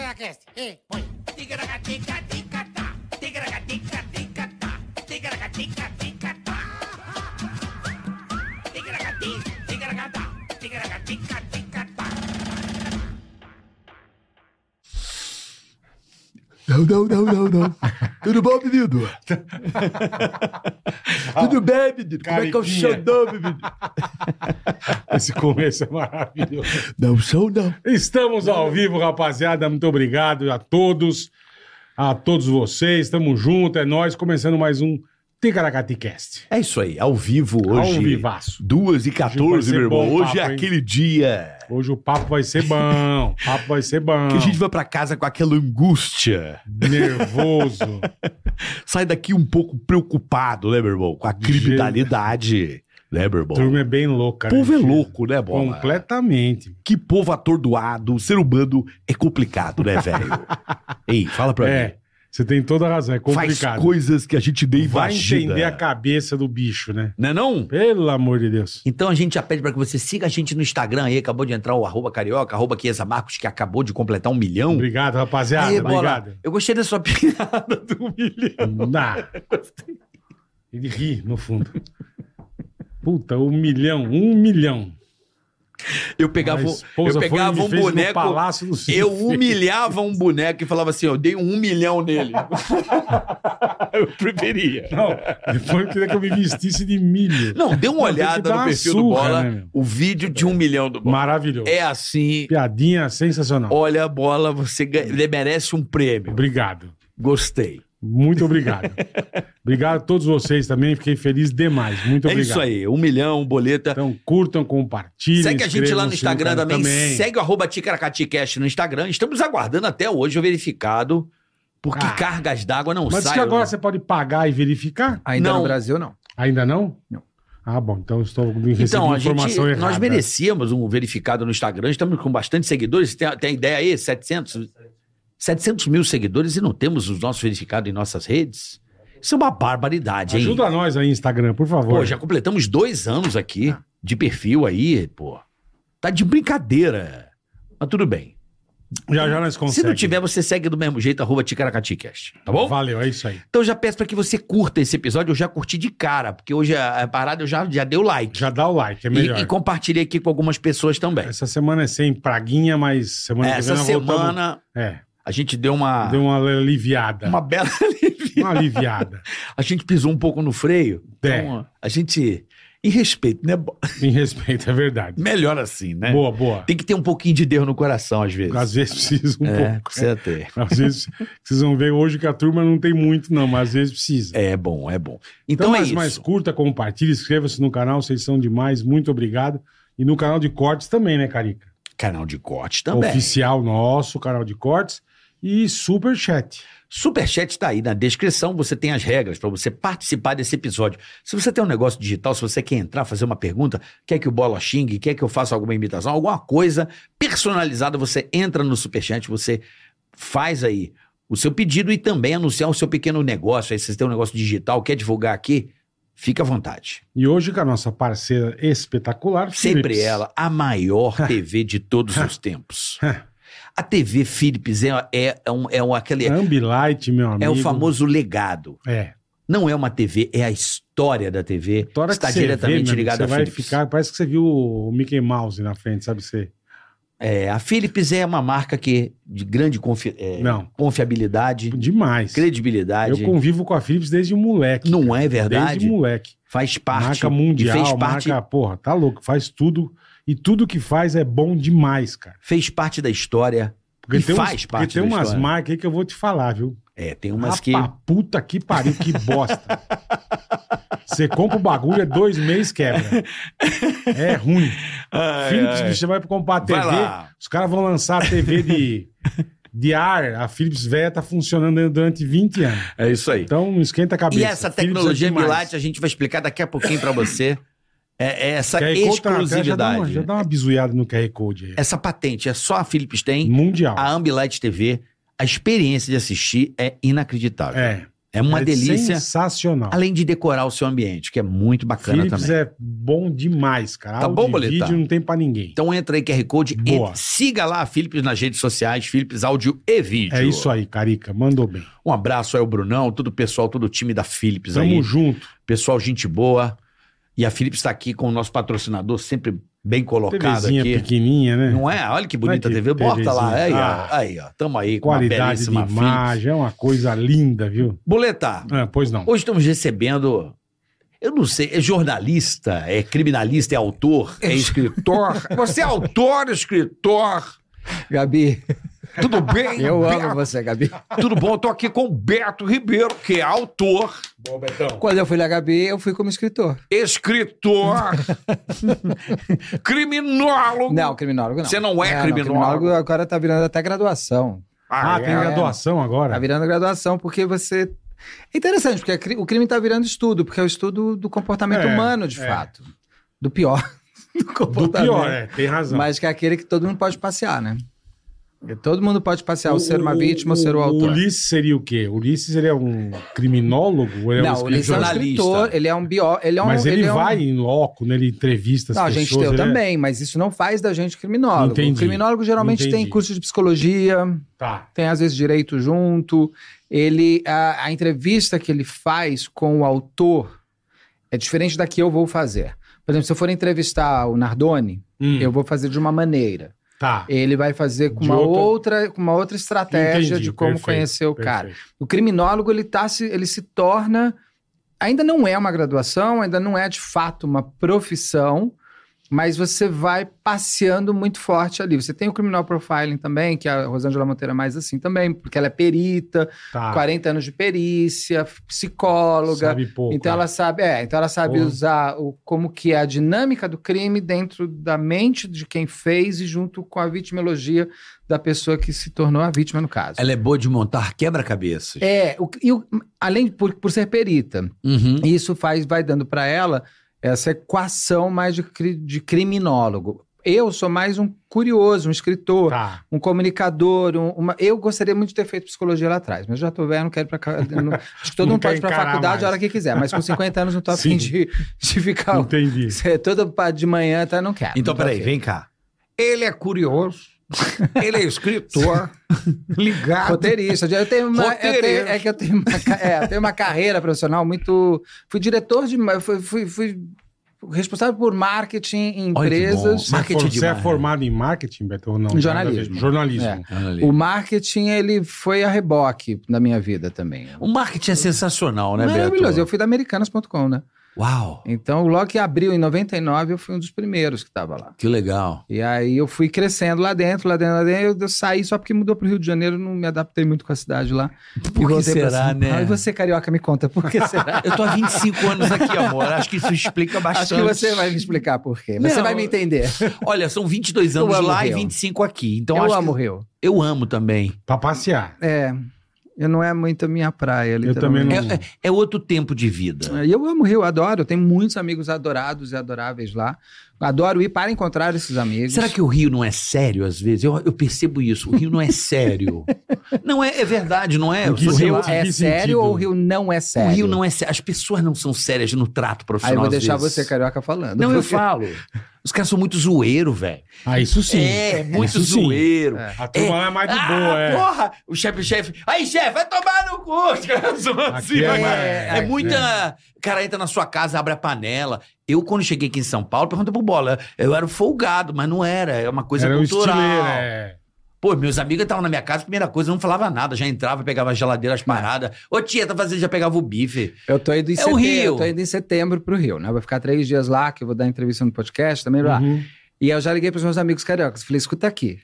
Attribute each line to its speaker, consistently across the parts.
Speaker 1: Ticaracast, ei, põe. Ticaracatica-ticatá, ticaracatica-ticatá, ticaracatica-ticatá. Ticaracati, ticaracatá, ticaracatica-ticatá.
Speaker 2: Não, não, não, não, não. Tudo bom, menino? Tudo bem, menino? Como é que é o
Speaker 3: Carequinha.
Speaker 2: seu nome, menino?
Speaker 3: Esse começo é maravilhoso.
Speaker 2: Não sou, não.
Speaker 3: Estamos ao vivo, rapaziada. Muito obrigado a todos, a todos vocês. Tamo junto, é nós começando mais um Ticaracaticast.
Speaker 2: É isso aí, ao vivo hoje.
Speaker 3: Ao vivaço.
Speaker 2: 2 e 14
Speaker 3: Hoje vai ser
Speaker 2: meu irmão.
Speaker 3: bom
Speaker 2: hoje é
Speaker 3: papo, hein?
Speaker 2: aquele dia
Speaker 3: Hoje o papo vai ser bom. O papo vai ser bom.
Speaker 2: que a gente vai pra casa com aquela angústia.
Speaker 3: Nervoso.
Speaker 2: Sai daqui um pouco preocupado, né, meu irmão? Com a criminalidade, né, meu
Speaker 3: A
Speaker 2: irmão?
Speaker 3: turma é bem
Speaker 2: O
Speaker 3: louca. né,
Speaker 2: povo é
Speaker 3: filho?
Speaker 2: louco, né, bola?
Speaker 3: Completamente.
Speaker 2: Que povo atordoado, o ser humano é complicado, né, velho? Ei, fala pra mim.
Speaker 3: É, você tem toda a razão. É
Speaker 2: Faz
Speaker 3: complicado.
Speaker 2: coisas que a gente nem
Speaker 3: vai
Speaker 2: imagina.
Speaker 3: entender a cabeça do bicho, né?
Speaker 2: Não é não?
Speaker 3: Pelo amor de Deus.
Speaker 4: Então a gente já pede pra que você siga a gente no Instagram aí, acabou de entrar o arroba carioca, arroba Chiesa Marcos, que acabou de completar um milhão.
Speaker 3: Obrigado, rapaziada.
Speaker 4: Aê, bola.
Speaker 3: Obrigado.
Speaker 4: Eu gostei da sua piada do milhão.
Speaker 3: Dá. Ele ri no fundo. Puta, um milhão, um milhão.
Speaker 4: Eu pegava,
Speaker 3: A esposa
Speaker 4: eu
Speaker 3: foi e
Speaker 4: pegava
Speaker 3: me
Speaker 4: um
Speaker 3: fez no
Speaker 4: boneco,
Speaker 3: Palácio do Silvio
Speaker 4: eu
Speaker 3: Frey.
Speaker 4: humilhava um boneco e falava assim, eu dei um milhão nele. eu preferia.
Speaker 3: Não, depois eu queria que eu me vestisse de milho.
Speaker 4: Não, dê uma
Speaker 3: tem que
Speaker 4: olhada
Speaker 3: dar
Speaker 4: no
Speaker 3: uma
Speaker 4: perfil do
Speaker 3: surra,
Speaker 4: Bola,
Speaker 3: né, meu?
Speaker 4: o vídeo de um milhão do Bola.
Speaker 3: Maravilhoso.
Speaker 4: É assim,
Speaker 3: Piadinha sensacional.
Speaker 4: olha Bola, você ganha- ele merece um prêmio.
Speaker 3: Obrigado.
Speaker 4: Gostei.
Speaker 3: Muito obrigado. obrigado a todos vocês também. Fiquei feliz demais. Muito
Speaker 4: é
Speaker 3: obrigado.
Speaker 4: isso aí, um milhão, boleta.
Speaker 3: Então curtam, compartilhem.
Speaker 4: Segue a gente lá no
Speaker 3: inscrevam-se
Speaker 4: Instagram
Speaker 3: canal
Speaker 4: também. Segue o arroba TicaracatiCast no Instagram. Estamos aguardando até hoje o verificado, porque
Speaker 3: Ah.
Speaker 4: cargas d'água não
Speaker 3: Mas diz que
Speaker 4: saem. né?
Speaker 3: agora você pode pagar e verificar?
Speaker 5: Ainda
Speaker 4: Não.
Speaker 5: no Brasil, não.
Speaker 3: Ainda não?
Speaker 5: Não.
Speaker 3: Ah, bom. Então eu estou recebendo
Speaker 4: Então, a gente,
Speaker 3: informação errada.
Speaker 4: nós merecíamos um verificado no Instagram. Estamos com bastante seguidores. Tem, tem ideia aí? 700? 700 mil seguidores e não temos os nossos verificados em nossas redes? Isso é uma barbaridade, hein?
Speaker 3: Ajuda nós aí, Instagram, por favor.
Speaker 4: Pô, já completamos dois anos aqui de perfil aí, pô. Tá de brincadeira. Mas tudo bem.
Speaker 3: Já já nós conseguimos.
Speaker 4: Se não tiver, você segue do mesmo jeito, arroba TicaracatiCast, tá bom?
Speaker 3: Valeu, é isso aí.
Speaker 4: Então já peço pra que você curta esse episódio, eu já curti de cara, porque hoje a, a parada eu já, já dei o like.
Speaker 3: Já dá o like, é melhor.
Speaker 4: e, e compartilhei aqui com algumas pessoas também.
Speaker 3: Essa semana é sem praguinha, mas semana que vem
Speaker 4: Essa
Speaker 3: nós voltamos.
Speaker 4: semana Ah.
Speaker 3: É,
Speaker 4: a gente deu uma,
Speaker 3: deu um uma aliviada.
Speaker 4: uma
Speaker 3: Uma,
Speaker 4: bela...
Speaker 3: aliviada.
Speaker 4: a gente pisou um pouco no freio.
Speaker 3: É.
Speaker 4: Então, a gente... Em respeito, né? Bo-
Speaker 3: em respeito, é verdade.
Speaker 4: Melhor assim, né?
Speaker 3: Boa, boa.
Speaker 4: Tem que ter um pouquinho de Deus no coração, às vezes.
Speaker 3: Às vezes precisa um
Speaker 4: é,
Speaker 3: pouco.
Speaker 4: precisa ter.
Speaker 3: Às vezes vocês vão ver hoje que a turma não tem muito, não, mas às vezes precisa.
Speaker 4: É bom, é bom. Então, é
Speaker 3: mais,
Speaker 4: isso.
Speaker 3: mais um. curta, compartilhe, inscreva-se no canal, vocês são demais, muito obrigado. E no canal de cortes também, né, Carica?
Speaker 4: Canal de corte também.
Speaker 3: Oficial nosso, canal de cortes. E super chat.
Speaker 4: Superchat está aí na descrição, você tem as regras para você participar desse episódio. Se você tem um negócio digital, se você quer entrar, fazer uma pergunta, quer que o Bola xingue, quer que eu faça alguma imitação, alguma coisa personalizada, você entra no Superchat, você faz aí o seu pedido e também anunciar o seu pequeno negócio. Aí se você tem um negócio digital, quer divulgar aqui, fica à vontade.
Speaker 3: E hoje com a nossa parceira espetacular,
Speaker 4: Sempre
Speaker 3: Philips.
Speaker 4: ela, a maior TV de todos os tempos. A TV Philips é, é, é, um, é um- aquele...
Speaker 3: Ambilight, meu amigo.
Speaker 4: É o famoso legado.
Speaker 3: É.
Speaker 4: Não é uma TV, é a história da TV.
Speaker 3: A hora
Speaker 4: está
Speaker 3: que você vê,
Speaker 4: diretamente
Speaker 3: meu amigo,
Speaker 4: ligada à
Speaker 3: Você vai
Speaker 4: Philips.
Speaker 3: ficar, parece que você viu o Mickey Mouse na frente, sabe? Você...
Speaker 4: É, a Philips é uma marca que de grande confi- é,
Speaker 3: Não.
Speaker 4: confiabilidade,
Speaker 3: Demais. Eu
Speaker 4: credibilidade.
Speaker 3: convivo com a Philips desde moleque.
Speaker 4: Não é
Speaker 3: Desde
Speaker 4: verdade?
Speaker 3: moleque.
Speaker 4: Faz parte.
Speaker 3: marca
Speaker 4: e
Speaker 3: mundial,
Speaker 4: fez parte,
Speaker 3: marca, porra, tá louco, faz tudo. E tudo que faz é bom demais, cara.
Speaker 4: fez parte da história. E
Speaker 3: uns-
Speaker 4: faz parte
Speaker 3: porque tem
Speaker 4: da
Speaker 3: umas
Speaker 4: história.
Speaker 3: marcas aí que eu vou te falar, viu?
Speaker 4: É, tem umas
Speaker 3: Ah,
Speaker 4: que.
Speaker 3: pá, puta que pariu, que bosta. Você compra o bagulho, é dois meses quebra. É ruim. Philips, bicho, você vai comprar a TV,
Speaker 4: É, Vai lá.
Speaker 3: os caras vão lançar a TV de, de ar, a Philips velha tá funcionando durante 20 anos.
Speaker 4: É isso aí.
Speaker 3: Então não esquenta a cabeça.
Speaker 4: E essa
Speaker 3: Philips é
Speaker 4: tecnologia
Speaker 3: demais.
Speaker 4: Ambilight a gente vai explicar daqui a pouquinho pra você. É, é essa
Speaker 3: QR Code tá na tela, Já dá, uma,
Speaker 4: exclusividade.
Speaker 3: já dá uma bisuiada no QR Code aí.
Speaker 4: Essa patente é só a Philips tem.
Speaker 3: Mundial.
Speaker 4: A Ambilight TV, a experiência de assistir é inacreditável.
Speaker 3: É.
Speaker 4: É uma
Speaker 3: É
Speaker 4: delícia.
Speaker 3: Sensacional.
Speaker 4: Além de decorar o seu ambiente, que é muito bacana
Speaker 3: Philips
Speaker 4: também.
Speaker 3: é bom demais, cara.
Speaker 4: Tá
Speaker 3: Áudio
Speaker 4: bom,
Speaker 3: e
Speaker 4: Boleta?
Speaker 3: vídeo não tem pra ninguém.
Speaker 4: Então entra aí, QR Code,
Speaker 3: Boa.
Speaker 4: entra- siga lá a Philips nas redes sociais, Philips Áudio e Vídeo.
Speaker 3: é isso aí, Carica. Mandou bem.
Speaker 4: Um abraço aí ao Brunão, todo o pessoal, todo o time da Philips
Speaker 3: Tamo
Speaker 4: aí.
Speaker 3: junto.
Speaker 4: Pessoal, gente boa. E a Philips está aqui com o nosso patrocinador, sempre bem colocado
Speaker 3: TVzinha
Speaker 4: aqui.
Speaker 3: pequenininha, né?
Speaker 4: Não é? Olha que bonita
Speaker 3: Olha que
Speaker 4: a TV. Bota lá. Aí, ó.
Speaker 3: Ah.
Speaker 4: aí, ó. Tamo aí com uma
Speaker 3: Qualidade de
Speaker 4: belíssima Philips.
Speaker 3: imagem, é uma coisa linda, viu?
Speaker 4: Boletar.
Speaker 3: Ah, pois não.
Speaker 4: Hoje estamos recebendo. Eu não sei, é jornalista, é criminalista, é autor, é escritor. Você é autor, escritor.
Speaker 5: Gabi,
Speaker 4: Tudo bem?
Speaker 5: eu amo
Speaker 4: Beto?
Speaker 5: você, Gabi.
Speaker 4: Tudo bom? Eu tô aqui com o Beto Ribeiro, que é autor,
Speaker 3: Bom, Betão.
Speaker 5: Quando eu fui na Gabi, eu fui como escritor.
Speaker 4: escritor, criminólogo.
Speaker 5: Não, criminólogo não.
Speaker 4: Você não é criminólogo.
Speaker 5: agora tá virando até graduação.
Speaker 3: Ah,
Speaker 4: Ah,
Speaker 3: tem
Speaker 4: é?
Speaker 3: graduação
Speaker 5: Tá
Speaker 3: agora?
Speaker 5: virando graduação porque você... É interessante, porque a cri- o crime tá virando estudo, porque é o estudo do comportamento
Speaker 3: É,
Speaker 5: humano, de
Speaker 3: é.
Speaker 5: fato. Do pior. Do
Speaker 3: Do
Speaker 5: comportamento.
Speaker 3: pior, é. Tem razão.
Speaker 5: Tá Mas que é aquele que todo mundo pode passear, né? Porque todo mundo pode passear, é o, ser uma vítima, o,
Speaker 3: o-
Speaker 5: ser o autor.
Speaker 3: Ulisses seria o quê? Ulisses ele é um criminólogo? Ou ele é
Speaker 5: não,
Speaker 3: um
Speaker 5: ele é um
Speaker 3: escritor?
Speaker 4: jornalista.
Speaker 5: escritor, ele é um bió... Ele é um,
Speaker 3: Mas ele,
Speaker 5: é um-
Speaker 3: vai em loco, né? Ele entrevista as
Speaker 5: Não, a
Speaker 3: pessoas.
Speaker 5: gente tem
Speaker 3: ele é-
Speaker 5: também, mas isso não faz da gente criminólogo.
Speaker 3: Entendi.
Speaker 5: O criminólogo geralmente
Speaker 3: Entendi.
Speaker 5: tem curso de psicologia,
Speaker 3: Tá.
Speaker 5: tem às vezes direito junto. Ele a, a entrevista que ele faz com o autor é diferente da que eu vou fazer. Por exemplo, se eu for entrevistar o Nardoni,
Speaker 3: Hum,
Speaker 5: eu vou fazer de uma maneira.
Speaker 3: Tá.
Speaker 5: Ele vai fazer com
Speaker 3: De
Speaker 5: uma
Speaker 3: outra-
Speaker 5: outra, com uma outra estratégia
Speaker 3: Entendi,
Speaker 5: de como
Speaker 3: perfeito,
Speaker 5: conhecer o cara.
Speaker 3: Perfeito.
Speaker 5: O criminólogo, ele, tá, se- ele se torna. Ainda não é uma graduação, ainda não é de fato uma profissão, mas você vai passeando muito forte ali. Você tem o criminal profiling também, que a Rosângela Monteiro é mais assim também, porque ela é perita,
Speaker 3: Tá.
Speaker 5: 40 anos de perícia, psicóloga.
Speaker 3: Sabe pouco,
Speaker 5: então
Speaker 3: é.
Speaker 5: ela sabe, é, então ela sabe
Speaker 3: Porra.
Speaker 5: usar o, como que é a dinâmica do crime dentro da mente de quem fez e junto com a vitimologia da pessoa que se tornou a vítima no caso.
Speaker 4: Ela é boa de montar quebra-cabeças.
Speaker 5: É, o- e o- além de por, por ser perita,
Speaker 4: Uhum.
Speaker 5: isso faz vai dando para ela essa equação mais de, cri- de criminólogo. Eu sou mais um curioso, um escritor,
Speaker 3: Tá.
Speaker 5: um comunicador, um- uma- eu gostaria muito de ter feito psicologia lá atrás, mas já tô velho, não quero para acho que todo
Speaker 3: Não
Speaker 5: mundo
Speaker 3: quer
Speaker 5: pode ir para
Speaker 3: encarar
Speaker 5: faculdade
Speaker 3: mais.
Speaker 5: a hora que quiser, mas com 50 anos não tô afim
Speaker 3: Sim.
Speaker 5: de, de ficar é,
Speaker 3: Entendi.
Speaker 5: toda pa- de manhã, tá? Não quero.
Speaker 4: Então,
Speaker 5: não tô
Speaker 4: peraí,
Speaker 5: afim.
Speaker 4: vem cá. Ele é curioso, ele é escritor, ligado.
Speaker 5: Roteirista. Eu tenho uma, eu
Speaker 4: Roteirista.
Speaker 5: tenho- é que eu tenho uma, ca- é, eu tenho uma carreira profissional muito. Fui diretor de. ma- Fui, fui, fui responsável por marketing em
Speaker 4: Olha que
Speaker 5: empresas.
Speaker 4: bom. Marketing né?
Speaker 3: você
Speaker 4: de
Speaker 3: é
Speaker 4: marketing.
Speaker 3: formado em marketing, Beto, ou não?
Speaker 5: Em
Speaker 3: Nada a ver.
Speaker 5: jornalismo.
Speaker 3: Jornalismo.
Speaker 4: Olha ali.
Speaker 5: O marketing, ele foi a reboque na minha vida também.
Speaker 4: O marketing é sensacional, né, Beto?
Speaker 5: Maravilhoso. Eu fui da Americanas.com, né?
Speaker 4: Uau,
Speaker 5: Então, logo que abriu em 99, eu fui um dos primeiros que estava lá.
Speaker 4: que legal.
Speaker 5: E aí eu fui crescendo lá dentro, lá dentro, lá dentro. Eu, eu saí só porque mudou pro Rio de Janeiro, não me adaptei muito com a cidade lá. E
Speaker 4: Por que
Speaker 5: voltei
Speaker 4: será,
Speaker 5: pra São Paulo.
Speaker 4: né?
Speaker 5: E você, carioca, me conta, por que será?
Speaker 4: Eu tô há 25 anos aqui, amor. Acho que isso explica bastante.
Speaker 5: Acho que você vai me explicar por quê. Você
Speaker 4: Não.
Speaker 5: vai me entender.
Speaker 4: Olha, são 22
Speaker 5: Eu
Speaker 4: anos
Speaker 5: amo
Speaker 4: lá
Speaker 5: o
Speaker 4: e
Speaker 5: Rio.
Speaker 4: 25 aqui. Então
Speaker 5: eu
Speaker 4: acho
Speaker 5: amo o
Speaker 4: que...
Speaker 5: Rio.
Speaker 4: Eu amo também.
Speaker 3: Pra passear.
Speaker 5: É. Eu não é muito a minha praia,
Speaker 3: Eu também
Speaker 5: literalmente.
Speaker 3: não.
Speaker 4: É, é- é outro tempo de vida.
Speaker 5: É, e Eu amo o Rio, adoro. Eu tenho muitos amigos adorados e adoráveis lá. Adoro ir para encontrar esses amigos.
Speaker 4: Será que o Rio não é sério às vezes? Eu, eu percebo isso. O Rio não é sério. não é, é verdade, não é?
Speaker 3: Em que
Speaker 4: Eu sou-
Speaker 5: o Rio
Speaker 3: Sei lá,
Speaker 5: é
Speaker 3: que
Speaker 5: sério
Speaker 3: sentido?
Speaker 5: ou o Rio não é
Speaker 4: O
Speaker 5: sério?
Speaker 4: Rio não é sério. As pessoas não são sérias no trato
Speaker 5: Aí eu
Speaker 4: profissional.
Speaker 5: vou
Speaker 4: às
Speaker 5: deixar
Speaker 4: vezes.
Speaker 5: você, carioca, falando.
Speaker 4: Ah, Não, eu
Speaker 5: porque-
Speaker 4: falo. Os caras são muito zoeiro, velho.
Speaker 3: Ah, isso sim.
Speaker 4: É, muito
Speaker 3: Isso sim.
Speaker 4: zoeiro.
Speaker 5: É.
Speaker 3: A turma lá é mais de boa,
Speaker 4: ah,
Speaker 3: é.
Speaker 4: porra! O chefe-chefe. Aí, chefe, vai tomar no cu! Os caras são assim,
Speaker 3: é
Speaker 4: mas-
Speaker 3: mais-
Speaker 4: É,
Speaker 5: É,
Speaker 4: muita. O cara entra na sua casa, abre a panela. Eu, quando cheguei aqui em São Paulo, perguntei pro Bola. Eu era folgado, mas não era. É uma coisa
Speaker 3: Era um
Speaker 4: cultural.
Speaker 3: estileiro, é.
Speaker 4: Pô, meus amigos estavam na minha casa, primeira coisa, eu não falava nada. Já entrava, pegava a geladeira,
Speaker 3: É.
Speaker 4: as paradas. Ô, tia, tá fazendo, já pegava o bife.
Speaker 5: Eu tô indo em
Speaker 4: É o
Speaker 5: setembro.
Speaker 4: Rio.
Speaker 5: Eu tô indo em setembro pro Rio, né? Eu vou ficar três dias lá, que eu vou dar entrevista no podcast também lá.
Speaker 3: Uhum.
Speaker 5: E eu já liguei pros meus amigos cariocas. Falei, escuta aqui.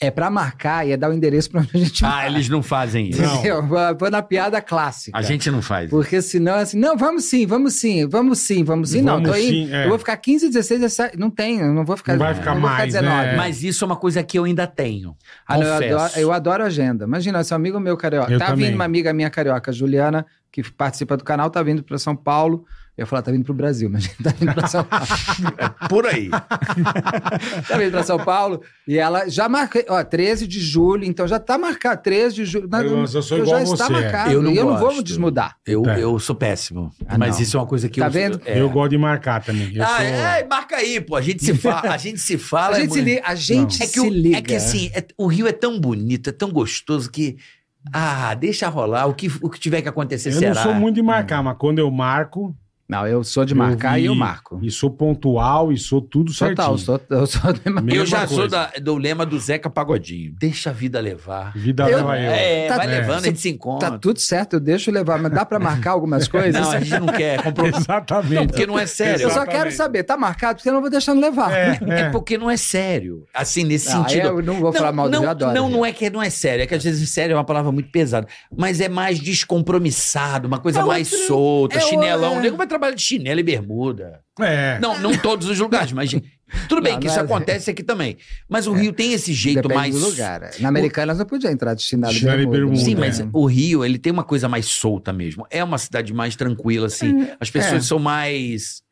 Speaker 5: É pra marcar e é dar o endereço pra onde a gente
Speaker 4: Ah, eles não fazem isso.
Speaker 3: Não.
Speaker 5: Entendeu? Vou- Vou na piada clássica.
Speaker 4: A gente não faz.
Speaker 5: Porque senão é assim, não, vamos sim, vamos sim, vamos sim, vamos sim. não,
Speaker 3: Vamos
Speaker 5: tô indo.
Speaker 3: sim, é.
Speaker 5: Eu vou ficar 15, 16, 17. Não tem, eu não vou ficar.
Speaker 3: Não vai ficar
Speaker 5: não vou
Speaker 3: mais,
Speaker 5: 19.
Speaker 3: né?
Speaker 4: Mas isso é uma coisa que eu ainda tenho.
Speaker 5: Ah, não, eu,
Speaker 4: confesso.
Speaker 5: adoro, eu adoro agenda. Imagina, se um amigo meu carioca.
Speaker 3: Eu
Speaker 5: tá
Speaker 3: também.
Speaker 5: vindo uma amiga minha carioca, Juliana que participa do canal, tá vindo para São Paulo. Eu ia falar, tá vindo para o Brasil, mas tá vindo para São Paulo.
Speaker 4: É Por aí.
Speaker 5: tá vindo para São Paulo. E ela já marca, ó, 13 de julho, então já tá marcado, 13 de julho.
Speaker 3: Eu não- eu sou igual a
Speaker 5: já está
Speaker 3: você, é.
Speaker 5: marcado.
Speaker 4: Eu não
Speaker 5: e eu não vou
Speaker 4: gosto.
Speaker 5: me desmudar.
Speaker 4: Eu,
Speaker 3: É.
Speaker 4: eu sou péssimo.
Speaker 5: Ah,
Speaker 4: mas
Speaker 5: não.
Speaker 4: isso é uma coisa que
Speaker 5: Tá
Speaker 4: eu.
Speaker 5: vendo?
Speaker 4: É.
Speaker 3: Eu gosto de marcar também. Eu
Speaker 4: Ah,
Speaker 3: sou-
Speaker 4: é, marca aí, pô. A gente se fala. A gente se fala.
Speaker 5: a
Speaker 4: é
Speaker 5: gente, se,
Speaker 4: muito-
Speaker 5: li, a gente
Speaker 4: É que,
Speaker 5: se
Speaker 4: o-
Speaker 5: liga.
Speaker 4: é que assim, é- o Rio é tão bonito, é tão gostoso que. Ah, deixa rolar. O que, o que tiver que acontecer
Speaker 3: Eu
Speaker 4: será. Hum.
Speaker 3: não sou muito de marcar, mas quando eu marco
Speaker 5: Não, eu sou de marcar
Speaker 3: vi.
Speaker 5: e eu marco.
Speaker 3: e sou pontual e sou tudo
Speaker 5: Total,
Speaker 3: certinho.
Speaker 5: eu sou, eu sou de marcar.
Speaker 3: Mesma
Speaker 4: eu já sou
Speaker 3: coisa.
Speaker 4: da- do lema do Zeca Pagodinho. Deixa a vida levar.
Speaker 3: Vida
Speaker 5: Eu-
Speaker 3: leva eu.
Speaker 4: É,
Speaker 5: Tá-
Speaker 4: vai
Speaker 5: é.
Speaker 4: levando, a
Speaker 5: Você-
Speaker 4: gente se encontra.
Speaker 5: Tá tudo certo, eu deixo levar, mas dá pra marcar algumas coisas?
Speaker 4: Não, é a gente não quer compromisso. Não,
Speaker 3: Exatamente.
Speaker 4: porque não é sério.
Speaker 5: eu só quero
Speaker 3: exatamente.
Speaker 5: saber, tá marcado? Porque eu não vou deixando levar.
Speaker 3: É,
Speaker 4: É
Speaker 3: é.
Speaker 4: porque não é sério. Assim, nesse
Speaker 5: Ah,
Speaker 4: sentido.
Speaker 5: eu não vou falar mal
Speaker 4: não,
Speaker 5: dele, eu adoro.
Speaker 4: Não, não é que não é sério. É que às vezes sério é uma palavra muito pesada. Mas é mais descompromissado, uma coisa
Speaker 5: É
Speaker 4: mais
Speaker 5: outro-
Speaker 4: solta,
Speaker 5: é o-
Speaker 4: chinelão.
Speaker 5: é.
Speaker 4: O nego vai trabalhar de chinelo e bermuda.
Speaker 3: É.
Speaker 4: Não, não todos os lugares, mas... Tudo bem
Speaker 5: Não,
Speaker 4: que isso
Speaker 5: mas-
Speaker 4: acontece aqui também. Mas o Rio tem esse jeito
Speaker 5: Depende
Speaker 4: mais...
Speaker 5: do lugar. é. Na Americanas não podia entrar de chinelo e
Speaker 3: Chinelo e
Speaker 5: bermuda.
Speaker 3: bermuda,
Speaker 4: Sim,
Speaker 3: mundo,
Speaker 4: mas
Speaker 3: né?
Speaker 4: o Rio, ele tem uma coisa mais solta mesmo. É uma cidade mais tranquila, assim.
Speaker 5: É.
Speaker 4: As pessoas são mais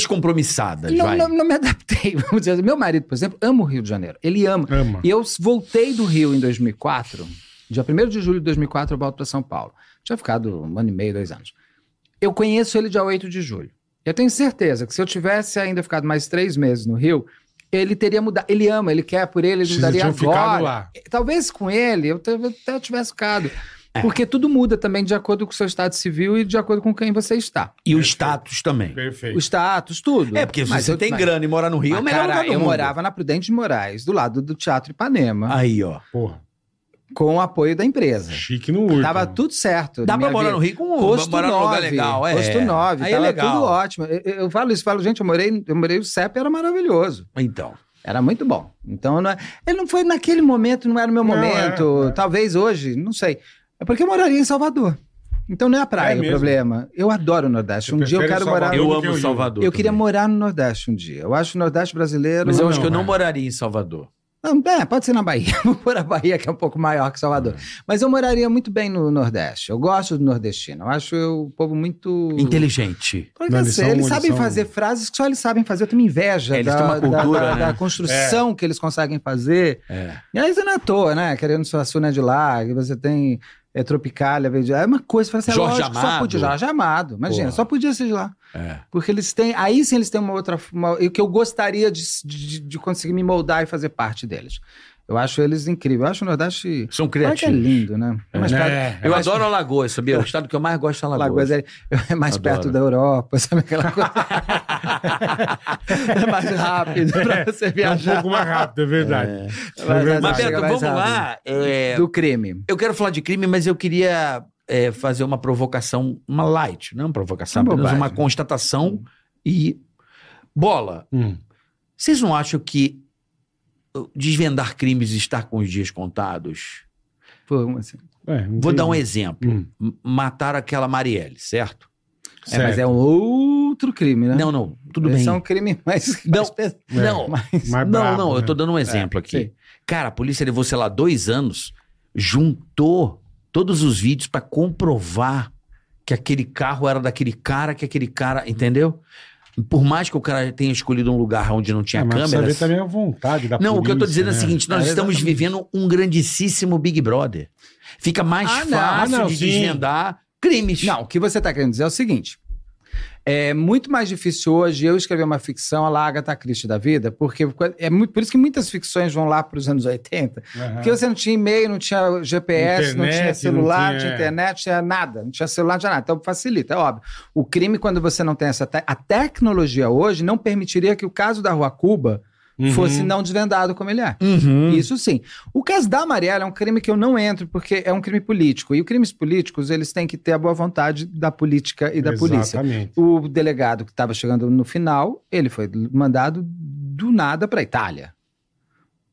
Speaker 4: descompromissadas,
Speaker 5: Não,
Speaker 4: vai.
Speaker 5: não, não me adaptei. Vamos dizer assim. Meu marido, por exemplo, ama o Rio de Janeiro. Ele ama.
Speaker 3: Ama.
Speaker 5: E eu voltei do Rio em 2004. Dia 1 de julho de 2004 eu volto para São Paulo. Tinha ficado um ano e meio, dois anos. Eu conheço ele dia 8 de julho. Eu tenho certeza que se eu tivesse ainda ficado mais três meses no Rio, ele teria mudado. Ele ama, ele quer por ele, ele
Speaker 3: Vocês
Speaker 5: mudaria
Speaker 3: tinham ficado
Speaker 5: agora.
Speaker 3: lá.
Speaker 5: Talvez com ele eu te- até tivesse ficado.
Speaker 4: É.
Speaker 5: Porque tudo muda também de acordo com o seu estado civil e de acordo com quem você está.
Speaker 4: E o status também.
Speaker 5: O
Speaker 3: Perfeito.
Speaker 5: status, tudo.
Speaker 4: É, porque se
Speaker 5: Mas
Speaker 4: você
Speaker 5: eu-
Speaker 4: tem
Speaker 5: mas-
Speaker 4: grana e mora no Rio, é o
Speaker 5: mas,
Speaker 4: melhor
Speaker 5: cara,
Speaker 4: lugar do
Speaker 5: eu
Speaker 4: mundo.
Speaker 5: morava na Prudente de Moraes, do lado do Teatro Ipanema,
Speaker 4: Aí, ó.
Speaker 3: Porra,
Speaker 5: com o apoio da empresa.
Speaker 3: chique no urso.
Speaker 5: Tava tudo certo.
Speaker 4: Dá pra
Speaker 5: minha
Speaker 4: morar
Speaker 5: vida.
Speaker 4: no Rio com um-
Speaker 5: Posto
Speaker 4: morar
Speaker 5: 9,
Speaker 4: num lugar legal, é.
Speaker 5: Posto 9,
Speaker 4: Aí é
Speaker 5: tava
Speaker 4: legal.
Speaker 5: tudo ótimo. Eu, eu- eu falo isso, falo, gente, eu morei, eu morei o CEP, era maravilhoso.
Speaker 4: Então.
Speaker 5: Era muito bom. Então, não é- ele não foi naquele momento, não era o meu
Speaker 3: Não,
Speaker 5: momento.
Speaker 3: é, é.
Speaker 5: Talvez hoje, não sei. É porque eu moraria em Salvador. Então não é a praia o
Speaker 3: mesmo?
Speaker 5: problema. Eu adoro o Nordeste.
Speaker 3: Você
Speaker 5: um dia eu
Speaker 3: prefere
Speaker 5: quero
Speaker 3: Salvador?
Speaker 5: morar.
Speaker 3: Eu
Speaker 4: Eu
Speaker 3: que eu
Speaker 4: amo
Speaker 3: ia.
Speaker 4: Salvador.
Speaker 5: Eu queria
Speaker 4: também.
Speaker 5: morar no Nordeste um dia. Eu acho o Nordeste brasileiro.
Speaker 4: Mas eu
Speaker 3: Não,
Speaker 4: acho que eu não
Speaker 3: é.
Speaker 4: moraria em Salvador.
Speaker 5: Não, é, pode ser na Bahia. Vou pôr a Bahia, que é um pouco maior que Salvador. Mas eu moraria muito bem no Nordeste. Eu gosto do nordestino. Eu acho o povo muito.
Speaker 4: Uh. Inteligente.
Speaker 5: Pode
Speaker 3: Não,
Speaker 5: ser.
Speaker 3: eles
Speaker 5: eles
Speaker 3: são- eles
Speaker 5: sabem
Speaker 3: são-
Speaker 5: fazer frases que só eles sabem fazer. Eu tenho inveja
Speaker 4: É, Eles
Speaker 5: da,
Speaker 4: têm uma
Speaker 5: da-
Speaker 4: cultura,
Speaker 5: da- da
Speaker 4: né?
Speaker 5: construção que eles conseguem fazer.
Speaker 4: É.
Speaker 5: E aí isso não é à toa, né? Querendo sua suna de lá, que você tem é, Tropicália, verde- é uma coisa. Você fala assim, é
Speaker 4: Jorge
Speaker 5: lógico,
Speaker 4: Amado.
Speaker 5: Só podia, Jorge Amado. Imagina,
Speaker 4: Porra.
Speaker 5: só podia ser de lá.
Speaker 4: É.
Speaker 5: Porque eles têm. Aí sim eles têm uma outra. uma- e o que eu gostaria de, de, de conseguir me moldar e fazer parte deles. Eu acho eles incríveis. Eu acho o Nordeste.
Speaker 4: São
Speaker 5: Olha que é
Speaker 4: criativos.
Speaker 5: lindo, né? É mais perto.
Speaker 3: É,
Speaker 4: Eu adoro Alagoas, sabia? O estado que eu mais gosto é Alagoas.
Speaker 5: Lagoas é, é mais
Speaker 4: Adoro.
Speaker 5: perto da Europa, sabe aquela coisa? é mais rápido pra você
Speaker 3: é um
Speaker 5: viajar.
Speaker 3: pouco mais rápido, é verdade.
Speaker 5: Mas,
Speaker 3: verdade.
Speaker 4: Mas, Beto,
Speaker 5: chega mais
Speaker 4: vamos lá. É,
Speaker 5: rápido. Do creme.
Speaker 4: Eu quero falar de crime, mas eu queria é, fazer uma provocação, uma light, não é uma provocação,
Speaker 5: Uma
Speaker 4: apenas uma
Speaker 5: bobagem.
Speaker 4: constatação e. Bola,
Speaker 3: Hum.
Speaker 4: vocês não acham que uh, desvendar crimes e estar com os dias contados?
Speaker 5: Pô, como assim?
Speaker 3: É, não
Speaker 4: Vou
Speaker 3: tem-
Speaker 4: dar um exemplo.
Speaker 3: Hum.
Speaker 4: M- Mataram aquela Marielle, certo?
Speaker 5: É, mas
Speaker 3: Certo.
Speaker 5: é um outro crime, né?
Speaker 4: Não, não, tudo
Speaker 5: Esse
Speaker 4: bem.
Speaker 5: é um crime mais.
Speaker 4: Não,
Speaker 5: mais pesado.
Speaker 4: Não,
Speaker 3: Mais
Speaker 5: Mas-
Speaker 4: não,
Speaker 3: um- é. brabo,
Speaker 4: não, eu tô
Speaker 3: né?
Speaker 4: dando um exemplo aqui.
Speaker 5: sim.
Speaker 4: Cara, a polícia levou, sei lá, dois anos, juntou todos os vídeos pra comprovar que aquele carro era daquele cara, que aquele cara, entendeu? Por mais que o cara tenha escolhido um lugar onde não tinha
Speaker 3: É, mas precisa
Speaker 4: câmeras.
Speaker 3: ver também a vontade da
Speaker 4: Não, o que eu tô
Speaker 3: polícia,
Speaker 4: dizendo é
Speaker 3: né?
Speaker 4: o seguinte: nós
Speaker 5: Cara,
Speaker 4: estamos
Speaker 5: exatamente.
Speaker 4: vivendo um grandíssimo Big Brother. Fica mais
Speaker 5: Ah, não,
Speaker 4: fácil
Speaker 3: ah, não,
Speaker 4: de
Speaker 3: sim.
Speaker 4: desvendar crimes.
Speaker 5: Não, o que você está querendo dizer é o seguinte. É muito mais difícil hoje eu escrever uma ficção à la Agatha Christie da vida, porque é muito, por isso que muitas ficções vão lá para os anos 80,
Speaker 3: Aham.
Speaker 5: porque você não tinha e-mail, não tinha GPS, não
Speaker 3: Ah. Internet,
Speaker 5: tinha celular,
Speaker 3: não
Speaker 5: não
Speaker 3: tinha-
Speaker 5: tinha internet, não tinha nada, não tinha celular, não tinha nada. Então facilita, é óbvio. O crime, quando você não tem essa. te- A tecnologia hoje não permitiria que o caso da Rua Cuba
Speaker 3: Uhum.
Speaker 5: fosse não desvendado como ele é.
Speaker 4: Uhum.
Speaker 5: Isso sim. O caso da Marielle é um crime que eu não entro, porque é um crime político. E os crimes políticos, eles têm que ter a boa vontade da política e da polícia.
Speaker 3: Exatamente.
Speaker 5: O delegado que estava chegando no final, ele foi mandado do nada para Itália.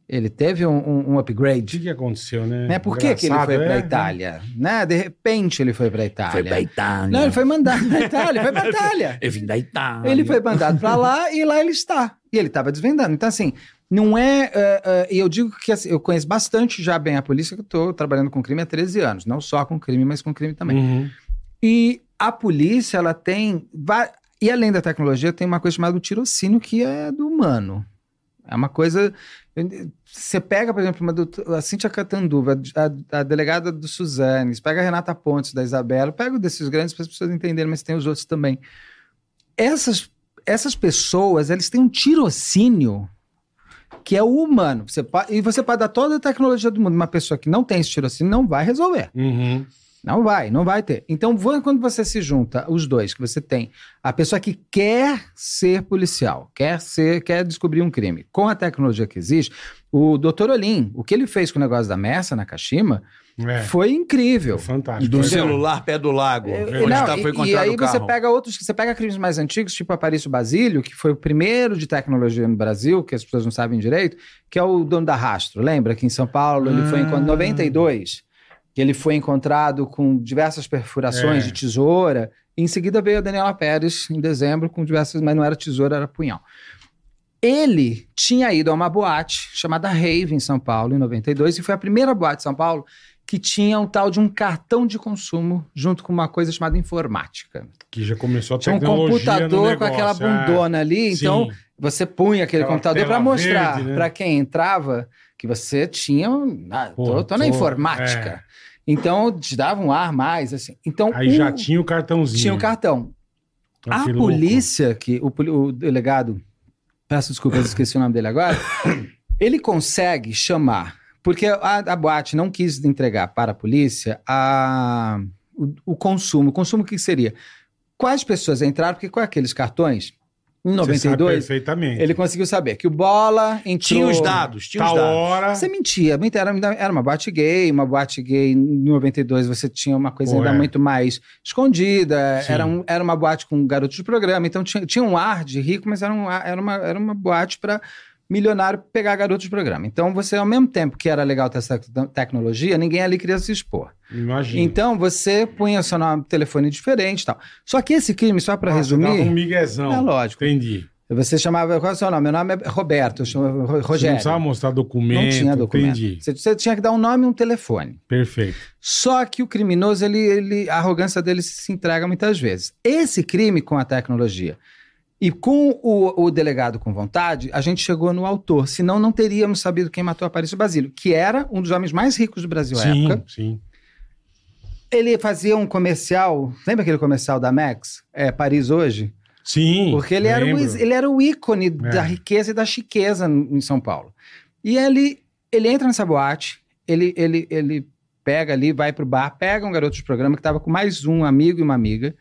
Speaker 5: Ele teve um, um- um
Speaker 3: O que,
Speaker 5: upgrade.
Speaker 3: que aconteceu, né?
Speaker 5: Né? Por que, que ele
Speaker 3: Engraçado,
Speaker 5: foi para
Speaker 3: é.
Speaker 5: Itália? Né? De repente ele foi para Itália.
Speaker 4: Foi pra Itália.
Speaker 5: Não, ele foi mandado para Itália, foi para Itália.
Speaker 4: Eu vim da Itália.
Speaker 5: Ele foi mandado pra lá e lá ele está. E ele estava desvendando. Então, assim, não é. é, é, E eu digo que assim, eu conheço bastante já bem a polícia, que eu estou trabalhando com crime há 13 anos. Não só com crime, mas com crime também.
Speaker 3: Uhum.
Speaker 5: E a polícia, ela tem. va- E além da tecnologia, tem uma coisa chamada o tirocínio, que é do humano. É uma coisa. Você pega, por exemplo, uma doutora, a Cíntia Catanduva, a, a delegada do Suzane, pega a Renata Pontes, da Isabela, pega o desses grandes para as pessoas entenderem, mas tem os outros também. Essas, essas pessoas, elas têm um tirocínio que é o humano. Você po- e você pode dar toda a tecnologia do mundo. Uma pessoa que não tem esse tirocínio não vai resolver.
Speaker 3: Uhum.
Speaker 5: Não vai, não vai ter. Então, vo- quando você se junta, os dois que você tem, a pessoa que quer ser policial, quer ser, quer descobrir um crime, com a tecnologia que existe, o Dr. Olim, o que ele fez com o negócio da Messa na Kashima,
Speaker 3: É.
Speaker 5: foi incrível.
Speaker 3: Fantástico.
Speaker 4: Do
Speaker 3: Pois é.
Speaker 4: celular pé do lago.
Speaker 5: Eu-
Speaker 4: onde
Speaker 5: não,
Speaker 4: tá, foi
Speaker 5: e, e
Speaker 4: encontrado
Speaker 5: aí
Speaker 4: o carro.
Speaker 5: você pega outros, você pega crimes mais antigos, tipo Aparício Basílio, que foi o primeiro de tecnologia no Brasil, que as pessoas não sabem direito, que é o dono da Rastro, lembra? Que em São Paulo ele foi
Speaker 3: Ah.
Speaker 4: Hum.
Speaker 5: encontrado em 92, que ele foi encontrado com diversas perfurações
Speaker 3: É.
Speaker 5: de tesoura, e em seguida veio a Daniela Pérez em dezembro com diversas, mas não era tesoura, era punhal. Ele tinha ido a uma boate chamada Rave em São Paulo, em 92, e foi a primeira boate de São Paulo que tinha um tal de um cartão de consumo junto com uma coisa chamada informática.
Speaker 3: Que já começou a
Speaker 5: Tinha um
Speaker 3: tecnologia
Speaker 5: computador
Speaker 3: no
Speaker 5: com aquela
Speaker 3: negócio, é.
Speaker 5: bundona ali,
Speaker 3: Sim.
Speaker 5: então você punha aquele
Speaker 3: Aquela
Speaker 5: computador
Speaker 3: tela
Speaker 5: para mostrar
Speaker 3: verde, né?
Speaker 5: para quem entrava que você tinha. um- Ah,
Speaker 3: Pô,
Speaker 5: tô, tô na
Speaker 3: tô- é.
Speaker 5: informática. Então te dava um ar mais, assim. Então
Speaker 3: Aí
Speaker 5: o-
Speaker 3: já tinha o cartãozinho.
Speaker 5: tinha o cartão.
Speaker 3: Então,
Speaker 5: A
Speaker 3: que louco.
Speaker 5: polícia, que o, poli- o delegado, peço desculpas, esqueci o nome dele agora, ele consegue chamar, porque a, a boate não quis entregar para a polícia a, o, o consumo. O consumo que seria? Quais pessoas entraram, porque com aqueles cartões, um em
Speaker 3: Você sabe
Speaker 5: 92,
Speaker 3: Perfeitamente.
Speaker 5: ele conseguiu saber que o Bola entrou...
Speaker 4: Tinha os dados, tinha
Speaker 3: Tal
Speaker 4: os dados.
Speaker 3: hora.
Speaker 5: Você mentia, mentira, era, era uma boate gay, uma boate gay em 92 você tinha uma coisa
Speaker 3: Pô,
Speaker 5: ainda
Speaker 3: é.
Speaker 5: muito mais escondida,
Speaker 3: Sim.
Speaker 5: era, um- era uma boate com garotos de programa, então tinha, tinha um ar de rico, mas era, um ar- era, uma, era uma boate para milionário pegar garotos de programa. Então você, ao mesmo tempo que era legal ter essa tec- tecnologia, ninguém ali queria se expor.
Speaker 3: Imagina.
Speaker 5: Então você punha seu nome, telefone diferente e tal. Só que esse crime, só para
Speaker 3: Ah, você um Dava um
Speaker 5: resumir, é
Speaker 3: miguezão.
Speaker 5: lógico.
Speaker 3: Entendi.
Speaker 5: Você chamava, qual é o seu nome? Meu nome é Roberto, eu chamo Ro-
Speaker 3: Você não
Speaker 5: Rogério.
Speaker 3: precisava mostrar documento.
Speaker 5: Não tinha documento.
Speaker 3: Entendi.
Speaker 5: Você, você tinha que dar um nome e um telefone.
Speaker 3: Perfeito.
Speaker 5: Só que o criminoso, ele, ele- a arrogância dele se entrega muitas vezes. Esse crime com a tecnologia e com o, o delegado com vontade, a gente chegou no autor. Senão não teríamos sabido quem matou Aparício Basílio, que era um dos homens mais ricos do Brasil à época.
Speaker 3: Sim, sim.
Speaker 5: Ele fazia um comercial, lembra aquele comercial da Max? É, Paris Hoje?
Speaker 3: Sim.
Speaker 5: Porque ele era, um o,
Speaker 3: lembro.
Speaker 5: ele era o ícone
Speaker 3: É.
Speaker 5: da riqueza e da chiqueza em São Paulo. E ele, ele entra nessa boate, ele, ele, ele pega ali, vai pro bar, pega um garoto de programa que estava com mais um amigo e uma amiga,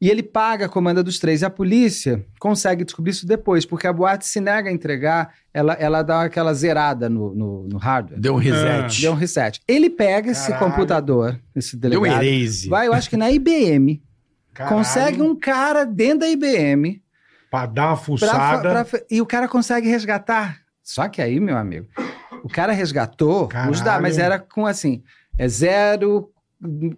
Speaker 5: e ele paga a comanda dos três. E a polícia consegue descobrir isso depois, porque a boate se nega a entregar, ela, ela dá aquela zerada no, no, no hardware.
Speaker 4: Deu um reset.
Speaker 5: Deu um reset. Ele pega esse
Speaker 3: Caralho.
Speaker 5: computador, esse
Speaker 4: Deu um
Speaker 5: delegado,
Speaker 4: erase.
Speaker 5: vai, eu acho que na IBM,
Speaker 3: Caralho,
Speaker 5: consegue um cara dentro da IBM
Speaker 3: Pra dar uma
Speaker 5: pra fa-
Speaker 3: fuçada.
Speaker 5: pra fa- e o cara consegue resgatar. Só que aí, meu amigo, o cara resgatou
Speaker 3: Caralho.
Speaker 5: os dados, mas era com assim: é zero,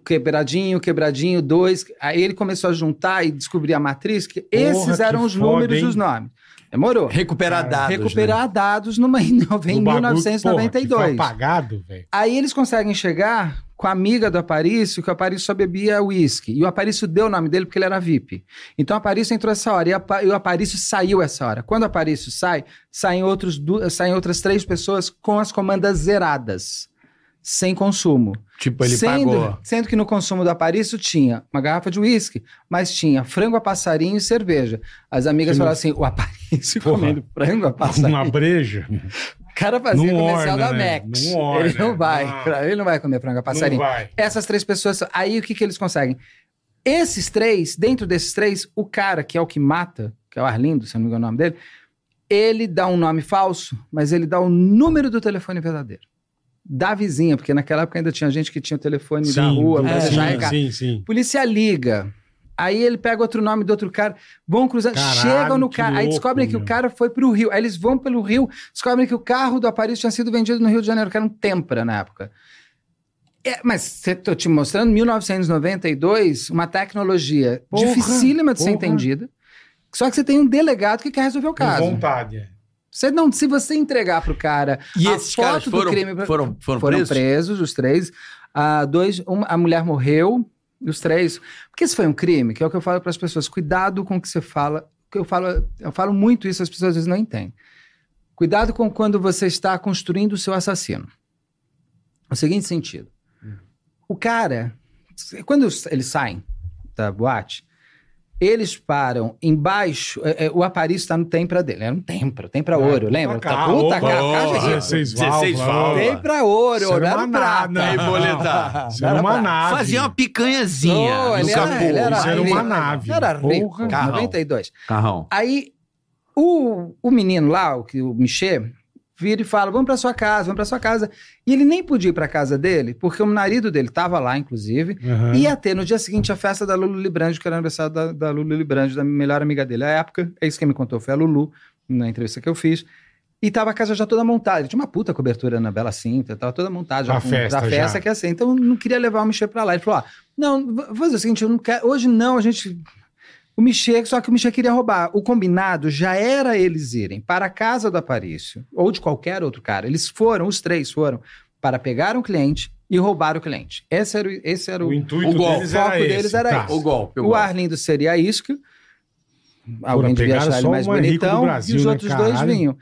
Speaker 5: quebradinho, quebradinho, dois. Aí ele começou a juntar e descobrir a matriz, que esses
Speaker 3: que
Speaker 5: eram os
Speaker 3: foda,
Speaker 5: números
Speaker 3: hein?
Speaker 5: e os nomes. Demorou.
Speaker 4: Recuperar
Speaker 3: Cara,
Speaker 4: dados.
Speaker 5: Ah, Recuperar dados numa, em
Speaker 3: do bagulho que, porra, que foi
Speaker 5: 1992.
Speaker 3: apagado, velho.
Speaker 5: Aí eles conseguem chegar com a amiga do Aparício, que o Aparício só bebia uísque. E o Aparício deu o nome dele porque ele era VIP. Então o Aparício entrou essa hora e, a Pa- e o Aparício saiu essa hora. Quando o Aparício sai, saem, outros du- saem outras três pessoas com as comandas zeradas, sem consumo.
Speaker 4: Né? Tipo, ele
Speaker 5: sendo,
Speaker 4: pagou.
Speaker 5: sendo que no consumo do Aparício tinha uma garrafa de uísque, mas tinha frango a passarinho e cerveja. As amigas
Speaker 3: Que
Speaker 5: falaram assim: o Aparício
Speaker 3: Porra.
Speaker 5: comendo frango a passarinho.
Speaker 3: Uma breja.
Speaker 5: O cara fazia
Speaker 3: Não
Speaker 5: comercial
Speaker 3: orna,
Speaker 5: da
Speaker 3: né?
Speaker 5: Max.
Speaker 3: Não orna.
Speaker 5: ele não vai,
Speaker 3: Ah.
Speaker 5: ele não vai comer frango a passarinho.
Speaker 3: Não vai.
Speaker 5: Essas três pessoas, aí o que, que eles conseguem? Esses três, dentro desses três, o cara que é o que mata, que é o Arlindo, se eu não me engano o nome dele, ele dá um nome falso, mas ele dá o número do telefone verdadeiro. Da vizinha, porque naquela época ainda tinha gente que tinha o telefone da rua
Speaker 3: do-
Speaker 5: pra
Speaker 4: é.
Speaker 5: deixar
Speaker 3: sim,
Speaker 5: recado.
Speaker 3: sim, sim.
Speaker 5: Polícia liga. Aí ele pega outro nome do outro cara, vão cruzando,
Speaker 3: Caralho,
Speaker 5: chegam no
Speaker 3: que
Speaker 5: cara, aí
Speaker 3: louco,
Speaker 5: descobrem que
Speaker 3: meu.
Speaker 5: o cara foi pro Rio. Aí eles vão pelo Rio, descobrem que o carro do Aparício tinha sido vendido no Rio de Janeiro, que era um Tempra na época. É, mas cê- tô te mostrando, 1992, uma tecnologia
Speaker 3: Porra,
Speaker 5: dificílima de ser
Speaker 3: porra.
Speaker 5: entendida. Só que você tem um delegado que quer resolver o
Speaker 3: Com
Speaker 5: caso.
Speaker 3: vontade. é.
Speaker 5: Você não, se você entregar pro cara
Speaker 4: E
Speaker 5: a
Speaker 4: esses
Speaker 5: foto
Speaker 4: caras
Speaker 5: do
Speaker 4: foram,
Speaker 5: crime pra-
Speaker 4: foram, foram,
Speaker 5: foram
Speaker 4: presos?
Speaker 5: presos, os três. Ah, dois, uma- a mulher morreu, Os três. Porque isso foi um crime, que é o que eu falo para as pessoas. Cuidado com o que você fala. Que eu falo, eu falo muito isso, as pessoas às vezes não entendem. Cuidado com quando você está construindo o seu assassino. No seguinte sentido. O cara, quando eles saem da boate, eles param embaixo. é, é, o Aparício está no tempra dele. Era um tempra, tempra ouro, lembra? Tá, puta
Speaker 3: opa,
Speaker 5: cara,
Speaker 3: opa,
Speaker 5: cara,
Speaker 2: de-
Speaker 3: 16
Speaker 4: 16
Speaker 3: válvulas.
Speaker 4: válvulas.
Speaker 5: Tempra ouro,
Speaker 3: Isso era
Speaker 5: ouro,
Speaker 3: uma
Speaker 5: era prata.
Speaker 3: nada.
Speaker 4: Aí, boletar.
Speaker 3: Isso era é uma
Speaker 5: Era pra-
Speaker 3: nave.
Speaker 4: Fazia uma picanhazinha
Speaker 5: Não,
Speaker 4: no
Speaker 5: ele
Speaker 4: capô.
Speaker 5: era, ele era,
Speaker 3: Isso era uma
Speaker 5: rico,
Speaker 3: nave.
Speaker 5: Era rico,
Speaker 3: Porra.
Speaker 4: Carrão.
Speaker 5: 92.
Speaker 4: Carrão.
Speaker 5: Aí o, o menino lá, o, que- o Michê, vira e fala: vamos pra sua casa, vamos pra sua casa. E ele nem podia ir pra casa dele, porque o marido dele tava lá, inclusive.
Speaker 3: Aham.
Speaker 5: Ia ter no dia seguinte a festa da Lulu Libranjo, que era aniversário da, da Lulu Libranjo, da melhor amiga dele à época. É isso que me contou, foi a Lulu, na entrevista que eu fiz. E tava a casa já toda montada. Ele Tinha uma puta cobertura na Bela Cinta, tava toda montada. Já
Speaker 3: A festa
Speaker 5: Da festa
Speaker 3: já.
Speaker 5: que é assim. Então eu não queria levar o Michel pra lá. Ele falou: ó, não, vou fazer o seguinte, eu não quero. Hoje não, a gente. O Michel, só que o Michel queria roubar. O combinado já era eles irem para a casa do Aparício, ou de qualquer outro cara. Eles foram, os três foram, para pegar um cliente e roubar o cliente. Esse era o, esse era o,
Speaker 3: O intuito
Speaker 4: o gol.
Speaker 3: deles
Speaker 5: O
Speaker 3: era
Speaker 5: foco
Speaker 3: esse.
Speaker 5: deles era
Speaker 3: tá.
Speaker 5: esse.
Speaker 4: O golpe. O
Speaker 5: o
Speaker 4: golpe.
Speaker 5: Arlindo seria a isca.
Speaker 3: Porra,
Speaker 5: Alguém devia
Speaker 3: pegaram
Speaker 5: achar ele
Speaker 3: só
Speaker 5: mais
Speaker 3: o mais rico do
Speaker 5: bonitão.
Speaker 3: Brasil,
Speaker 5: e os
Speaker 3: né,
Speaker 5: outros dois
Speaker 3: caralho?
Speaker 5: vinham.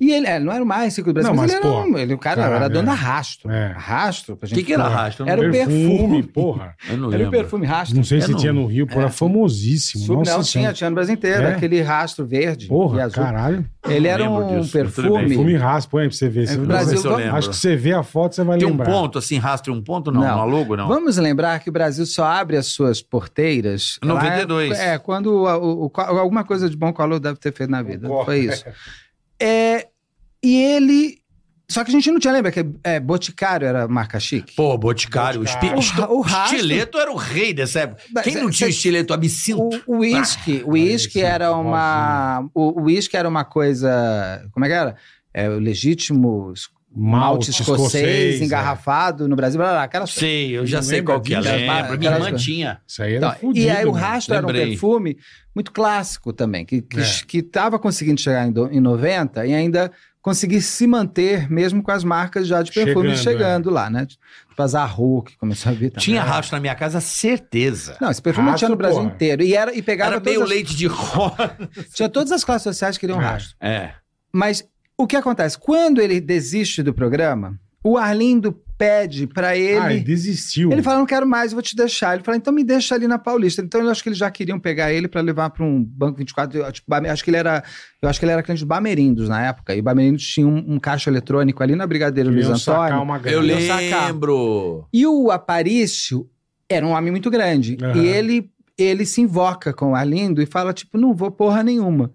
Speaker 5: E ele é, não era o mais rico do Brasil,
Speaker 3: Não,
Speaker 5: mas,
Speaker 3: mas,
Speaker 5: ele era
Speaker 3: pô,
Speaker 5: um, ele, o cara era
Speaker 3: caralho,
Speaker 5: dono da
Speaker 3: é.
Speaker 5: Rastro.
Speaker 3: É.
Speaker 5: Rastro, pra
Speaker 4: O
Speaker 5: gente
Speaker 4: que, que era
Speaker 5: falar.
Speaker 4: rastro?
Speaker 5: Era o
Speaker 3: Perfume,
Speaker 5: perfume.
Speaker 3: porra.
Speaker 4: Eu não
Speaker 5: Era
Speaker 4: lembro.
Speaker 5: o perfume Rastro.
Speaker 3: Não sei se
Speaker 4: Eu não-
Speaker 3: tinha no Rio, porra,
Speaker 5: É.
Speaker 3: famosíssimo.
Speaker 5: Sub-
Speaker 3: Nossa
Speaker 5: não, tinha,
Speaker 3: senhora.
Speaker 5: tinha no Brasil inteiro,
Speaker 3: É?
Speaker 5: aquele rastro verde e
Speaker 3: Porra,
Speaker 5: azul.
Speaker 3: caralho.
Speaker 5: Ele era
Speaker 4: Não lembro
Speaker 5: um
Speaker 4: disso, mas tudo bem.
Speaker 5: perfume.
Speaker 3: Perfume raspa, põe aí pra você ver. Você
Speaker 5: É,
Speaker 3: não-
Speaker 5: Brasil,
Speaker 4: Brasil, eu lembro.
Speaker 3: Acho que você vê a foto, você vai
Speaker 4: Tem um
Speaker 3: lembrar.
Speaker 4: ponto, assim, rastro um ponto? Não,
Speaker 5: Não.
Speaker 4: não. alugo, não.
Speaker 5: Vamos lembrar que o Brasil só abre as suas porteiras.
Speaker 4: Em 92.
Speaker 5: lá- É, quando a- o- o- co- alguma coisa de bom Collor deve ter feito na vida.
Speaker 3: Collor.
Speaker 5: Foi isso. É, e ele. Só que a gente não tinha lembra que é, Boticário era marca chique.
Speaker 4: Pô, Boticário, o espi-
Speaker 3: Boticário.
Speaker 4: esto-
Speaker 5: O ra- o
Speaker 4: estileto era o rei dessa época.
Speaker 5: Mas,
Speaker 4: Quem não
Speaker 5: é,
Speaker 4: tinha
Speaker 5: cê-
Speaker 4: estileto absinto?
Speaker 5: O tá o uísque, o
Speaker 3: olha
Speaker 5: uísque
Speaker 3: isso,
Speaker 5: era uma. O o uísque era uma coisa. Como é que era? É, o legítimo es- malte escocês,
Speaker 3: é.
Speaker 5: engarrafado no Brasil, blá, blá, blá, aquelas
Speaker 4: Sei, eu já
Speaker 3: Não
Speaker 4: sei
Speaker 3: lembra
Speaker 4: qual que é.
Speaker 3: disso?
Speaker 4: Lembro,
Speaker 5: Aquelas-
Speaker 4: minha irmã
Speaker 5: aquelas-
Speaker 4: tinha.
Speaker 3: Isso aí
Speaker 5: Então,
Speaker 3: era fudido.
Speaker 5: e aí o
Speaker 3: né?
Speaker 5: rastro era um
Speaker 4: Lembrei.
Speaker 5: perfume muito clássico também, que que
Speaker 3: É.
Speaker 5: estava conseguindo chegar em, do- em 90 e ainda conseguir se manter mesmo com as marcas já de perfume
Speaker 3: Chegando, é.
Speaker 5: chegando, lá, né? Tipo a Zahu, que começou a vir também.
Speaker 4: Tinha rastro na minha casa, certeza.
Speaker 5: Não, esse perfume
Speaker 3: Rastro,
Speaker 5: tinha no Brasil
Speaker 3: porra.
Speaker 5: inteiro. E, era, e pegava
Speaker 4: Era meio
Speaker 5: todas as,
Speaker 4: leite de roda.
Speaker 5: tinha todas as classes sociais que queriam
Speaker 3: É.
Speaker 5: rastro.
Speaker 4: É.
Speaker 5: Mas o que acontece? Quando ele desiste do programa, o Arlindo pede para ele...
Speaker 3: Ah, ele desistiu.
Speaker 5: Ele fala, não quero mais, eu vou te deixar. Ele fala, então me deixa ali na Paulista. Então eu acho que eles já queriam pegar ele pra levar pra um banco 24. Eu, tipo, Bame- acho que ele era, eu acho que ele era cliente do Bamerindos na época. E o Bamerindos tinha um, um caixa eletrônico ali na Brigadeiro
Speaker 3: Queriam
Speaker 5: Luiz Antônio.
Speaker 3: sacar uma grana.
Speaker 4: Eu
Speaker 5: Ele ia sacar.
Speaker 4: lembro.
Speaker 5: E o Aparício era um homem muito grande.
Speaker 3: Aham.
Speaker 5: E ele, ele se invoca com o Arlindo e fala, tipo, não vou porra nenhuma.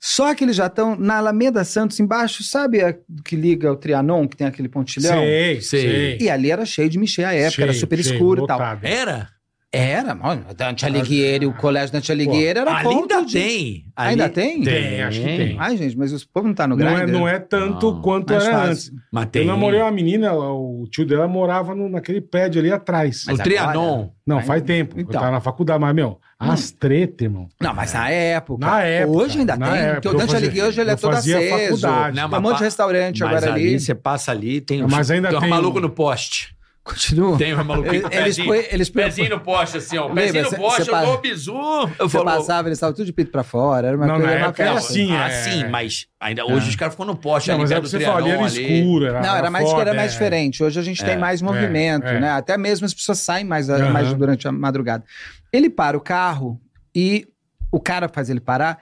Speaker 5: Só que eles já estão na Alameda Santos, embaixo, sabe a- que liga o Trianon, que tem aquele pontilhão?
Speaker 3: Sei, sei.
Speaker 4: Sei.
Speaker 5: E ali era cheio de Michê à época, era
Speaker 3: Cheio,
Speaker 5: super
Speaker 3: cheio,
Speaker 5: escuro e tal. É,
Speaker 3: lotado.
Speaker 4: Era?
Speaker 5: Era, mano. Dante Alighieri, o colégio Dante Alighieri era
Speaker 4: Ali
Speaker 5: ponto
Speaker 4: ainda
Speaker 5: de-
Speaker 4: tem. Ali-
Speaker 5: Ainda tem?
Speaker 3: Tem, acho que tem.
Speaker 5: Ai, gente, mas os povo não tá no
Speaker 3: Não é,
Speaker 5: grande.
Speaker 3: não é tanto
Speaker 4: Não.
Speaker 3: quanto
Speaker 5: Mais
Speaker 3: era
Speaker 5: fácil.
Speaker 3: antes.
Speaker 4: Mas tem.
Speaker 3: Eu namorei uma menina, ela- o tio dela morava no- naquele prédio ali atrás.
Speaker 4: O
Speaker 5: Mas
Speaker 4: Trianon.
Speaker 3: Não,
Speaker 5: Aí-
Speaker 3: faz tempo. Eu
Speaker 5: Então.
Speaker 3: tava na faculdade, mas, meu, as treta, irmão.
Speaker 5: Não, mas na época.
Speaker 3: Na época.
Speaker 5: Hoje ainda
Speaker 3: na
Speaker 5: tem.
Speaker 3: época,
Speaker 5: porque o
Speaker 3: eu
Speaker 5: Dante
Speaker 3: fazia-
Speaker 5: Alighieri hoje ele é
Speaker 3: eu
Speaker 5: todo
Speaker 3: fazia
Speaker 5: aceso.
Speaker 3: faculdade.
Speaker 4: Não,
Speaker 5: Tem um monte de restaurante
Speaker 4: Mas
Speaker 5: agora
Speaker 4: ali,
Speaker 5: ali.
Speaker 4: você passa ali, tem um,
Speaker 3: Mas ainda
Speaker 4: tem um
Speaker 3: tem-
Speaker 4: maluco no poste.
Speaker 5: Continua.
Speaker 4: Tem um maluco
Speaker 5: Eles-
Speaker 4: com o
Speaker 5: eles
Speaker 4: pezinho.
Speaker 5: põe- eles põe-
Speaker 4: Pezinho no poste, assim, ó.
Speaker 5: Lembra,
Speaker 4: Pezinho
Speaker 5: cê-
Speaker 4: no poste,
Speaker 5: cê
Speaker 4: eu
Speaker 5: pa-
Speaker 4: dou o bizu. Eu
Speaker 5: Você
Speaker 4: falo,
Speaker 5: passava, eles estavam tudo de peito pra fora. Era uma
Speaker 3: Não,
Speaker 5: coisa.
Speaker 3: na
Speaker 5: era uma
Speaker 3: época era
Speaker 5: festa.
Speaker 3: assim.
Speaker 4: ah,
Speaker 3: é.
Speaker 4: sim, mas ainda
Speaker 5: Tá.
Speaker 4: hoje os caras ficam no poste,
Speaker 3: Não,
Speaker 4: ali
Speaker 3: mas é
Speaker 4: perto
Speaker 3: que
Speaker 4: do
Speaker 3: você falou, ali
Speaker 4: Trianon,
Speaker 3: era
Speaker 4: ali.
Speaker 3: escuro.
Speaker 5: Não, era mais,
Speaker 3: foda,
Speaker 5: era mais
Speaker 3: é.
Speaker 5: diferente. Hoje a gente tem mais movimento,
Speaker 3: é.
Speaker 5: né? Até mesmo as pessoas saem mais, eh,
Speaker 3: Aham.
Speaker 5: mais durante a madrugada. Ele para o carro e o cara faz ele parar.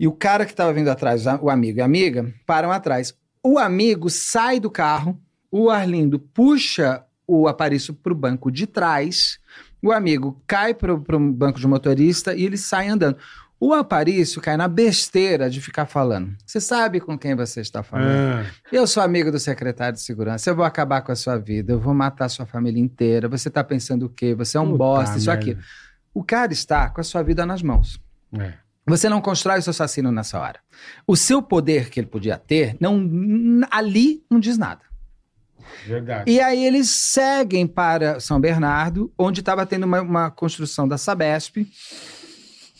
Speaker 5: E o cara que estava vindo atrás, o amigo e a amiga, param atrás. O amigo sai do carro, o Arlindo puxa o Aparício para o banco de trás, o amigo cai para o banco de motorista e ele sai andando. O Aparício cai na besteira de ficar falando. Você sabe com quem você está falando.
Speaker 3: Ah,
Speaker 5: Eu sou amigo do secretário de segurança, eu vou acabar com a sua vida, eu vou matar a sua família inteira, você tá pensando o quê? Você é um
Speaker 3: puta
Speaker 5: bosta, isso
Speaker 3: merda.
Speaker 5: aqui. O cara está com a sua vida nas mãos.
Speaker 3: É.
Speaker 5: Você não constrói o seu assassino nessa hora. O seu poder que ele podia ter, não, n- ali não diz nada.
Speaker 3: Verdade.
Speaker 5: E aí eles seguem para São Bernardo, onde estava tendo uma, uma construção da Sabesp.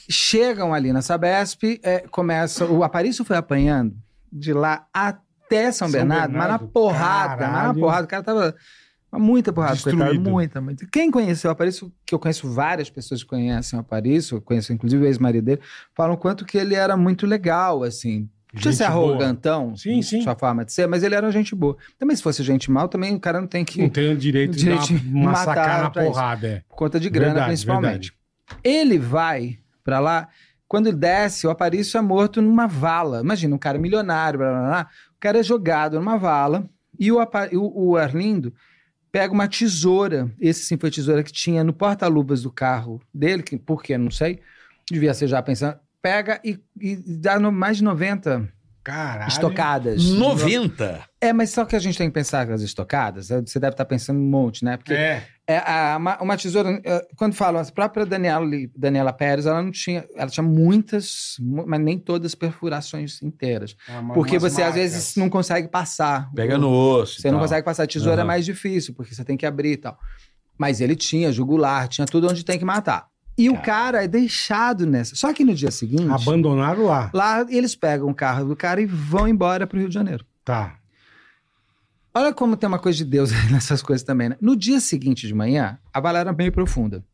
Speaker 5: Chegam ali na Sabesp, é, começa. O Aparício foi apanhando de lá até São,
Speaker 3: São
Speaker 5: Bernardo, mas na
Speaker 3: Bernardo,
Speaker 5: porrada, mas na
Speaker 3: caralho.
Speaker 5: porrada. O cara tava Mas muita porrada,
Speaker 3: Destruído.
Speaker 5: coitado. Muita, muita. Quem conheceu o Aparício, que eu conheço várias pessoas que conhecem o Aparício, eu conheço inclusive o ex-marido dele, falam o quanto que ele era muito legal, assim. Podia
Speaker 3: Gente
Speaker 5: ser
Speaker 3: boa.
Speaker 5: arrogantão,
Speaker 3: é Sim, sim.
Speaker 5: hum, sua forma de ser, mas ele era gente boa. Também se fosse gente mal, também o cara não tem que
Speaker 3: Não tem o direito de
Speaker 5: Direito
Speaker 3: dar
Speaker 5: de
Speaker 3: uma
Speaker 5: matar
Speaker 3: massacrar na
Speaker 5: pra isso.
Speaker 3: porrada, é.
Speaker 5: por conta de grana,
Speaker 3: Verdade,
Speaker 5: principalmente. Ele vai pra lá, quando ele desce, o Aparício é morto numa vala. Imagina, um cara milionário, blá, blá, blá, blá. o cara é jogado numa vala e o, Apa- o- o Arlindo pega uma tesoura, esse sim foi a tesoura que tinha no porta-luvas do carro dele, que, por que, não sei, devia ser já pensando, pega e, e dá no- mais de 90
Speaker 3: Caralho.
Speaker 5: estocadas.
Speaker 4: 90?
Speaker 5: É, mas só que a gente tem que pensar com as estocadas, é, você deve estar pensando um monte, né? Porque
Speaker 3: É.
Speaker 5: é, a- uma, uma tesoura, eh, quando falam, a própria Daniela, Li- Daniela Pérez, ela não tinha, ela tinha muitas, mu- mas nem todas perfurações inteiras. porque você às vezes não consegue passar.
Speaker 4: Pega no osso. e
Speaker 5: Você não
Speaker 4: tal.
Speaker 5: consegue passar, a tesoura
Speaker 4: Aham.
Speaker 5: é mais difícil, porque você tem que abrir e tal. Mas ele tinha jugular, tinha tudo onde tem que matar. E o cara é deixado nessa. Só que no dia seguinte,
Speaker 3: Abandonaram lá.
Speaker 5: lá eles pegam o carro do cara e vão embora pro Rio de Janeiro.
Speaker 3: Tá.
Speaker 5: Olha como tem uma coisa de Deus aí nessas coisas também, né? No dia seguinte de manhã, a vala era meio profunda.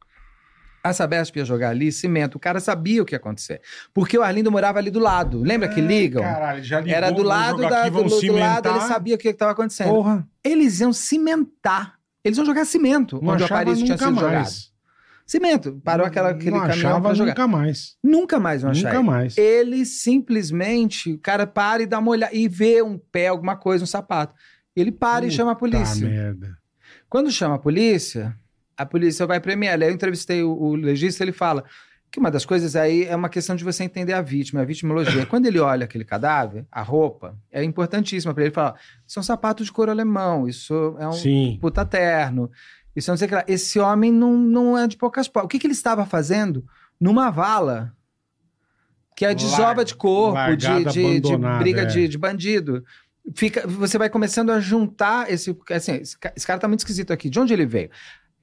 Speaker 5: A Sabesp ia jogar ali, cimento. O cara sabia o que ia acontecer. Porque o Arlindo morava ali do lado. Lembra que ligam?
Speaker 3: Caralho, já ligou,
Speaker 5: era do
Speaker 3: É, vão
Speaker 5: lado
Speaker 3: jogar
Speaker 5: da-
Speaker 3: aqui,
Speaker 5: do,
Speaker 3: vão
Speaker 5: do lado,
Speaker 3: cimentar.
Speaker 5: ele É, sabia o que estava acontecendo.
Speaker 3: Porra,
Speaker 5: Eles iam cimentar. Eles iam jogar cimento,
Speaker 3: não
Speaker 5: onde o
Speaker 3: achava
Speaker 5: Aparício tinha
Speaker 3: nunca
Speaker 5: sido jogado.
Speaker 3: mais.
Speaker 5: Cimento. Parou aquela, aquele
Speaker 3: não
Speaker 5: caminhão
Speaker 3: achava
Speaker 5: pra jogar.
Speaker 3: nunca mais.
Speaker 5: Nunca mais não achava.
Speaker 3: Nunca mais.
Speaker 5: Ele simplesmente, o cara para e dá uma olhada e vê um pé, alguma coisa, um sapato. Ele para e
Speaker 3: Puta
Speaker 5: chama é a polícia.
Speaker 3: Tá merda.
Speaker 5: Quando chama a polícia, a polícia vai premiar. Eu entrevistei o, o legista, ele fala que uma das coisas aí é uma questão de você entender a vítima, a vitimologia. Quando ele olha aquele cadáver, a roupa é importantíssima para ele falar: isso é um sapato de couro alemão, isso é um
Speaker 3: Sim.
Speaker 5: puta terno, isso é não sei o que lá. Esse homem não, não é de poucas pau. O que, que ele estava fazendo numa vala? Que é
Speaker 3: Lar-
Speaker 5: desova de corpo, de,
Speaker 3: largada,
Speaker 5: de- de
Speaker 3: abandonada,
Speaker 5: briga
Speaker 3: é.
Speaker 5: de, de bandido fica, você vai começando a juntar esse, assim, esse, ca- esse cara tá muito esquisito aqui. De onde ele veio?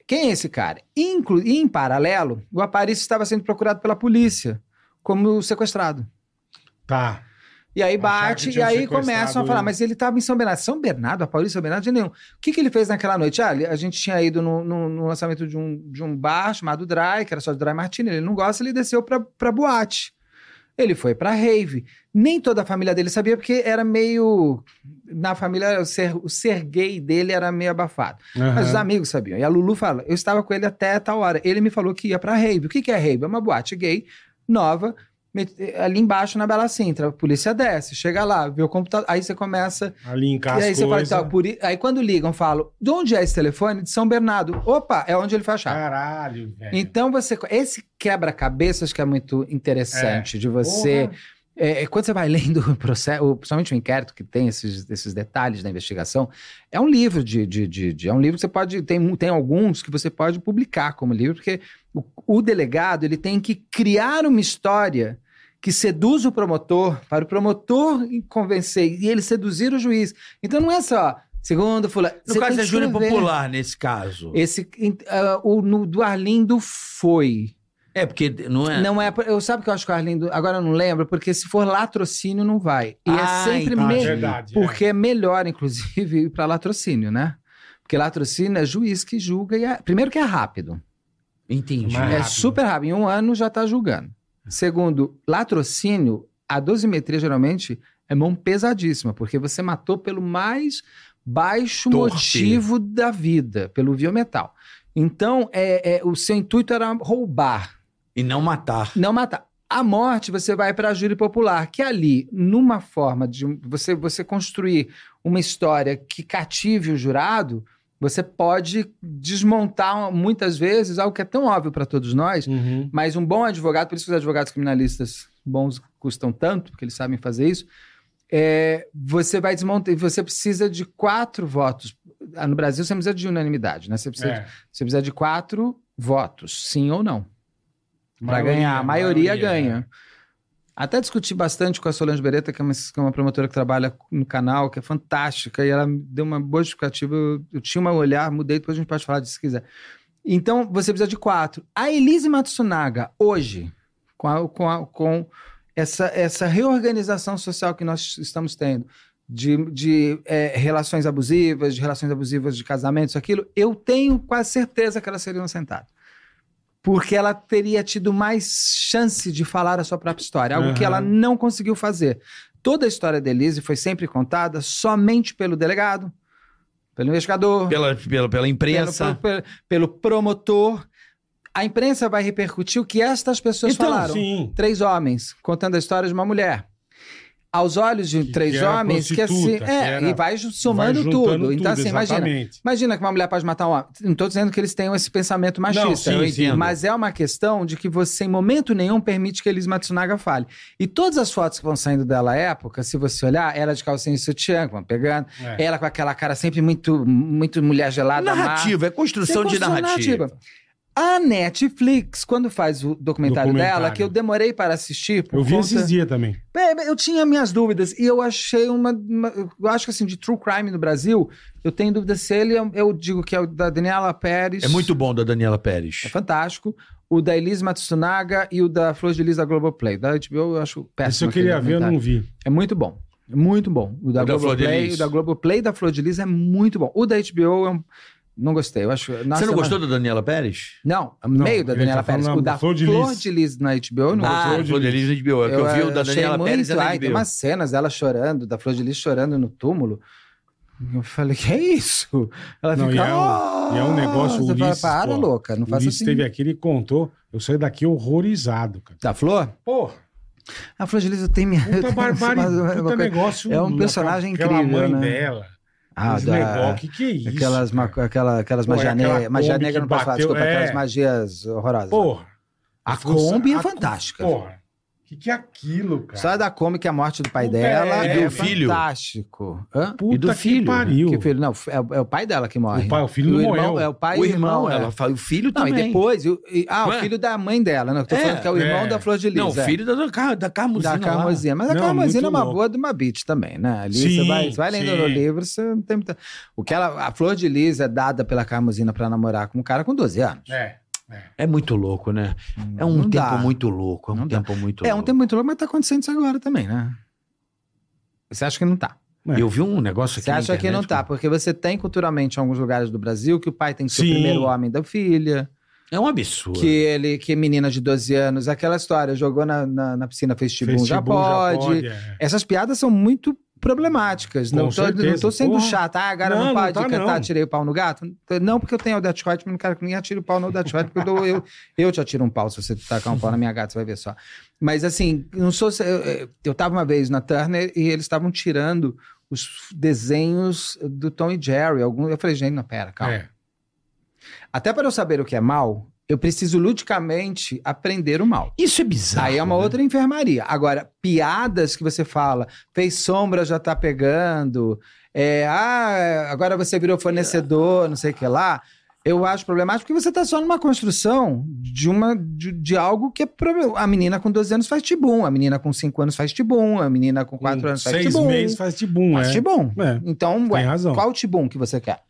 Speaker 5: Quem é esse cara? Inclu e em paralelo, o Aparício estava sendo procurado pela polícia como sequestrado.
Speaker 3: Tá.
Speaker 5: E aí
Speaker 3: Achava que
Speaker 5: bate, e
Speaker 3: tinham
Speaker 5: aí
Speaker 3: sequestrado
Speaker 5: começam a falar,
Speaker 3: ele.
Speaker 5: mas ele estava em São Bernardo. São Bernardo, a Paulista, São Bernardo, de nenhum. O que, que ele fez naquela noite? Ah, ele- a gente tinha ido no, no- no lançamento de um, de um bar chamado Dry, que era só de Dry Martini. Ele não gosta, ele desceu pra, pra boate. Ele foi pra rave. Nem toda a família dele sabia, porque era meio... Na família, o ser, o ser gay dele era meio abafado. Mas os
Speaker 3: Aham.
Speaker 5: amigos sabiam. E a Lulu fala: eu estava com ele até tal hora. Ele me falou que ia pra rave. O que, que é rave? É uma boate gay, nova, met- ali embaixo na Bela Sintra. A polícia desce, chega lá, vê o computador. Aí você começa.
Speaker 3: Ali em
Speaker 5: e
Speaker 3: casa.
Speaker 5: aí você fala: tá tal, por i- aí quando ligam, falam: de onde é esse telefone? De São Bernardo. Opa, é onde ele foi achado.
Speaker 3: Caralho, velho.
Speaker 5: Então você. Esse quebra-cabeças que é muito interessante de você.
Speaker 3: Porra.
Speaker 5: É, é, quando você vai lendo o processo, ou principalmente o inquérito que tem esses, esses detalhes da investigação, é um livro de, de- de- de- É um livro que você pode. Tem, mu- tem alguns que você pode publicar como livro, porque o, o delegado ele tem que criar uma história que seduz o promotor, para o promotor convencer e ele seduzir o juiz. Então não é só. Segundo, fulano.
Speaker 4: No
Speaker 5: você tem
Speaker 4: caso
Speaker 5: que
Speaker 4: é júri
Speaker 5: escrever.
Speaker 4: popular, nesse caso.
Speaker 5: Esse, ah, o no, do Arlindo foi.
Speaker 4: É, porque não é.
Speaker 5: Não é. Eu sabe que eu acho que o Arlindo. Agora eu não lembro, porque se for latrocínio, não vai. E
Speaker 4: Ah,
Speaker 5: é sempre
Speaker 4: entendi.
Speaker 3: Ah,
Speaker 5: me...
Speaker 3: verdade.
Speaker 5: Porque é melhor, inclusive, ir para latrocínio, né? Porque latrocínio é juiz que julga e é... Primeiro que é rápido.
Speaker 4: Entendi.
Speaker 3: Mas-
Speaker 5: É
Speaker 3: rápido.
Speaker 5: super rápido. Em um ano já tá julgando. Segundo, latrocínio, a dosimetria geralmente é mão pesadíssima, porque você matou pelo mais baixo
Speaker 4: Torpe.
Speaker 5: motivo da vida, pelo viometal. Então, é- é, o seu intuito era roubar.
Speaker 4: E não matar.
Speaker 5: Não matar. A morte você vai para a júri popular, que ali, numa forma de um- você, você construir uma história que cative o jurado, você pode desmontar muitas vezes algo que é tão óbvio para todos nós,
Speaker 3: É. Uhum.
Speaker 5: mas um bom advogado, por isso que os advogados criminalistas bons custam tanto, porque eles sabem fazer isso, é, você vai desmontar, você precisa de quatro votos. Ah, No Brasil você não precisa de unanimidade, né? Você precisa,
Speaker 3: É.
Speaker 5: você precisa de quatro votos, sim ou não. Pra
Speaker 3: Maioria,
Speaker 5: ganhar. A maioria, ganha. Até discuti bastante com a Solange Beretta, que é, uma, que é uma promotora que trabalha no canal, que é fantástica, e ela me deu uma boa justificativa. Eu, eu tinha um olhar, mudei, depois a gente pode falar disso se quiser. Então, você precisa de quatro. A Elise Matsunaga, hoje, com, a- com a- com essa, essa reorganização social que nós estamos tendo, de, de, é, relações abusivas, de relações abusivas de casamentos, aquilo, eu tenho quase certeza que ela seria inocentada. Porque ela teria tido mais chance de falar a sua própria história, algo que
Speaker 3: Aham.
Speaker 5: ela não conseguiu fazer. Toda a história da Elise foi sempre contada somente pelo delegado, pelo investigador,
Speaker 4: Pela, pela, pela imprensa.
Speaker 5: pelo, pelo- pelo promotor. A imprensa vai repercutir o que estas pessoas
Speaker 3: Então,
Speaker 5: falaram.
Speaker 3: sim.
Speaker 5: Três homens contando a história de uma mulher. Aos olhos de
Speaker 3: Que-
Speaker 5: três
Speaker 3: que era
Speaker 5: homens, que assim.
Speaker 3: prostituta,
Speaker 5: É,
Speaker 3: que era-
Speaker 5: e vai ju- somando
Speaker 3: Vai
Speaker 5: tudo.
Speaker 3: juntando
Speaker 5: Então, assim, imagina.
Speaker 3: exatamente.
Speaker 5: Imagina que uma mulher pode matar um homem. Não estou dizendo que eles tenham esse pensamento
Speaker 3: Não,
Speaker 5: machista.
Speaker 3: sim,
Speaker 4: eu
Speaker 3: sim.
Speaker 4: entendo.
Speaker 5: Mas é uma questão de que você, em momento nenhum, permite que Elis Matsunaga fale. E todas as fotos que vão saindo dela à época, se você olhar, ela de calcinha e sutiã, que vão pegando,
Speaker 3: É.
Speaker 5: ela com aquela cara sempre muito, muito mulher gelada. má.
Speaker 4: narrativa, é construção de
Speaker 5: Reconstrução
Speaker 4: narrativa.
Speaker 5: A Netflix, quando faz o documentário,
Speaker 3: Documentário.
Speaker 5: dela, que eu demorei para assistir, por
Speaker 3: Eu vi
Speaker 5: conta-
Speaker 3: esses dias também.
Speaker 5: É, eu tinha minhas dúvidas e eu achei uma, uma- Eu acho que assim, de true crime no Brasil, eu tenho dúvida se ele. é- Eu digo que é o da Daniela Pérez.
Speaker 4: É muito bom da Daniela
Speaker 5: É
Speaker 4: Pérez.
Speaker 5: fantástico. O da Elise Matsunaga e o da Flor de Lis da Globoplay. Da HBO eu acho péssimo.
Speaker 3: Isso eu
Speaker 5: aquele
Speaker 3: queria ver, eu
Speaker 5: documentário.
Speaker 3: não vi.
Speaker 5: É muito bom. É muito bom. O da,
Speaker 4: O da Flor de
Speaker 5: Globoplay,
Speaker 4: Lis.
Speaker 5: o da Globoplay da Flor de Lis é muito bom. O da HBO eu não gostei. Eu acho, é
Speaker 4: Você não gostou da Daniela Pérez?
Speaker 5: Não, no meio da
Speaker 3: ele
Speaker 5: Daniela
Speaker 3: tá
Speaker 5: Pérez.
Speaker 3: falando
Speaker 5: O
Speaker 3: da
Speaker 5: da
Speaker 3: Flor
Speaker 5: Flor
Speaker 3: de
Speaker 5: de,
Speaker 3: Lis.
Speaker 5: Lis na HBO, eu não
Speaker 4: ah,
Speaker 5: gostei.
Speaker 4: Flor de Lis na HBO. É o que eu vi o da
Speaker 5: achei
Speaker 4: Daniela Pérez é
Speaker 5: muito- então,
Speaker 4: na
Speaker 5: ai, Tem
Speaker 4: HBO.
Speaker 5: umas cenas dela chorando, da Flor de Lis chorando no túmulo. Eu falei, que é isso? Ela
Speaker 3: Não,
Speaker 5: fica...
Speaker 3: e é um- e é um negócio,
Speaker 5: "Ah", Você fala,
Speaker 3: Ulisses,
Speaker 5: para,
Speaker 3: pô.
Speaker 5: louca, não
Speaker 3: O
Speaker 5: faça
Speaker 3: Ulisses
Speaker 5: assim.
Speaker 3: esteve aqui, ele contou. Eu saí daqui horrorizado, cara.
Speaker 5: Da Flor?
Speaker 3: Porra,
Speaker 5: A Flor de Lis, eu tenho minha... eu
Speaker 3: puta
Speaker 5: tenho
Speaker 3: barbaridade,
Speaker 5: é uma- uma
Speaker 3: puta
Speaker 5: coisa-
Speaker 3: negócio.
Speaker 5: é um
Speaker 3: aquela-
Speaker 5: personagem
Speaker 3: aquela
Speaker 5: incrível,
Speaker 3: mãe
Speaker 5: né?
Speaker 3: dela.
Speaker 5: Ah,
Speaker 3: os
Speaker 5: da-
Speaker 3: negócio, que que é isso?
Speaker 5: Aquelas, ma-
Speaker 3: cara?
Speaker 5: aquela, aquelas
Speaker 3: Pô, é
Speaker 5: magia,
Speaker 3: aquela
Speaker 5: negra- magia
Speaker 3: Kombi
Speaker 5: negra,
Speaker 3: que
Speaker 5: não posso falar,
Speaker 3: bateu,
Speaker 5: desculpa,
Speaker 3: é.
Speaker 5: aquelas magias horrorosas.
Speaker 3: Porra,
Speaker 5: a
Speaker 3: eu falo,
Speaker 5: Kombi
Speaker 3: a-
Speaker 5: é fantástica.
Speaker 3: porra. Que que é aquilo, cara?
Speaker 5: Só da Kombi que é a morte do pai
Speaker 3: Puta,
Speaker 5: dela.
Speaker 3: é,
Speaker 5: É,
Speaker 3: do
Speaker 4: filho.
Speaker 5: fantástico. Hã?
Speaker 3: Puta
Speaker 4: E do
Speaker 3: que
Speaker 4: filho,
Speaker 3: pariu.
Speaker 5: Que filho? Não, é, é o pai dela que morre.
Speaker 3: O pai- o filho não
Speaker 5: irmão-
Speaker 3: morreu.
Speaker 5: É o pai
Speaker 4: o
Speaker 5: e
Speaker 4: irmão,
Speaker 5: é.
Speaker 4: ela fala, o filho
Speaker 5: Não,
Speaker 4: também.
Speaker 5: e depois. e o- e- ah,
Speaker 4: Ué?
Speaker 5: o filho da mãe dela, né? Eu tô
Speaker 4: É,
Speaker 5: falando que é o irmão
Speaker 3: é.
Speaker 5: da Flor de Lis.
Speaker 4: Não, o
Speaker 5: é.
Speaker 4: filho da, da, da Carmozina
Speaker 5: Da
Speaker 4: lá.
Speaker 5: Carmozina. Mas a
Speaker 3: Não,
Speaker 5: Carmozina é
Speaker 3: muito
Speaker 5: uma
Speaker 3: louco.
Speaker 5: boa de uma beat também, né? Ali
Speaker 3: Sim,
Speaker 5: você vai, você vai lendo
Speaker 3: sim.
Speaker 5: no livro, você não tem muita. O que ela, a Flor de Lis é dada pela Carmozina pra namorar com um cara com 12 anos.
Speaker 3: É.
Speaker 4: É muito louco, né? É um
Speaker 5: Não
Speaker 4: tempo
Speaker 5: dá.
Speaker 4: muito louco. É um
Speaker 5: Não dá.
Speaker 4: tempo muito
Speaker 5: É um
Speaker 4: louco.
Speaker 5: tempo muito louco, mas tá acontecendo isso agora também, né? Você acha que não tá?
Speaker 4: Eu vi um negócio aqui
Speaker 5: Você
Speaker 4: na
Speaker 5: acha que não
Speaker 4: internet,
Speaker 5: tá? Porque você tem culturalmente em alguns lugares do Brasil que o pai tem que ser
Speaker 3: Sim.
Speaker 5: o primeiro homem da filha.
Speaker 4: É um absurdo.
Speaker 5: Que ele, que menina de 12 anos, aquela história, jogou na, na, na piscina, fez tibum,
Speaker 3: Fez
Speaker 5: já,
Speaker 3: tibum,
Speaker 5: pode.
Speaker 3: é.
Speaker 5: Essas piadas são muito problemáticas.
Speaker 3: Com
Speaker 5: Não tô,
Speaker 3: certeza,
Speaker 5: não tô sendo
Speaker 3: porra.
Speaker 5: chata. Ah, agora
Speaker 3: Não,
Speaker 5: não,
Speaker 3: não
Speaker 5: pode
Speaker 3: tá,
Speaker 5: cantar
Speaker 3: não.
Speaker 5: Tirei o Pau no Gato. Não, porque eu tenho o Death Hot, mas não quero que ninguém atire o pau no Death Hot, porque eu, dou- eu, eu te atiro um pau se você tacar um pau na minha gata, você vai ver só. Mas assim, não sou... se- Eu, eu- eu tava uma vez na Turner e eles estavam tirando os desenhos do Tom e Jerry. Algum, eu falei, gente, não, pera, calma.
Speaker 3: É.
Speaker 5: Até para eu saber o que é mal, eu preciso ludicamente aprender o mal.
Speaker 4: Isso é bizarro.
Speaker 5: Aí é uma
Speaker 4: né?
Speaker 5: outra enfermaria. Agora, piadas que você fala, fez sombra, já tá pegando, é, ah, agora você virou fornecedor, não sei o que lá. Eu acho problemático porque você tá só numa construção de uma de, de algo que é problema. A menina com 12 anos faz tibum, a menina com 5 anos faz tibum, a menina com 4
Speaker 3: Com
Speaker 5: anos faz
Speaker 3: Seis
Speaker 5: tibum.
Speaker 3: meses faz tibum,
Speaker 5: faz
Speaker 3: é.
Speaker 5: tibum.
Speaker 3: É.
Speaker 5: Então,
Speaker 3: Tem
Speaker 5: ué,
Speaker 3: razão.
Speaker 5: qual tibum que você quer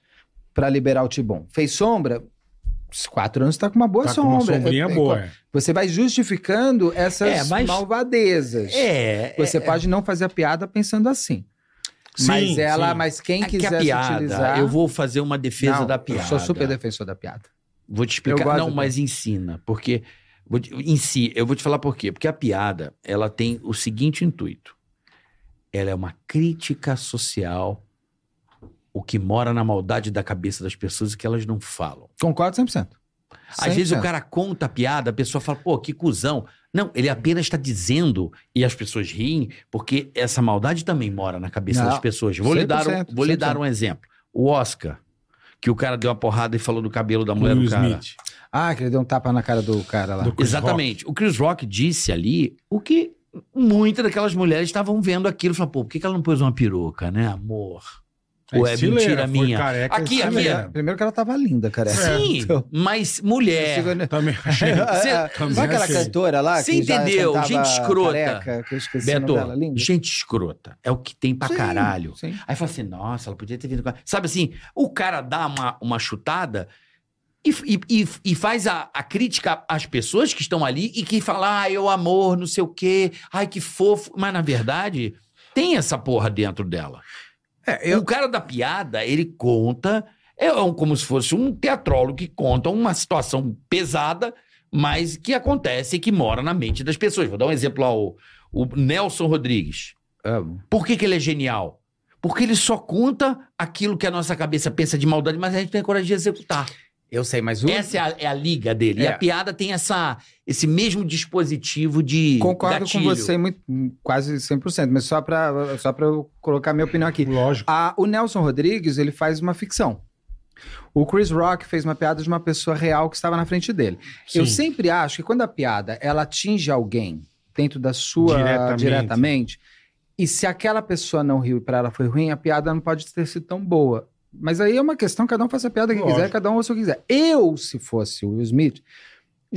Speaker 5: Pra liberar o tibum? Fez sombra? Os quatro anos tá com uma boa
Speaker 3: Tá com
Speaker 5: sombra.
Speaker 3: uma sombrinha
Speaker 5: Eu- eu-
Speaker 3: boa. é.
Speaker 5: Você vai justificando essas
Speaker 4: É, mas-
Speaker 5: malvadezas.
Speaker 4: É.
Speaker 5: Você
Speaker 4: é,
Speaker 5: pode não fazer a piada pensando assim.
Speaker 3: Sim,
Speaker 5: mas ela,
Speaker 3: sim.
Speaker 5: mas quem
Speaker 4: é que
Speaker 5: quiser
Speaker 4: a
Speaker 5: se
Speaker 4: piada,
Speaker 5: utilizar.
Speaker 4: eu vou fazer uma defesa
Speaker 5: Não,
Speaker 4: da piada.
Speaker 5: Eu sou super defensor da piada.
Speaker 4: Vou te
Speaker 5: Eu
Speaker 4: explicar.
Speaker 5: gosto
Speaker 4: Não,
Speaker 5: da
Speaker 4: mas ensina. Porque. vou te- Em si, eu vou te falar por quê. Porque a piada, ela tem o seguinte intuito: ela é uma crítica social, o que mora na maldade da cabeça das pessoas e que elas não falam.
Speaker 5: Concordo 100%.
Speaker 4: Às vezes o
Speaker 5: 100%.
Speaker 4: cara conta a piada, a pessoa fala, pô, que cuzão. Não, ele apenas está dizendo e as pessoas riem, porque essa maldade também mora na cabeça
Speaker 5: Não,
Speaker 4: das pessoas. Vou, lhe dar, um,
Speaker 5: 100%,
Speaker 4: vou lhe dar um exemplo. O Oscar, que o cara deu uma porrada e falou do cabelo da
Speaker 5: é,
Speaker 4: mulher
Speaker 3: Will
Speaker 4: do cara.
Speaker 3: Smith.
Speaker 5: Ah, que ele deu um tapa na cara do cara lá.
Speaker 3: Do Chris
Speaker 4: Exatamente. O Chris Rock disse ali o que muitas daquelas mulheres estavam vendo aquilo. Falaram, pô, por que que ela não pôs uma peruca, né, amor? Ou é
Speaker 3: estileira,
Speaker 4: mentira
Speaker 3: foi
Speaker 4: minha?
Speaker 3: careca,
Speaker 4: Aqui,
Speaker 5: Ah,
Speaker 4: aqui,
Speaker 5: mas
Speaker 3: estileira.
Speaker 5: era- Primeiro que ela tava linda, cara.
Speaker 4: Sim,
Speaker 5: Então,
Speaker 4: mas
Speaker 5: eu
Speaker 4: mulher...
Speaker 5: digo, é, né?
Speaker 3: Também achei.
Speaker 5: Sabe
Speaker 3: também
Speaker 5: aquela
Speaker 3: achei.
Speaker 5: cantora lá?
Speaker 4: É. Você
Speaker 5: que já
Speaker 4: entendeu,
Speaker 5: cantava
Speaker 4: gente escrota.
Speaker 5: Careca, que eu esqueci o
Speaker 4: Beto,
Speaker 5: nome dela, linda.
Speaker 4: gente escrota. É o que tem pra
Speaker 5: Sim,
Speaker 4: caralho.
Speaker 5: Sim.
Speaker 4: Aí fala assim, nossa, ela podia ter vindo com. a- Sabe assim, o cara dá uma, uma chutada e, e, e- e faz a, a crítica às pessoas que estão ali e que fala, ah, eu amor, não sei o quê, ai, que fofo. Mas na verdade, tem essa porra dentro dela.
Speaker 5: É, eu-
Speaker 4: O cara da piada, ele conta, é um- como se fosse um teatrólogo que conta uma situação pesada, mas que acontece e que mora na mente das pessoas. Vou dar um exemplo ao o Nelson Rodrigues.
Speaker 5: Amo.
Speaker 4: Por que, que ele é genial? Porque ele só conta aquilo que a nossa cabeça pensa de maldade, mas a gente tem coragem de executar.
Speaker 5: Eu sei, mas o.
Speaker 4: Essa é a, é a liga dele. E
Speaker 5: É.
Speaker 4: a piada tem essa, esse mesmo dispositivo de.
Speaker 5: Concordo
Speaker 4: gatilho.
Speaker 5: com você muito, quase 100%, mas só pra, só pra eu colocar minha opinião aqui.
Speaker 3: Lógico.
Speaker 5: A- o Nelson Rodrigues, ele faz uma ficção. O Chris Rock fez uma piada de uma pessoa real que estava na frente dele. Eu
Speaker 3: Sim.
Speaker 5: sempre acho que quando a piada ela atinge alguém dentro da sua
Speaker 3: Diretamente.
Speaker 5: diretamente, e se aquela pessoa não riu e para ela foi ruim, a piada não pode ter sido tão boa. Mas aí é uma questão, cada um faz a piada que
Speaker 3: Lógico.
Speaker 5: quiser, cada um ouça o que quiser. Eu, se fosse o Will Smith,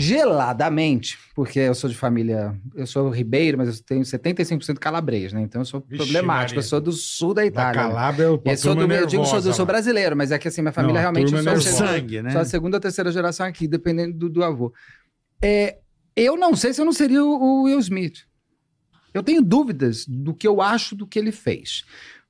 Speaker 5: geladamente, porque eu sou de família, eu sou ribeiro, mas eu tenho 75% calabres, né? Então eu sou
Speaker 3: Vixe,
Speaker 5: problemático,
Speaker 3: Maria.
Speaker 5: eu sou do sul da
Speaker 3: Da
Speaker 5: Itália. né?
Speaker 3: Calabria, Tá eu,
Speaker 5: E aí sou do meu, eu digo sou, do- sou brasileiro, mas é que assim, minha família
Speaker 3: Não, a
Speaker 5: realmente
Speaker 3: turma
Speaker 5: só,
Speaker 3: é
Speaker 5: o
Speaker 4: O
Speaker 3: nervosa.
Speaker 5: segundo-
Speaker 4: sangue, né?
Speaker 5: só a segunda ou terceira geração aqui, dependendo do, do avô. É, eu não sei se eu não seria o, o Will Smith. Eu tenho dúvidas do que eu acho do que ele fez.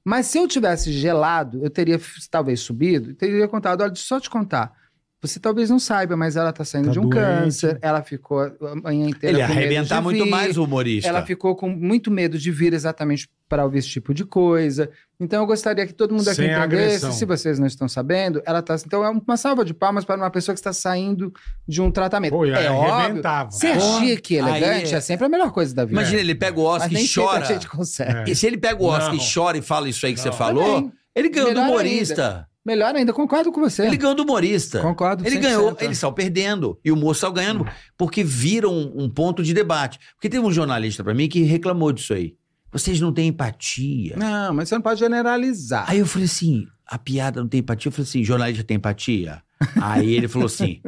Speaker 5: Mas se eu tivesse gelado, eu teria f- talvez subido e teria contado: olha, deixa eu só te contar. Você talvez não saiba, mas ela tá saindo
Speaker 3: Tá
Speaker 5: de um
Speaker 3: doente.
Speaker 5: câncer, ela ficou a manhã
Speaker 4: Ele
Speaker 5: inteira.
Speaker 4: ia
Speaker 5: com medo de
Speaker 4: arrebentar muito
Speaker 5: vir.
Speaker 4: mais o humorista.
Speaker 5: assim, Ela ficou com muito medo de vir exatamente para ouvir esse tipo de coisa. Então eu gostaria que todo mundo aqui
Speaker 3: Sem
Speaker 5: entendesse.
Speaker 3: agressão.
Speaker 5: Se vocês não estão sabendo, ela tá. Então é uma salva de palmas para uma pessoa que está saindo de um tratamento.
Speaker 3: Pô, eu
Speaker 5: é óbvio.
Speaker 3: arrebentava.
Speaker 5: Ser chique e
Speaker 4: aí
Speaker 5: elegante
Speaker 4: é-
Speaker 5: é sempre a melhor coisa da vida.
Speaker 4: Imagina, ele pega o
Speaker 5: Mas
Speaker 4: Oscar
Speaker 5: nem
Speaker 4: e
Speaker 5: sempre
Speaker 4: chora.
Speaker 5: a gente consegue.
Speaker 3: É.
Speaker 4: E se ele pega o Oscar
Speaker 3: Não.
Speaker 4: e chora e fala isso aí que
Speaker 3: Não.
Speaker 4: você falou,
Speaker 5: Também.
Speaker 4: ele ganhou
Speaker 5: Melhor
Speaker 4: do humorista.
Speaker 5: Melhor ainda, concordo com você.
Speaker 4: Ele ganhou do humorista.
Speaker 5: Concordo.
Speaker 4: Ele
Speaker 5: 100%.
Speaker 4: ganhou, eles estão perdendo. E o moço saiu ganhando, porque viram um ponto de debate. Porque teve um jornalista pra mim que reclamou disso aí. Vocês não têm empatia.
Speaker 5: Não, mas você não pode generalizar.
Speaker 4: Aí eu falei assim: a piada não tem empatia? Eu falei assim: jornalista tem empatia? Aí ele falou assim: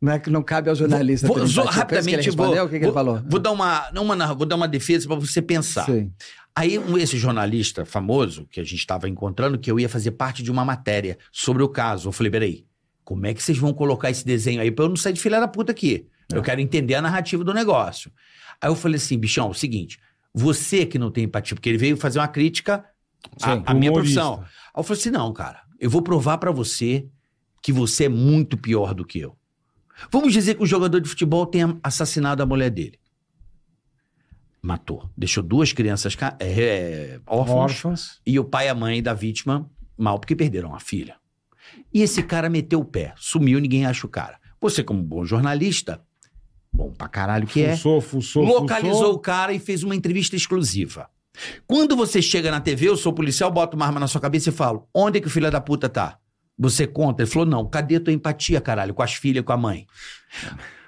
Speaker 5: Não é que não cabe ao jornalista.
Speaker 4: Vou-
Speaker 5: ter
Speaker 4: zo-
Speaker 5: empatia. Pensa que ele
Speaker 4: rapidamente,
Speaker 5: respondeu,
Speaker 4: vou-
Speaker 5: o que, que ele
Speaker 4: vou-
Speaker 5: falou?
Speaker 4: vou dar uma, não uma narra- vou dar uma defesa pra você pensar.
Speaker 5: Sim.
Speaker 4: Aí um- esse jornalista famoso que a gente estava encontrando, que eu ia fazer parte de uma matéria sobre o caso. Eu falei, peraí, como é que vocês vão colocar esse desenho aí pra eu não sair de filha da puta aqui? Eu quero entender a narrativa do negócio. Aí eu falei assim, bichão, é o seguinte, você que não tem empatia, porque ele veio fazer uma crítica à,
Speaker 5: Sim.
Speaker 4: à minha
Speaker 3: Humorista.
Speaker 4: profissão. Aí eu falei assim, não, cara, eu vou provar pra você que você é muito pior do que eu. Vamos dizer que um jogador de futebol tenha assassinado a mulher dele. Matou. Deixou duas crianças ca- é, é, órfãos
Speaker 3: Órfãos.
Speaker 4: e o pai e a mãe da vítima mal porque perderam a filha. E esse cara meteu o pé, sumiu, ninguém acha o cara. Você, como bom jornalista, bom pra caralho que é,
Speaker 3: Fussou, fussou,
Speaker 4: localizou
Speaker 3: fussou.
Speaker 4: o cara e fez uma entrevista exclusiva. Quando você chega na TV, eu sou policial, boto uma arma na sua cabeça e falo: onde é que o filho da puta tá? Você conta? Ele falou: não, cadê tua empatia, caralho, com as filhas, com a mãe?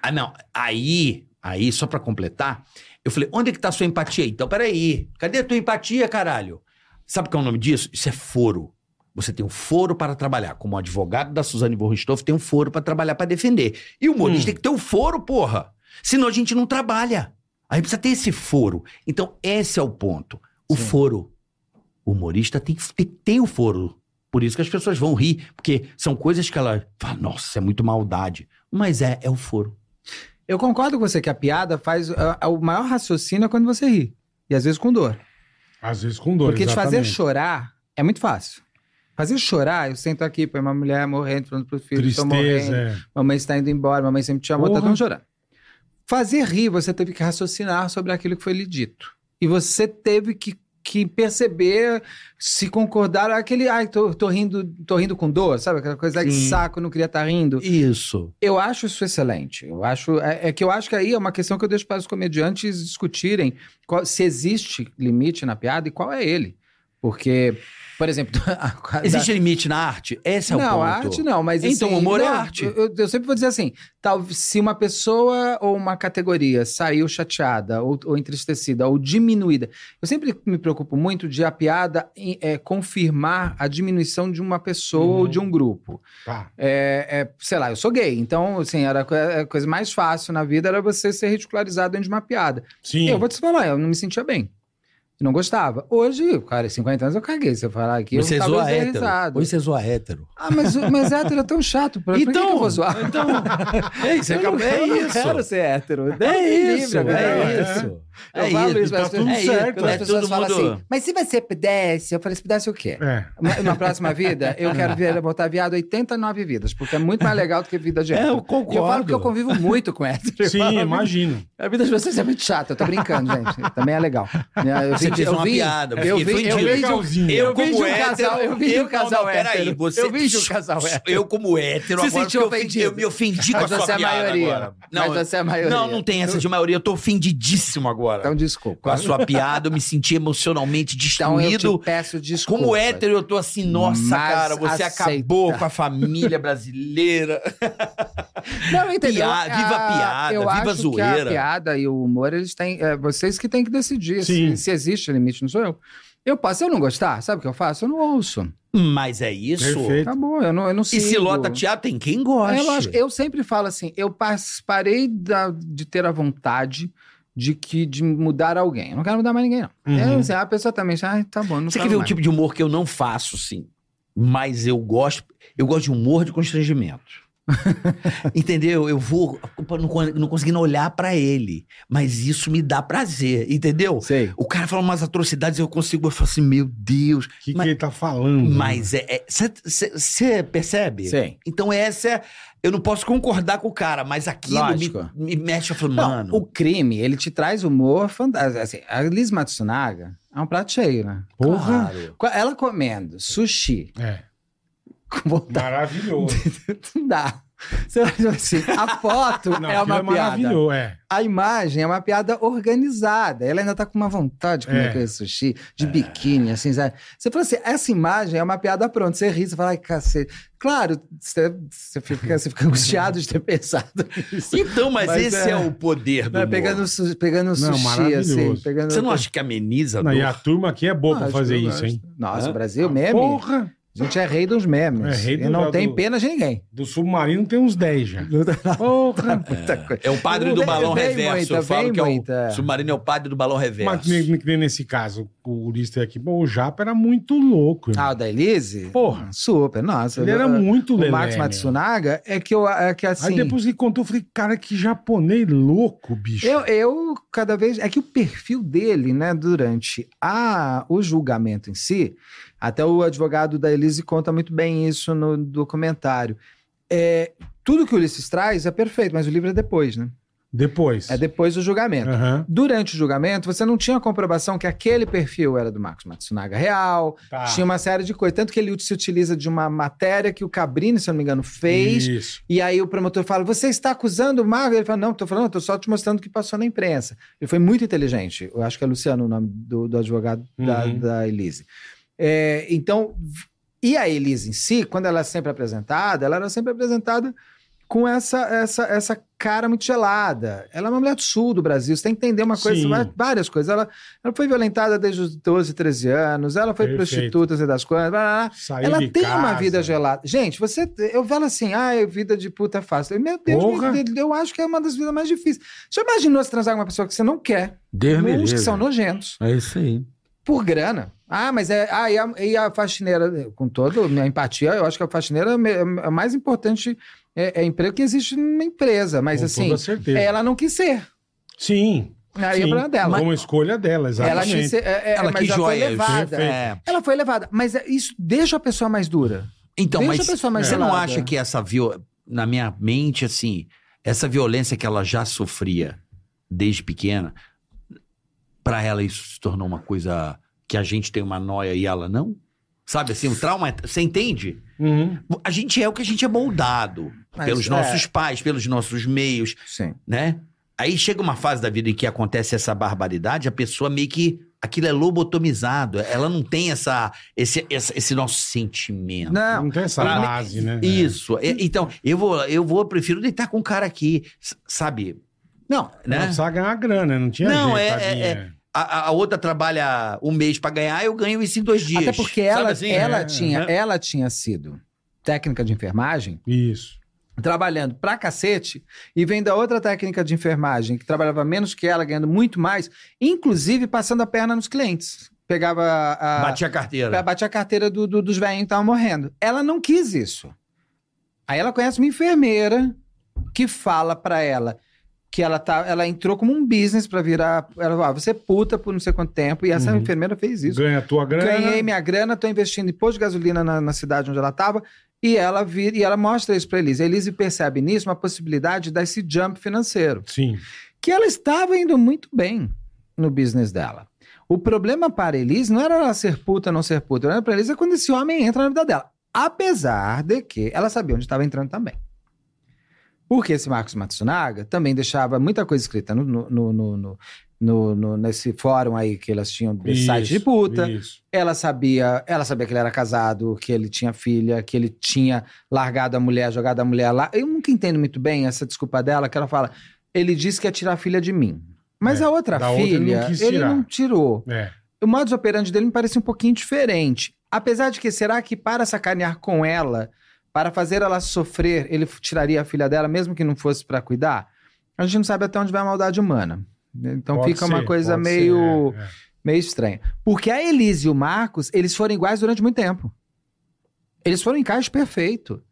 Speaker 4: Ah, não. Aí, aí, só pra completar, eu falei: onde é que tá a sua empatia? Então, peraí, cadê a tua empatia, caralho? Sabe qual é o nome disso? Isso é foro. Você tem um foro para trabalhar. Como advogado da Suzane Borristoff, tem um foro para trabalhar, para defender. E o humorista
Speaker 3: Hum.
Speaker 4: tem que ter um foro, porra. Senão a gente não trabalha. A gente precisa ter esse foro. Então, esse é o ponto. O
Speaker 5: Sim.
Speaker 4: foro. O humorista tem que ter, tem o foro. Por isso que as pessoas vão rir, porque são coisas que ela fala, nossa, é muito maldade. Mas é, é o foro.
Speaker 5: Eu concordo com você que a piada faz. a- a- o maior raciocínio é quando você ri. E às vezes com dor.
Speaker 3: Às vezes com dor,
Speaker 5: Porque te fazer
Speaker 3: exatamente.
Speaker 5: chorar é muito fácil. Fazer chorar, eu sento aqui, põe uma mulher morrendo, falando pro filho, tô
Speaker 3: Tristeza,
Speaker 5: morrendo,
Speaker 3: é.
Speaker 5: mamãe está indo embora, mamãe sempre te amou, tá
Speaker 3: Porra.
Speaker 5: todo mundo chorando. Fazer rir, você teve que raciocinar sobre aquilo que foi lhe dito. E você teve que, que perceber, se concordar, aquele, ai, tô, tô rindo, tô rindo com dor, sabe? Aquela coisa, ai, que
Speaker 4: Sim.
Speaker 5: saco, não queria estar rindo.
Speaker 4: Isso.
Speaker 5: Eu acho isso excelente. Eu acho é, é que eu acho que aí é uma questão que eu deixo para os comediantes discutirem qual- se existe limite na piada e qual é ele. Porque, por exemplo, a- a-
Speaker 4: Existe limite na arte? Esse é o
Speaker 5: Ah, não,
Speaker 4: ponto.
Speaker 5: a arte não, mas
Speaker 4: Então,
Speaker 5: assim,
Speaker 4: humor é
Speaker 5: não,
Speaker 4: arte.
Speaker 5: Eu, eu- eu sempre vou dizer assim: tal, se uma pessoa ou uma categoria saiu chateada, ou, ou entristecida, ou diminuída, eu sempre me preocupo muito de a piada em- é, confirmar a diminuição de uma pessoa ou
Speaker 3: Uhum.
Speaker 5: de um grupo.
Speaker 3: Tá.
Speaker 5: É, é, sei lá, eu sou gay, então, assim, era a co- a coisa mais fácil na vida era você ser ridicularizado dentro de uma piada.
Speaker 3: Sim.
Speaker 5: Eu vou te falar, eu não me sentia bem. E não gostava. Hoje, cara, 50 anos eu caguei. Se eu falar aqui, eu
Speaker 4: Você
Speaker 5: talvez
Speaker 4: zoa
Speaker 5: dê
Speaker 4: hétero.
Speaker 5: risada.
Speaker 4: Hoje você zoa hétero.
Speaker 5: Ah, mas, mas hétero é tão chato. Pra, então, que eu vou zoar?
Speaker 4: então. É isso,
Speaker 5: eu
Speaker 4: acabou.
Speaker 5: não,
Speaker 4: É
Speaker 5: eu não
Speaker 4: isso.
Speaker 5: quero ser hétero. Deus
Speaker 4: É
Speaker 5: me livre,
Speaker 4: isso.
Speaker 5: agora.
Speaker 4: É
Speaker 3: é.
Speaker 4: isso.
Speaker 5: Eu
Speaker 4: É
Speaker 5: falo
Speaker 4: isso.
Speaker 5: isso,
Speaker 3: tá
Speaker 5: mas
Speaker 3: tudo
Speaker 5: é isso.
Speaker 4: certo.
Speaker 5: Quando as
Speaker 4: É
Speaker 5: pessoas
Speaker 4: todo
Speaker 5: falam
Speaker 4: mundo-
Speaker 5: assim, mas se você pudesse, eu falei, se pudesse o quê?
Speaker 3: É.
Speaker 5: Na- Na próxima vida, eu quero ver, botar viado 89 vidas, porque é muito mais legal do que vida de
Speaker 4: É,
Speaker 5: hétero.
Speaker 4: eu concordo.
Speaker 5: E eu falo que eu convivo muito com hétero.
Speaker 3: Sim, imagino.
Speaker 5: A vida de vocês é muito chata, eu tô brincando, gente. Também é legal. Eu
Speaker 4: Você
Speaker 5: vim de-
Speaker 4: fez
Speaker 5: eu
Speaker 4: uma
Speaker 5: vim-
Speaker 4: piada, porque
Speaker 5: Eu vim,
Speaker 4: foi
Speaker 5: eu
Speaker 4: idiota.
Speaker 5: vim de um
Speaker 3: Legalzinho.
Speaker 5: Eu
Speaker 4: como
Speaker 5: vejo um
Speaker 4: hétero,
Speaker 5: casal- eu vejo um
Speaker 4: não,
Speaker 5: casal
Speaker 4: não, peraí,
Speaker 5: hétero.
Speaker 4: você-
Speaker 5: Eu vejo um casal hétero.
Speaker 4: Eu como hétero,
Speaker 5: Se
Speaker 4: agora
Speaker 5: sentiu
Speaker 4: porque eu ofendi-
Speaker 5: ofendido.
Speaker 4: eu me ofendi com a
Speaker 5: Mas
Speaker 4: sua
Speaker 5: você é a
Speaker 4: piada
Speaker 5: maioria.
Speaker 4: agora.
Speaker 5: Mas você é a maioria.
Speaker 4: Não, não tem essa de maioria, eu tô ofendidíssimo agora.
Speaker 5: Então,
Speaker 4: com
Speaker 5: desculpa.
Speaker 4: a sua piada, eu me senti emocionalmente
Speaker 5: Então, eu
Speaker 4: destruído.
Speaker 5: te peço desculpa.
Speaker 4: Como hétero, eu tô assim, nossa,
Speaker 5: Mas
Speaker 4: cara, você
Speaker 5: aceita.
Speaker 4: acabou com a família brasileira.
Speaker 5: Não, entendeu? Ah,
Speaker 4: Piada, viva a piada,
Speaker 5: eu
Speaker 4: viva a
Speaker 5: acho Que a
Speaker 4: zoeira.
Speaker 5: piada e o humor, eles têm. É, vocês que têm que decidir
Speaker 3: Sim.
Speaker 5: se, se existe limite, não sou eu. Eu posso, se eu não gostar, sabe o que eu faço? Eu não ouço.
Speaker 4: Mas é isso.
Speaker 3: Perfeito.
Speaker 5: Acabou, eu não, eu não
Speaker 4: E
Speaker 5: sigo.
Speaker 4: se lota teatro, tem quem gosta.
Speaker 5: É lógico, eu sempre falo assim, eu pas- parei da- de ter a vontade de que de mudar alguém. Eu não quero mudar mais ninguém, não. É,
Speaker 3: Uhum.
Speaker 5: assim, a pessoa também já, ah, tá bom, não
Speaker 4: Você quer
Speaker 5: quero
Speaker 4: ver um
Speaker 5: mais.
Speaker 4: tipo de humor que eu não faço, sim. Mas eu gosto. Eu gosto de humor de constrangimento. entendeu? Eu vou. eu Não, con- não conseguindo olhar pra ele. Mas isso me dá prazer, entendeu?
Speaker 5: Sei.
Speaker 4: O cara fala umas atrocidades, eu consigo. Eu falo assim, meu Deus.
Speaker 3: O que,
Speaker 4: Mas-
Speaker 3: que ele tá
Speaker 5: Uhum.
Speaker 3: falando?
Speaker 4: Mas é. Você percebe?
Speaker 5: Sim.
Speaker 4: Então essa é. Eu não posso concordar com o cara, mas aquilo
Speaker 5: Lógico.
Speaker 4: me, me mexe. Eu falo,
Speaker 5: Não,
Speaker 4: mano.
Speaker 5: o crime, ele te traz humor fantástico. Assim, a Liz Matsunaga é um prato cheio, né?
Speaker 3: Porra.
Speaker 4: claro.
Speaker 5: Co- Ela comendo sushi
Speaker 3: É.
Speaker 5: com vontade
Speaker 3: Maravilhoso.
Speaker 5: não dá. Você olha assim, a foto
Speaker 3: Não,
Speaker 5: é
Speaker 3: aquilo
Speaker 5: uma
Speaker 3: é
Speaker 5: piada.
Speaker 3: maravilhoso, é.
Speaker 5: A imagem é uma piada organizada. Ela ainda tá com uma vontade de comer
Speaker 3: É.
Speaker 5: aquele sushi, de biquíni, assim, sabe? Você fala assim, essa imagem é uma piada pronta. Você ri, você fala, ai, cacete. Claro, você, você fica, você fica angustiado de ter
Speaker 3: É
Speaker 5: pensado nisso.
Speaker 4: Então, mas,
Speaker 5: Mas
Speaker 4: esse é...
Speaker 5: é-
Speaker 4: o poder do
Speaker 5: Não,
Speaker 4: humor.
Speaker 5: pegando, su- pegando sushi, assim.
Speaker 3: maravilhoso.
Speaker 5: Pegando...
Speaker 4: Você não acha que ameniza a
Speaker 3: Não, e
Speaker 4: dor?
Speaker 3: a turma aqui é boa
Speaker 5: Ah,
Speaker 3: pra
Speaker 5: Tá acho
Speaker 3: fazer
Speaker 5: que eu
Speaker 3: isso,
Speaker 5: gosto.
Speaker 3: hein? Ah,
Speaker 5: Nossa,
Speaker 4: Hã?
Speaker 5: Brasil, meme.
Speaker 3: Porra!
Speaker 5: A gente é rei dos memes.
Speaker 3: É rei
Speaker 5: e
Speaker 3: do-
Speaker 5: não
Speaker 3: do-
Speaker 5: tem pena de ninguém.
Speaker 3: Do submarino tem uns 10 já. Porra!
Speaker 5: Muita coisa.
Speaker 4: É o padre
Speaker 5: Vem-
Speaker 4: do balão
Speaker 5: vem
Speaker 4: reverso. eu
Speaker 5: muita,
Speaker 4: falo
Speaker 5: vem
Speaker 4: que é o
Speaker 5: muita.
Speaker 4: submarino é o padre do balão
Speaker 3: Mas
Speaker 4: reverso.
Speaker 3: que nem, que nem nesse caso, o Ulisses aqui, pô, o Japa era muito louco. irmão.
Speaker 5: Ah, o da Elise?
Speaker 3: Porra.
Speaker 5: Super, nossa.
Speaker 3: ele era
Speaker 5: Eu-
Speaker 3: muito
Speaker 5: O
Speaker 3: lelé,
Speaker 5: Max
Speaker 3: meu.
Speaker 5: Matsunaga é que eu é que assim.
Speaker 3: Aí depois que contou, eu falei, cara, que japonês louco, bicho.
Speaker 5: Eu, eu cada vez. É que o perfil dele, né, durante a, o julgamento em si, até o advogado da Elise conta muito bem isso no documentário. É, tudo que o Ulisses traz é perfeito, mas o livro é depois, né?
Speaker 3: Depois.
Speaker 5: É depois do julgamento.
Speaker 3: Aham.
Speaker 5: Durante o julgamento, você não tinha comprovação que aquele perfil era do Marcos Matsunaga real,
Speaker 3: Tá.
Speaker 5: tinha uma série de coisas. Tanto que ele se utiliza de uma matéria que o Cabrini, se eu não me engano, fez.
Speaker 3: Isso.
Speaker 5: E aí o promotor fala: Você está acusando o Marvel? Ele fala: Não, tô falando, tô só te mostrando o que passou na imprensa. Ele foi muito inteligente. Eu acho que é Luciano o nome do, do advogado da,
Speaker 3: Uhum.
Speaker 5: da Elise. É, então, e a Elise em si, quando ela é sempre apresentada, ela era sempre apresentada com essa, essa, essa cara muito gelada. Ela é uma mulher do sul do Brasil, você tem que entender uma coisa,
Speaker 3: Sim.
Speaker 5: va- várias coisas. Ela, ela foi violentada desde os 12, 13 anos, ela foi
Speaker 3: Perfeito.
Speaker 5: prostituta, sei das quantas, blá, blá, blá.
Speaker 3: Saí
Speaker 5: Ela
Speaker 3: de
Speaker 5: tem
Speaker 3: casa.
Speaker 5: uma vida gelada. Gente, você. Eu falo assim, ah, é vida de puta fácil. Meu Deus,
Speaker 3: Porra.
Speaker 5: meu Deus, eu acho que é uma das vidas mais difíceis. Já imaginou se transar com uma pessoa que você não quer?
Speaker 4: Deus me
Speaker 5: Uns que
Speaker 4: livre.
Speaker 5: são nojentos.
Speaker 4: É isso aí.
Speaker 5: Por grana. Ah, mas é. Ah, e a, e a faxineira, com toda a minha empatia, eu acho que a faxineira é o me- é o mais importante é, é emprego que existe numa empresa. Mas
Speaker 3: Com
Speaker 5: assim,
Speaker 3: toda certeza.
Speaker 5: ela não quis ser.
Speaker 3: Sim.
Speaker 5: Aí é
Speaker 3: sim.
Speaker 5: problema dela.
Speaker 3: Como escolha dela,
Speaker 5: Ela
Speaker 3: exatamente.
Speaker 5: quis ser. É, é,
Speaker 4: Ela
Speaker 5: mas
Speaker 4: que
Speaker 5: ela
Speaker 4: joia.
Speaker 5: foi levada.
Speaker 3: perfeito.
Speaker 4: é.
Speaker 5: Ela foi levada. Mas é- isso deixa a pessoa mais dura.
Speaker 4: Então,
Speaker 5: Deixa
Speaker 4: mas
Speaker 5: a pessoa mais
Speaker 4: você não
Speaker 5: gelada.
Speaker 4: acha que essa viol... na minha mente assim, essa violência que ela já sofria desde pequena, pra ela isso se tornou uma coisa que a gente tem uma noia e ela não? Sabe assim, o trauma, é- você entende?
Speaker 3: Uhum.
Speaker 4: A gente é o que a gente é moldado
Speaker 5: Mas,
Speaker 4: pelos
Speaker 5: é.
Speaker 4: nossos pais, pelos nossos meios,
Speaker 5: Sim.
Speaker 4: né? Aí chega uma fase da vida em que acontece essa barbaridade, a pessoa meio que. Aquilo é lobotomizado. Ela não tem essa, esse, esse, esse nosso sentimento.
Speaker 5: Não,
Speaker 3: Não tem essa
Speaker 4: Pra-
Speaker 3: base, né?
Speaker 4: Isso. É, Então, eu vou, eu vou, eu prefiro deitar com um cara aqui, s- sabe? Não,
Speaker 3: É. Ela
Speaker 4: né?
Speaker 3: precisava ganhar grana, não tinha
Speaker 4: Não,
Speaker 3: jeito,
Speaker 4: é-
Speaker 3: tadinha.
Speaker 4: é- A, a- a outra trabalha um mês pra ganhar, eu ganho isso em dois dias.
Speaker 5: Até porque
Speaker 4: Sabe
Speaker 5: ela,
Speaker 4: assim?
Speaker 5: ela,
Speaker 3: É,
Speaker 5: tinha,
Speaker 4: né?
Speaker 5: ela tinha sido técnica de enfermagem
Speaker 3: Isso.
Speaker 5: trabalhando pra cacete e vem da outra técnica de enfermagem, que trabalhava menos que ela, ganhando muito mais, inclusive passando a perna nos clientes. Pegava a.
Speaker 4: Bati a carteira.
Speaker 5: Pra bater a carteira do- do- dos velhinhos que estavam morrendo. Ela não quis isso. Aí ela conhece uma enfermeira que fala pra ela que ela, tá, ela entrou como um business pra virar. Ela falou: ah, você é puta por não sei quanto tempo. E essa
Speaker 3: Uhum.
Speaker 5: enfermeira fez isso.
Speaker 3: Ganha a tua grana.
Speaker 5: Ganhei minha grana, tô investindo em posto de gasolina na, na cidade onde ela tava. E ela, vira, e ela mostra isso pra Elise. A Elise percebe nisso uma possibilidade de dar esse jump financeiro
Speaker 3: Sim.
Speaker 5: que ela estava indo muito bem no business dela. O problema para Elise não era ela ser puta ou não ser puta. O problema para Elise é quando esse homem entra na vida dela. Apesar de que ela sabia onde estava entrando também. Porque esse Marcos Matsunaga também deixava muita coisa escrita no, no- no- no- no- no- no- nesse fórum aí que elas tinham de site de
Speaker 3: Isso,
Speaker 5: puta.
Speaker 3: Isso.
Speaker 5: Ela sabia, ela sabia que ele era casado, que ele tinha filha, que ele tinha largado a mulher, jogado a mulher lá. Eu nunca entendo muito bem essa desculpa dela, que ela fala: ele disse que ia tirar a filha de mim. Mas
Speaker 3: É,
Speaker 5: a outra
Speaker 3: da outra ele
Speaker 5: filha,
Speaker 3: não quis
Speaker 5: ele
Speaker 3: tirar.
Speaker 5: não tirou.
Speaker 3: É.
Speaker 5: O modus operandi dele me parecia um pouquinho diferente. Apesar de que, será que para sacanear com ela, para fazer ela sofrer, ele f- tiraria a filha dela, mesmo que não fosse pra cuidar? A gente não sabe até onde vai a maldade humana. Então
Speaker 3: Pode
Speaker 5: fica uma
Speaker 3: ser,
Speaker 5: coisa
Speaker 3: pode ser,
Speaker 5: meio.
Speaker 3: é, é.
Speaker 5: Meio estranho. Porque a Elise e o Marcos, eles foram iguais durante muito tempo. Eles foram um encaixe perfeito.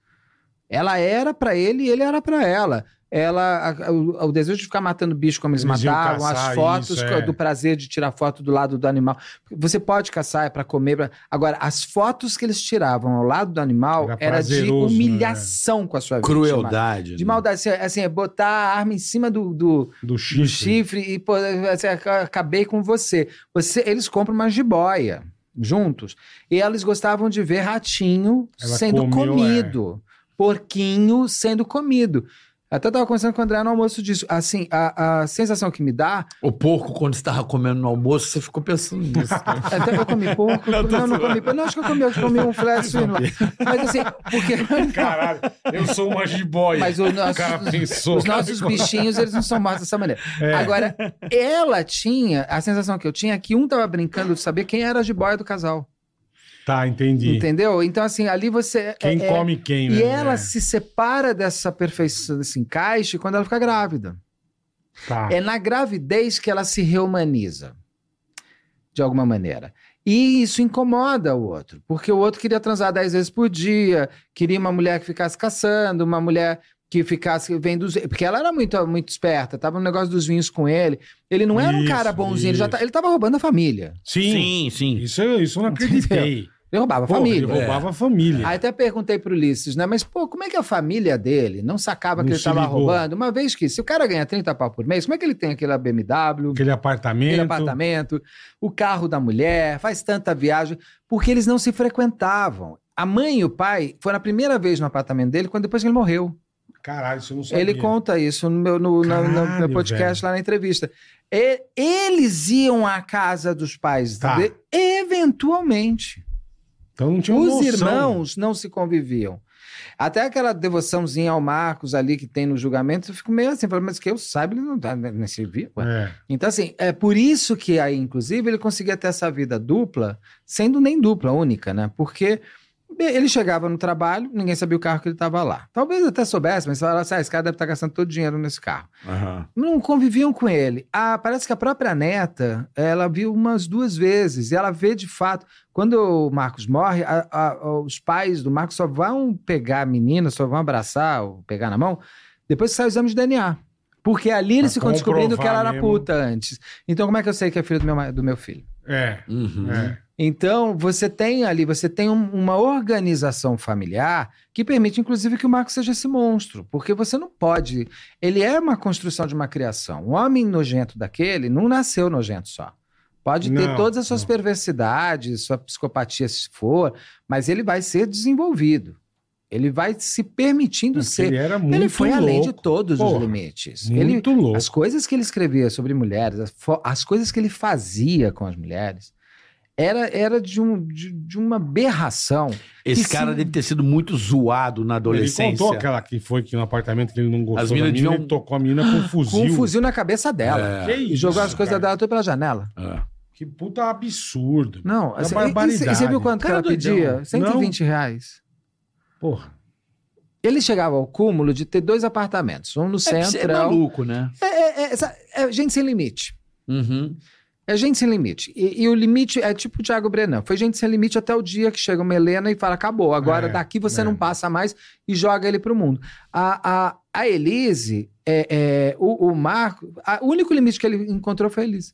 Speaker 5: Ela era pra ele e ele era pra ela. Ela a- a- o, o desejo de ficar matando bicho como eles,
Speaker 3: Eles iam
Speaker 5: matavam,
Speaker 3: caçar,
Speaker 5: as fotos
Speaker 3: isso,
Speaker 5: co-
Speaker 3: é.
Speaker 5: do prazer de tirar foto do lado do animal. Você pode caçar, é pra comer. pra- Agora, as fotos que eles tiravam ao lado do animal
Speaker 3: Era
Speaker 5: era, de
Speaker 3: prazeroso, né?
Speaker 5: humilhação com a sua vítima.
Speaker 4: Crueldade.
Speaker 5: De
Speaker 4: né?
Speaker 5: maldade. Assim, Assim, é botar a arma em cima do- do,
Speaker 3: Do
Speaker 5: do
Speaker 3: chifre.
Speaker 5: chifre e pô, assim, ac- acabei com você. você. Eles compram uma jiboia juntos. E eles gostavam de ver ratinho
Speaker 3: Ela
Speaker 5: sendo
Speaker 3: comeu,
Speaker 5: comido, porquinho sendo comido. Até tava conversando com o André no almoço disso. Assim, a, a sensação que me dá.
Speaker 4: O porco, quando você tava comendo no almoço, você ficou pensando nisso. né?
Speaker 5: Até eu comi pouco. não, não, comi pouco. Não, acho que eu comi, eu comi um flash. Mas assim, porque.
Speaker 3: Caralho, eu sou uma jiboia.
Speaker 5: Mas o
Speaker 3: O cara
Speaker 5: nosso,
Speaker 3: pensou.
Speaker 5: Os nossos bichinhos, eles não são mortos dessa maneira.
Speaker 3: É.
Speaker 5: Agora, ela tinha, a sensação que eu tinha é que um tava brincando de saber quem era a jiboia do casal.
Speaker 3: Tá, entendi.
Speaker 5: Entendeu? Então, assim, ali você.
Speaker 3: Quem
Speaker 5: é- é-
Speaker 3: come quem, né?
Speaker 5: E ela
Speaker 3: É.
Speaker 5: se separa dessa perfeição, desse encaixe, quando ela fica grávida.
Speaker 3: Tá.
Speaker 5: É na gravidez que ela se reumaniza, de alguma maneira. E isso incomoda o outro, porque o outro queria transar 10 vezes por dia, queria uma mulher que ficasse caçando, uma mulher que ficasse vendo os. Porque ela era muito, muito esperta, tava no negócio dos vinhos com ele. Ele não era um
Speaker 3: Isso,
Speaker 5: cara bonzinho, ele, já
Speaker 3: isso.
Speaker 5: ta- ele tava roubando a família.
Speaker 3: Sim.
Speaker 4: sim.
Speaker 3: Isso, eu- isso eu não acreditei.
Speaker 5: Ele roubava a
Speaker 3: Pô,
Speaker 5: família. É.
Speaker 3: ele roubava a família.
Speaker 5: Aí até perguntei pro Ulisses, né? Mas, pô, como é que a família dele não sacava
Speaker 3: Não
Speaker 5: que ele
Speaker 3: se
Speaker 5: estava
Speaker 3: ligou.
Speaker 5: roubando? Uma vez que, se o cara ganha 30 pau por mês, como é que ele tem aquela BMW,
Speaker 3: Aquele apartamento.
Speaker 5: aquele apartamento, o carro da mulher, faz tanta viagem? Porque eles não se frequentavam. A mãe e o pai foram a primeira vez no apartamento dele quando depois que ele morreu.
Speaker 3: Caralho, isso eu não sabia.
Speaker 5: Ele conta isso no meu, no, na- na- no
Speaker 3: Caralho,
Speaker 5: meu podcast, lá na entrevista. E- eles iam à casa dos pais
Speaker 3: Tá.
Speaker 5: dele, eventualmente.
Speaker 3: Então não tinha
Speaker 5: Os
Speaker 3: noção.
Speaker 5: irmãos não se conviviam. Até aquela devoçãozinha ao Marcos ali que tem no julgamento, eu fico meio assim, falo, mas que eu saiba, ele não tá nesse vivo.
Speaker 3: É.
Speaker 5: Então, assim, é por isso que aí, inclusive, ele conseguia ter essa vida dupla, sendo nem dupla, única, né? Porque be- ele chegava no trabalho, ninguém sabia o carro que ele estava lá. Talvez até soubesse, mas falava assim, ah, esse cara deve estar gastando todo o dinheiro nesse carro.
Speaker 4: Aham.
Speaker 5: Não conviviam com ele. Ah, parece que a própria neta, ela viu umas duas vezes, e ela vê de fato. Quando o Marcos morre, a- a- os pais do Marcos só vão pegar a menina, só vão abraçar, ou pegar na mão, depois que sai o exame de DNA. Porque ali
Speaker 3: Pra
Speaker 5: eles ficam descobrindo que ela era
Speaker 3: comprovar mesmo.
Speaker 5: puta antes. Então, como é que eu sei que é filho do meu, ma- do meu filho?
Speaker 3: É.
Speaker 4: Uhum.
Speaker 3: é.
Speaker 5: Então, você tem ali, você tem um- uma organização familiar que permite, inclusive, que o Marcos seja esse monstro, porque você não pode. Ele é uma construção de uma criação. Um homem nojento daquele não nasceu nojento só. Pode ter
Speaker 3: Não,
Speaker 5: todas as suas
Speaker 3: não.
Speaker 5: perversidades, sua psicopatia, se for, mas ele vai ser desenvolvido. Ele vai se permitindo ser.
Speaker 3: Ele
Speaker 5: Ele,
Speaker 3: era é muito
Speaker 5: foi
Speaker 3: louco.
Speaker 5: além de todos
Speaker 3: Porra,
Speaker 5: os limites. Ele,
Speaker 3: Muito louco.
Speaker 5: as coisas que ele escrevia sobre mulheres, as, fo- as coisas que ele fazia com as mulheres, era, era de, um, de, de uma aberração.
Speaker 4: Esse
Speaker 5: Que
Speaker 4: cara
Speaker 5: sim.
Speaker 4: deve ter sido muito zoado na
Speaker 3: Ele contou
Speaker 4: adolescência.
Speaker 3: aquela que foi que no apartamento que ele não gostou
Speaker 4: As
Speaker 3: da
Speaker 4: minas
Speaker 3: mina,
Speaker 4: deviam-
Speaker 3: ele tocou a mina com um
Speaker 5: Com
Speaker 3: fuzil.
Speaker 5: um fuzil na cabeça dela.
Speaker 3: Que
Speaker 5: E jogou
Speaker 3: isso,
Speaker 5: as coisas
Speaker 3: cara?
Speaker 5: dela toda pela janela.
Speaker 4: É.
Speaker 3: Que puta absurdo. É
Speaker 5: Não,
Speaker 3: Uma
Speaker 5: assim, e- e,
Speaker 3: barbaridade.
Speaker 5: você viu quanto que
Speaker 3: Cara
Speaker 5: ela
Speaker 3: doidão.
Speaker 5: pedia? 120 reais.
Speaker 3: Porra.
Speaker 5: Ele chegava ao cúmulo de ter dois apartamentos, um no
Speaker 4: Você é
Speaker 5: central.
Speaker 4: maluco, né?
Speaker 5: É, é, é, essa- é gente sem limite.
Speaker 4: Uhum.
Speaker 5: É gente sem limite. E, e o limite é tipo o Thiago Brenan. Foi gente sem limite até o dia que chega uma Helena e fala: acabou, agora
Speaker 3: É,
Speaker 5: daqui você
Speaker 3: é.
Speaker 5: não passa mais e joga ele pro mundo. A, a, a Elise, é, é, o, o Marco, a- o único limite que ele encontrou foi a Elise.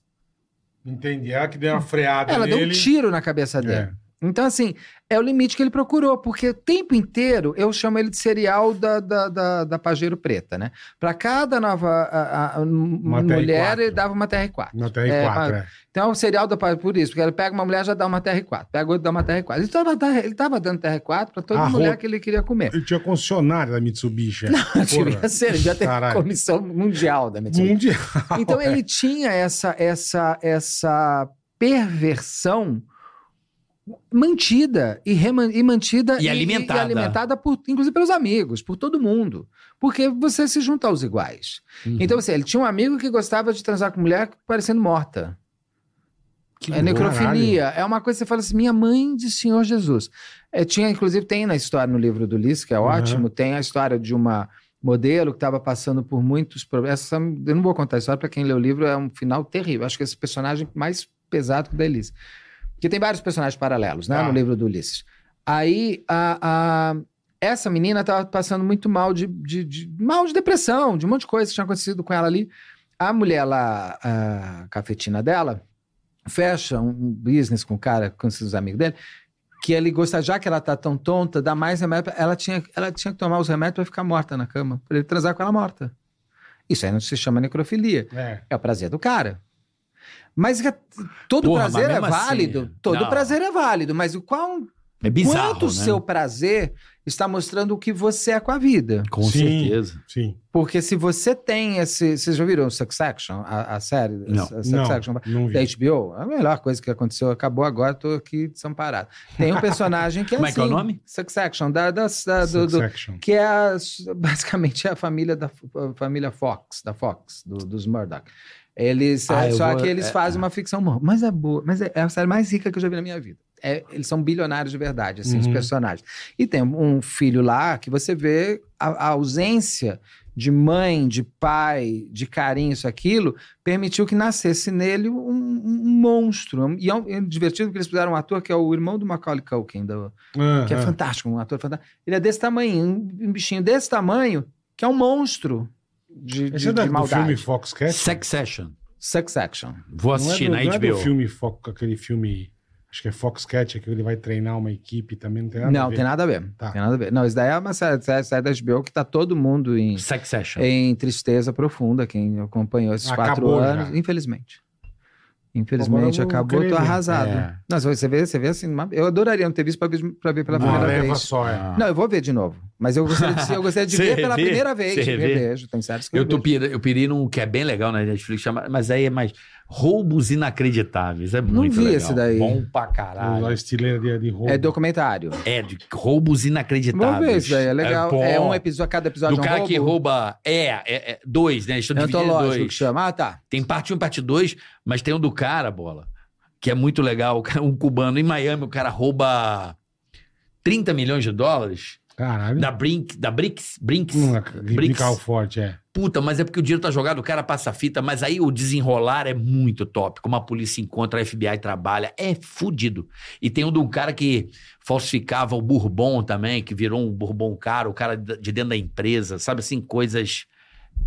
Speaker 3: Entendi. Ela que deu uma freada
Speaker 5: Ela
Speaker 3: nele.
Speaker 5: deu um tiro na cabeça dele.
Speaker 3: É.
Speaker 5: Então, assim, é o limite que ele procurou, porque o tempo inteiro eu chamo ele de serial da, da, da, da Pajero Preta, né? Pra cada nova a- a- a mulher,
Speaker 3: TR4.
Speaker 5: ele dava uma TR4.
Speaker 3: Na
Speaker 5: É,
Speaker 3: TR4,
Speaker 5: mas-
Speaker 3: é.
Speaker 5: Então, é o serial da Pajero, por isso, porque ele pega uma mulher já dá uma TR4, pega outra dá uma TR4. Ele tava, da- ele tava dando TR4 pra toda
Speaker 3: Ah,
Speaker 5: mulher
Speaker 3: roupa.
Speaker 5: que ele queria comer.
Speaker 3: Ele é. tinha concessionário da Mitsubishi. é. Não,
Speaker 5: Devia ser, ele devia ter
Speaker 3: Caralho.
Speaker 5: comissão mundial
Speaker 3: Um
Speaker 5: da medicina.
Speaker 3: Mundial. é.
Speaker 5: Então ele tinha essa essa essa perversão mantida e, reman- e mantida
Speaker 4: E alimentada.
Speaker 5: e alimentada por, inclusive pelos amigos, por todo mundo, porque você se junta aos iguais.
Speaker 3: Uhum.
Speaker 5: Então assim, ele tinha um amigo que gostava de transar com mulher parecendo morta.
Speaker 4: Que
Speaker 5: é necrofilia, é uma coisa que você fala assim, minha mãe de Senhor Jesus. É, tinha inclusive tem na história no livro do Liz, que é
Speaker 3: Uhum.
Speaker 5: ótimo, tem a história de uma modelo que estava passando por muitos problemas. Essa- Eu não vou contar a história, para quem lê o livro é um final terrível. Acho que esse personagem é mais pesado que o da Elise. Porque tem vários personagens paralelos, né?
Speaker 3: Tá.
Speaker 5: No livro do Ulisses. Aí, a, a- essa menina estava passando muito mal de, de- de- mal de depressão, de um monte de coisa que tinha acontecido com ela ali. A mulher lá, a cafetina dela, fecha um um business com o cara, com os amigos dele, que ele gosta, já que ela tá tão tonta, dá mais remédio. pra- Ela tinha, ela tinha que tomar os remédios para ficar morta na cama, para ele transar com ela morta. Isso aí não se chama necrofilia.
Speaker 3: É.
Speaker 5: É o prazer do cara. Mas é- todo
Speaker 4: Porra, mas
Speaker 5: prazer é
Speaker 4: mesmo assim,
Speaker 5: válido. todo
Speaker 4: não.
Speaker 5: prazer é válido. Mas o qual,
Speaker 4: É bizarro,
Speaker 5: quanto o
Speaker 4: né?
Speaker 5: seu prazer está mostrando o que você é com a vida?
Speaker 4: Com
Speaker 3: Sim.
Speaker 4: certeza.
Speaker 3: Sim.
Speaker 5: Porque se você tem esse. Vocês já viram o Succession? A, a série?
Speaker 4: Não.
Speaker 5: A
Speaker 3: Não,
Speaker 5: Succession
Speaker 3: não
Speaker 5: da
Speaker 3: vi.
Speaker 5: HBO? A melhor coisa que aconteceu. Acabou agora, tô aqui desamparado. Tem um personagem que é
Speaker 4: Como é que
Speaker 5: assim.
Speaker 4: é o nome?
Speaker 5: Succession. Da, da- da- do- do-
Speaker 3: Succession.
Speaker 5: que é a- basicamente a família da a família Fox, da Fox, do- dos Murdoch. Eles,
Speaker 4: Ah,
Speaker 5: é,
Speaker 4: eu
Speaker 5: só
Speaker 4: vou-
Speaker 5: que eles
Speaker 4: é,
Speaker 5: fazem uma ficção, mo- mas é boa, mas é, é a série mais rica que eu já vi na minha vida. É, eles são bilionários de verdade, assim, os
Speaker 3: Uhum.
Speaker 5: personagens. E tem um filho lá que você vê a, a ausência de mãe, de pai, de carinho, isso, aquilo, permitiu que nascesse nele um, um- um monstro. E é, um, é divertido porque eles fizeram um ator que é o irmão do Macaulay Culkin, do,
Speaker 3: Ah,
Speaker 5: que é
Speaker 3: ah.
Speaker 5: fantástico, um ator fantástico. Ele é desse tamanho, um um bichinho desse tamanho, que é um monstro de, de,
Speaker 3: Esse é da-
Speaker 5: de
Speaker 3: do filme
Speaker 5: maldade.
Speaker 3: Foxcatcher?
Speaker 4: Succession.
Speaker 5: Succession.
Speaker 4: Vou assistir
Speaker 3: não é do,
Speaker 4: na
Speaker 3: não é do
Speaker 4: HBO.
Speaker 3: filme Fox, aquele filme... Acho que é Foxcatcher, que ele vai treinar uma equipe também, não tem nada a
Speaker 5: não,
Speaker 3: ver.
Speaker 5: tem nada a ver.
Speaker 3: Tá.
Speaker 5: Tem nada a ver. Não, isso daí é uma série, série, série da HBO que tá todo mundo em,
Speaker 4: Succession.
Speaker 5: em tristeza profunda, quem acompanhou esses
Speaker 3: Acabou
Speaker 5: quatro
Speaker 3: já.
Speaker 5: anos, infelizmente. Infelizmente,
Speaker 3: Agora eu vou
Speaker 5: acabou,
Speaker 3: querer
Speaker 5: tô
Speaker 3: ver.
Speaker 5: arrasado.
Speaker 3: É.
Speaker 5: Não, você vê, você vê assim, uma- eu adoraria não ter visto pra, ver- pra ver pela
Speaker 3: Uma
Speaker 5: primeira
Speaker 3: leva
Speaker 5: vez.
Speaker 3: só, é.
Speaker 4: Ah.
Speaker 5: Não, eu vou ver de novo. Mas eu gostaria de, eu gostaria de
Speaker 4: Você
Speaker 5: ver pela
Speaker 4: rever?
Speaker 5: primeira vez.
Speaker 4: Você rever?
Speaker 5: Revejo, tem séries que eu
Speaker 4: Eu, tô
Speaker 5: revejo.
Speaker 4: pira, eu pirei num que é bem legal na Netflix, chama, mas aí é mais roubos inacreditáveis. É muito
Speaker 5: vi
Speaker 4: legal.
Speaker 5: esse daí.
Speaker 4: Bom pra
Speaker 3: A
Speaker 4: caralho.
Speaker 3: estileira de, de roupa.
Speaker 5: É documentário.
Speaker 4: É, de roubos inacreditáveis.
Speaker 5: Vamos ver isso daí, é legal.
Speaker 4: bom.
Speaker 5: É, um episódio, cada episódio
Speaker 4: Do
Speaker 5: é um
Speaker 4: cara
Speaker 5: roubo.
Speaker 4: que rouba. É, é, é, dois, né? Eles estão
Speaker 5: É
Speaker 4: dividindo em
Speaker 5: antológico que
Speaker 4: dois.
Speaker 5: chama. Ah, tá.
Speaker 4: Tem parte 1 e parte 2, mas tem um do cara, bola, que é muito legal. O cara- Um cubano em Miami, o cara rouba 30 milhões de dólares
Speaker 3: Caralho.
Speaker 4: da Brink, da Brinks, Brinks,
Speaker 3: Hum, de
Speaker 4: Brinks.
Speaker 3: Brincar o forte, é.
Speaker 4: Puta, mas é porque o dinheiro tá jogado, o cara passa a fita, mas aí o desenrolar é muito top. Como a polícia encontra, a FBI trabalha, é fudido. E tem um de um cara que falsificava o Bourbon também, que virou um Bourbon caro, o cara de dentro da empresa, sabe assim, coisas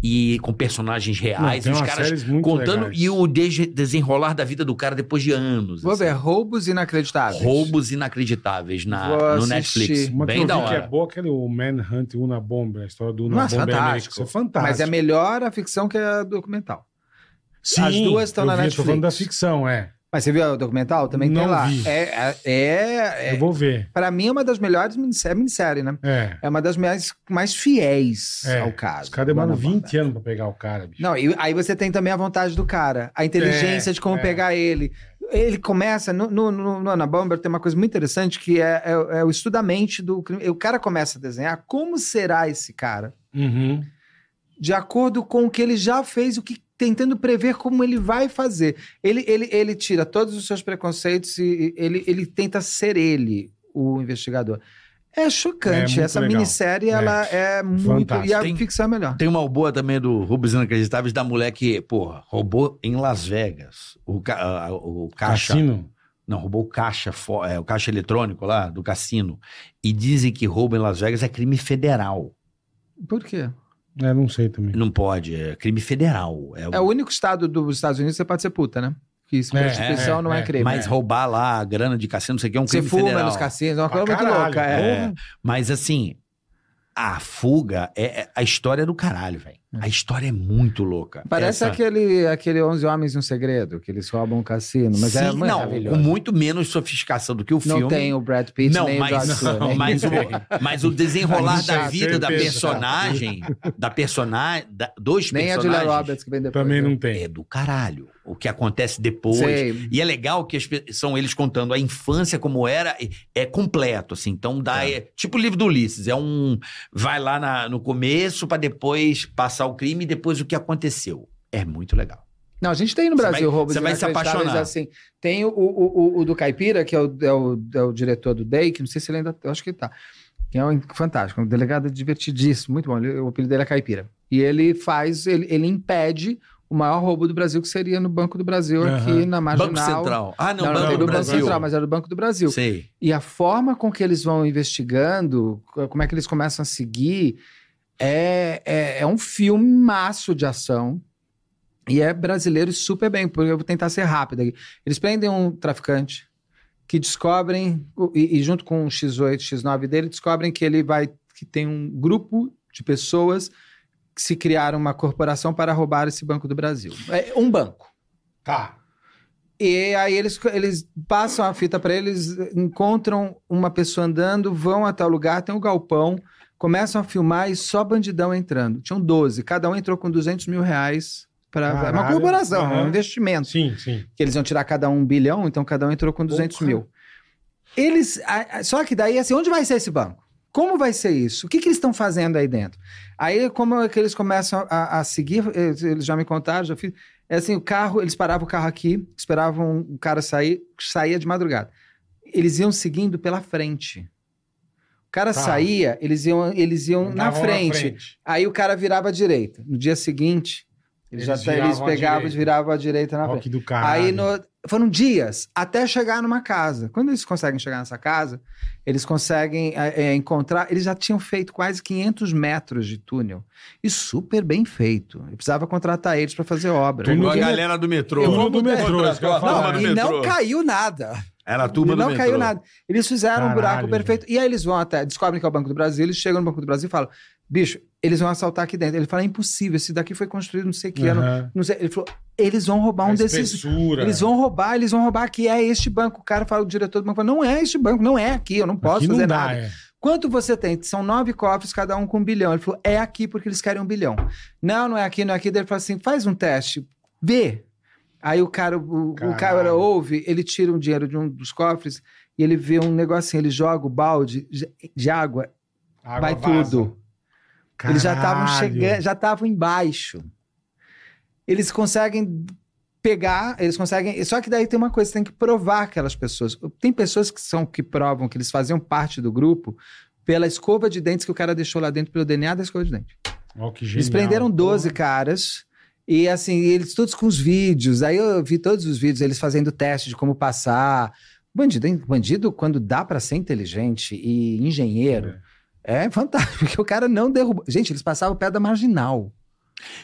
Speaker 4: e com personagens
Speaker 3: Não,
Speaker 4: reais,
Speaker 3: tem
Speaker 4: e os
Speaker 3: umas
Speaker 4: Ah, caras
Speaker 3: séries muito
Speaker 4: contando
Speaker 3: legais.
Speaker 4: e o des- desenrolar da vida do cara depois de anos.
Speaker 5: Vou
Speaker 4: assim.
Speaker 5: ver, roubos inacreditáveis.
Speaker 4: Roubos inacreditáveis
Speaker 5: Vou
Speaker 4: na, no
Speaker 5: assistir.
Speaker 4: Netflix.
Speaker 3: Uma que
Speaker 4: Bem
Speaker 3: eu
Speaker 4: da
Speaker 3: vi que é
Speaker 4: hora.
Speaker 3: boa é aquele o Manhunt Una Bomba, a história do Una
Speaker 5: Nossa,
Speaker 3: Bomba
Speaker 5: fantástico.
Speaker 3: Isso é fantástico.
Speaker 5: Mas é melhor a ficção que a documental.
Speaker 3: Sim,
Speaker 5: as duas estão
Speaker 3: eu
Speaker 5: na
Speaker 3: vi, eu Tô
Speaker 5: Netflix.
Speaker 3: falando da ficção, é.
Speaker 5: Mas você viu a documental? Também
Speaker 3: Não
Speaker 5: tem lá.
Speaker 3: vi.
Speaker 5: É, é, é,
Speaker 3: Eu vou ver.
Speaker 5: Pra mim é uma das melhores minisséries, minissérie, né?
Speaker 3: É.
Speaker 5: É uma das mais, mais fiéis
Speaker 3: é.
Speaker 5: ao caso.
Speaker 3: Os caras demoram
Speaker 5: Não, não,
Speaker 3: 20 anos pra pegar o cara, bicho.
Speaker 5: Não, e aí você tem também a vontade do cara, a inteligência
Speaker 3: É,
Speaker 5: de como
Speaker 3: é.
Speaker 5: pegar ele. Ele começa, no, no, no, no Ana Bomber tem uma coisa muito interessante que é, é, é o estudo da mente do crime. O cara começa a desenhar como será esse cara,
Speaker 3: Uhum.
Speaker 5: de acordo com o que ele já fez, o que tentando prever como ele vai fazer. Ele, ele, ele tira todos os seus preconceitos e e ele, ele tenta ser ele, o investigador. É
Speaker 3: É
Speaker 5: chocante.
Speaker 3: muito
Speaker 5: Essa
Speaker 3: legal.
Speaker 5: minissérie, ela é, muito.
Speaker 3: Fantástico.
Speaker 5: E a
Speaker 4: Tem-
Speaker 5: ficção é melhor.
Speaker 4: Tem uma boa também do Rubens Inacreditáveis, da mulher que, porra, roubou em Las Vegas. O, ca- a- o caixa.
Speaker 3: Cassino.
Speaker 4: Não, roubou o caixa, fo- é, o caixa eletrônico lá do cassino. E dizem que roubo em Las Vegas é crime federal.
Speaker 5: Por quê?
Speaker 3: É, não sei também.
Speaker 4: Não pode, é crime federal. É,
Speaker 5: É o único estado dos Estados Unidos que você pode ser puta, né? Que isso,
Speaker 3: É,
Speaker 5: prostituição
Speaker 3: é,
Speaker 5: não é,
Speaker 3: é.
Speaker 5: crime.
Speaker 4: Mas roubar lá a grana de cassino, não sei o que, é um
Speaker 5: você
Speaker 4: crime
Speaker 5: fuma
Speaker 4: federal.
Speaker 5: nos cassinos, é uma
Speaker 3: Pra
Speaker 5: coisa muito
Speaker 3: caralho,
Speaker 5: louca. É.
Speaker 3: porra.
Speaker 4: Mas assim, a fuga é é- a história é do caralho, velho. A história é muito louca.
Speaker 5: Hum. Parece
Speaker 4: Essa-
Speaker 5: aquele, aquele 11 Homens e um Segredo, que eles roubam um cassino, mas é
Speaker 4: Sim, não, com
Speaker 5: maravilhoso.
Speaker 4: muito menos sofisticação do que o
Speaker 5: Não,
Speaker 4: filme.
Speaker 5: tem o Brad Pitt
Speaker 4: não,
Speaker 5: nem o George
Speaker 4: mas,
Speaker 5: Clooney.
Speaker 4: mas, o, mas o desenrolar da
Speaker 3: Já,
Speaker 4: vida da
Speaker 3: certeza.
Speaker 4: personagem, da personagem, da- dos
Speaker 5: Nem a Julia
Speaker 4: personagens,
Speaker 5: Roberts que vem depois.
Speaker 3: Também
Speaker 5: né?
Speaker 3: não tem.
Speaker 4: é do caralho. O que acontece depois.
Speaker 5: Sei.
Speaker 4: E é legal que as pe- são eles contando a infância como era, e- é completo, assim. Então
Speaker 5: Tá.
Speaker 4: dá. é tipo o livro do Ulisses. É um. Vai lá na- no começo pra depois passar o crime e depois o que aconteceu. É muito legal.
Speaker 5: Não, a gente tem no
Speaker 4: Você
Speaker 5: Brasil
Speaker 4: vai-
Speaker 5: roubos
Speaker 4: você vai se
Speaker 5: inacreditáveis,
Speaker 4: apaixonar.
Speaker 5: Assim. Tem o, o, o, o do Caipira, que é o, é o, é o diretor do DEI, que não sei se ele ainda. Eu acho que ele tá. Que é um fantástico, um delegado divertidíssimo, muito bom. Ele- o apelido dele é Caipira. E ele faz, ele, ele impede o maior roubo do Brasil, que seria no Banco do Brasil,
Speaker 3: Aham.
Speaker 5: aqui na Marginal.
Speaker 4: Banco Central. Ah, não,
Speaker 5: Não, não,
Speaker 4: Banco
Speaker 5: não,
Speaker 4: do
Speaker 5: do Banco
Speaker 4: Brasil.
Speaker 5: Central, mas era do Banco do Brasil.
Speaker 4: Sei.
Speaker 5: E a forma com que eles vão investigando, co- como é que eles começam a seguir, é, é, é um filme maço de ação. E é brasileiro super bem, porque eu vou tentar ser rápido aqui. Eles prendem um traficante que descobrem, o- e, e junto com o X8, X9 dele, descobrem que ele vai, que tem um grupo de pessoas que se criaram uma corporação para roubar esse Banco do Brasil. É um banco.
Speaker 3: Tá.
Speaker 5: E aí eles, eles passam a fita pra eles, encontram uma pessoa andando, vão até o lugar, tem um galpão, começam a filmar e só bandidão entrando. Tinham 12, cada um entrou com 200 mil reais. Pra, é uma
Speaker 3: Caralho.
Speaker 5: corporação, é
Speaker 3: Aham.
Speaker 5: um investimento.
Speaker 3: Sim, sim.
Speaker 5: Que eles iam tirar cada um um bilhão, então cada um entrou com 200
Speaker 3: Porra.
Speaker 5: mil. Eles. a- a- só que daí, assim, onde vai ser esse banco? Como vai ser isso? O que, que eles estão fazendo aí dentro? Aí, como é que eles começam a, a seguir? Eles eles já me contaram, já fiz. É assim, o carro, eles paravam o carro aqui, esperavam o cara sair, saía de madrugada. Eles iam seguindo pela frente. O cara
Speaker 3: Tá.
Speaker 5: saía, eles iam, eles iam na
Speaker 3: Davam
Speaker 5: frente. Aí o cara virava à direita. No dia seguinte, eles,
Speaker 3: Eles
Speaker 5: já tá, eles
Speaker 3: viravam à
Speaker 5: pegavam e
Speaker 3: direita.
Speaker 5: viravam à direita na frente.
Speaker 3: Rock do caralho.
Speaker 5: Aí no- foram dias até chegar numa casa. Quando eles conseguem chegar nessa casa, eles conseguem é, é, encontrar. Eles já tinham feito quase 500 metros de túnel e super bem feito. Eu precisava contratar eles para fazer obra.
Speaker 3: Túnel
Speaker 5: E
Speaker 3: do-
Speaker 4: galera do metrô.
Speaker 5: Eu
Speaker 3: vou mudar- isso que eu ia
Speaker 4: Não,
Speaker 3: falar. né?
Speaker 4: mas-
Speaker 5: não, e não caiu nada.
Speaker 4: Era É a
Speaker 5: E
Speaker 4: turma do
Speaker 5: não
Speaker 4: metrô.
Speaker 5: caiu nada. Eles fizeram um
Speaker 3: Caralho,
Speaker 5: buraco perfeito. E aí eles vão até, descobrem que é o Banco do Brasil, eles chegam no Banco do Brasil e falam: bicho, eles vão assaltar aqui dentro. Ele fala: é impossível, esse daqui foi construído não sei que ano.
Speaker 3: Aham.
Speaker 5: Não sei. Ele falou: eles vão roubar
Speaker 3: A
Speaker 5: um desses
Speaker 3: espessura.
Speaker 5: eles vão roubar, eles vão roubar que é este banco. O cara fala, o diretor do banco fala, não é este banco, não é aqui, eu não posso
Speaker 3: Aqui não
Speaker 5: fazer
Speaker 3: dá,
Speaker 5: nada.
Speaker 3: é.
Speaker 5: Quanto você tem? São nove cofres, cada um com um bilhão. Ele falou, é aqui porque eles querem um bilhão. Não, não é aqui, não é aqui. Daí Ele falou assim, faz um teste, vê. Aí o cara, o, o
Speaker 3: Caralho.
Speaker 5: cara ouve, ele tira um dinheiro de um dos cofres e ele vê um negocinho, ele joga o balde de- de água,
Speaker 3: Água
Speaker 5: vai
Speaker 3: vaza.
Speaker 5: tudo. Eles já estavam
Speaker 3: Caralho.
Speaker 5: chegando, já estavam embaixo. Eles conseguem pegar, eles conseguem. Só que daí tem uma coisa, você tem que provar aquelas pessoas. Tem pessoas que são que provam que eles faziam parte do grupo pela escova de dentes que o cara deixou lá dentro, pelo DNA da escova de dente.
Speaker 3: Ó, que
Speaker 5: Eles
Speaker 3: genial.
Speaker 5: prenderam 12
Speaker 3: Porra.
Speaker 5: caras. E assim, eles todos com os vídeos. Aí eu vi todos os vídeos, eles fazendo teste de como passar. Bandido, hein? bandido quando dá pra ser inteligente e engenheiro, é. fantástico, porque o cara não derrubou. Gente, eles passavam perto da marginal.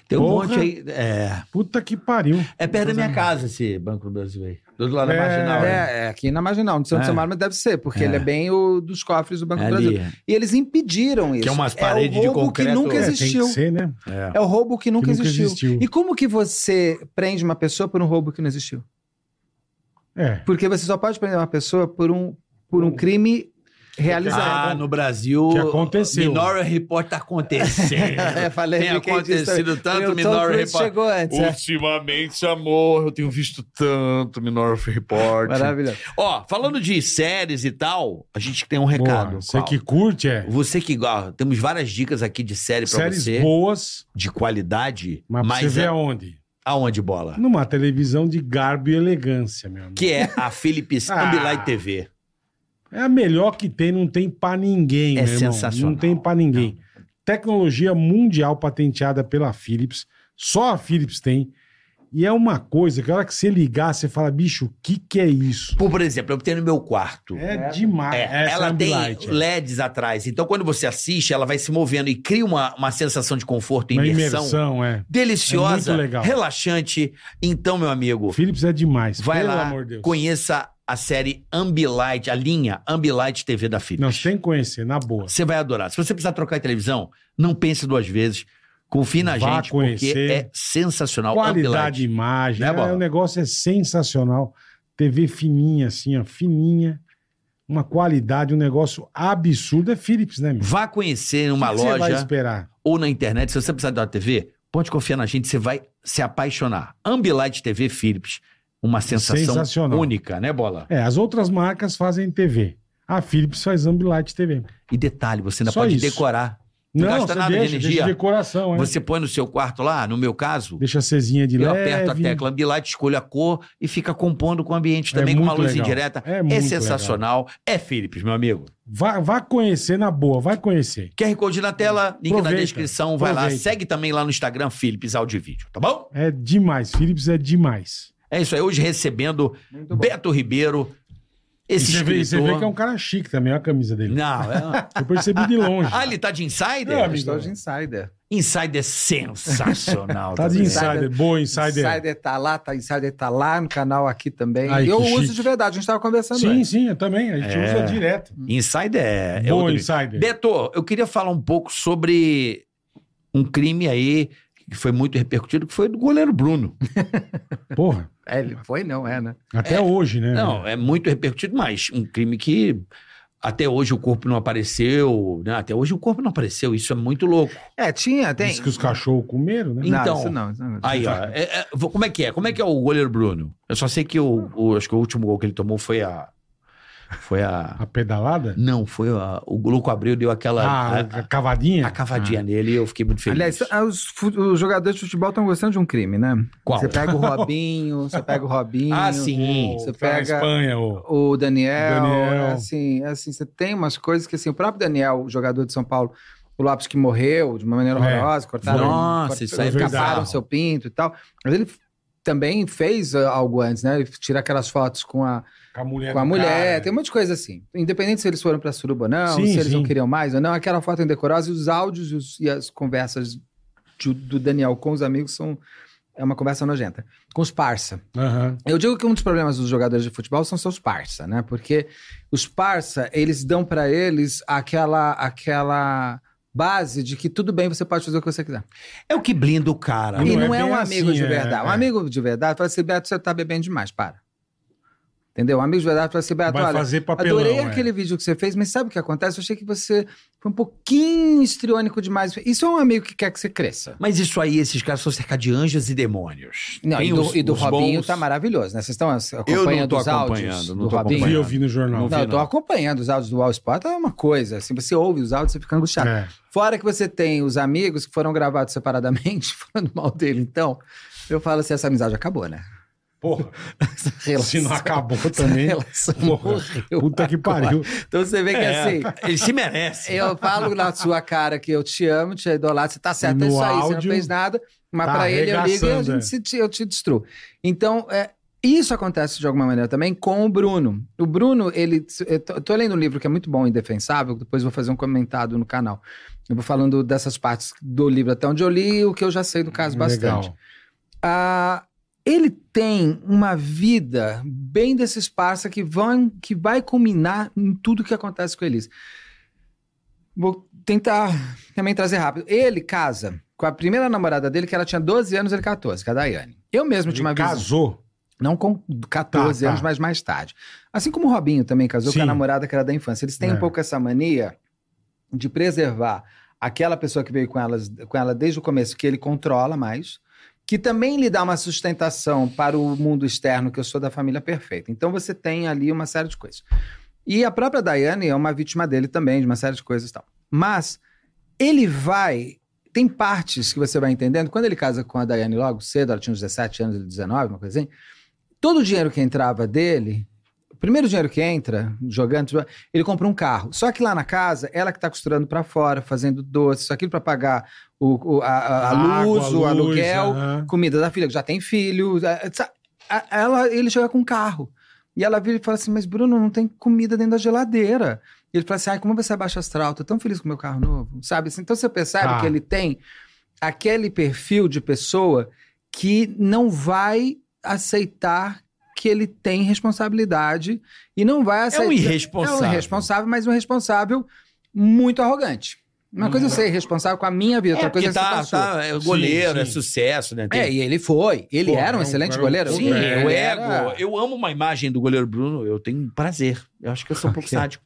Speaker 4: Tem um
Speaker 3: Porra.
Speaker 4: monte aí. É,
Speaker 3: Puta que pariu.
Speaker 4: é perto da minha casa esse Banco do Brasil aí. Do outro lado
Speaker 3: É,
Speaker 4: da marginal. né?
Speaker 5: É, é aqui na marginal, não sei
Speaker 4: É.
Speaker 5: onde seu mas deve ser, porque
Speaker 4: É.
Speaker 5: ele é bem o dos cofres do Banco
Speaker 4: É
Speaker 5: do Brasil.
Speaker 4: ali.
Speaker 5: E eles impediram isso.
Speaker 4: Que é umas paredes de
Speaker 5: o roubo que
Speaker 4: concreto.
Speaker 5: nunca
Speaker 4: É,
Speaker 3: É,
Speaker 5: existiu.
Speaker 3: Tem que ser, né?
Speaker 4: É.
Speaker 5: É o roubo que nunca,
Speaker 3: Que nunca
Speaker 5: existiu.
Speaker 3: existiu.
Speaker 5: E como que você prende uma pessoa por um roubo que não existiu?
Speaker 3: É.
Speaker 5: Porque você só pode prender uma pessoa por um, por um crime
Speaker 4: Ah,
Speaker 5: realizado.
Speaker 4: no Brasil.
Speaker 3: Que aconteceu.
Speaker 4: Minority Report tá acontecendo.
Speaker 5: É, falei,
Speaker 4: Tem
Speaker 5: fiquei disso
Speaker 4: Ah, acontecido
Speaker 5: também.
Speaker 4: tanto
Speaker 5: O Tom
Speaker 4: Minority
Speaker 5: Cruise
Speaker 4: Report.
Speaker 5: chegou antes. é.
Speaker 1: Ultimamente, amor, eu tenho visto tanto Minority Report.
Speaker 5: Maravilhoso.
Speaker 4: Ó, falando de séries e tal, a gente tem um recado.
Speaker 3: Boa. Você
Speaker 4: Qual?
Speaker 3: que curte, é.
Speaker 4: Você que gosta, temos várias dicas aqui de série pra
Speaker 3: Séries
Speaker 4: você,
Speaker 3: boas,
Speaker 4: de qualidade,
Speaker 3: mas,
Speaker 4: mas, é-
Speaker 3: pra você vê
Speaker 4: a-
Speaker 3: aonde?
Speaker 4: aonde bola?
Speaker 3: Numa televisão de garbo e elegância, meu amigo.
Speaker 4: Que é a Philips
Speaker 3: Ah.
Speaker 4: Ambilight TV.
Speaker 3: É a melhor que tem, não tem pra ninguém,
Speaker 4: É
Speaker 3: meu irmão.
Speaker 4: sensacional.
Speaker 3: Não tem pra ninguém. Tecnologia mundial patenteada pela Philips, só a Philips tem. E é uma coisa que a hora que você ligar, você fala, bicho, o que que é isso?
Speaker 4: Por, por exemplo, eu tenho no meu quarto.
Speaker 3: É, demais.
Speaker 4: É,
Speaker 3: Essa
Speaker 4: ela tem
Speaker 3: Ambilight, é.
Speaker 4: LEDs atrás. Então, quando você assiste, ela vai se movendo e cria uma, uma sensação de conforto e
Speaker 3: Uma
Speaker 4: imersão,
Speaker 3: imersão, é.
Speaker 4: deliciosa,
Speaker 3: É muito legal.
Speaker 4: relaxante. Então, meu amigo,
Speaker 3: Philips é demais.
Speaker 4: vai
Speaker 3: pelo
Speaker 4: lá,
Speaker 3: amor de Deus.
Speaker 4: conheça a série Ambilight, a linha Ambilight TV da Philips.
Speaker 3: Não, você tem que conhecer, na boa.
Speaker 4: Você vai adorar. Se você precisar trocar de televisão, não pense duas vezes. Confie na
Speaker 3: Vá
Speaker 4: gente,
Speaker 3: conhecer.
Speaker 4: porque é sensacional.
Speaker 3: Qualidade de
Speaker 4: Ambilight.
Speaker 3: imagem.
Speaker 4: Né,
Speaker 3: é,
Speaker 4: Bola?
Speaker 3: o negócio é sensacional. TV fininha, assim, ó, fininha. Uma qualidade, um negócio absurdo. É Philips, né, meu?
Speaker 4: Vá conhecer uma
Speaker 3: O que que Você vai
Speaker 4: loja
Speaker 3: esperar.
Speaker 4: ou na internet. Se você precisar de uma TV, pode confiar na gente, você vai se apaixonar. Ambilight TV Philips. Uma sensação
Speaker 3: Sensacional.
Speaker 4: única, né, Bola?
Speaker 3: É, as outras marcas fazem TV. A Philips faz Ambilight TV.
Speaker 4: E detalhe, você ainda
Speaker 3: Só
Speaker 4: pode
Speaker 3: isso.
Speaker 4: decorar. Não
Speaker 3: Não,
Speaker 4: gasta
Speaker 3: você
Speaker 4: nada de
Speaker 3: deixa,
Speaker 4: energia.
Speaker 3: Deixa decoração, é.
Speaker 4: Você põe no seu quarto lá, no meu caso,
Speaker 3: Deixa a cezinha de
Speaker 4: eu
Speaker 3: leve.
Speaker 4: aperto a tecla Ambilight, escolho a cor e fica compondo com o ambiente
Speaker 3: É
Speaker 4: também, com uma
Speaker 3: muito
Speaker 4: luz
Speaker 3: legal.
Speaker 4: indireta.
Speaker 3: É
Speaker 4: É,
Speaker 3: muito
Speaker 4: sensacional. É Philips, meu amigo.
Speaker 3: Vá, vá conhecer na boa, vai conhecer.
Speaker 4: QR Code na tela, link na
Speaker 3: Aproveita,
Speaker 4: descrição, vai lá.
Speaker 3: aproveita.
Speaker 4: Segue também lá no Instagram, Philips Áudio e Vídeo, tá bom?
Speaker 3: É demais, Philips é demais.
Speaker 4: É isso aí, hoje recebendo
Speaker 5: Muito bom.
Speaker 4: Beto Ribeiro, esse
Speaker 3: E você, vê,
Speaker 4: escritor...
Speaker 3: você vê que é um cara chique também, olha a camisa dele.
Speaker 4: Não, é...
Speaker 3: Eu percebi de longe.
Speaker 4: Ah, ele tá de
Speaker 3: É,
Speaker 4: Insider?
Speaker 3: amigo.
Speaker 5: Estou de insider.
Speaker 4: Insider é sensacional.
Speaker 3: tá de
Speaker 4: também. né?
Speaker 3: insider, boa insider.
Speaker 5: insider. tá lá, tá, insider tá lá no canal aqui também.
Speaker 3: Ai,
Speaker 5: eu
Speaker 3: que
Speaker 5: uso
Speaker 3: chique.
Speaker 5: de verdade, a gente tava conversando.
Speaker 3: Sim,
Speaker 5: antes.
Speaker 3: sim, eu também. A gente
Speaker 4: É.
Speaker 3: usa direto.
Speaker 4: Insider é... é
Speaker 3: boa
Speaker 4: outro-
Speaker 3: insider.
Speaker 4: Beto, eu queria falar um pouco sobre um crime aí que foi muito repercutido, que foi do goleiro Bruno.
Speaker 3: Porra,
Speaker 5: É, ele foi não, é, né?
Speaker 3: até hoje, né?
Speaker 4: Não, é muito repercutido, mas um crime que até hoje o corpo não apareceu, né? Até hoje o corpo não apareceu, isso é muito louco.
Speaker 5: É, tinha, tem.
Speaker 3: Diz que os cachorros comeram, né?
Speaker 4: Então-
Speaker 5: não, isso não, isso não.
Speaker 4: Aí, ó, é- é, vo- como é que é? Como é que é o goleiro Bruno? Eu só sei que o, o- acho que o último gol que ele tomou foi a foi a
Speaker 3: A pedalada?
Speaker 4: não, foi a, o Louco Abreu deu aquela
Speaker 3: Ah,
Speaker 4: a,
Speaker 3: a, cavadinha?
Speaker 4: a cavadinha nele e eu fiquei muito feliz.
Speaker 5: Aliás, ah, os, fu- os jogadores de futebol estão gostando de um crime, né?
Speaker 3: ah,
Speaker 4: qual?
Speaker 5: Você
Speaker 3: tá
Speaker 5: pega o Robinho, você pega o Robinho.
Speaker 4: Ah, sim.
Speaker 5: Você
Speaker 3: Você pega...
Speaker 5: pega-
Speaker 3: tá Espanha, ô.
Speaker 5: O Daniel,
Speaker 3: Daniel.
Speaker 5: é assim, é assim, você tem umas coisas que assim, o próprio Daniel, o jogador de São Paulo, o Lopes que morreu de uma maneira
Speaker 3: É.
Speaker 5: horrorosa, cortaram,
Speaker 4: Nossa,
Speaker 5: cortaram-
Speaker 4: isso aí é
Speaker 5: caparam
Speaker 4: bizarro.
Speaker 5: seu pinto e tal. Mas ele também fez ah, algo antes, né? Ele tira aquelas fotos com a,
Speaker 3: Com a mulher.
Speaker 5: com a
Speaker 3: É do
Speaker 5: mulher,
Speaker 3: cara.
Speaker 5: tem um monte de coisa assim. Independente se eles foram pra suruba ou não,
Speaker 3: Sim,
Speaker 5: se eles não
Speaker 3: sim.
Speaker 5: queriam mais ou não, aquela foto é indecorosa e os áudios e, os- e as conversas de- do Daniel com os amigos são. É uma conversa nojenta. Com os parça.
Speaker 3: Aham.
Speaker 5: Eu digo que um dos problemas dos jogadores de futebol são seus parça, né? Porque os parça, eles dão pra eles aquela aquela base de que tudo bem, você pode fazer o que você quiser.
Speaker 4: É o que blinda o cara.
Speaker 3: Não
Speaker 5: e
Speaker 3: é
Speaker 5: não é,
Speaker 3: bem
Speaker 5: um
Speaker 3: assim,
Speaker 5: amigo de
Speaker 3: é,
Speaker 5: verdade. Um
Speaker 3: é.
Speaker 5: amigo de verdade fala assim, Beto, você tá bebendo demais, para. Entendeu? Um amigo de verdade fala assim, Beto,
Speaker 3: Vai
Speaker 5: olha,
Speaker 3: fazer papelão.
Speaker 5: Adorei
Speaker 3: é.
Speaker 5: aquele vídeo que você fez, mas sabe o que acontece? Eu achei que você foi um pouquinho histriônico demais. Isso é um amigo que quer que você cresça.
Speaker 4: Mas isso aí, esses caras são cercados de anjos e demônios.
Speaker 5: Não,
Speaker 4: Tem
Speaker 5: e do,
Speaker 4: os-
Speaker 5: e do
Speaker 4: os
Speaker 5: Robinho
Speaker 4: bons.
Speaker 5: tá maravilhoso, né? Vocês estão as-
Speaker 4: Eu não
Speaker 5: acompanhando
Speaker 4: tô
Speaker 5: os áudios
Speaker 4: acompanhando, não
Speaker 5: do
Speaker 4: tô
Speaker 5: Robinho?
Speaker 3: Vi, eu vi no jornal.
Speaker 5: Não, eu tô acompanhando os áudios do All Sport, é uma coisa. Assim, você ouve os áudios, você fica angustiado.
Speaker 3: É.
Speaker 5: Fora que você tem os amigos que foram gravados separadamente, falando mal dele. Então, eu falo assim, essa amizade acabou, né?
Speaker 3: Porra,
Speaker 5: Essa relação,
Speaker 3: se não acabou
Speaker 5: essa
Speaker 3: também.
Speaker 5: relação
Speaker 3: Porra,
Speaker 5: morreu
Speaker 3: Puta que
Speaker 5: agora.
Speaker 3: pariu.
Speaker 5: Então você vê que
Speaker 4: É.
Speaker 5: assim...
Speaker 4: Ele se merece.
Speaker 5: Eu falo na sua cara que eu te amo, te idolatro, você tá certo,
Speaker 3: No
Speaker 5: é isso aí, você
Speaker 3: áudio,
Speaker 5: não fez nada, mas
Speaker 3: tá
Speaker 5: pra ele eu ligo e a
Speaker 3: arregaçando, é.
Speaker 5: gente se, eu te destruo. Então, é, isso acontece de alguma maneira também com o Bruno. O Bruno, ele. Eu tô, eu tô lendo um livro que é muito bom, Indefensável, depois vou fazer um comentado no canal. Eu vou falando dessas partes do livro até onde eu li e o que eu já sei do caso bastante.
Speaker 3: Legal.
Speaker 5: Ah, ele tem uma vida bem desses parça que vão que vai culminar em tudo que acontece com eles. Vou tentar também trazer rápido. Ele casa com a primeira namorada dele, que ela tinha 12 anos, ele 14, que é a Daiane. Eu mesmo tinha uma
Speaker 3: Ele
Speaker 5: visão.
Speaker 3: casou.
Speaker 5: Não com 14
Speaker 3: Tá, tá.
Speaker 5: anos, mas mais tarde. Assim como o Robinho também casou com
Speaker 3: Sim.
Speaker 5: a namorada que era da infância. Eles têm
Speaker 3: É.
Speaker 5: um pouco essa mania de preservar aquela pessoa que veio com, elas, com ela desde o começo, que ele controla mais, que também lhe dá uma sustentação para o mundo externo, que eu sou da família perfeita. Então você tem ali uma série de coisas. E a própria Daiane é uma vítima dele também, de uma série de coisas e tal. Mas ele vai. Tem partes que você vai entendendo. Quando ele casa com a Daiane logo cedo, ela tinha uns 17 anos, ele 19, uma coisa assim. Todo o dinheiro que entrava dele primeiro dinheiro que entra, jogando, ele compra um carro. Só que lá na casa, ela que está costurando para fora, fazendo doce, só aquilo para pagar o, o- a, a- a luz,
Speaker 3: Água,
Speaker 5: o aluguel,
Speaker 3: aham.
Speaker 5: comida da filha, que já tem filho. a- sa- a- Ela, ele chega com um carro. E ela vira e fala assim: Mas Bruno, não tem comida dentro da geladeira. E ele fala assim: Ai, como você é baixo astral? Tô tão feliz com o meu carro novo. Sabe? assim? Então você percebe
Speaker 3: Ah.
Speaker 5: que ele tem aquele perfil de pessoa que não vai aceitar que ele tem responsabilidade e não vai
Speaker 4: É
Speaker 5: aceitar.
Speaker 4: um irresponsável.
Speaker 5: É um irresponsável, mas um responsável muito arrogante. Uma coisa eu ser irresponsável com a minha vida,
Speaker 4: Hum.
Speaker 5: outra
Speaker 4: É,
Speaker 5: coisa
Speaker 4: porque
Speaker 5: é ser com a
Speaker 4: tá,
Speaker 5: sua.
Speaker 4: tá, é goleiro,
Speaker 3: Sim,
Speaker 4: é
Speaker 3: sim.
Speaker 4: sucesso, né? Tem-
Speaker 5: É, e ele foi. Ele
Speaker 3: Pô,
Speaker 5: era
Speaker 3: é
Speaker 5: um
Speaker 3: um
Speaker 5: excelente
Speaker 3: cara-
Speaker 5: goleiro.
Speaker 4: Sim,
Speaker 5: Ele
Speaker 4: o é
Speaker 5: era-
Speaker 4: ego. Eu amo uma imagem do goleiro Bruno, eu tenho um prazer. Eu acho que eu sou um pouco
Speaker 5: Ok.
Speaker 4: sádico.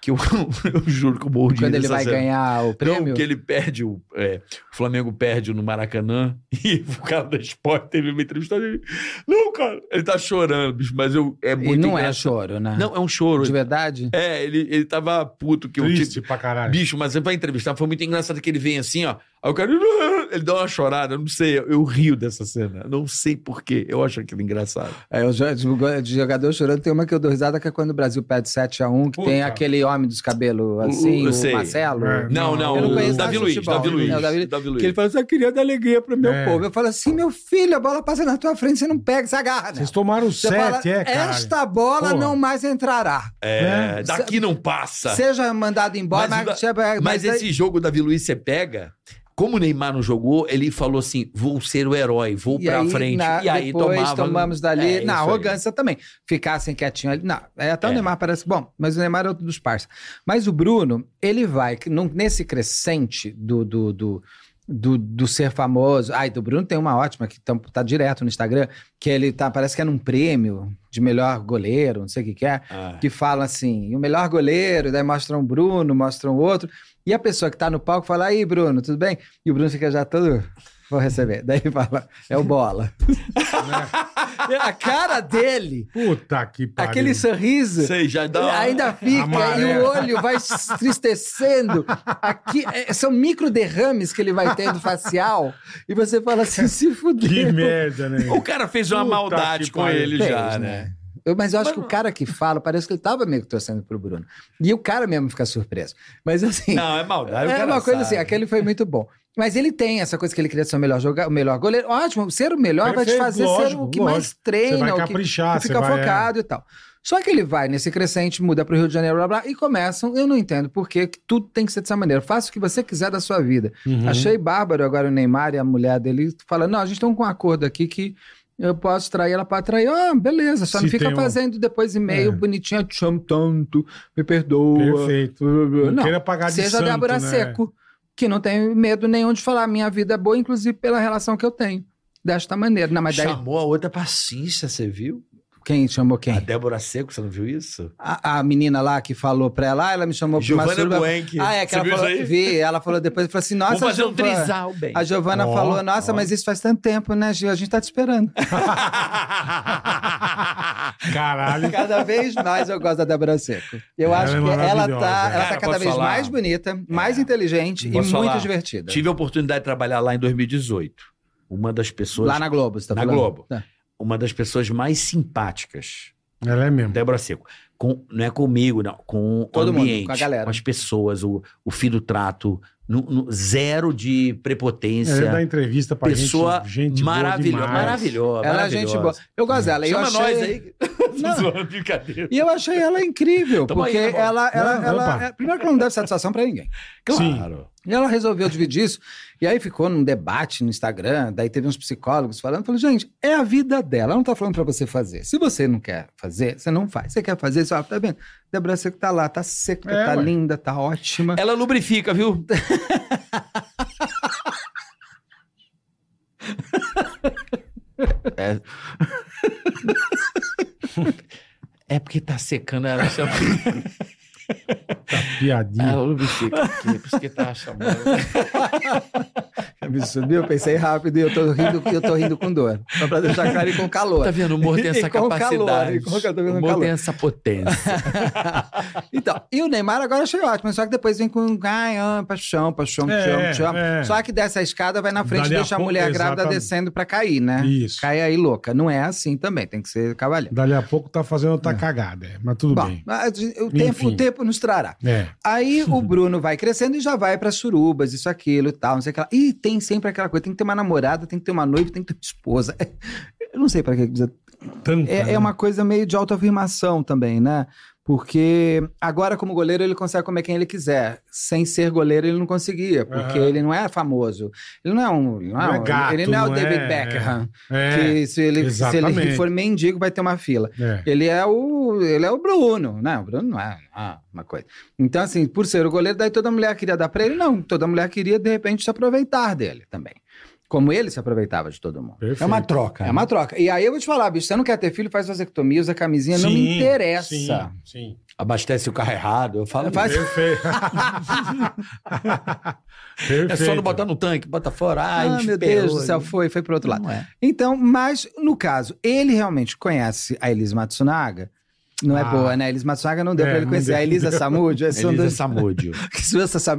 Speaker 4: Que eu, eu juro que eu morro de
Speaker 5: Quando
Speaker 4: rir
Speaker 5: ele
Speaker 4: dessa
Speaker 5: vai
Speaker 4: cena.
Speaker 5: ganhar o prêmio.
Speaker 4: Não, que ele perde o. é, o Flamengo perde no Maracanã e o cara da Sport teve uma entrevista dele. Não, cara, ele tá chorando, bicho, mas eu, é
Speaker 5: E
Speaker 4: muito.
Speaker 5: não é
Speaker 4: engraçado.
Speaker 5: choro, né?
Speaker 4: Não, é um choro.
Speaker 5: De verdade?
Speaker 4: É, ele, ele tava puto que o
Speaker 3: Triste
Speaker 4: tipo.
Speaker 3: pra caralho.
Speaker 4: Bicho, mas ele vai entrevistar, foi muito engraçado que ele vem assim, ó. Aí o cara. Ele dá uma chorada, eu não sei, eu, eu rio dessa cena. Não sei porquê, eu acho aquilo engraçado.
Speaker 5: É, eu já- de jogador chorando, tem uma que eu dou risada que é quando o Brasil perde 7x1, que
Speaker 3: Puta.
Speaker 5: tem aquele homem dos cabelos assim,
Speaker 4: eu
Speaker 5: o,
Speaker 4: sei.
Speaker 5: Marcelo.
Speaker 3: É.
Speaker 4: Não, não,
Speaker 5: Eu não
Speaker 4: o Davi
Speaker 5: conheço nada de
Speaker 4: Luiz,
Speaker 5: futebol.
Speaker 4: Davi Luiz.
Speaker 5: É, o Davi Luiz.
Speaker 4: Davi
Speaker 5: Que ele fala, só queria dar alegria pro meu
Speaker 3: É.
Speaker 5: povo. Eu falo assim, meu filho, a bola passa na tua frente, você não pega, você agarra. Né?
Speaker 3: Vocês tomaram
Speaker 5: Você
Speaker 3: sete,
Speaker 5: fala,
Speaker 3: é, cara. Né?
Speaker 5: esta bola
Speaker 3: Porra.
Speaker 5: não mais entrará.
Speaker 4: É, daqui não passa.
Speaker 5: Seja mandado embora,
Speaker 4: Mas o
Speaker 5: mas,
Speaker 4: da-
Speaker 5: chega-
Speaker 4: Mas
Speaker 5: É, mas aí-
Speaker 4: esse jogo Davi Luiz você pega, como o Neymar não jogou, ele falou assim: vou ser o herói, vou
Speaker 5: E
Speaker 4: pra
Speaker 5: aí,
Speaker 4: frente.
Speaker 5: na-
Speaker 4: e aí
Speaker 5: depois
Speaker 4: tomava.
Speaker 5: tomamos dali.
Speaker 4: É,
Speaker 5: na
Speaker 4: isso aí.
Speaker 5: arrogância também. Ficassem quietinho ali. Não, é, até
Speaker 4: É.
Speaker 5: o Neymar parece bom, mas o Neymar é outro dos parça. Mas o Bruno, ele vai que num- nesse crescente do, do, do, do, do ser famoso. Ai, do Bruno tem uma ótima que tam- tá direto no Instagram, que ele tá, parece que é num prêmio de melhor goleiro, não sei o que que é
Speaker 4: Ah,
Speaker 5: que fala assim, o melhor goleiro, daí mostram um Bruno, mostram outro, e a pessoa que tá no palco fala, aí Bruno, tudo bem? E o Bruno fica já todo, vou receber. Daí ele fala, é o Bola. a cara dele,
Speaker 3: Puta que pariu.
Speaker 5: aquele sorriso...
Speaker 4: sei, já dá.
Speaker 5: Ainda fica e
Speaker 3: Amarelo.
Speaker 5: o olho vai se entristecendo. Aqui, é, são micro derrames que ele vai tendo facial. E você fala assim: se
Speaker 3: Que
Speaker 5: fuder.
Speaker 3: merda, né?
Speaker 4: O cara fez uma
Speaker 3: Puta
Speaker 4: maldade
Speaker 3: que
Speaker 4: com
Speaker 3: pariu.
Speaker 4: ele
Speaker 5: Fez,
Speaker 4: já, né?
Speaker 5: né? Eu- mas eu acho que o cara que fala, parece que ele tava meio que torcendo pro Bruno. E o cara mesmo fica surpreso. Mas assim,
Speaker 4: Não, é maldade. o
Speaker 5: é
Speaker 4: cara
Speaker 5: uma coisa
Speaker 4: sabe.
Speaker 5: assim, aquele foi muito bom. Mas ele tem essa coisa que ele queria ser o melhor jogador, o melhor goleiro. Ótimo, ser o melhor vai te
Speaker 3: Perfeito,
Speaker 5: fazer ser
Speaker 3: lógico,
Speaker 5: o que mais
Speaker 3: lógico. Você
Speaker 5: treina,
Speaker 3: vai
Speaker 5: o que,
Speaker 3: caprichar,
Speaker 5: que
Speaker 3: você
Speaker 5: fica
Speaker 3: vai, é.
Speaker 5: focado e tal. Só que ele vai nesse crescente, muda pro Rio de Janeiro, blá blá, e começam. Eu não entendo por que que tudo tem que ser dessa maneira. Faça o que você quiser da sua vida.
Speaker 3: Uhum.
Speaker 5: Achei bárbaro agora o Neymar e a mulher dele falando: não, a gente tem um acordo aqui que eu posso trair ela para trair. Ah, beleza, só
Speaker 3: Se
Speaker 5: não fica
Speaker 3: tem um-
Speaker 5: fazendo depois e-mail
Speaker 3: É.
Speaker 5: bonitinho, eu te amo tanto, me perdoa.
Speaker 3: Perfeito. Não,
Speaker 5: Não,
Speaker 3: queira pagar de
Speaker 5: seja
Speaker 3: santo,
Speaker 5: Débora
Speaker 3: né?
Speaker 5: Seco, que não tem medo nenhum de falar: minha vida é boa, inclusive pela relação que eu tenho. Desta maneira. Não, mas daí,
Speaker 4: Chamou a outra pra cincha, você viu?
Speaker 5: quem chamou
Speaker 4: A
Speaker 5: quem?
Speaker 4: Débora Seco, você não viu isso?
Speaker 5: A, a menina lá que falou pra ela, ah, ela me chamou pra uma
Speaker 4: Giovanna
Speaker 5: surba.
Speaker 4: Buenque.
Speaker 5: Ah, é, que
Speaker 4: você
Speaker 5: ela
Speaker 4: viu
Speaker 5: falou,
Speaker 4: isso aí?
Speaker 5: vi, ela falou depois, falou assim, nossa,
Speaker 4: Vamos fazer um
Speaker 5: Giovana.
Speaker 4: trisal, bem.
Speaker 5: A Giovana
Speaker 3: Ó,
Speaker 5: falou, nossa,
Speaker 3: ó.
Speaker 5: mas isso faz tanto tempo, né, Gil? A gente tá te esperando.
Speaker 3: Caralho.
Speaker 5: Cada vez mais eu gosto da Débora Seco. Eu
Speaker 3: Ela
Speaker 5: acho
Speaker 3: é
Speaker 5: que ela tá,
Speaker 3: maravilhosa.
Speaker 5: ela
Speaker 4: Cara,
Speaker 5: tá
Speaker 4: posso
Speaker 5: cada vez
Speaker 4: falar? É.
Speaker 5: mais bonita, mais inteligente e
Speaker 4: Posso falar?
Speaker 5: muito divertida.
Speaker 4: Tive a oportunidade de trabalhar lá em 2018. Uma das pessoas.
Speaker 5: Lá na Globo, você tá
Speaker 4: Na
Speaker 5: falando?
Speaker 4: Globo.
Speaker 5: Tá.
Speaker 4: uma das pessoas mais simpáticas,
Speaker 3: Ela é mesmo.
Speaker 4: Débora Seco. Com- não é comigo, não. Com o
Speaker 5: Todo mundo,
Speaker 4: ambiente,
Speaker 5: com a galera.
Speaker 4: as pessoas, o, o fim do trato, nu- nu- zero de prepotência.
Speaker 3: Ela dá entrevista pra
Speaker 4: pessoa
Speaker 3: É, gente. Gente
Speaker 4: maravilhosa,
Speaker 3: boa demais.
Speaker 4: maravilhosa.
Speaker 5: Ela é gente boa. Eu gosto dela. e eu
Speaker 4: Chama
Speaker 5: achei...
Speaker 4: nós aí.
Speaker 5: Não.
Speaker 4: Zoando, brincadeira.
Speaker 5: E eu achei ela incrível,
Speaker 4: Tamo aí,
Speaker 5: porque
Speaker 4: tá bom.
Speaker 5: ela, ela,
Speaker 3: né, Não,
Speaker 5: ela-
Speaker 3: opa.
Speaker 5: é- primeiro que ela não deve satisfação pra ninguém.
Speaker 4: Claro.
Speaker 5: E ela resolveu dividir isso. E aí ficou num debate no Instagram. Daí teve uns psicólogos falando. Falei, gente, é a vida dela. Ela não tá falando pra você fazer. Se você não quer fazer, você não faz. Você quer fazer, você fala, tá vendo? Débora Seco tá lá, tá seca,
Speaker 3: É,
Speaker 5: tá
Speaker 3: ué.
Speaker 5: linda, tá ótima.
Speaker 4: Ela lubrifica, viu? É. É porque tá secando ela. Chama...
Speaker 3: Piadinha.
Speaker 4: é lubrifica aqui, por isso que tá chamando.
Speaker 5: Me subiu, pensei rápido e eu tô rindo, eu tô rindo com dor. Só pra deixar claro e com calor.
Speaker 4: Tá vendo? O humor tem essa
Speaker 5: E com
Speaker 4: capacidade.
Speaker 5: calor, e com calor, tá vendo?
Speaker 4: o humor
Speaker 5: Calor.
Speaker 4: tem essa potência.
Speaker 5: Então, e o Neymar agora eu achei ótimo, só que depois vem com ai, ah, paixão, paixão, paixão,
Speaker 3: É,
Speaker 5: paixão.
Speaker 3: é.
Speaker 5: Só que desce a escada, vai na frente
Speaker 3: Dali
Speaker 5: e
Speaker 3: a
Speaker 5: deixa a
Speaker 3: pouco,
Speaker 5: mulher grávida
Speaker 3: exatamente.
Speaker 5: descendo pra cair, né?
Speaker 3: Isso.
Speaker 5: Cai aí louca. Não é assim também, tem que ser cavalheiro.
Speaker 3: Dali a pouco tá fazendo outra cagada, é, mas tudo
Speaker 5: Bom,
Speaker 3: bem.
Speaker 5: mas o tempo,
Speaker 3: Enfim.
Speaker 5: o tempo nos trará.
Speaker 3: É.
Speaker 5: Aí o Bruno vai crescendo e já vai pra surubas, isso, aquilo e tal, não sei o que lá. E tem sempre aquela coisa, tem que ter uma namorada, tem que ter uma noiva, tem que ter uma esposa. Eu não sei pra que precisa
Speaker 3: Tanto.
Speaker 5: é, é uma coisa meio de autoafirmação também, né? Porque agora, como goleiro, ele consegue comer quem ele quiser. Sem ser goleiro, ele não conseguia, porque
Speaker 3: Aham.
Speaker 5: ele não é famoso. Ele não é um. Não é
Speaker 3: Não é
Speaker 5: um-
Speaker 3: gato,
Speaker 5: ele não é o
Speaker 3: não
Speaker 5: David
Speaker 3: é-
Speaker 5: Beckham.
Speaker 3: É,
Speaker 5: que se ele, se ele
Speaker 3: exatamente.
Speaker 5: for mendigo, vai ter uma fila.
Speaker 3: é.
Speaker 5: Ele é o, ele é o Bruno, né? O Bruno não é ah, uma coisa. Então, assim, por ser o goleiro, daí toda mulher queria dar pra ele. Não, toda mulher queria, de repente, se aproveitar dele também. Como ele se aproveitava de todo mundo.
Speaker 3: Perfeito.
Speaker 4: É uma troca.
Speaker 5: É uma troca. E aí eu vou te falar, bicho, você não quer ter filho, faz vasectomia, usa camisinha, não me interessa.
Speaker 3: É.
Speaker 5: Ah,
Speaker 3: Sim, sim.
Speaker 4: Abastece o carro errado. Eu falo.
Speaker 5: Faz-
Speaker 3: Perfeito. Perfeito.
Speaker 4: É só não botar no tanque, bota fora. Ai,
Speaker 5: ah,
Speaker 4: me
Speaker 5: meu
Speaker 4: esperou.
Speaker 5: Deus do céu, foi, foi pro outro lado.
Speaker 4: Não é.
Speaker 5: Então, mas no caso, ele realmente conhece a Elisa Matsunaga? Não é
Speaker 3: Ah.
Speaker 5: boa, né? A Elisa Matsunaga não deu
Speaker 3: É,
Speaker 5: pra ele
Speaker 3: não
Speaker 5: conhecer.
Speaker 3: deu.
Speaker 5: A Elisa Samúdio, é
Speaker 4: Elisa
Speaker 5: Elisa...
Speaker 4: Samúdio.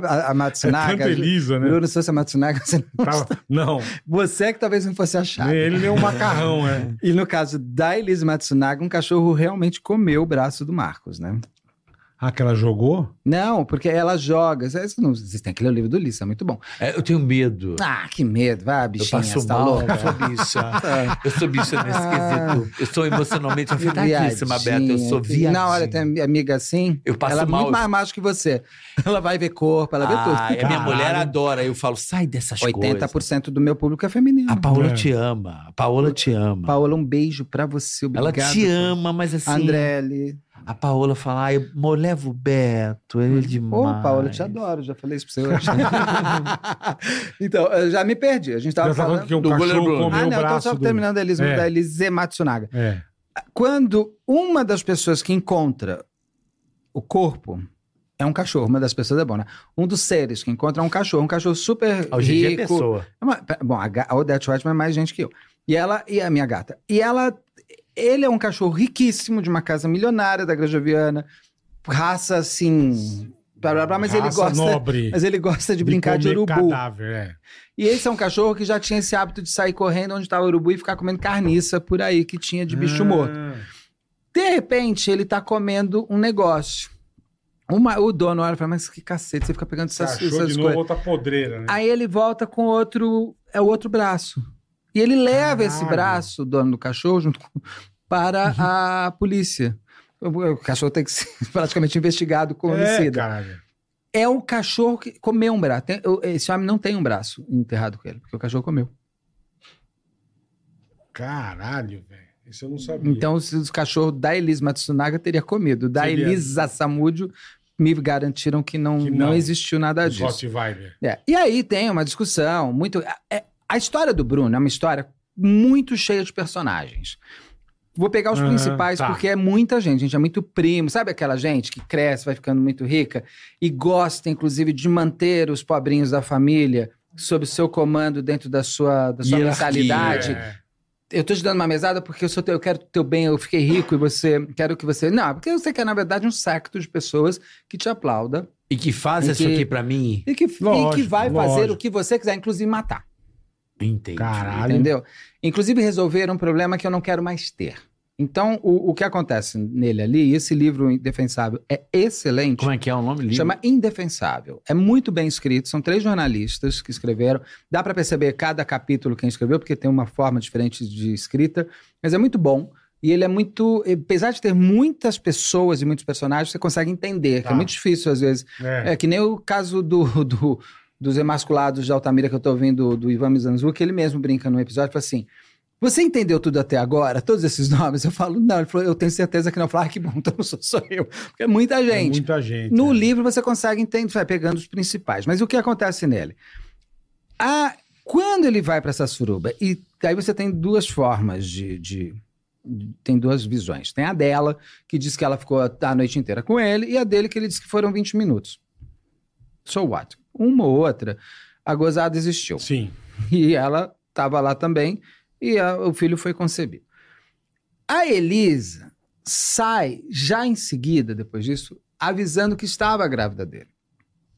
Speaker 5: a, a
Speaker 3: É
Speaker 5: Matsunaga.
Speaker 3: tanta Elisa, né?
Speaker 5: Bruno, se fosse a Matsunaga, você não,
Speaker 3: Tava- Não,
Speaker 5: você é que talvez não fosse achado.
Speaker 3: nem ele nem um macarrão, é.
Speaker 5: E no caso da Elisa Matsunaga, um cachorro realmente comeu o braço do Marcos, né?
Speaker 3: Ah, que ela jogou?
Speaker 5: Não, porque ela joga. Vocês não- vocês têm que ler o livro do Lissa, é muito bom.
Speaker 4: É, eu tenho medo.
Speaker 5: Ah, que medo. Vai,
Speaker 4: eu
Speaker 5: bichinha,
Speaker 4: passo
Speaker 5: você tá
Speaker 4: mal.
Speaker 5: louca.
Speaker 4: Eu sou bicha.
Speaker 5: Ah,
Speaker 4: Eu sou bicha nesse
Speaker 5: Ah.
Speaker 4: quesito. Eu sou emocionalmente afetadíssima,
Speaker 5: viadinha.
Speaker 4: Beto. Eu sou viadinha.
Speaker 5: Não, olha, tem minha amiga assim,
Speaker 4: Eu passo
Speaker 5: ela é
Speaker 4: mal.
Speaker 5: muito mais macho que você. Ela vai ver corpo, ela é vê
Speaker 4: Ah, e
Speaker 5: tudo.
Speaker 4: a minha
Speaker 3: Caralho.
Speaker 4: mulher adora. Eu falo, sai dessas coisas.
Speaker 5: 80% do meu público é feminino.
Speaker 4: A Paola
Speaker 3: É.
Speaker 4: te ama. A Paola te ama.
Speaker 5: Paola, um beijo pra você,
Speaker 4: Ela
Speaker 5: obrigado.
Speaker 4: te ama, mas assim.
Speaker 5: Andrelli.
Speaker 4: A Paola fala, ai, eu levo o Beto, ele é
Speaker 5: Ô,
Speaker 4: demais.
Speaker 5: Paola, eu te adoro, já falei isso pra você hoje. então, eu já me perdi. A gente tava
Speaker 3: Já tava falando
Speaker 5: falando...
Speaker 3: que um
Speaker 1: do goleiro
Speaker 3: cachorro
Speaker 1: Bruno.
Speaker 3: comeu
Speaker 5: Ah,
Speaker 3: o
Speaker 5: não, eu tô
Speaker 3: braço
Speaker 5: só
Speaker 3: do-
Speaker 5: terminando da Elisa,
Speaker 3: É.
Speaker 5: da Elise Matsunaga.
Speaker 3: É.
Speaker 5: Quando uma das pessoas que encontra o corpo é um cachorro, uma das pessoas é bom, né? Um dos seres que encontra é um cachorro, um cachorro super
Speaker 3: Ah,
Speaker 4: Hoje em dia é
Speaker 5: rico.
Speaker 4: pessoa.
Speaker 5: É uma- pe- bom, a, ga- a Odette Whitman é mais gente que eu. E ela e a minha gata. E ela, ele é um cachorro riquíssimo de uma casa milionária da Granja Viana, raça assim, blá blá blá, mas ele
Speaker 3: Raça
Speaker 5: gosta,
Speaker 3: nobre
Speaker 5: mas ele gosta de brincar de
Speaker 3: comer
Speaker 5: urubu.
Speaker 3: Cadáver, é.
Speaker 5: E esse é um cachorro que já tinha esse hábito de sair correndo onde estava o urubu e ficar comendo carniça por aí que tinha de bicho
Speaker 3: Ah,
Speaker 5: morto. De repente, ele tá comendo um negócio. Uma- o dono olha e fala, mas que cacete, você fica pegando essas,
Speaker 3: Cachorro
Speaker 5: essas
Speaker 3: de novo,
Speaker 5: coisas. Ah,
Speaker 3: outra podreira, né?
Speaker 5: Aí ele volta com outro, é o outro braço. E ele leva esse
Speaker 3: Caralho. Uhum.
Speaker 5: braço, o dono do cachorro, junto com, para a polícia. O, o cachorro tem que ser praticamente investigado com
Speaker 3: é,
Speaker 5: homicida.
Speaker 3: caralho.
Speaker 5: É, um cachorro que comeu um braço. Tem- o- esse homem não tem um braço enterrado com ele, porque o cachorro comeu.
Speaker 3: Caralho, velho. Isso eu não sabia.
Speaker 5: Então, se o cachorro da Elisa Matsunaga teria comido. Da
Speaker 3: Seria.
Speaker 5: Elisa Samúdio, me garantiram que não,
Speaker 3: Que
Speaker 5: não.
Speaker 3: não.
Speaker 5: existiu nada
Speaker 3: Os
Speaker 5: disso.
Speaker 3: Rottweiler.
Speaker 5: É. E aí tem uma discussão muito. é- é- a história do Bruno é uma história muito cheia de personagens. Vou pegar os
Speaker 3: Aham,
Speaker 5: principais,
Speaker 3: tá.
Speaker 5: porque é muita gente, gente, é muito primo. Sabe aquela gente que cresce, vai ficando muito rica e gosta, inclusive, de manter os pobrinhos da família sob o seu comando dentro da sua, da sua
Speaker 4: Hierarquia.
Speaker 5: mentalidade?
Speaker 3: É.
Speaker 5: eu tô te dando uma mesada porque eu, sou teu, eu quero teu bem, eu fiquei rico e você quero que você. Não, porque você quer, na verdade, um secto de pessoas que te aplauda
Speaker 4: E que faz
Speaker 5: E
Speaker 4: isso
Speaker 5: que-
Speaker 4: aqui pra mim?
Speaker 5: e que, e
Speaker 3: Lógico,
Speaker 5: que vai fazer
Speaker 3: lógico.
Speaker 5: o que você quiser, inclusive matar.
Speaker 4: Entendi.
Speaker 3: Caralho.
Speaker 5: Entendeu? Inclusive resolver um problema que eu não quero mais ter. Então, o, o que acontece nele ali, e esse livro Indefensável é excelente.
Speaker 4: Como é que é o nome? Livro?
Speaker 5: Chama Indefensável. É muito bem escrito, são três jornalistas que escreveram. Dá para perceber cada capítulo quem escreveu, porque tem uma forma diferente de escrita, mas é muito bom. E ele é muito. Apesar de ter muitas pessoas e muitos personagens, você consegue entender, que
Speaker 3: Tá.
Speaker 5: é muito difícil às vezes.
Speaker 3: É.
Speaker 5: É que nem o caso do. do- dos emasculados de Altamira que eu tô ouvindo do Ivan Mizanzu, que ele mesmo brinca num episódio, fala assim, você entendeu tudo até agora? Todos esses nomes? Eu falo, não. Ele falou, eu tenho certeza que não. Eu falo, ah, que bom, então sou, sou eu. Porque é muita
Speaker 3: É
Speaker 5: gente.
Speaker 3: muita gente.
Speaker 5: No
Speaker 3: é.
Speaker 5: livro você consegue entender, vai pegando os principais. Mas o que acontece nele? A, quando ele vai para essa suruba, e aí você tem duas formas de, de- Tem duas visões. Tem a dela, que diz que ela ficou a noite inteira com ele, e a dele, que ele diz que foram 20 minutos. So what? Uma ou outra. a gozada existiu.
Speaker 3: Sim.
Speaker 5: E ela estava lá também, e a- o filho foi concebido. A Elisa sai já em seguida, depois disso, avisando que estava grávida dele.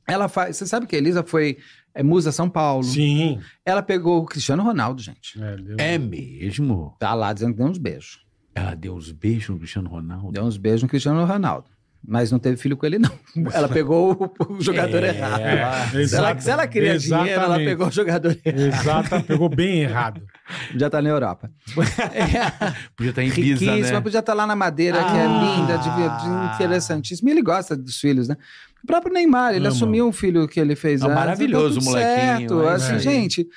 Speaker 5: Ela faz. Você sabe que a Elisa foi é, musa São Paulo.
Speaker 3: Sim.
Speaker 5: Ela pegou o Cristiano Ronaldo, gente.
Speaker 3: É, deu-
Speaker 4: É mesmo?
Speaker 5: Tá lá dizendo que deu uns beijos.
Speaker 4: Ela deu uns beijos no Cristiano Ronaldo.
Speaker 5: Deu uns beijos no Cristiano Ronaldo. Mas não teve filho com ele, não. Ela pegou o, o jogador
Speaker 4: É,
Speaker 5: errado. Se ela,
Speaker 3: exata-
Speaker 5: se ela queria dinheiro, ela
Speaker 3: exatamente.
Speaker 5: pegou o jogador errado.
Speaker 3: Exata, pegou bem errado.
Speaker 5: Já tá na Europa. É,
Speaker 4: Podia estar em Ibiza,
Speaker 5: riquíssima,
Speaker 4: né?
Speaker 5: podia estar lá na Madeira, que é
Speaker 4: Ah.
Speaker 5: linda, de, de interessantíssima. E ele gosta dos filhos, né? O próprio Neymar, ele
Speaker 3: Amo.
Speaker 5: assumiu um filho que ele fez
Speaker 4: Ah,
Speaker 5: antes.
Speaker 4: maravilhoso
Speaker 5: deu tudo
Speaker 4: o molequinho,
Speaker 5: Certo.
Speaker 4: né?
Speaker 5: Assim,
Speaker 3: É.
Speaker 5: gente,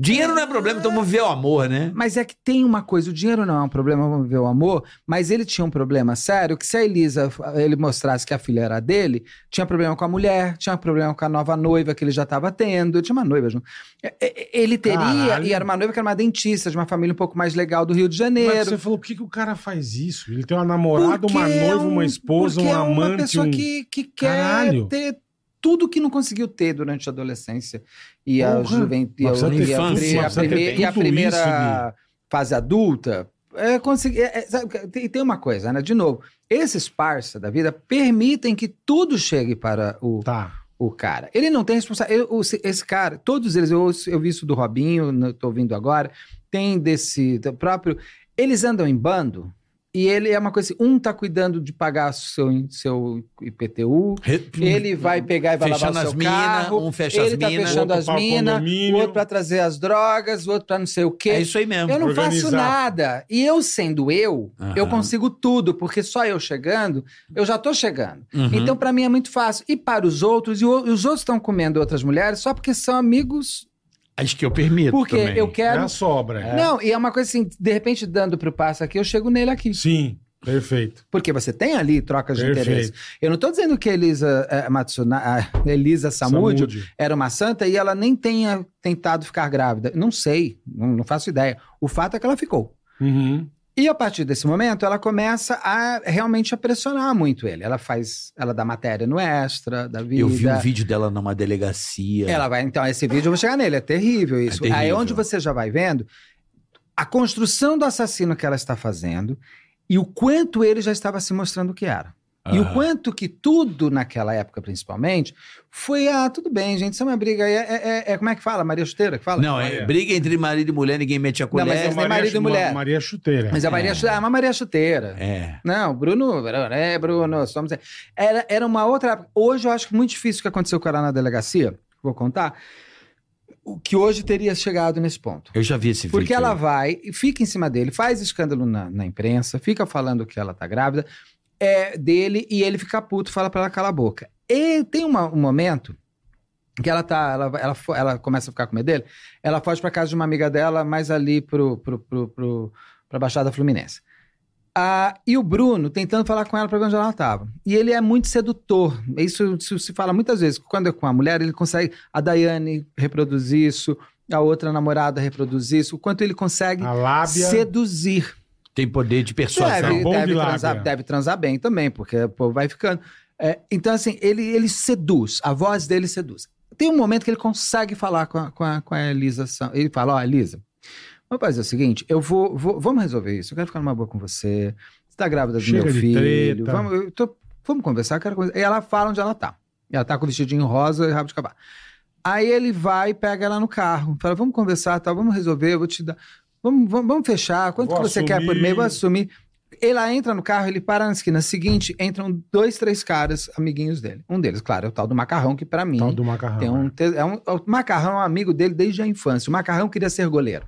Speaker 4: Dinheiro não é problema, então vamos ver o amor, né?
Speaker 5: mas é que tem uma coisa, o dinheiro não é um problema, vamos ver o amor, mas ele tinha um problema sério, que se a Elisa, ele mostrasse que a filha era dele, tinha problema com a mulher, tinha problema com a nova noiva que ele já estava tendo, tinha uma noiva junto. É, é, Ele teria,
Speaker 3: Caralho.
Speaker 5: e era uma noiva que era uma dentista, de uma família um pouco mais legal do Rio de
Speaker 3: Mas
Speaker 5: Janeiro.
Speaker 3: você falou, por que, que o cara faz isso? Ele tem uma namorada, uma
Speaker 5: Porque
Speaker 3: noiva,
Speaker 5: é um-
Speaker 3: uma esposa, um
Speaker 5: porque é uma
Speaker 3: amante,
Speaker 5: pessoa
Speaker 3: um...
Speaker 5: que, que quer
Speaker 3: Caralho.
Speaker 5: ter tudo que não conseguiu ter durante a adolescência e a
Speaker 3: Porra.
Speaker 5: juventude e a,
Speaker 3: Mas precisa
Speaker 4: ter tudo,
Speaker 5: e a- e a
Speaker 4: mas precisa ter
Speaker 5: primeira, e a
Speaker 3: tudo
Speaker 5: primeira
Speaker 3: isso,
Speaker 5: fase adulta é conseguir é- é- sabe, tem, tem uma coisa né de novo esses parça da vida permitem que tudo chegue para o
Speaker 3: Tá.
Speaker 5: o cara. Ele não tem responsabilidade. Esse cara, todos eles, eu, ouço- eu vi isso do Robinho, no- tô ouvindo agora, tem desse do próprio. Eles andam em bando e ele é uma coisa assim: um tá cuidando de pagar seu, seu IPTU,
Speaker 4: Re-
Speaker 5: ele vai pegar e vai
Speaker 4: Hum. fechando
Speaker 5: lavar o
Speaker 4: as
Speaker 5: seu
Speaker 4: minas,
Speaker 5: carro,
Speaker 4: um fecha as
Speaker 5: ele tá
Speaker 4: minas.
Speaker 5: fechando as
Speaker 3: Outro pra o
Speaker 5: minas, o
Speaker 3: condomínio.
Speaker 5: outro pra trazer as drogas, o outro pra não sei o quê.
Speaker 4: É isso aí mesmo.
Speaker 5: Eu não
Speaker 3: Organizar.
Speaker 5: faço nada. E eu sendo eu,
Speaker 4: Aham.
Speaker 5: eu consigo tudo, porque só eu chegando, eu já tô chegando.
Speaker 4: Uhum.
Speaker 5: Então, pra mim é muito fácil. E para os outros, e o- e os outros estão comendo outras mulheres só porque são amigos,
Speaker 4: Acho que eu permito
Speaker 5: porque
Speaker 4: também.
Speaker 5: eu
Speaker 3: É
Speaker 5: quero.
Speaker 3: a sobra.
Speaker 5: Não, e é uma coisa assim, de repente dando pro passo aqui, eu chego nele aqui.
Speaker 3: Sim, perfeito.
Speaker 5: Porque você tem ali trocas de
Speaker 3: Perfeito.
Speaker 5: interesse. Eu não tô dizendo que a Elisa eh, Matsuna, a Elisa Samúdio era uma santa e ela nem tenha tentado ficar grávida. Não sei, não- não faço ideia. O fato é que ela ficou.
Speaker 3: Uhum.
Speaker 5: E a partir desse momento, ela começa a realmente a pressionar muito ele. Ela faz, ela dá matéria no extra, da vida.
Speaker 4: Eu vi um vídeo dela numa delegacia.
Speaker 5: Ela vai, então, esse vídeo eu vou chegar nele, é terrível isso.
Speaker 4: É terrível.
Speaker 5: Aí onde você já vai vendo a construção do assassino que ela está fazendo e o quanto ele já estava se mostrando que era. E o
Speaker 4: Aham.
Speaker 5: quanto que tudo naquela época, principalmente, foi, ah, tudo bem, gente, isso é uma briga. aí, É, é- é- é- como é que fala? Maria Chuteira que fala?
Speaker 4: Não, é,
Speaker 3: Olha.
Speaker 4: briga entre marido e mulher, ninguém mete a colher.
Speaker 5: mas Tem É, marido e
Speaker 3: Chu-
Speaker 5: mulher.
Speaker 3: Então, Maria Chuteira.
Speaker 5: Mas a Maria
Speaker 4: É.
Speaker 5: Chuteira, é uma Maria Chuteira.
Speaker 4: É.
Speaker 5: Não, Bruno, Bruno, é, Bruno, somos. Era, era uma outra. época. Hoje eu acho que muito difícil o que aconteceu com ela na delegacia, vou contar, o que hoje teria chegado nesse ponto.
Speaker 4: Eu já vi esse
Speaker 5: Porque
Speaker 4: vídeo.
Speaker 5: ela vai, e fica em cima dele, faz escândalo na, na imprensa, fica falando que ela tá grávida é, dele e ele fica puto, fala pra ela calar a boca. E tem uma- um momento que ela tá, ela, ela, fo- ela começa a ficar com medo dele, ela foge pra casa de uma amiga dela, mais ali pro, pro, pro, pro, pra Baixada Fluminense. Ah, e o Bruno tentando falar com ela pra ver onde ela estava. E ele é muito sedutor. Isso, isso se fala muitas vezes. Quando é com a mulher, ele consegue. A Daiane reproduz isso, a outra namorada reproduz isso. O quanto ele consegue
Speaker 3: A lábia.
Speaker 5: seduzir.
Speaker 4: Tem poder de persuasão.
Speaker 5: Deve,
Speaker 3: bom de
Speaker 5: deve,
Speaker 3: lábia.
Speaker 5: transar, deve transar bem também, porque o povo vai ficando. É, então, assim, ele, ele seduz, a voz dele seduz. Tem um momento que ele consegue falar com a, com a, com a Elisa. Sam- Ele fala: Ó, Elisa, vamos fazer o seguinte, eu vou, vou- Vamos resolver isso, eu quero ficar numa boa com você. Você tá grávida do
Speaker 3: Chega
Speaker 5: meu
Speaker 3: de
Speaker 5: filho.
Speaker 3: treta.
Speaker 5: Vamos, eu tô- vamos conversar, eu quero conversar. E ela fala onde ela tá. Ela tá com o vestidinho rosa e rabo de cavalo. Aí ele vai e pega ela no carro. Fala, vamos conversar, tal, vamos resolver, eu vou te dar. Vamos, vamos, vamos fechar. Quanto
Speaker 3: Vou
Speaker 5: que você quer por
Speaker 3: assumir.
Speaker 5: meio? Vou assumir. Ela entra no carro, ele para na esquina seguinte, entram dois, três caras, amiguinhos dele. Um deles, claro, é o tal do macarrão, que pra mim
Speaker 3: Tal do macarrão. né?
Speaker 5: tem um, te- é um, o macarrão é um amigo dele desde a infância. O macarrão queria ser goleiro.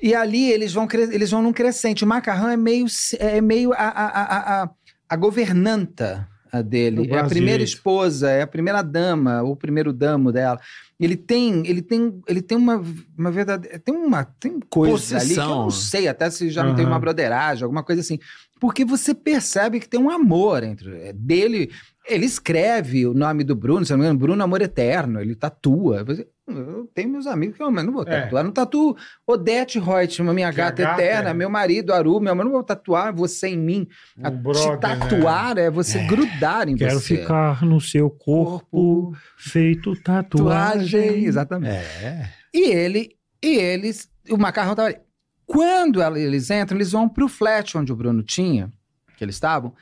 Speaker 5: E ali eles vão, cre- eles vão num crescente. O macarrão é meio, se- é meio a, a, a, a, a governanta a
Speaker 3: Do
Speaker 5: dele. É a
Speaker 3: braço
Speaker 5: primeira
Speaker 3: direito.
Speaker 5: esposa, é a primeira dama, ou o primeiro damo dela. Ele tem, ele tem, ele tem uma, uma verdadeira. Tem uma. Tem coisa ali que eu
Speaker 4: Possessão.
Speaker 5: não sei, até se já não tem
Speaker 3: Aham.
Speaker 5: uma broderagem, alguma coisa assim. Porque você percebe que tem um amor entre é, dele. Ele escreve o nome do Bruno, se eu não me engano, Bruno Amor Eterno, ele tatua. Você- Eu tenho meus amigos que eu mas não vou
Speaker 3: É.
Speaker 5: tatuar. Não tatuo Odete Reutemann, minha
Speaker 3: Que
Speaker 5: gata,
Speaker 3: é gata,
Speaker 5: eterna,
Speaker 3: é.
Speaker 5: meu marido, Aru, meu amor, não vou tatuar você em mim.
Speaker 3: Um
Speaker 5: A-
Speaker 3: brother,
Speaker 5: te tatuar
Speaker 3: né?
Speaker 5: é você grudar em
Speaker 6: Quero
Speaker 5: você.
Speaker 6: ficar no seu corpo, feito
Speaker 5: tatuagem.
Speaker 6: tatuagem.
Speaker 5: Exatamente.
Speaker 4: É.
Speaker 5: E ele, e eles, o macarrão tava ali. Quando ela- eles entram, eles vão pro flat onde o Bruno tinha, que eles estavam.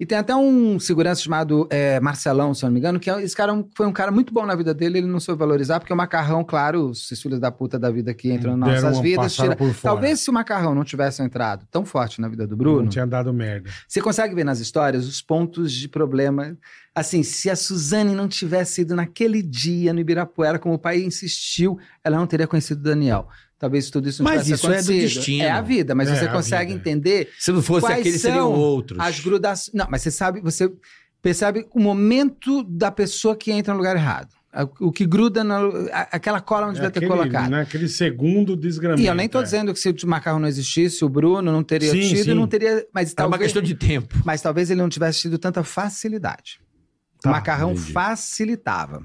Speaker 5: E tem até um segurança chamado eh, Marcelão, se eu não me engano, que é- esse cara é um- foi um cara muito bom na vida dele, ele não soube valorizar, porque o macarrão, claro, esses filhos da puta da vida que entram nas
Speaker 3: Deram
Speaker 5: nossas
Speaker 3: uma
Speaker 5: vidas.
Speaker 3: passada
Speaker 5: tira-
Speaker 3: por fora.
Speaker 5: Talvez se o macarrão não tivesse entrado tão forte na vida do
Speaker 3: Não
Speaker 5: Bruno,
Speaker 3: tinha dado merda.
Speaker 5: você consegue ver nas histórias os pontos de problema. Assim, se a Suzane não tivesse ido naquele dia no Ibirapuera, como o pai insistiu, ela não teria conhecido o Daniel. Talvez tudo isso não
Speaker 4: Mas
Speaker 5: tivesse
Speaker 4: isso é do
Speaker 5: acontecido.
Speaker 4: destino.
Speaker 5: É a vida, mas
Speaker 3: É,
Speaker 5: você
Speaker 3: a
Speaker 5: consegue
Speaker 3: vida.
Speaker 5: entender
Speaker 4: Se não fosse
Speaker 5: Quais
Speaker 4: aquele, seriam
Speaker 5: são
Speaker 4: outros.
Speaker 5: as grudações. Não, mas você sabe, você percebe o momento da pessoa que entra no lugar errado. A- O que gruda na, a- aquela cola onde
Speaker 3: É
Speaker 5: vai ter
Speaker 3: aquele,
Speaker 5: colocado.
Speaker 3: né, aquele segundo desgramento.
Speaker 5: E eu nem tô
Speaker 3: é.
Speaker 5: dizendo que se o macarrão não existisse, o Bruno não teria
Speaker 3: Sim,
Speaker 5: tido,
Speaker 3: sim.
Speaker 5: não teria. Mas
Speaker 4: É uma
Speaker 5: talvez,
Speaker 4: questão de tempo.
Speaker 5: mas talvez ele não tivesse tido tanta facilidade.
Speaker 3: Tá,
Speaker 5: o Macarrão
Speaker 2: entendi.
Speaker 5: facilitava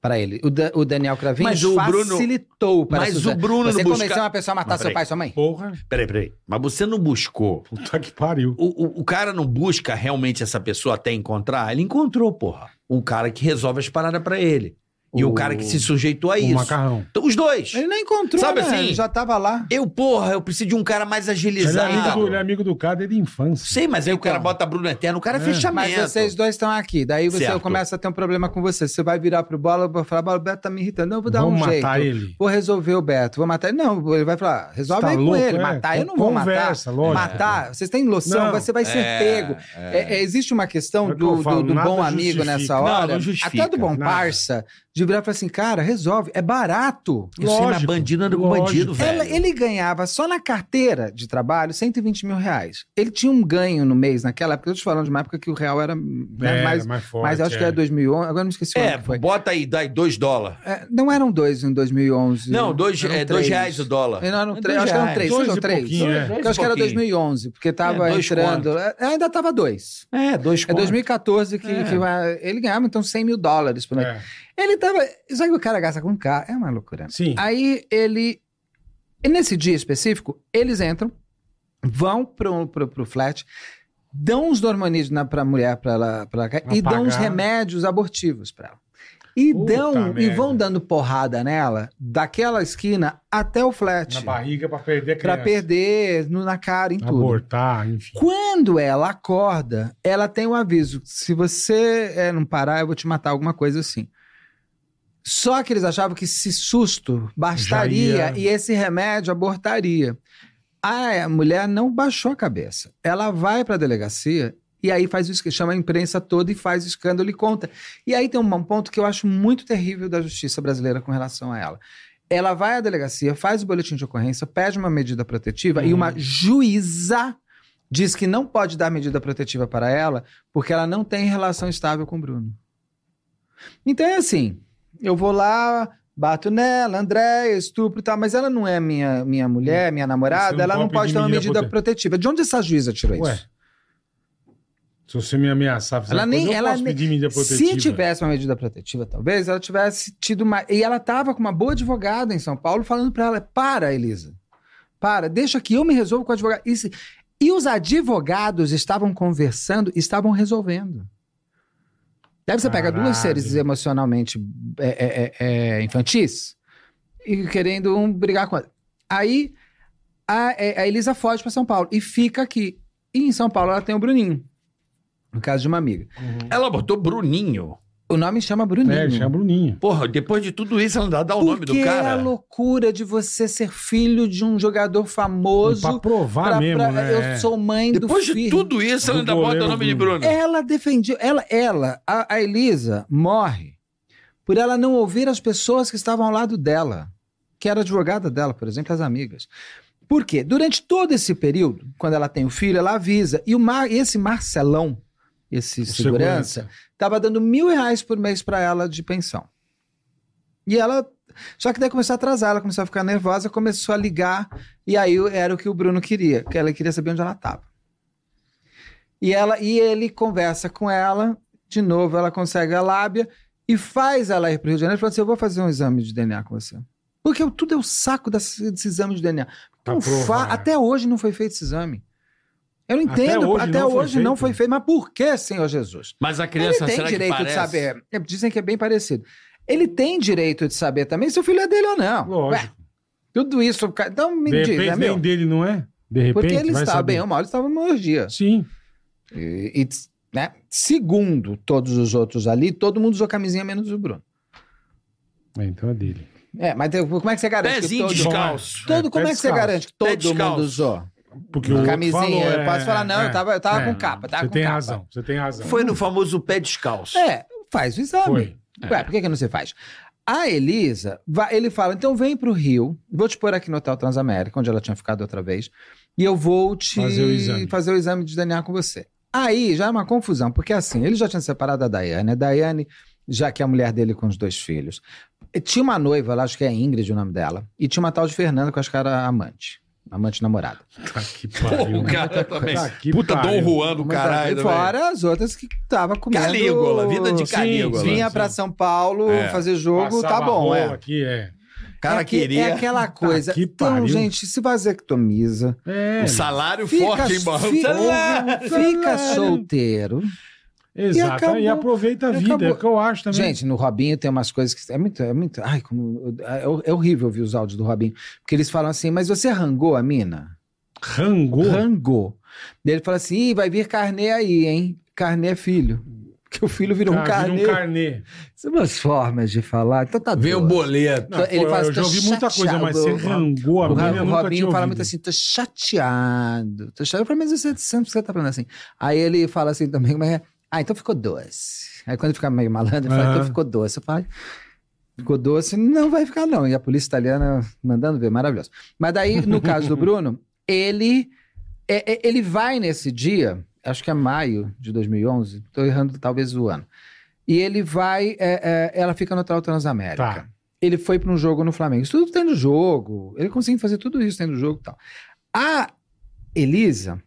Speaker 5: para ele. O, Da- o Daniel Cravinhos
Speaker 4: Mas o Bruno-
Speaker 5: facilitou para
Speaker 4: Mas o
Speaker 5: Suzana.
Speaker 4: Bruno
Speaker 5: Você
Speaker 4: não
Speaker 5: convenceu
Speaker 4: busca...
Speaker 5: uma pessoa a matar
Speaker 4: Mas
Speaker 5: seu
Speaker 4: peraí.
Speaker 5: pai e sua mãe?
Speaker 3: Porra,
Speaker 4: Peraí, peraí. Mas você não buscou.
Speaker 3: puta que pariu.
Speaker 4: O, o, o cara não busca realmente essa pessoa até encontrar? Ele encontrou, porra. Um cara que resolve as paradas pra ele. E o, cara que se sujeitou a
Speaker 5: É
Speaker 3: O
Speaker 4: isso.
Speaker 3: Um macarrão.
Speaker 4: Então, os dois.
Speaker 5: Ele não encontrou,
Speaker 4: Sabe
Speaker 5: né?
Speaker 4: assim?
Speaker 5: Ele já tava lá.
Speaker 4: Eu, porra, eu preciso de um cara mais
Speaker 3: Ele é, amigo
Speaker 4: agilizado.
Speaker 3: do, ele é amigo do cara desde a infância.
Speaker 4: Sei, mas aí o cara
Speaker 5: Então.
Speaker 4: bota Bruno Eterno, o cara é,
Speaker 3: É.
Speaker 5: Mas
Speaker 4: fechamento.
Speaker 5: vocês dois estão aqui. Daí você
Speaker 4: Certo.
Speaker 5: começa a ter um problema com você. Você vai virar pro Bola, vai falar, Bola, o Beto tá me irritando. Não, eu vou dar
Speaker 3: Vamos
Speaker 5: um jeito.
Speaker 3: matar ele.
Speaker 5: Vou resolver o Beto. Vou matar ele. Não, ele vai falar, resolve
Speaker 3: Tá
Speaker 5: aí
Speaker 3: louco,
Speaker 5: com ele.
Speaker 3: é?
Speaker 5: Matar, eu não vou matar.
Speaker 3: Conversa, lógico.
Speaker 5: Matar, vocês têm noção,
Speaker 3: Não.
Speaker 5: você vai ser pego. É, é, existe uma questão
Speaker 3: É o que eu
Speaker 5: do,
Speaker 3: falo,
Speaker 5: do- do
Speaker 3: nada
Speaker 5: bom amigo
Speaker 3: justifica.
Speaker 5: nessa
Speaker 3: Não,
Speaker 5: hora,
Speaker 4: não justifica,
Speaker 5: até do bom
Speaker 3: nada.
Speaker 5: parça, de virar e falar assim, cara, resolve, é barato.
Speaker 4: Eu sei, mas
Speaker 3: Lógico,
Speaker 4: bandido anda com
Speaker 3: lógico.
Speaker 4: bandido, é velho.
Speaker 5: Ela- ele ganhava só na carteira de trabalho 120 mil reais. Ele tinha um ganho no mês naquela época, eu tô te falando de uma época que o real era né,
Speaker 3: É,
Speaker 5: mais,
Speaker 3: mais forte. é.
Speaker 5: mas eu acho que é era 2011, agora eu não esqueci o
Speaker 4: É,
Speaker 5: ano que foi.
Speaker 4: bota aí, dá aí dois dólares.
Speaker 5: É, não eram dois em 2011.
Speaker 4: Não, dois,
Speaker 5: eram
Speaker 4: é, dois
Speaker 5: três.
Speaker 4: reais o dólar.
Speaker 5: Não, eram
Speaker 4: É, dois
Speaker 5: três, acho que eram
Speaker 4: reais.
Speaker 5: três,
Speaker 3: Dois
Speaker 5: são
Speaker 3: e
Speaker 5: três.
Speaker 3: pouquinho, é.
Speaker 5: Eu acho que era 2011, porque tava
Speaker 4: É, dois
Speaker 5: entrando. é, Ainda tava dois.
Speaker 4: É, dois
Speaker 3: Tipo,
Speaker 5: É
Speaker 3: um-
Speaker 4: conto.
Speaker 5: 2014 que, que vai- ele ganhava então 100 mil dólares por noite.
Speaker 3: É.
Speaker 5: Ele tava. Só que o cara gasta com carro, é uma loucura.
Speaker 3: Sim.
Speaker 5: Aí ele. e Nesse dia específico, eles entram, vão pro, pro, pro flat, dão os dormonidos na, pra mulher pra ela, pra ela cair, e
Speaker 3: Apagar.
Speaker 5: dão os remédios abortivos pra ela. E
Speaker 3: Puta
Speaker 5: dão, e
Speaker 3: merda.
Speaker 5: vão dando porrada nela daquela esquina até o flat.
Speaker 3: Na barriga pra perder a
Speaker 5: Pra
Speaker 3: criança.
Speaker 5: perder no- na cara, em tudo.
Speaker 3: Abortar, enfim.
Speaker 5: Quando ela acorda, ela tem um aviso: se você eh, não parar, eu vou te matar, alguma coisa assim. Só que eles achavam que esse susto bastaria
Speaker 3: Já ia-
Speaker 5: e esse remédio abortaria. A mulher não baixou a cabeça. Ela vai para a delegacia e aí faz o esca- chama a imprensa toda e faz o escândalo e conta. E aí tem um ponto que eu acho muito terrível da justiça brasileira com relação a ela. Ela vai à delegacia, faz o boletim de ocorrência, pede uma medida protetiva e
Speaker 3: Uhum.
Speaker 5: uma juíza diz que não pode dar medida protetiva para ela porque ela não tem relação estável com o Bruno. Então é assim, eu vou lá, bato nela, Andréia, estupro e tal, mas ela não é minha, minha mulher, minha namorada,
Speaker 3: não é um
Speaker 5: ela não
Speaker 3: pode
Speaker 5: pode
Speaker 3: pedir
Speaker 5: ter uma
Speaker 3: medida
Speaker 5: medida
Speaker 3: prote-
Speaker 5: protetiva. De onde essa juíza tirou isso?
Speaker 3: Ué. Se você me ameaçar, fazer
Speaker 5: Ela
Speaker 3: uma coisa,
Speaker 5: nem-
Speaker 3: eu
Speaker 5: ela
Speaker 3: posso
Speaker 5: nem-
Speaker 3: pedir medida protetiva.
Speaker 5: Se tivesse uma medida protetiva, talvez ela tivesse tido uma. E ela estava com uma boa advogada em São Paulo falando para ela: para, Elisa, para, deixa que eu me resolvo com a advogada. E, se- e os advogados estavam conversando, estavam resolvendo. Deve você pegar duas
Speaker 3: Caralho.
Speaker 5: seres emocionalmente é, é, é, é, infantis e querendo um brigar com a. Aí a, é, a Elisa foge para São Paulo e fica aqui. E em São Paulo ela tem o Bruninho, no caso de uma amiga.
Speaker 4: Ela botou Bruninho.
Speaker 5: O nome chama é Bruninho.
Speaker 3: É, Uhum. chama Bruninho.
Speaker 4: Porra, depois de tudo isso, ela não dá, dá o nome do
Speaker 5: Porque é a
Speaker 4: cara.
Speaker 5: loucura de você ser filho de um jogador
Speaker 3: E
Speaker 5: famoso.
Speaker 3: Pra provar
Speaker 5: pra-
Speaker 3: Um mesmo,
Speaker 5: pra-
Speaker 3: né?
Speaker 5: Eu sou mãe
Speaker 4: Depois
Speaker 5: do É.
Speaker 4: de
Speaker 5: filho.
Speaker 4: tudo isso, ela
Speaker 3: Do
Speaker 4: ainda bota o
Speaker 3: goleiro
Speaker 4: nome de
Speaker 3: Bruno.
Speaker 4: Bruno.
Speaker 5: Ela defendia. Ela, ela a, a Elisa, morre por ela não ouvir as pessoas que estavam ao lado dela, que era advogada dela, por exemplo, as amigas. Por quê? Durante todo esse período, quando ela tem o filho, ela avisa. E o Mar- esse Marcelão, esse
Speaker 3: O
Speaker 5: segurança, tava dando mil reais por mês para ela de pensão. E ela. Só que daí começou a atrasar, ela começou a ficar nervosa, começou a ligar, e aí era o que o Bruno queria, que ela queria saber onde ela estava. E, ela, e ele conversa com ela, De novo, ela consegue a lábia e faz ela ir para o Rio de Janeiro e fala assim: eu vou fazer um exame de DNA com você. Porque eu- tudo é o saco desse, desse exame de DNA.
Speaker 3: Pra
Speaker 5: Não
Speaker 3: provar,
Speaker 5: Um fa-
Speaker 3: né?
Speaker 5: Até hoje não foi feito esse exame. Eu não
Speaker 3: Até
Speaker 5: entendo, até
Speaker 3: hoje
Speaker 5: hoje,
Speaker 3: não
Speaker 5: não,
Speaker 3: foi
Speaker 5: foi
Speaker 3: feito?
Speaker 5: feito. Mas por que, Senhor Jesus?
Speaker 7: Mas a
Speaker 5: Ele
Speaker 7: criança,
Speaker 5: tem
Speaker 7: será que
Speaker 5: direito de
Speaker 7: parece?
Speaker 5: saber. É, Dizem que é bem parecido. Ele tem direito de saber também se o filho é dele ou não.
Speaker 3: Lógico.
Speaker 5: Ué, tudo isso. cara, Então me
Speaker 3: de
Speaker 5: diz,
Speaker 3: repente
Speaker 5: é
Speaker 3: nem
Speaker 5: meu.
Speaker 3: dele, não é? De repente,
Speaker 5: Porque ele é um
Speaker 3: vai
Speaker 5: estava
Speaker 3: saber.
Speaker 5: bem ou mal, ele estava numa orgia.
Speaker 3: Sim.
Speaker 5: E, e, né, segundo todos os outros ali, todo mundo usou camisinha menos o Bruno.
Speaker 3: É, então é dele.
Speaker 5: É, mas tem- como é que você garante
Speaker 7: Pezinho
Speaker 5: que todo,
Speaker 7: descalço.
Speaker 5: todo
Speaker 3: É,
Speaker 5: como é que
Speaker 3: pé
Speaker 5: você
Speaker 3: descalço.
Speaker 5: garante que
Speaker 7: Pé
Speaker 5: todo mundo
Speaker 7: descalço.
Speaker 5: usou?
Speaker 3: Porque o outro
Speaker 5: camisinha,
Speaker 3: falou,
Speaker 5: eu
Speaker 3: é,
Speaker 5: posso falar, não,
Speaker 3: é,
Speaker 5: eu tava, eu tava
Speaker 3: é.
Speaker 5: com capa, eu tava
Speaker 3: Você
Speaker 5: com
Speaker 3: tem
Speaker 5: capa.
Speaker 3: razão, você tem razão.
Speaker 4: Foi no famoso pé descalço.
Speaker 5: né? É, faz o exame.
Speaker 3: Foi.
Speaker 5: Ué, por que, que não se faz? A Elisa, vai- ele fala, então vem pro Rio, vou te pôr aqui no Hotel Transamérica, onde ela tinha ficado outra vez, e eu vou te
Speaker 3: Fazer o exame.
Speaker 5: fazer o exame de DNA com você. Aí já é uma confusão, porque assim, ele já tinha separado a Daiane, a Daiane, já que é a mulher dele com os dois filhos. E Tinha uma noiva lá, acho que é Ingrid o nome dela, e tinha uma tal de Fernanda, que eu acho que era amante, amante namorada.
Speaker 3: Tá que pariu.
Speaker 7: O
Speaker 3: né?
Speaker 7: cara também.
Speaker 3: Tá que
Speaker 1: Puta
Speaker 3: pariu.
Speaker 1: Dom Juan do
Speaker 5: Mas
Speaker 1: caralho.
Speaker 5: aí
Speaker 1: também.
Speaker 5: Fora as outras que tava comendo...
Speaker 4: Calígula, vida de
Speaker 5: Sim,
Speaker 4: Calígula.
Speaker 5: Vinha pra São Paulo
Speaker 1: É.
Speaker 5: fazer jogo,
Speaker 3: Passava
Speaker 5: tá bom,
Speaker 3: rola
Speaker 5: é.
Speaker 3: Aqui, é.
Speaker 4: O cara
Speaker 5: é que-
Speaker 4: queria.
Speaker 5: É aquela coisa.
Speaker 3: que pariu.
Speaker 5: então, gente, se vasectomiza.
Speaker 3: É,
Speaker 1: Um salário
Speaker 5: Fica,
Speaker 1: forte, hein, Barro?
Speaker 5: fica, fica
Speaker 3: Caralho.
Speaker 5: solteiro.
Speaker 3: exato.
Speaker 5: acabou.
Speaker 3: E aproveita a
Speaker 5: E
Speaker 3: vida, é
Speaker 5: acabou.
Speaker 3: o que eu acho também.
Speaker 5: Gente, no Robinho tem umas coisas que. É muito. É muito ai, como, é, hor- é horrível ouvir os áudios do Robinho. Porque eles falam assim, mas você rangou a mina?
Speaker 3: Rango.
Speaker 5: Rangou. E ele fala assim: Ih, vai vir carnê aí, hein? Carnê é filho. Porque o filho virou um
Speaker 3: Cara, vira
Speaker 5: carnê.
Speaker 3: um carnê.
Speaker 5: São umas formas de falar. Então tá
Speaker 7: Vem o
Speaker 5: doido.
Speaker 7: boleto.
Speaker 3: Não,
Speaker 5: Ele
Speaker 3: pô,
Speaker 5: faz-
Speaker 3: eu já ouvi muita coisa, mas você
Speaker 5: chateado.
Speaker 3: rangou a
Speaker 5: O, Ra-
Speaker 3: minha, eu
Speaker 5: o
Speaker 3: nunca
Speaker 5: Robinho
Speaker 3: tinha
Speaker 5: fala
Speaker 3: ouvido.
Speaker 5: muito assim, tô chateado. Tô chateado. Eu falei, mas você sempre você tá falando assim. Aí ele fala assim também, mas é, ah, então ficou doce. Aí quando ele fica meio malandro, ele fala,
Speaker 3: Aham.
Speaker 5: então ficou doce. Eu falo, ficou doce, não vai ficar não. E a polícia italiana mandando ver, maravilhoso. Mas daí, no caso do Bruno, ele, é- é- ele vai nesse dia, acho que é maio de 2011, tô errando talvez o ano. E ele vai, é, é, ela fica no Hotel Transamérica
Speaker 3: Tá.
Speaker 5: ele foi para um jogo no Flamengo. Isso tudo tendo jogo. Ele conseguiu fazer tudo isso tendo jogo e tal. A Elisa,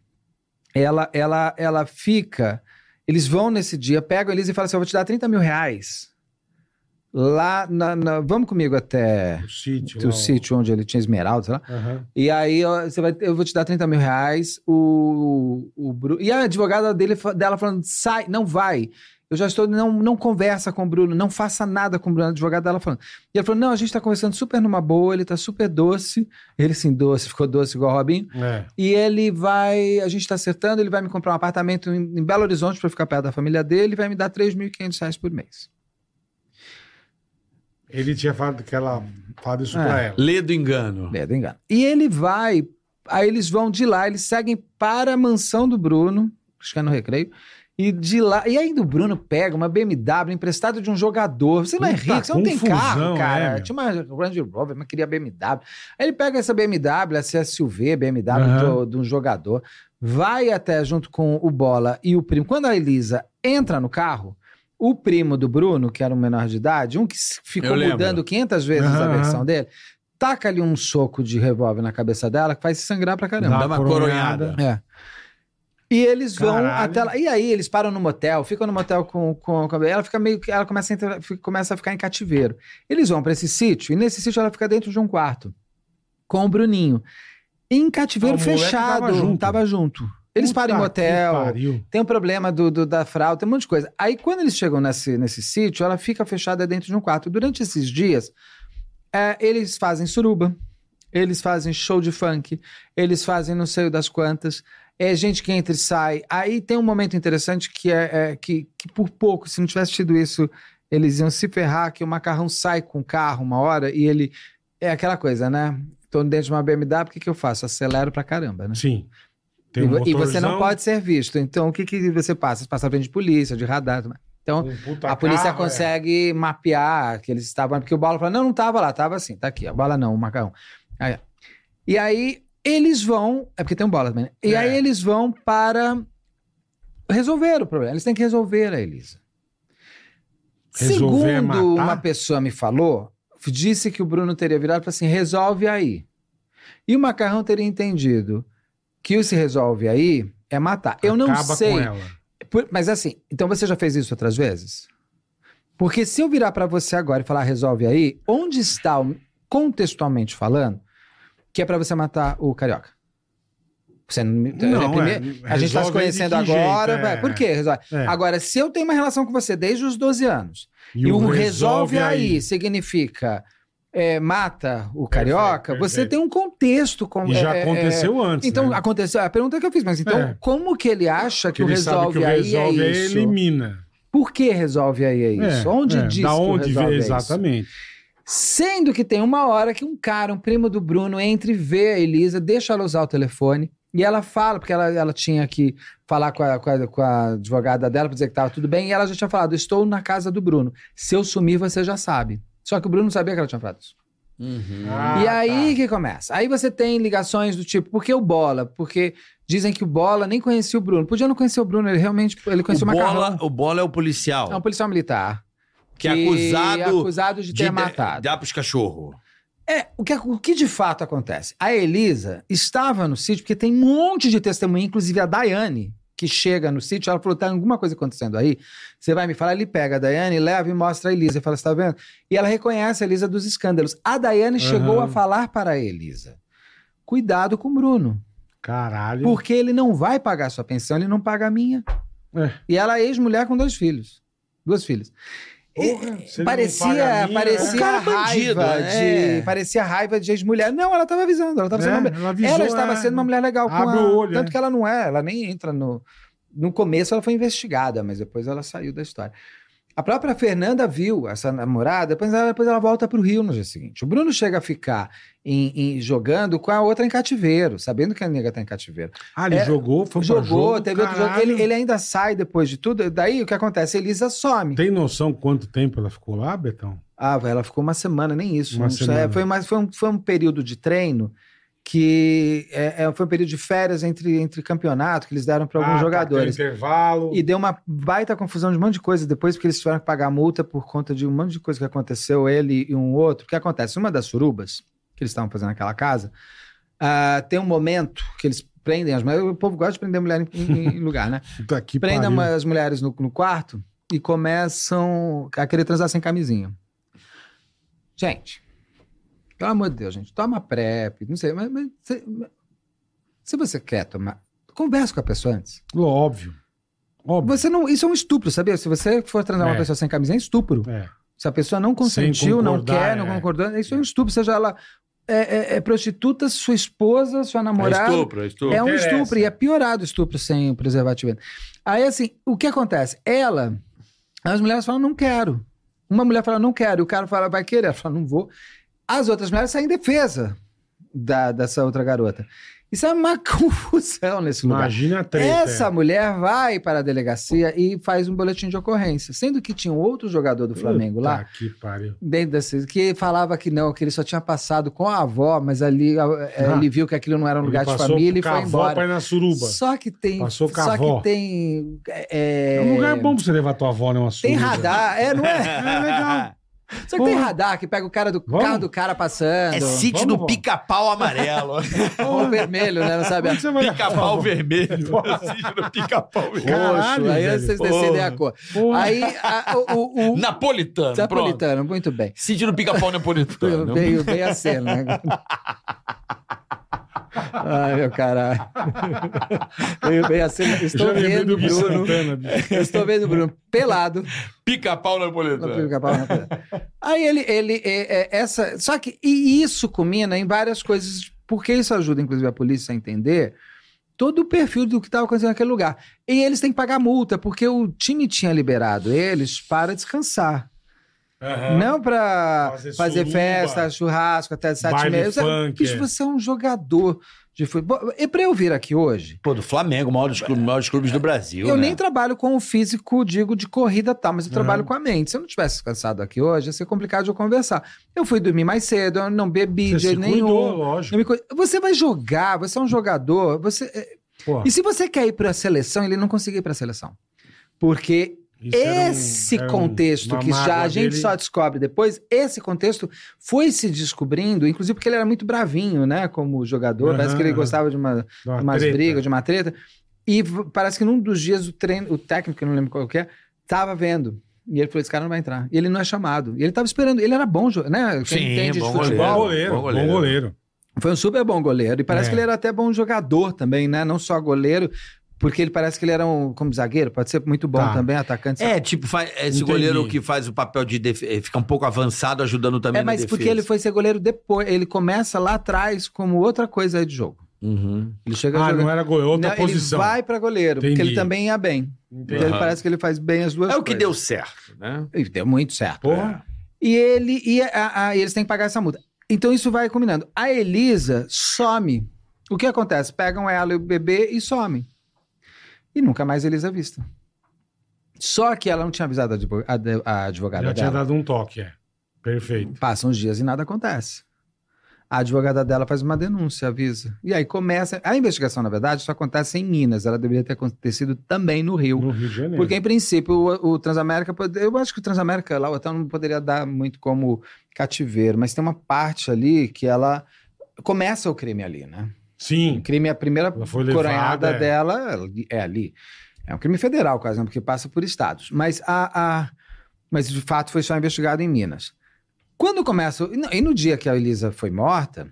Speaker 5: ela, ela, ela fica. Eles vão nesse dia, pegam a Elisa e falam assim: eu vou te dar 30 mil reais. Lá na. na- vamos comigo até
Speaker 3: O sítio. lá,
Speaker 5: o
Speaker 3: ó.
Speaker 5: sítio onde ele tinha esmeralda, sei lá.
Speaker 3: Aham.
Speaker 5: E aí ó, você vai, eu vou te dar 30 mil reais. O, o Bruno. E a advogada dele, fa- dela falando: sai, não vai. Eu já estou, não, não conversa com o Bruno, não faça nada com o Bruno. A advogada dela falando. E ela falou: não, a gente está conversando super numa boa, ele tá super doce. Ele sim, doce, ficou doce igual o Robin.
Speaker 3: É.
Speaker 5: E ele vai, a gente está acertando, ele vai me comprar um apartamento em, em Belo Horizonte para ficar perto da família dele e vai me dar 3.500 reais por mês.
Speaker 3: Ele tinha falado que ela falado isso
Speaker 5: É.
Speaker 3: pra ela.
Speaker 7: Lê do engano.
Speaker 5: É, do engano. E ele vai, aí eles vão de lá, eles seguem para a mansão do Bruno, acho que é no recreio, e de lá, e ainda o Bruno pega uma BMW emprestada de um jogador. Você não é
Speaker 3: Puta
Speaker 5: rico, você não tem
Speaker 3: confusão,
Speaker 5: carro,
Speaker 3: é,
Speaker 5: cara.
Speaker 3: meu.
Speaker 5: Tinha uma Range Rover, mas queria BMW. Aí ele pega essa BMW, essa SUV, BMW
Speaker 3: Aham.
Speaker 5: do- de um jogador, vai até junto com o Bola e o primo. Quando a Elisa entra no carro, o primo do Bruno, que era um menor de idade, um que s-
Speaker 7: Eu
Speaker 5: ficou
Speaker 7: lembro.
Speaker 5: mudando 500 vezes a
Speaker 3: Aham,
Speaker 5: versão
Speaker 3: aham.
Speaker 5: dele, taca ali um soco de revólver na cabeça dela que faz sangrar pra caramba.
Speaker 7: Dá uma coronhada.
Speaker 5: É. E eles vão
Speaker 3: Caralho.
Speaker 5: até lá. E aí eles param no motel, ficam no motel com, com, com- ela fica meio que ela começa a, entrar- fica- começa a ficar em cativeiro. Eles vão pra esse sítio e nesse sítio ela fica dentro de um quarto com o Bruninho. Em cativeiro
Speaker 3: Ah, o moleque
Speaker 5: fechado,
Speaker 3: tava junto.
Speaker 5: tava junto. Eles
Speaker 3: Puta
Speaker 5: param em
Speaker 3: que
Speaker 5: motel,
Speaker 3: pariu.
Speaker 5: tem o problema do, do- da fraude, tem um monte de coisa. Aí quando eles chegam nesse, nesse sítio, ela fica fechada dentro de um quarto. Durante esses dias, é, eles fazem suruba, eles fazem show de funk, eles fazem não sei das quantas. É gente que entra e sai. Aí tem um momento interessante que é, é que, que por pouco, se não tivesse tido isso, eles iam se ferrar, que o macarrão sai com o carro uma hora e ele. É aquela coisa, né? Tô dentro de uma BMW, o que, que eu faço? Acelero pra caramba, né?
Speaker 3: Sim. Tem
Speaker 5: e,
Speaker 3: um
Speaker 5: vo- e você não
Speaker 3: motorzão,
Speaker 5: pode ser visto. Então, o que, que você passa? Você passa na frente de polícia, de radar. tudo mais. Então,
Speaker 3: um puta
Speaker 5: a polícia
Speaker 3: carro, é.
Speaker 5: consegue mapear que eles estavam. Porque o Bala fala: não, não tava lá, tava assim, tá aqui. A bala não, o macarrão. Aí, e aí eles vão. É porque tem um bala também. né? E
Speaker 3: É.
Speaker 5: aí eles vão para resolver o problema. Eles têm que resolver a Elisa.
Speaker 3: Resolver é
Speaker 5: Segundo
Speaker 3: matar?
Speaker 5: uma pessoa me falou, disse que o Bruno teria virado e falou assim: resolve aí. E o macarrão teria entendido que o se resolve aí é matar. Eu não
Speaker 3: Acaba
Speaker 5: sei.
Speaker 3: Com ela.
Speaker 5: Por- mas assim, então você já fez isso outras vezes? Porque se eu virar pra você agora e falar resolve aí, onde está, o- contextualmente falando, que é pra você matar o carioca? Você não, me-
Speaker 3: Não,
Speaker 5: é primeiro-
Speaker 3: é,
Speaker 5: a gente tá
Speaker 3: resolve de
Speaker 5: se conhecendo
Speaker 3: que jeito,
Speaker 5: agora,
Speaker 3: é.
Speaker 5: vai, por quê? Resolve.
Speaker 3: É.
Speaker 5: Agora, se eu tenho uma relação com você desde os 12 anos, e, o resolve, é aí, significa é, mata o carioca,
Speaker 3: Perfeito,
Speaker 5: você
Speaker 3: perfeito.
Speaker 5: tem um contexto. Com,
Speaker 3: E já
Speaker 5: é, é,
Speaker 3: aconteceu antes.
Speaker 5: então,
Speaker 3: né?
Speaker 5: aconteceu. A pergunta que eu fiz, mas então,
Speaker 3: É.
Speaker 5: como que ele acha que,
Speaker 3: Porque
Speaker 5: o
Speaker 3: ele sabe
Speaker 5: resolve, aí é isso?
Speaker 3: elimina.
Speaker 5: Por que resolve aí é isso?
Speaker 3: É,
Speaker 5: onde
Speaker 3: é,
Speaker 5: diz
Speaker 3: Da
Speaker 5: que o
Speaker 3: onde
Speaker 5: resolve
Speaker 3: vê,
Speaker 5: é isso?
Speaker 3: exatamente.
Speaker 5: Sendo que tem uma hora que um cara, um primo do Bruno, entra e vê a Elisa, deixa ela usar o telefone. E ela fala, porque ela, ela tinha que falar com a, com, a, com a advogada dela pra dizer que tava tudo bem. E ela já tinha falado: Estou na casa do Bruno. Se eu sumir, você já sabe. Só que o Bruno não sabia que ela tinha falado isso.
Speaker 4: Uhum.
Speaker 5: E
Speaker 4: Ah, tá.
Speaker 5: aí que começa. Aí você tem ligações do tipo, por que o Bola? Porque dizem que o Bola nem conhecia o Bruno. Podia não conhecer o Bruno, ele realmente ele
Speaker 4: O
Speaker 5: conhecia o,
Speaker 4: bola,
Speaker 5: Macarrão.
Speaker 4: o bola é o policial,
Speaker 5: É um policial militar.
Speaker 4: que é acusado,
Speaker 5: acusado de ter
Speaker 4: de
Speaker 5: matado.
Speaker 4: dar pros cachorros.
Speaker 5: É, o que, o que de fato acontece? A Elisa estava no sítio, porque tem um monte de testemunha, inclusive a Daiane, que chega no sítio, ela falou: tá alguma coisa acontecendo aí? Você vai me falar? Ele pega a Daiane, leva e mostra a Elisa. e Fala, você tá vendo? E ela reconhece a Elisa dos escândalos. A Daiane chegou
Speaker 3: Aham.
Speaker 5: a falar para a Elisa: cuidado com o Bruno,
Speaker 3: Caralho.
Speaker 5: porque ele não vai pagar sua pensão, ele não paga a minha.
Speaker 3: É.
Speaker 5: E ela é ex-mulher com dois filhos. Duas filhas. E-
Speaker 3: Porra, se ele não paga
Speaker 5: Parecia,
Speaker 3: a né? minha,
Speaker 5: parecia
Speaker 4: O cara é bandido,
Speaker 5: raiva
Speaker 4: é.
Speaker 5: de, parecia raiva de ex-mulher. Não, ela estava avisando, ela
Speaker 3: é,
Speaker 5: estava sendo uma mulher-
Speaker 3: ela, avisou,
Speaker 5: ela estava
Speaker 3: é,
Speaker 5: sendo uma mulher legal com
Speaker 3: Abre
Speaker 5: a-
Speaker 3: o olho,
Speaker 5: tanto
Speaker 3: é.
Speaker 5: que ela não é, ela nem entra no no começo ela foi investigada, mas depois ela saiu da história. A própria Fernanda viu essa namorada, depois ela, depois ela volta para o Rio no dia seguinte. O Bruno chega a ficar em- em- jogando com a outra em cativeiro, sabendo que a nega está em cativeiro.
Speaker 3: Ah, ele
Speaker 5: É,
Speaker 3: jogou, foi pra
Speaker 5: Jogou,
Speaker 3: jogo,
Speaker 5: teve outro jogo.
Speaker 3: caralho.
Speaker 5: Ele, ele ainda sai depois de tudo. Daí o que acontece? Elisa some.
Speaker 3: Tem noção quanto tempo ela ficou lá, Betão?
Speaker 5: Ah, velho, ela ficou uma semana, nem isso.
Speaker 3: Uma
Speaker 5: Não sei,
Speaker 3: semana.
Speaker 5: foi, mais, foi, um, foi um período de treino que é, é, foi um período de férias entre, entre campeonato que eles deram para alguns
Speaker 3: Ah, tá,
Speaker 5: jogadores.
Speaker 3: tem intervalo.
Speaker 5: E deu uma baita confusão de um monte de coisa depois, porque eles tiveram que pagar multa por conta de um monte de coisa que aconteceu, ele e um outro. O que acontece? Uma das surubas que eles estavam fazendo naquela casa, ah, tem um momento que eles prendem as mulheres. O povo gosta de prender mulher em, em- em lugar, né?
Speaker 3: Puta que
Speaker 5: Prendem
Speaker 3: pariu.
Speaker 5: uma- as mulheres no, no quarto e começam a querer transar sem camisinha. Gente, pelo amor de Deus, gente, toma PrEP, não sei, mas, mas se- mas- se você quer tomar, conversa com a pessoa antes.
Speaker 3: Óbvio. Óbvio.
Speaker 5: Você não, isso é um estupro, sabia? Se você for transar
Speaker 3: É.
Speaker 5: uma pessoa sem camisa, é estupro.
Speaker 3: É.
Speaker 5: Se a pessoa não consentiu, não
Speaker 3: concordar,
Speaker 5: quer, não
Speaker 3: é.
Speaker 5: concordou, isso é um estupro. Seja ela é, é- é prostituta, sua esposa, sua namorada.
Speaker 4: estupro, é estupro.
Speaker 5: É um
Speaker 3: Interessa.
Speaker 5: estupro, e é piorado o estupro sem o preservativo. Aí, assim, o que acontece? Ela, as mulheres falam, não quero. Uma mulher fala, não quero. E o cara fala, vai querer. Ela fala, não vou. As outras mulheres saem em defesa da- dessa outra garota. Isso é uma confusão nesse lugar.
Speaker 3: Imagina a treta.
Speaker 5: Essa
Speaker 3: é.
Speaker 5: mulher vai para a delegacia e faz um boletim de ocorrência, sendo que tinha um outro jogador do Flamengo lá,
Speaker 3: Puta que pariu.
Speaker 5: dentro desse, que falava que não, que ele só tinha passado com a avó, mas ali a- é,
Speaker 3: Ah.
Speaker 5: ele viu que aquilo não era um lugar de família e foi
Speaker 3: Pra
Speaker 5: embora.
Speaker 3: ir na suruba.
Speaker 5: Só que tem.
Speaker 3: Passou com a
Speaker 5: só
Speaker 3: avó.
Speaker 5: que tem.
Speaker 3: É
Speaker 5: É,
Speaker 3: um lugar bom pra você levar tua avó, né? Uma suruba.
Speaker 5: Tem radar, é, não é?
Speaker 3: É legal.
Speaker 5: Só que tem
Speaker 3: Porra.
Speaker 5: radar que pega o cara do
Speaker 3: Vamos?
Speaker 5: carro do cara passando.
Speaker 4: É sítio
Speaker 3: Vamos,
Speaker 4: do
Speaker 3: vamos.
Speaker 4: pica-pau amarelo.
Speaker 5: Ou vermelho, né? Não sabe?
Speaker 3: Onde você vai
Speaker 4: pica-pau
Speaker 3: levar?
Speaker 4: vermelho. sítio do pica-pau vermelho.
Speaker 3: Caralho,
Speaker 5: é Roxo. Aí
Speaker 3: velho.
Speaker 5: vocês decidem a cor.
Speaker 3: Porra.
Speaker 5: Aí a- o, o, o
Speaker 1: Napolitano, pronto.
Speaker 5: é Napolitano, muito bem.
Speaker 1: Sítio do pica-pau
Speaker 3: Tá,
Speaker 1: napolitano.
Speaker 5: Veio bem a cena. né? Ai, meu caralho. Veio bem a cena. Estou
Speaker 3: Já lembrei
Speaker 5: vendo
Speaker 3: do
Speaker 5: o
Speaker 3: Gui
Speaker 5: Bruno.
Speaker 3: Santana, bicho.
Speaker 5: Estou vendo o Bruno pelado.
Speaker 1: Pica-pau
Speaker 5: Não
Speaker 1: napolitano.
Speaker 5: fica capaz, não fica. Aí ele, ele é, é, essa, só que e isso culmina em várias coisas, porque isso ajuda inclusive a polícia a entender todo o perfil do que estava acontecendo naquele lugar. E eles têm que pagar multa, porque o time tinha liberado eles para descansar,
Speaker 3: Aham.
Speaker 5: não
Speaker 3: É.
Speaker 5: para
Speaker 3: Fazer
Speaker 5: fazer,
Speaker 3: suruba.
Speaker 5: festa, churrasco até as sete e
Speaker 3: Baile
Speaker 5: meia. Você,
Speaker 3: funk,
Speaker 5: bicho,
Speaker 3: é.
Speaker 5: você é um jogador de futebol. E para eu vir aqui hoje,
Speaker 4: Pô, do Flamengo, o maior dos clubes, maior dos clubes do Brasil.
Speaker 5: Eu
Speaker 4: né?
Speaker 5: nem trabalho com o físico, digo, de corrida e tal, mas eu
Speaker 3: Aham.
Speaker 5: trabalho com a mente. Se eu não tivesse cansado aqui hoje, ia ser complicado de eu conversar. Eu fui dormir mais cedo, eu não bebi
Speaker 3: Você
Speaker 5: de
Speaker 3: se
Speaker 5: jeito nenhum.
Speaker 3: cuidou,
Speaker 5: Eu
Speaker 3: lógico.
Speaker 5: me cuido. Você vai jogar, você é um jogador. Você... é-
Speaker 3: Pô,
Speaker 5: E se você quer ir para a seleção, ele não conseguiu ir para a seleção. Porque
Speaker 3: isso era um-
Speaker 5: esse
Speaker 3: era um-
Speaker 5: contexto
Speaker 3: uma
Speaker 5: que já
Speaker 3: mágoa
Speaker 5: a gente
Speaker 3: dele.
Speaker 5: só descobre depois, esse contexto foi se descobrindo, inclusive porque ele era muito bravinho, né, como jogador.
Speaker 3: Aham,
Speaker 5: Parece que ele
Speaker 3: aham.
Speaker 5: gostava de uma
Speaker 3: Dá uma
Speaker 5: umas
Speaker 3: treta.
Speaker 5: brigas, de uma treta. E v- parece que num dos dias o treino, o técnico, eu não lembro qual que é, tava vendo. E ele falou: esse cara não vai entrar. E ele não é chamado. E ele tava esperando. Ele era bom, jo- né? Quem
Speaker 4: Sim,
Speaker 5: entende
Speaker 4: bom
Speaker 5: de futebol.
Speaker 3: Bom
Speaker 4: Goleiro,
Speaker 3: goleiro,
Speaker 4: bom
Speaker 3: bom goleiro.
Speaker 4: goleiro.
Speaker 5: Foi um super bom goleiro. E parece
Speaker 3: É.
Speaker 5: que ele era até bom jogador também, né? Não só goleiro, porque ele parece que ele era um, como zagueiro, pode ser muito bom
Speaker 3: Tá.
Speaker 5: também, atacante.
Speaker 4: É, tipo, faz- esse
Speaker 3: Entendi.
Speaker 4: goleiro que faz o papel de def... eh, fica um pouco avançado, ajudando também
Speaker 5: É, mas
Speaker 4: na defesa.
Speaker 5: porque ele foi ser goleiro depois. Ele começa lá atrás como outra coisa aí de jogo.
Speaker 4: Uhum.
Speaker 5: Ele chega a
Speaker 3: Ah,
Speaker 5: jogar.
Speaker 3: não era goleiro, outra
Speaker 5: Não,
Speaker 3: posição.
Speaker 5: Ele vai pra goleiro,
Speaker 3: Entendi.
Speaker 5: porque ele também ia bem. Então ele
Speaker 1: Aham.
Speaker 5: parece que ele faz bem as duas
Speaker 4: É o que deu
Speaker 5: coisas.
Speaker 4: certo, né?
Speaker 5: E deu muito certo.
Speaker 3: Porra.
Speaker 5: E ele e a- a- e eles têm que pagar essa multa. Então isso vai combinando. A Elisa some. O que acontece? Pegam ela e o bebê e somem. E nunca mais a Elisa é vista. Só que ela não tinha avisado a advo- a de- a advogada
Speaker 3: Já tinha
Speaker 5: dela.
Speaker 3: dado um toque, é. Perfeito.
Speaker 5: Passam os dias e nada acontece. A advogada dela faz uma denúncia, avisa. E aí começa. A investigação, na verdade, só acontece em Minas. Ela deveria ter acontecido também no Rio.
Speaker 3: No Rio de Janeiro.
Speaker 5: Porque, em princípio, o, o Transamérica. pode- Eu acho que o Transamérica lá, o hotel não poderia dar muito como cativeiro, mas tem uma parte ali que ela. Começa o crime ali, né? O
Speaker 3: Sim.
Speaker 5: crime, a primeira
Speaker 3: Ela foi levada.
Speaker 5: coronhada
Speaker 3: é.
Speaker 5: dela é ali. É um crime federal, quase, né? Porque passa por estados. Mas, a, a- mas de fato foi só investigado em Minas. Quando começa. e no- E no dia que a Elisa foi morta,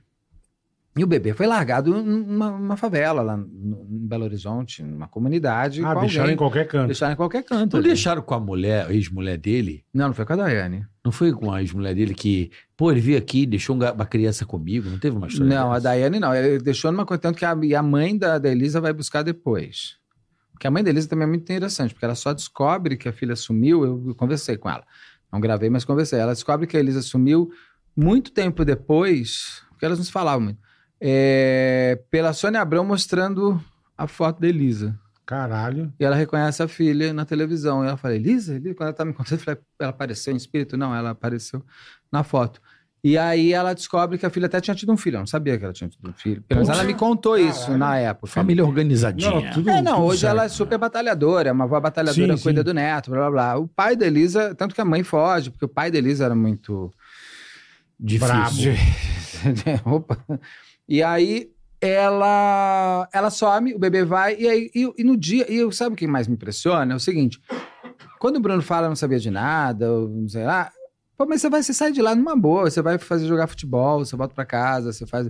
Speaker 5: e o bebê foi largado numa, numa favela lá no- em Belo Horizonte, numa comunidade.
Speaker 3: Ah,
Speaker 5: com
Speaker 3: deixaram
Speaker 5: alguém.
Speaker 3: em qualquer canto.
Speaker 5: Deixaram em qualquer canto.
Speaker 4: Não
Speaker 5: ali.
Speaker 4: deixaram com a mulher, a ex-mulher dele?
Speaker 5: Não, não foi com a Daiane.
Speaker 4: Não foi com a ex-mulher dele que, pô, ele veio aqui, deixou um ga- uma criança comigo, não teve uma história?
Speaker 5: Não, a
Speaker 4: dessa?
Speaker 5: Daiane não. Ele deixou numa coisa tanto que a, e a mãe da, da Elisa vai buscar depois. Porque a mãe da Elisa também é muito interessante, porque ela só descobre que a filha sumiu. Eu, conversei com ela. Não gravei, mas conversei. Ela descobre que a Elisa sumiu muito tempo depois, porque elas não se falavam muito. é, pela Sônia Abrão mostrando a foto da Elisa.
Speaker 3: Caralho.
Speaker 5: E ela reconhece a filha na televisão. E ela fala, Elisa? Elisa?" Quando ela tá me contando, eu falei, ela apareceu em espírito? Não, ela apareceu na foto. E aí ela descobre que a filha até tinha tido um filho. Eu não sabia que ela tinha tido um filho. Pelo menos
Speaker 3: Poxa.
Speaker 5: ela me contou isso
Speaker 3: Caralho.
Speaker 5: na época.
Speaker 4: Família organizadinha.
Speaker 3: Não, tudo,
Speaker 5: É, não,
Speaker 3: tudo
Speaker 5: hoje
Speaker 3: certo.
Speaker 5: ela é super batalhadora, é uma avó batalhadora,
Speaker 3: né? Sim,
Speaker 5: cuida
Speaker 3: sim.
Speaker 5: do neto, blá blá blá. O pai da Elisa, tanto que a mãe foge, porque o pai da Elisa era muito.
Speaker 4: Difícil.
Speaker 3: Brabo.
Speaker 5: Opa. E aí ela ela some, o bebê vai, e aí e, e no dia. E eu, sabe o que mais me impressiona? É o seguinte: quando o Bruno fala não sabia de nada, ou não sei lá, pô, mas você vai, você sai de lá numa boa, você vai fazer jogar futebol, você volta pra casa, você faz.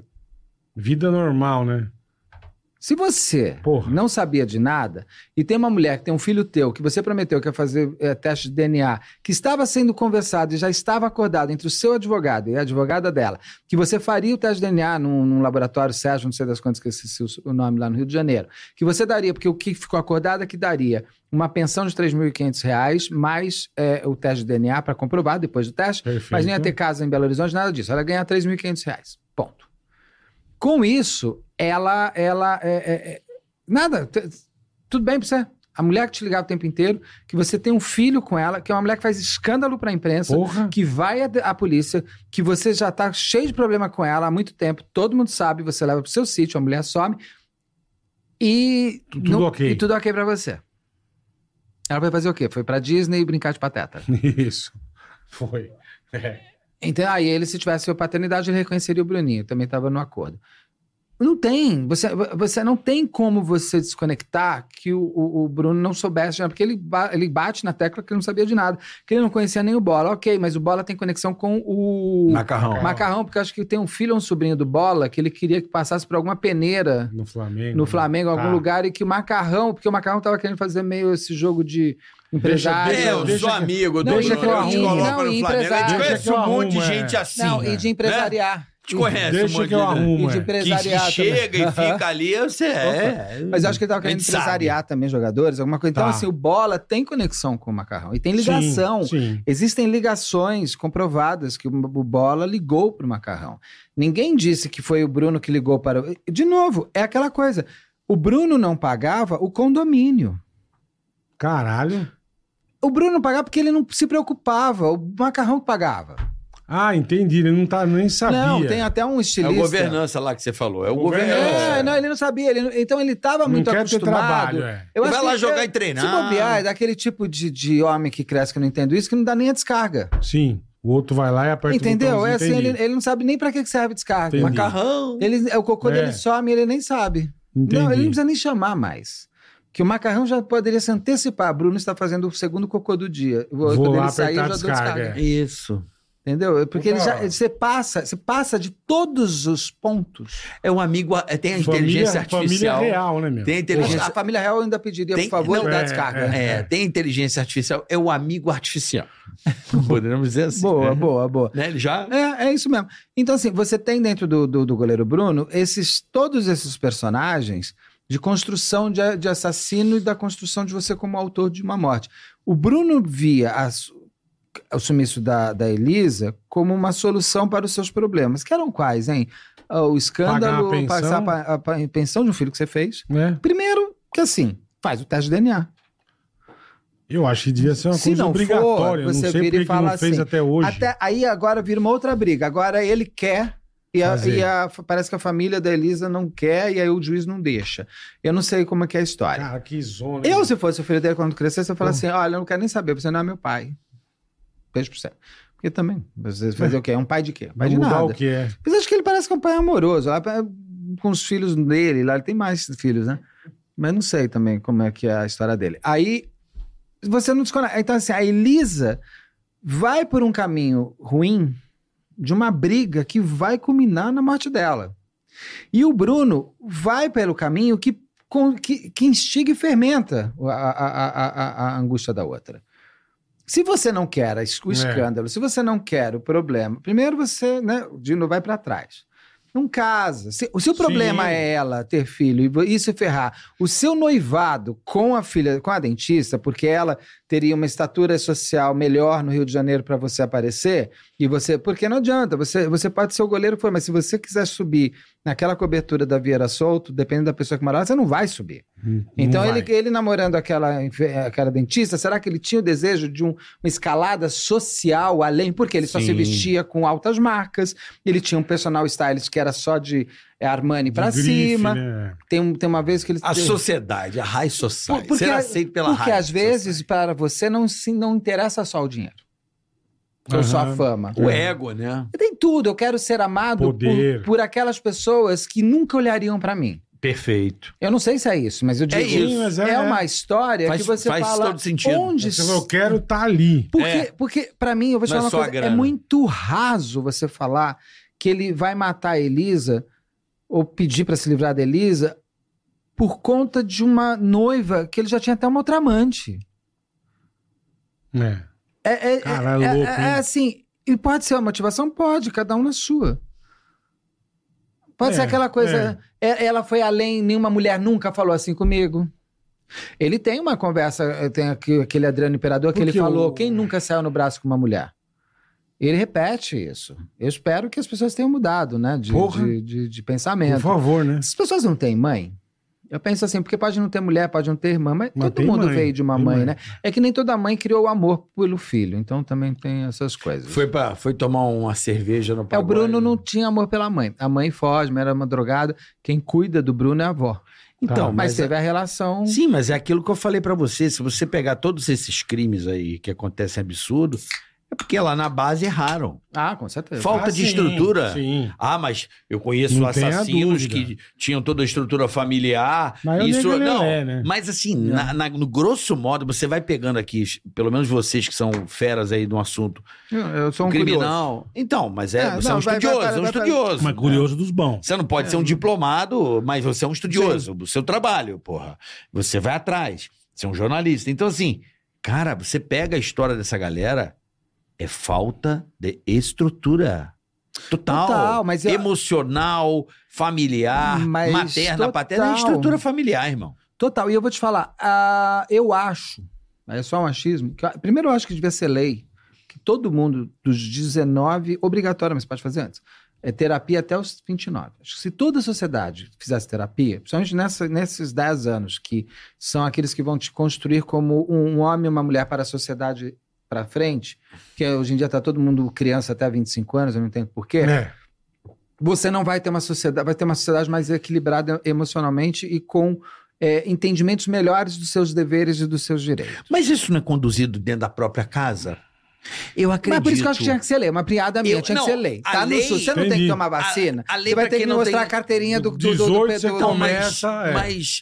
Speaker 3: Vida normal, né?
Speaker 5: Se você
Speaker 3: Porra.
Speaker 5: não sabia de nada e tem uma mulher que tem um filho teu que você prometeu que ia fazer eh, teste de DNA, que estava sendo conversado e já estava acordado entre o seu advogado e a advogada dela, que você faria o teste de DNA num, num laboratório Sérgio, não sei das quantas, que eu esqueci o, o nome lá no Rio de Janeiro, que você daria, porque o que ficou acordado é que daria uma pensão de R$ 3.500 reais, mais eh, o teste de DNA para comprovar depois do teste,
Speaker 3: Perfeito.
Speaker 5: mas não ia ter casa em Belo Horizonte, nada disso. Ela ia ganhar 3.500 reais. Ponto. Com isso, ela. ela é, é, é, nada. t- Tudo bem pra você. A mulher que te ligava o tempo inteiro, que você tem um filho com ela, que é uma mulher que faz escândalo pra imprensa,
Speaker 3: Porra.
Speaker 5: que vai à à polícia, que você já tá cheio de problema com ela há muito tempo, todo mundo sabe, você leva pro seu sítio, a mulher some. E.
Speaker 3: Tu- tudo ok.
Speaker 5: E tudo ok pra você. Ela foi fazer o quê? Foi pra Disney brincar de pateta.
Speaker 3: Isso. Foi. É.
Speaker 5: Então, aí ele, se tivesse sua paternidade, ele reconheceria o Bruninho, também estava no acordo. Não tem, você, você não tem como você desconectar que o, o- o Bruno não soubesse, de nada, porque ele, ba- ele bate na tecla que ele não sabia de nada, que ele não conhecia nem o Bola. Ok, mas o Bola tem conexão com o
Speaker 4: Macarrão.
Speaker 5: Macarrão, porque eu acho que tem um filho ou um sobrinho do Bola que ele queria que passasse por alguma peneira
Speaker 3: No Flamengo.
Speaker 5: no Flamengo, em algum
Speaker 3: Tá.
Speaker 5: lugar, e que o Macarrão, porque o Macarrão estava querendo fazer meio esse jogo de empresário.
Speaker 3: deixa-
Speaker 4: É, eu
Speaker 3: deixa
Speaker 4: sou
Speaker 3: que-
Speaker 4: amigo do
Speaker 5: Não, deixa que eu
Speaker 4: Bruno, eu te
Speaker 5: arrumo.
Speaker 4: coloco
Speaker 5: Não,
Speaker 4: no
Speaker 5: e
Speaker 4: Flamengo. A gente
Speaker 5: empresário.
Speaker 4: conhece
Speaker 3: Deixa
Speaker 4: um
Speaker 3: que eu
Speaker 4: monte de
Speaker 3: arrumo, é.
Speaker 4: gente assim.
Speaker 5: não,
Speaker 4: né?
Speaker 5: e de empresariar.
Speaker 4: Te conhece, um
Speaker 3: Deixa
Speaker 4: monte
Speaker 3: que eu
Speaker 4: de-
Speaker 5: E
Speaker 3: arrumo.
Speaker 5: de
Speaker 3: é.
Speaker 4: Que
Speaker 5: empresariar também.
Speaker 4: chega e fica ali, você é.
Speaker 5: Mas eu acho que ele tava
Speaker 4: A
Speaker 5: querendo
Speaker 4: gente
Speaker 5: empresariar também jogadores, alguma coisa. Então,
Speaker 3: Tá.
Speaker 5: assim, o Bola tem conexão com o Macarrão e tem ligação.
Speaker 3: Sim, sim.
Speaker 5: Existem ligações comprovadas que o o Bola ligou para o Macarrão. Ninguém disse que foi o Bruno que ligou para. o. De novo, é aquela coisa. O Bruno não pagava o condomínio.
Speaker 3: Caralho.
Speaker 5: O Bruno não pagava porque ele não se preocupava. O Macarrão que pagava.
Speaker 3: Ah, entendi. Ele não tá nem sabia.
Speaker 5: Não, tem até um
Speaker 4: É
Speaker 5: estilista.
Speaker 4: o governança lá que você falou. É o governança.
Speaker 5: É, não, ele não sabia. ele não- Então ele estava
Speaker 3: Não
Speaker 5: muito
Speaker 3: quer ter
Speaker 5: acostumado.
Speaker 3: trabalho, é.
Speaker 5: Eu
Speaker 4: Vai
Speaker 5: acho
Speaker 4: lá
Speaker 5: que-
Speaker 4: jogar e treinar.
Speaker 5: Se bobear, é daquele tipo de, de homem que cresce que eu não entendo isso, que não dá nem a descarga.
Speaker 3: Sim. O outro vai lá e aperta o
Speaker 5: entendeu?
Speaker 3: botãozinho,
Speaker 5: É assim,
Speaker 3: entendi.
Speaker 5: ele, ele não sabe nem pra que que serve a descarga.
Speaker 3: Entendi.
Speaker 4: Macarrão.
Speaker 5: Ele, o cocô
Speaker 3: É.
Speaker 5: dele some e ele nem sabe.
Speaker 3: Entendi.
Speaker 5: Não, ele não precisa nem chamar mais. que o macarrão já poderia se antecipar. Bruno está fazendo o segundo cocô do dia. Eu
Speaker 3: Vou
Speaker 5: quando
Speaker 3: lá
Speaker 5: ele sair, eu
Speaker 3: apertar
Speaker 5: já
Speaker 3: a
Speaker 5: dou
Speaker 3: descarga. é.
Speaker 5: descarga.
Speaker 4: Isso.
Speaker 5: Entendeu? Porque ele já,
Speaker 3: Opa.
Speaker 5: você, passa, você passa de todos os pontos.
Speaker 4: É um amigo. é, Tem a inteligência artificial.
Speaker 3: Família real, né, meu?
Speaker 4: Tem a inteligência.
Speaker 5: A família real eu ainda pediria,
Speaker 4: Tem-
Speaker 5: por favor,
Speaker 4: não,
Speaker 5: dá
Speaker 3: é,
Speaker 5: descarga.
Speaker 4: É, tem a inteligência artificial, é o amigo artificial. Poderíamos dizer assim.
Speaker 5: boa,
Speaker 4: né?
Speaker 5: boa, boa.
Speaker 4: Né, Ele já.
Speaker 5: É, é isso mesmo. Então, assim, você tem dentro do, do, do goleiro Bruno esses todos esses personagens de construção de, de assassino e da construção de você como autor de uma morte. O Bruno via a su- o sumiço da, da Elisa como uma solução para os seus problemas, que eram quais, hein? Ah, O
Speaker 3: Pagar
Speaker 5: escândalo,
Speaker 3: a pensão.
Speaker 5: passar pa- a, pa- pensão de um filho que você fez.
Speaker 3: Né?
Speaker 5: Primeiro, que assim, faz o teste de DNA.
Speaker 3: Eu acho que devia ser uma
Speaker 5: Se
Speaker 3: coisa
Speaker 5: não for,
Speaker 3: obrigatória. Eu
Speaker 5: você
Speaker 3: não sei
Speaker 5: vira e
Speaker 3: por que que
Speaker 5: fala
Speaker 3: não fez
Speaker 5: assim,
Speaker 3: até hoje.
Speaker 5: Até aí agora vira uma outra briga. Agora ele quer e, a-
Speaker 3: Fazer.
Speaker 5: e a- parece que a família da Elisa não quer e aí o juiz não deixa. Eu não sei como é que é a história.
Speaker 3: Cara, que zona. hein?
Speaker 5: eu, se fosse o filho dele quando crescesse, eu falaria assim: olha, eu não quero nem saber, você não é meu pai. Beijo pro céu. Porque também, você fazer o quê? É um pai de quê? Pai
Speaker 3: Vai
Speaker 5: de
Speaker 3: mudar
Speaker 5: nada.
Speaker 3: o que é.
Speaker 5: Mas acho que ele parece que é um pai amoroso. lá pra- Com os filhos dele, lá ele tem mais filhos, né? Mas não sei também como é que é a história dele. Aí você não desconecta. Então, assim, a Elisa vai por um caminho ruim de uma briga que vai culminar na morte dela. E o Bruno vai pelo caminho que, com- que, que instiga e fermenta a, a- a- a- a- a angústia da outra. Se você não quer es- o
Speaker 3: É.
Speaker 5: escândalo, se você não quer o problema, primeiro você, né, o Dino vai para trás. Não casa. Se, se o problema
Speaker 3: Sim.
Speaker 5: é ela ter filho e vo- e se ferrar, o seu noivado com a filha, com a dentista, porque ela teria uma estatura social melhor no Rio de Janeiro para você aparecer, e você, porque não adianta, você, você pode ser o goleiro que for, mas se você quiser subir naquela cobertura da Vieira Solto, dependendo da pessoa que mora lá, você não vai subir. Então,
Speaker 3: Não
Speaker 5: ele,
Speaker 3: vai.
Speaker 5: ele namorando aquela, enfe- aquela dentista, será que ele tinha o desejo de um- uma escalada social além? Porque ele só se
Speaker 4: Sim.
Speaker 5: vestia com altas marcas, ele tinha um personal stylist que era só de é, Armani pra
Speaker 3: De grife,
Speaker 5: cima.
Speaker 3: né?
Speaker 5: Tem, um- tem uma vez que ele.
Speaker 4: A
Speaker 5: teve-
Speaker 4: sociedade, a high society.
Speaker 5: Por- porque-
Speaker 4: ser aceito pela
Speaker 5: Porque
Speaker 4: high
Speaker 5: às vezes, para você, não, se, não interessa só o dinheiro. Ou só a
Speaker 3: Aham. É.
Speaker 5: fama.
Speaker 4: society. O ego, né?
Speaker 5: Tem tudo. Eu quero ser amado por,
Speaker 3: Poder.
Speaker 5: por aquelas pessoas que nunca olhariam pra mim.
Speaker 4: Perfeito.
Speaker 5: Eu não sei se é isso, mas eu digo.
Speaker 4: É isso.
Speaker 3: Sim, mas
Speaker 5: É,
Speaker 3: é, é.
Speaker 5: uma história
Speaker 4: Faz-
Speaker 5: que você
Speaker 4: faz
Speaker 5: fala
Speaker 4: todo sentido.
Speaker 5: onde
Speaker 3: Você falou, eu quero estar ali.
Speaker 5: porque,
Speaker 4: É.
Speaker 5: porque para mim, eu vou te
Speaker 4: Não é
Speaker 5: falar uma
Speaker 4: só a
Speaker 5: coisa, é
Speaker 4: grana.
Speaker 5: muito raso você falar que ele vai matar a Elisa ou pedir pra se livrar da Elisa por conta de uma noiva que ele já tinha até uma outra amante.
Speaker 3: É.
Speaker 5: É, é,
Speaker 3: Cara, é
Speaker 5: é-
Speaker 3: louco,
Speaker 5: é-
Speaker 3: hein?
Speaker 5: é assim, e pode ser uma motivação? Pode, cada um na sua. Pode
Speaker 3: É,
Speaker 5: ser aquela coisa. é- Ela foi além, nenhuma mulher nunca falou assim comigo. Ele tem uma conversa, eh, tem aqui- aquele Adriano Imperador que
Speaker 3: Porque
Speaker 5: ele falou:
Speaker 3: o-
Speaker 5: quem nunca saiu no braço com uma mulher? Ele repete isso. Eu espero que as pessoas tenham mudado, né? De,
Speaker 3: Porra.
Speaker 5: de, de- de
Speaker 3: Por
Speaker 5: pensamento.
Speaker 3: favor, né?
Speaker 5: As pessoas não têm mãe? Eu penso assim, porque pode não ter mulher, pode não ter irmã, mas,
Speaker 3: Mas
Speaker 5: todo
Speaker 3: tem
Speaker 5: mundo
Speaker 3: mãe,
Speaker 5: veio de uma
Speaker 3: tem
Speaker 5: mãe,
Speaker 3: mãe.
Speaker 5: né? É que nem toda mãe criou o amor pelo filho, então também tem essas coisas.
Speaker 4: Foi, pra, foi tomar uma cerveja no
Speaker 5: É, o
Speaker 4: Paraguai.
Speaker 5: Bruno não tinha amor pela mãe. A mãe foge, mas era uma drogada. Quem cuida do Bruno é a avó.
Speaker 4: Então,
Speaker 3: Tá,
Speaker 5: Mas, é um-
Speaker 4: mas,
Speaker 5: teve a relação.
Speaker 4: Sim, mas é aquilo que eu falei pra você. Se você pegar todos esses crimes aí que acontecem absurdo, é porque lá na base erraram.
Speaker 5: Ah, com certeza.
Speaker 4: Falta
Speaker 3: Ah,
Speaker 4: de
Speaker 3: sim,
Speaker 4: estrutura.
Speaker 3: Sim.
Speaker 4: Ah, mas eu conheço
Speaker 3: Não tenha
Speaker 4: assassinos
Speaker 3: dúvida.
Speaker 4: que tinham toda a estrutura familiar.
Speaker 3: Mas eu
Speaker 4: isso
Speaker 3: nem
Speaker 4: não.
Speaker 3: galera, né?
Speaker 4: Mas assim, na- na- no grosso modo, você vai pegando aqui, pelo menos vocês que são feras aí do assunto
Speaker 5: Eu, eu sou um curioso.
Speaker 4: criminal. Então, mas é,
Speaker 5: É,
Speaker 4: você é
Speaker 5: não,
Speaker 4: um
Speaker 5: vai- vai-
Speaker 4: estudioso,
Speaker 5: vai-
Speaker 4: é um
Speaker 5: vai- É.
Speaker 4: estudioso.
Speaker 2: Mas curioso dos bons.
Speaker 4: Você não pode ser um diplomado, mas você é um estudioso do seu trabalho, porra. Você vai atrás, você é um jornalista. Então, assim, cara, você pega a história dessa galera, é falta de estrutura. Total.
Speaker 5: Total, mas eu-
Speaker 4: Emocional, familiar,
Speaker 5: Mas
Speaker 4: materna,
Speaker 5: total.
Speaker 4: paterna. É estrutura familiar, irmão.
Speaker 5: Total. E eu vou te falar, ah, eu acho, é só um achismo. que- primeiro, eu acho que devia ser lei que todo mundo dos 19, obrigatório, mas pode fazer antes, é terapia até os 29. Acho que se toda a sociedade fizesse terapia, principalmente nessa- nesses 10 anos, que são aqueles que vão te construir como um homem e uma mulher para a sociedade para frente, que hoje em dia está todo mundo criança até 25 anos, eu não entendo porquê
Speaker 3: É.
Speaker 5: você não vai ter uma sociedade, vai ter uma sociedade mais equilibrada emocionalmente e com é, entendimentos melhores dos seus deveres e dos seus direitos.
Speaker 4: Mas isso não é conduzido dentro da própria casa? Eu acredito.
Speaker 5: Mas por isso que eu acho que tinha que ser lei. Uma piada minha,
Speaker 4: Eu-
Speaker 5: tinha
Speaker 4: não,
Speaker 5: que ser lei.
Speaker 4: a
Speaker 5: Tá no
Speaker 4: lei-
Speaker 5: SUS. Você não tem
Speaker 3: Entendi.
Speaker 5: que tomar vacina.
Speaker 4: A- a lei
Speaker 5: você vai
Speaker 4: pra
Speaker 5: ter que
Speaker 4: quem não
Speaker 5: mostrar
Speaker 4: tem-
Speaker 5: a carteirinha do, do, do, do,
Speaker 3: 18 você
Speaker 5: do-
Speaker 3: toma.
Speaker 5: do-
Speaker 3: Começa, é.
Speaker 4: Mas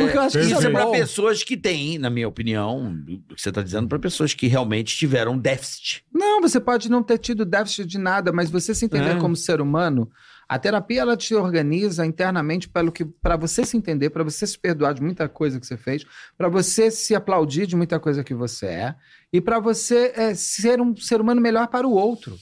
Speaker 5: Porque eu acho que
Speaker 4: isso
Speaker 5: isso
Speaker 4: é
Speaker 5: é
Speaker 4: para
Speaker 5: bom.
Speaker 4: pessoas que têm, na minha opinião, o que você está dizendo, para pessoas que realmente tiveram déficit.
Speaker 5: Não, você pode não ter tido déficit de nada, mas você se
Speaker 4: É.
Speaker 5: entender como ser humano, a terapia ela te organiza internamente pelo que para você se entender, para você se perdoar de muita coisa que você fez, para você se aplaudir de muita coisa que você é e para você é, ser um ser humano melhor para o outro.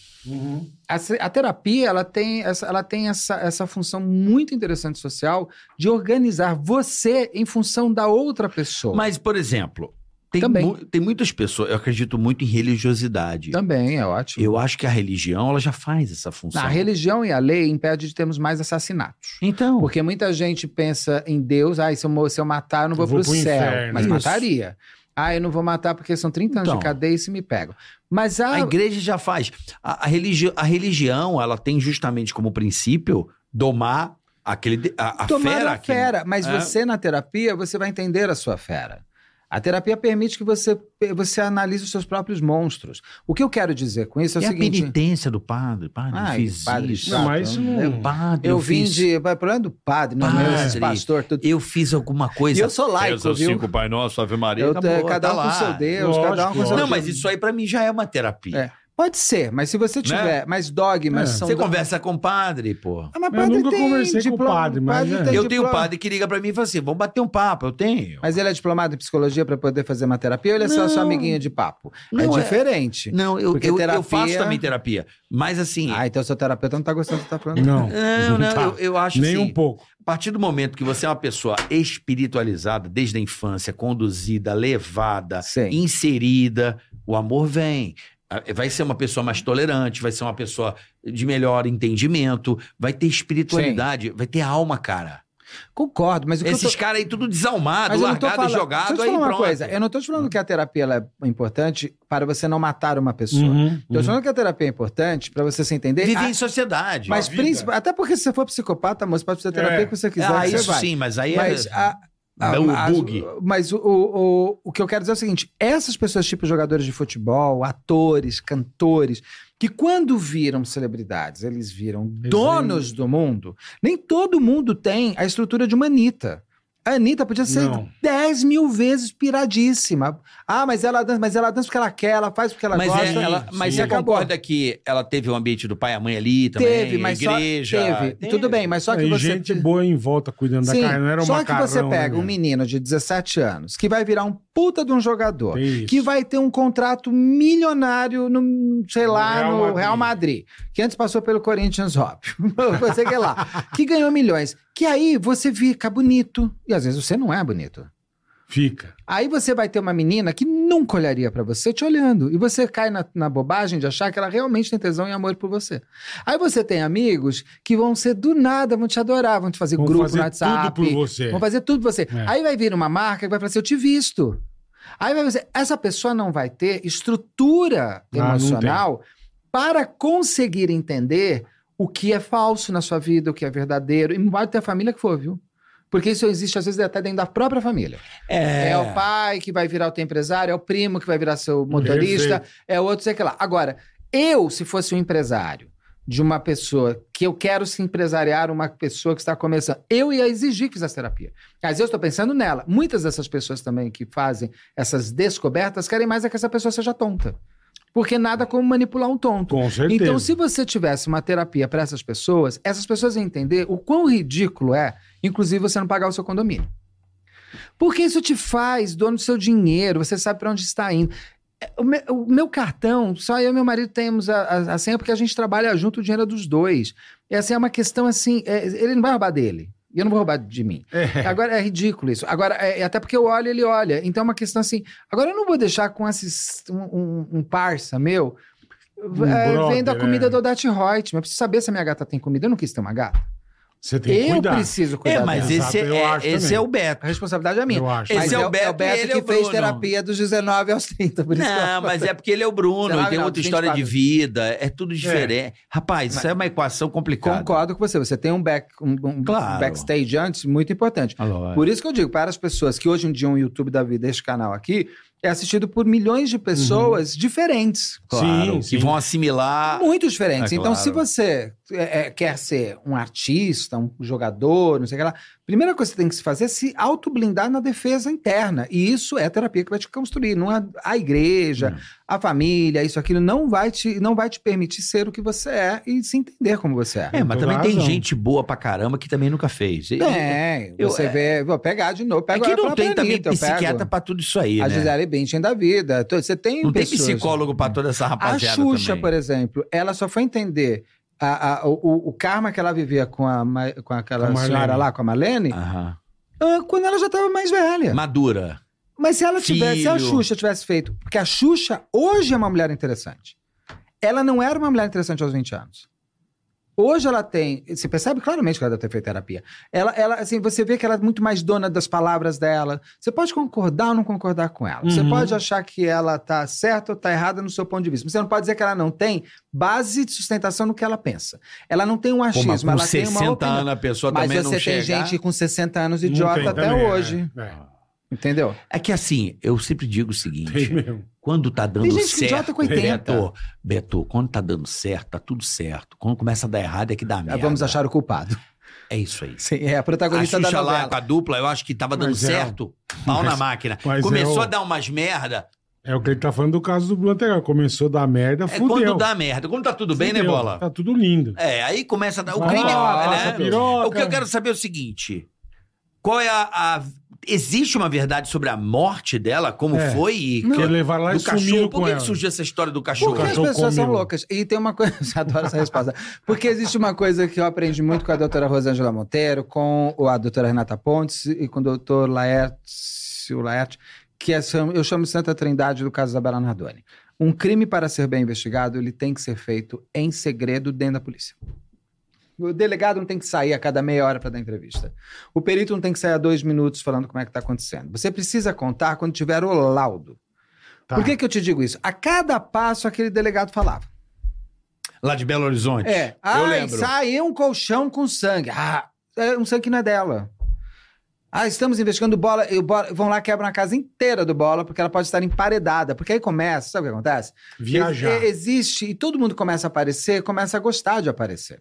Speaker 5: A, se- a terapia ela tem, essa, ela tem essa, essa função muito interessante social de organizar você em função da outra pessoa.
Speaker 4: Mas, por exemplo, tem,
Speaker 5: Também.
Speaker 4: mu- tem muitas pessoas, eu acredito muito em religiosidade.
Speaker 5: Também é ótimo.
Speaker 4: Eu acho que a religião ela já faz essa função.
Speaker 5: A religião e a lei impede de termos mais assassinatos.
Speaker 4: Então,
Speaker 5: Porque muita gente pensa em Deus, ah, se eu, mo- se eu matar, eu não vou,
Speaker 3: Eu vou
Speaker 5: pro,
Speaker 3: pro
Speaker 5: céu.
Speaker 3: inferno.
Speaker 5: Mas
Speaker 3: Isso.
Speaker 5: mataria. Ah, eu não vou matar porque são 30 anos
Speaker 4: Então.
Speaker 5: de cadeia e se me pegam. Mas a,
Speaker 4: a igreja já faz. A, a religi- a religião ela tem justamente como princípio domar aquele de- a, a
Speaker 5: tomar
Speaker 4: fera.
Speaker 5: a
Speaker 4: que-
Speaker 5: fera. Mas
Speaker 4: É.
Speaker 5: você, na terapia, você vai entender a sua fera. A terapia permite que você, você analise os seus próprios monstros. O que eu quero dizer com isso é o
Speaker 4: É a
Speaker 5: seguinte...
Speaker 4: penitência do padre. Padre, eu
Speaker 5: Ai,
Speaker 4: fiz
Speaker 5: padre
Speaker 4: isso.
Speaker 5: chato,
Speaker 3: Não, mas isso não-
Speaker 5: né?
Speaker 4: Padre,
Speaker 5: Eu
Speaker 4: eu
Speaker 5: vim
Speaker 4: fiz-
Speaker 5: de... O problema é do padre, não é
Speaker 4: Padre.
Speaker 5: desse pastor. Tudo.
Speaker 4: Eu fiz alguma
Speaker 5: E
Speaker 4: coisa.
Speaker 5: eu sou laico,
Speaker 1: Reza
Speaker 5: viu?
Speaker 1: cinco Pai Nosso, Ave Maria.
Speaker 5: Eu-
Speaker 4: acabou,
Speaker 5: é, cada um
Speaker 4: tá
Speaker 5: com
Speaker 4: lá.
Speaker 5: seu Deus, cada um com
Speaker 3: Lógico,
Speaker 5: seu
Speaker 4: Não, mas isso aí pra mim já é uma terapia.
Speaker 5: É. Pode ser, mas se você tiver, mas dogmas
Speaker 3: É.
Speaker 5: são.
Speaker 4: Né? Você
Speaker 5: do-
Speaker 4: conversa com o padre, pô.
Speaker 5: Ah, mas
Speaker 3: Eu nunca conversei com o
Speaker 5: diploma-
Speaker 3: padre, mas é.
Speaker 5: tem
Speaker 4: Eu tenho um
Speaker 5: diploma.
Speaker 4: padre que liga pra mim e fala assim: vamos bater um papo, eu tenho.
Speaker 5: Mas ele é diplomado em psicologia para poder fazer uma terapia ou ele é só
Speaker 4: Não.
Speaker 5: seu amiguinho de papo?
Speaker 4: Não,
Speaker 5: é
Speaker 4: é-
Speaker 5: diferente.
Speaker 4: Não, eu,
Speaker 5: Porque
Speaker 4: eu, eu
Speaker 5: terapia-
Speaker 4: faço também terapia. Mas assim.
Speaker 5: Ah, então seu terapeuta não tá gostando do que tá falando.
Speaker 3: Não,
Speaker 4: não, não,
Speaker 3: tá.
Speaker 4: eu, eu acho
Speaker 3: nem
Speaker 4: assim,
Speaker 3: um pouco.
Speaker 4: A partir do momento que você é uma pessoa espiritualizada, desde a infância, conduzida, levada,
Speaker 5: Sim.
Speaker 4: inserida, o amor vem. Ah, Vai ser uma pessoa mais tolerante, vai ser uma pessoa de melhor entendimento, vai ter espiritualidade, vai ter alma, cara.
Speaker 5: Concordo, mas o que eu
Speaker 4: Esses
Speaker 5: tô...
Speaker 4: caras aí tudo desalmado,
Speaker 5: Mas eu não tô
Speaker 4: largado,
Speaker 5: falando... Deixa eu
Speaker 4: jogado,
Speaker 5: te
Speaker 4: aí
Speaker 5: falar uma
Speaker 4: pronto.
Speaker 5: coisa. é Eu não tô te falando que a terapia ela é importante para você não matar uma pessoa.
Speaker 3: Uhum,
Speaker 5: Eu tô falando que a terapia é importante para você se entender.
Speaker 4: Uhum. Viver
Speaker 5: Ah,
Speaker 4: em sociedade.
Speaker 5: mas
Speaker 3: vida.
Speaker 5: principal, até porque se você for psicopata, moço, pode fazer a terapia
Speaker 3: É.
Speaker 5: que você quiser.
Speaker 4: ah,
Speaker 5: que você
Speaker 4: isso
Speaker 5: vai.
Speaker 4: sim, mas aí
Speaker 5: Mas
Speaker 4: é...
Speaker 5: a- a-
Speaker 4: Dá um
Speaker 5: as-
Speaker 4: bug.
Speaker 5: mas o, o, o, o que eu quero dizer é o seguinte: essas pessoas, tipo jogadores de futebol, atores, cantores, que quando viram celebridades, eles viram donos do mundo, nem todo mundo tem a estrutura de uma Anitta. A Anitta podia ser
Speaker 3: Não.
Speaker 5: 10 mil vezes piradíssima. Ah, mas ela dança, mas ela dança porque ela quer, ela faz porque ela
Speaker 4: Mas,
Speaker 5: gosta.
Speaker 4: é, ela, mas
Speaker 5: e
Speaker 4: você concorda que ela teve o ambiente do pai e a mãe ali também?
Speaker 5: Teve, mas
Speaker 4: a igreja.
Speaker 5: só teve. Tudo bem, mas só que
Speaker 3: e
Speaker 5: você
Speaker 3: gente boa em volta cuidando da carne, não era um
Speaker 5: só
Speaker 3: macarrão.
Speaker 5: que você pega
Speaker 3: né,
Speaker 5: um menino de 17 anos que vai virar um puta de um jogador,
Speaker 3: cara? Tem É isso.
Speaker 5: que vai ter um contrato milionário no, sei
Speaker 3: No
Speaker 5: lá,
Speaker 3: Real
Speaker 5: no
Speaker 3: Madrid.
Speaker 5: Real Madrid, que antes passou pelo Corinthians, óbvio, você que é lá, que ganhou milhões, que aí você fica bonito, e às vezes você não é bonito.
Speaker 3: Fica.
Speaker 5: Aí você vai ter uma menina que nunca olharia pra você te olhando. E você cai na, na bobagem de achar que ela realmente tem tesão e amor por você. Aí você tem amigos que vão ser do nada, vão te adorar, vão te fazer
Speaker 3: Vão
Speaker 5: grupo
Speaker 3: fazer
Speaker 5: no WhatsApp,
Speaker 3: tudo por você.
Speaker 5: Vão fazer tudo pra você.
Speaker 3: É.
Speaker 5: Aí vai vir uma marca que vai falar assim: eu te visto. Aí vai dizer, essa pessoa não vai ter
Speaker 3: Ah,
Speaker 5: estrutura
Speaker 3: não
Speaker 5: emocional para conseguir entender o que é falso na sua vida, o que é verdadeiro, e não pode ter a família que for, viu? Porque isso existe, às vezes, até dentro da própria família. É, o pai que vai virar o teu empresário, é o primo que vai virar seu motorista, é o outro, sei que lá. Agora, eu, se fosse um empresário de uma pessoa que eu quero se empresariar, uma pessoa que está começando, eu ia exigir que fizesse terapia. Mas eu estou pensando nela. Muitas dessas pessoas também que fazem essas descobertas querem mais é que essa pessoa seja tonta. Porque nada como manipular um tonto.
Speaker 3: Com certeza.
Speaker 5: Então, se você tivesse uma terapia para essas pessoas, essas pessoas iam entender o quão ridículo é, inclusive, você não pagar o seu condomínio. Porque isso te faz dono do seu dinheiro, você sabe para onde está indo. É, O me- o meu, cartão, só eu e meu marido temos a, a- a senha porque a gente trabalha junto, o dinheiro é dos dois. E assim, é uma questão assim, é, ele não vai roubar dele. E eu não vou roubar de mim.
Speaker 3: É.
Speaker 5: Agora é ridículo isso. Agora, é, até porque eu olho, ele olha. Então é uma questão assim. Agora eu não vou deixar com esses, um, um, um parça meu
Speaker 3: Um
Speaker 5: eh,
Speaker 3: brother,
Speaker 5: vendo a comida
Speaker 3: é.
Speaker 5: do Dati Reut. Mas eu preciso saber se a minha gata tem comida. Eu não quis ter uma gata.
Speaker 3: Você tem que
Speaker 5: Eu
Speaker 3: cuidar.
Speaker 5: preciso cuidar
Speaker 4: É, mas
Speaker 5: dela.
Speaker 4: esse,
Speaker 3: Exato, eu acho
Speaker 4: é, esse
Speaker 3: também.
Speaker 4: é o Beto.
Speaker 5: A responsabilidade é minha.
Speaker 3: Eu acho.
Speaker 5: Mas
Speaker 4: Esse é o Beto e ele é
Speaker 5: que
Speaker 4: o
Speaker 5: fez
Speaker 4: Bruno.
Speaker 5: terapia dos 19 aos 30. Por isso que eu-
Speaker 4: Não, mas é porque ele é o Bruno,
Speaker 5: Sei lá,
Speaker 4: ele tem
Speaker 5: não,
Speaker 4: outra
Speaker 5: 24.
Speaker 4: história de vida, é tudo diferente. Rapaz, isso é uma equação complicada.
Speaker 5: Concordo com você. Você tem um, back, um, um
Speaker 4: Claro.
Speaker 5: backstage antes muito importante.
Speaker 3: É.
Speaker 4: Ah, lógico.
Speaker 5: Por isso que eu digo para as pessoas que hoje em dia um YouTube da vida, esse canal aqui, é assistido por milhões de pessoas
Speaker 3: Uhum.
Speaker 5: diferentes.
Speaker 3: Claro. Sim,
Speaker 4: Que
Speaker 3: sim.
Speaker 4: vão assimilar.
Speaker 5: Muito diferentes.
Speaker 4: É,
Speaker 5: então,
Speaker 4: claro.
Speaker 5: se você é, é, quer ser um artista, um jogador, não sei o que lá, primeira coisa que você tem que se fazer é se autoblindar na defesa interna. E isso é a terapia que vai te construir. Não é a igreja,
Speaker 4: Hum.
Speaker 5: a família, isso, aquilo, não vai, te, não vai te permitir ser o que você é e se entender como você é.
Speaker 4: É, mas
Speaker 3: Tem
Speaker 4: também
Speaker 3: toda
Speaker 4: tem
Speaker 3: razão.
Speaker 4: gente boa pra caramba que também nunca fez. E-
Speaker 5: Tem.
Speaker 4: É, eu-
Speaker 5: você
Speaker 4: é-
Speaker 5: vê, vou pegar de novo.
Speaker 4: É
Speaker 5: Pego
Speaker 4: que
Speaker 5: a
Speaker 4: não
Speaker 5: própria
Speaker 4: tem também
Speaker 5: Anitta, então eu pego
Speaker 4: psiquiatra pra tudo isso aí,
Speaker 5: A
Speaker 4: né?
Speaker 5: Gisele Bündchen da vida. Tô- Você tem
Speaker 4: Não tem
Speaker 5: é pessoas- né?
Speaker 4: psicólogo pra toda essa
Speaker 5: A
Speaker 4: rapaziada
Speaker 5: Xuxa,
Speaker 4: também.
Speaker 5: por exemplo, ela só foi entender a- a- o- o, o karma que ela vivia com, a, Ma- com aquela
Speaker 3: Com a Marlene.
Speaker 5: senhora lá, com a Marlene,
Speaker 4: Aham.
Speaker 5: ah, quando ela já estava mais velha.
Speaker 4: Madura.
Speaker 5: Mas se ela tivesse, se a
Speaker 4: Filho.
Speaker 5: Xuxa tivesse feito. Porque a Xuxa hoje é uma mulher interessante. Ela não era uma mulher interessante aos 20 anos. Hoje ela tem. Você percebe claramente que ela deve ter feito terapia. Ela, ela, assim, você vê que ela é muito mais dona das palavras dela. Você pode concordar ou não concordar com ela. Você
Speaker 3: Uhum.
Speaker 5: pode achar que ela tá certa ou tá errada no seu ponto de vista. Mas você não pode dizer que ela não tem base de sustentação no que ela pensa. Ela não tem um
Speaker 4: Pô,
Speaker 5: achismo,
Speaker 4: mas com
Speaker 5: ela tem uma
Speaker 4: 60
Speaker 5: opinião.
Speaker 4: anos a pessoa
Speaker 5: Mas
Speaker 4: também
Speaker 5: você
Speaker 4: não
Speaker 5: tem
Speaker 4: chega.
Speaker 5: gente com 60 anos
Speaker 3: Não
Speaker 5: idiota
Speaker 3: tem
Speaker 5: até
Speaker 3: também,
Speaker 5: hoje.
Speaker 3: É, é,
Speaker 5: Entendeu?
Speaker 4: É que assim, eu sempre digo o
Speaker 3: tem
Speaker 4: seguinte,
Speaker 3: mesmo.
Speaker 4: quando tá dando
Speaker 5: Tem gente que
Speaker 4: certo,
Speaker 5: idiota com 80.
Speaker 4: Beto, Beto, quando tá dando certo, tá tudo certo. Quando começa a dar errado é que dá merda.
Speaker 5: Vamos achar o culpado.
Speaker 4: É isso aí.
Speaker 5: Sim, é a
Speaker 4: A
Speaker 5: protagonista da
Speaker 4: Xuxa
Speaker 5: novela.
Speaker 4: lá com a dupla, eu acho que tava dando
Speaker 3: Mas é-
Speaker 4: certo. Pau na
Speaker 3: mas-
Speaker 4: máquina.
Speaker 3: mas
Speaker 4: Começou
Speaker 3: é o-
Speaker 4: a dar umas merda.
Speaker 3: É o que ele tá falando do caso do Bruno anterior. Começou a dar merda,
Speaker 4: É
Speaker 3: fudeu.
Speaker 4: quando dá merda. Quando tá tudo bem, né,
Speaker 3: Fudeu.
Speaker 4: Bola?
Speaker 3: Tá tudo lindo.
Speaker 4: É, aí começa a dar... O
Speaker 3: Nossa,
Speaker 4: crime é...
Speaker 3: nossa,
Speaker 4: né?
Speaker 3: piroca.
Speaker 4: O que eu quero saber é o seguinte: qual é a. a- existe uma verdade sobre a morte dela? Como
Speaker 3: É.
Speaker 4: foi? E
Speaker 3: Que
Speaker 4: que-
Speaker 3: levaram lá e
Speaker 4: do cachorro.
Speaker 3: sumiram
Speaker 4: Por
Speaker 3: com
Speaker 4: que,
Speaker 3: ela.
Speaker 4: que surgiu essa história do cachorro?
Speaker 5: Porque as
Speaker 3: cachorro
Speaker 5: pessoas são
Speaker 3: come o-
Speaker 5: loucas. E tem uma coisa. Você adora essa resposta. Porque existe uma coisa que eu aprendi muito com a doutora Rosângela Monteiro, com o- a doutora Renata Pontes e com o doutor Laércio Laerte, que é cham- eu chamo de Santa Trindade do caso da Bela Nardoni. Um crime para ser bem investigado, ele tem que ser feito em segredo dentro da polícia. O delegado não tem que sair a cada meia hora para dar entrevista. O perito não tem que sair a dois minutos falando como é que está acontecendo. Você precisa contar quando tiver o laudo.
Speaker 3: Tá.
Speaker 5: Por que, que eu te digo isso? A cada passo aquele delegado falava.
Speaker 4: Lá de Belo Horizonte.
Speaker 5: É,
Speaker 4: eu
Speaker 5: ai,
Speaker 4: lembro.
Speaker 5: saiu um colchão com sangue. Ah, é um sangue que não é dela. Ah, estamos investigando bola, e o bola. Vão lá, quebram a casa inteira do bola, porque ela pode estar emparedada. Porque aí começa, sabe o que acontece?
Speaker 3: Viajar.
Speaker 5: Ex- existe, e todo mundo começa a aparecer, começa a gostar de aparecer.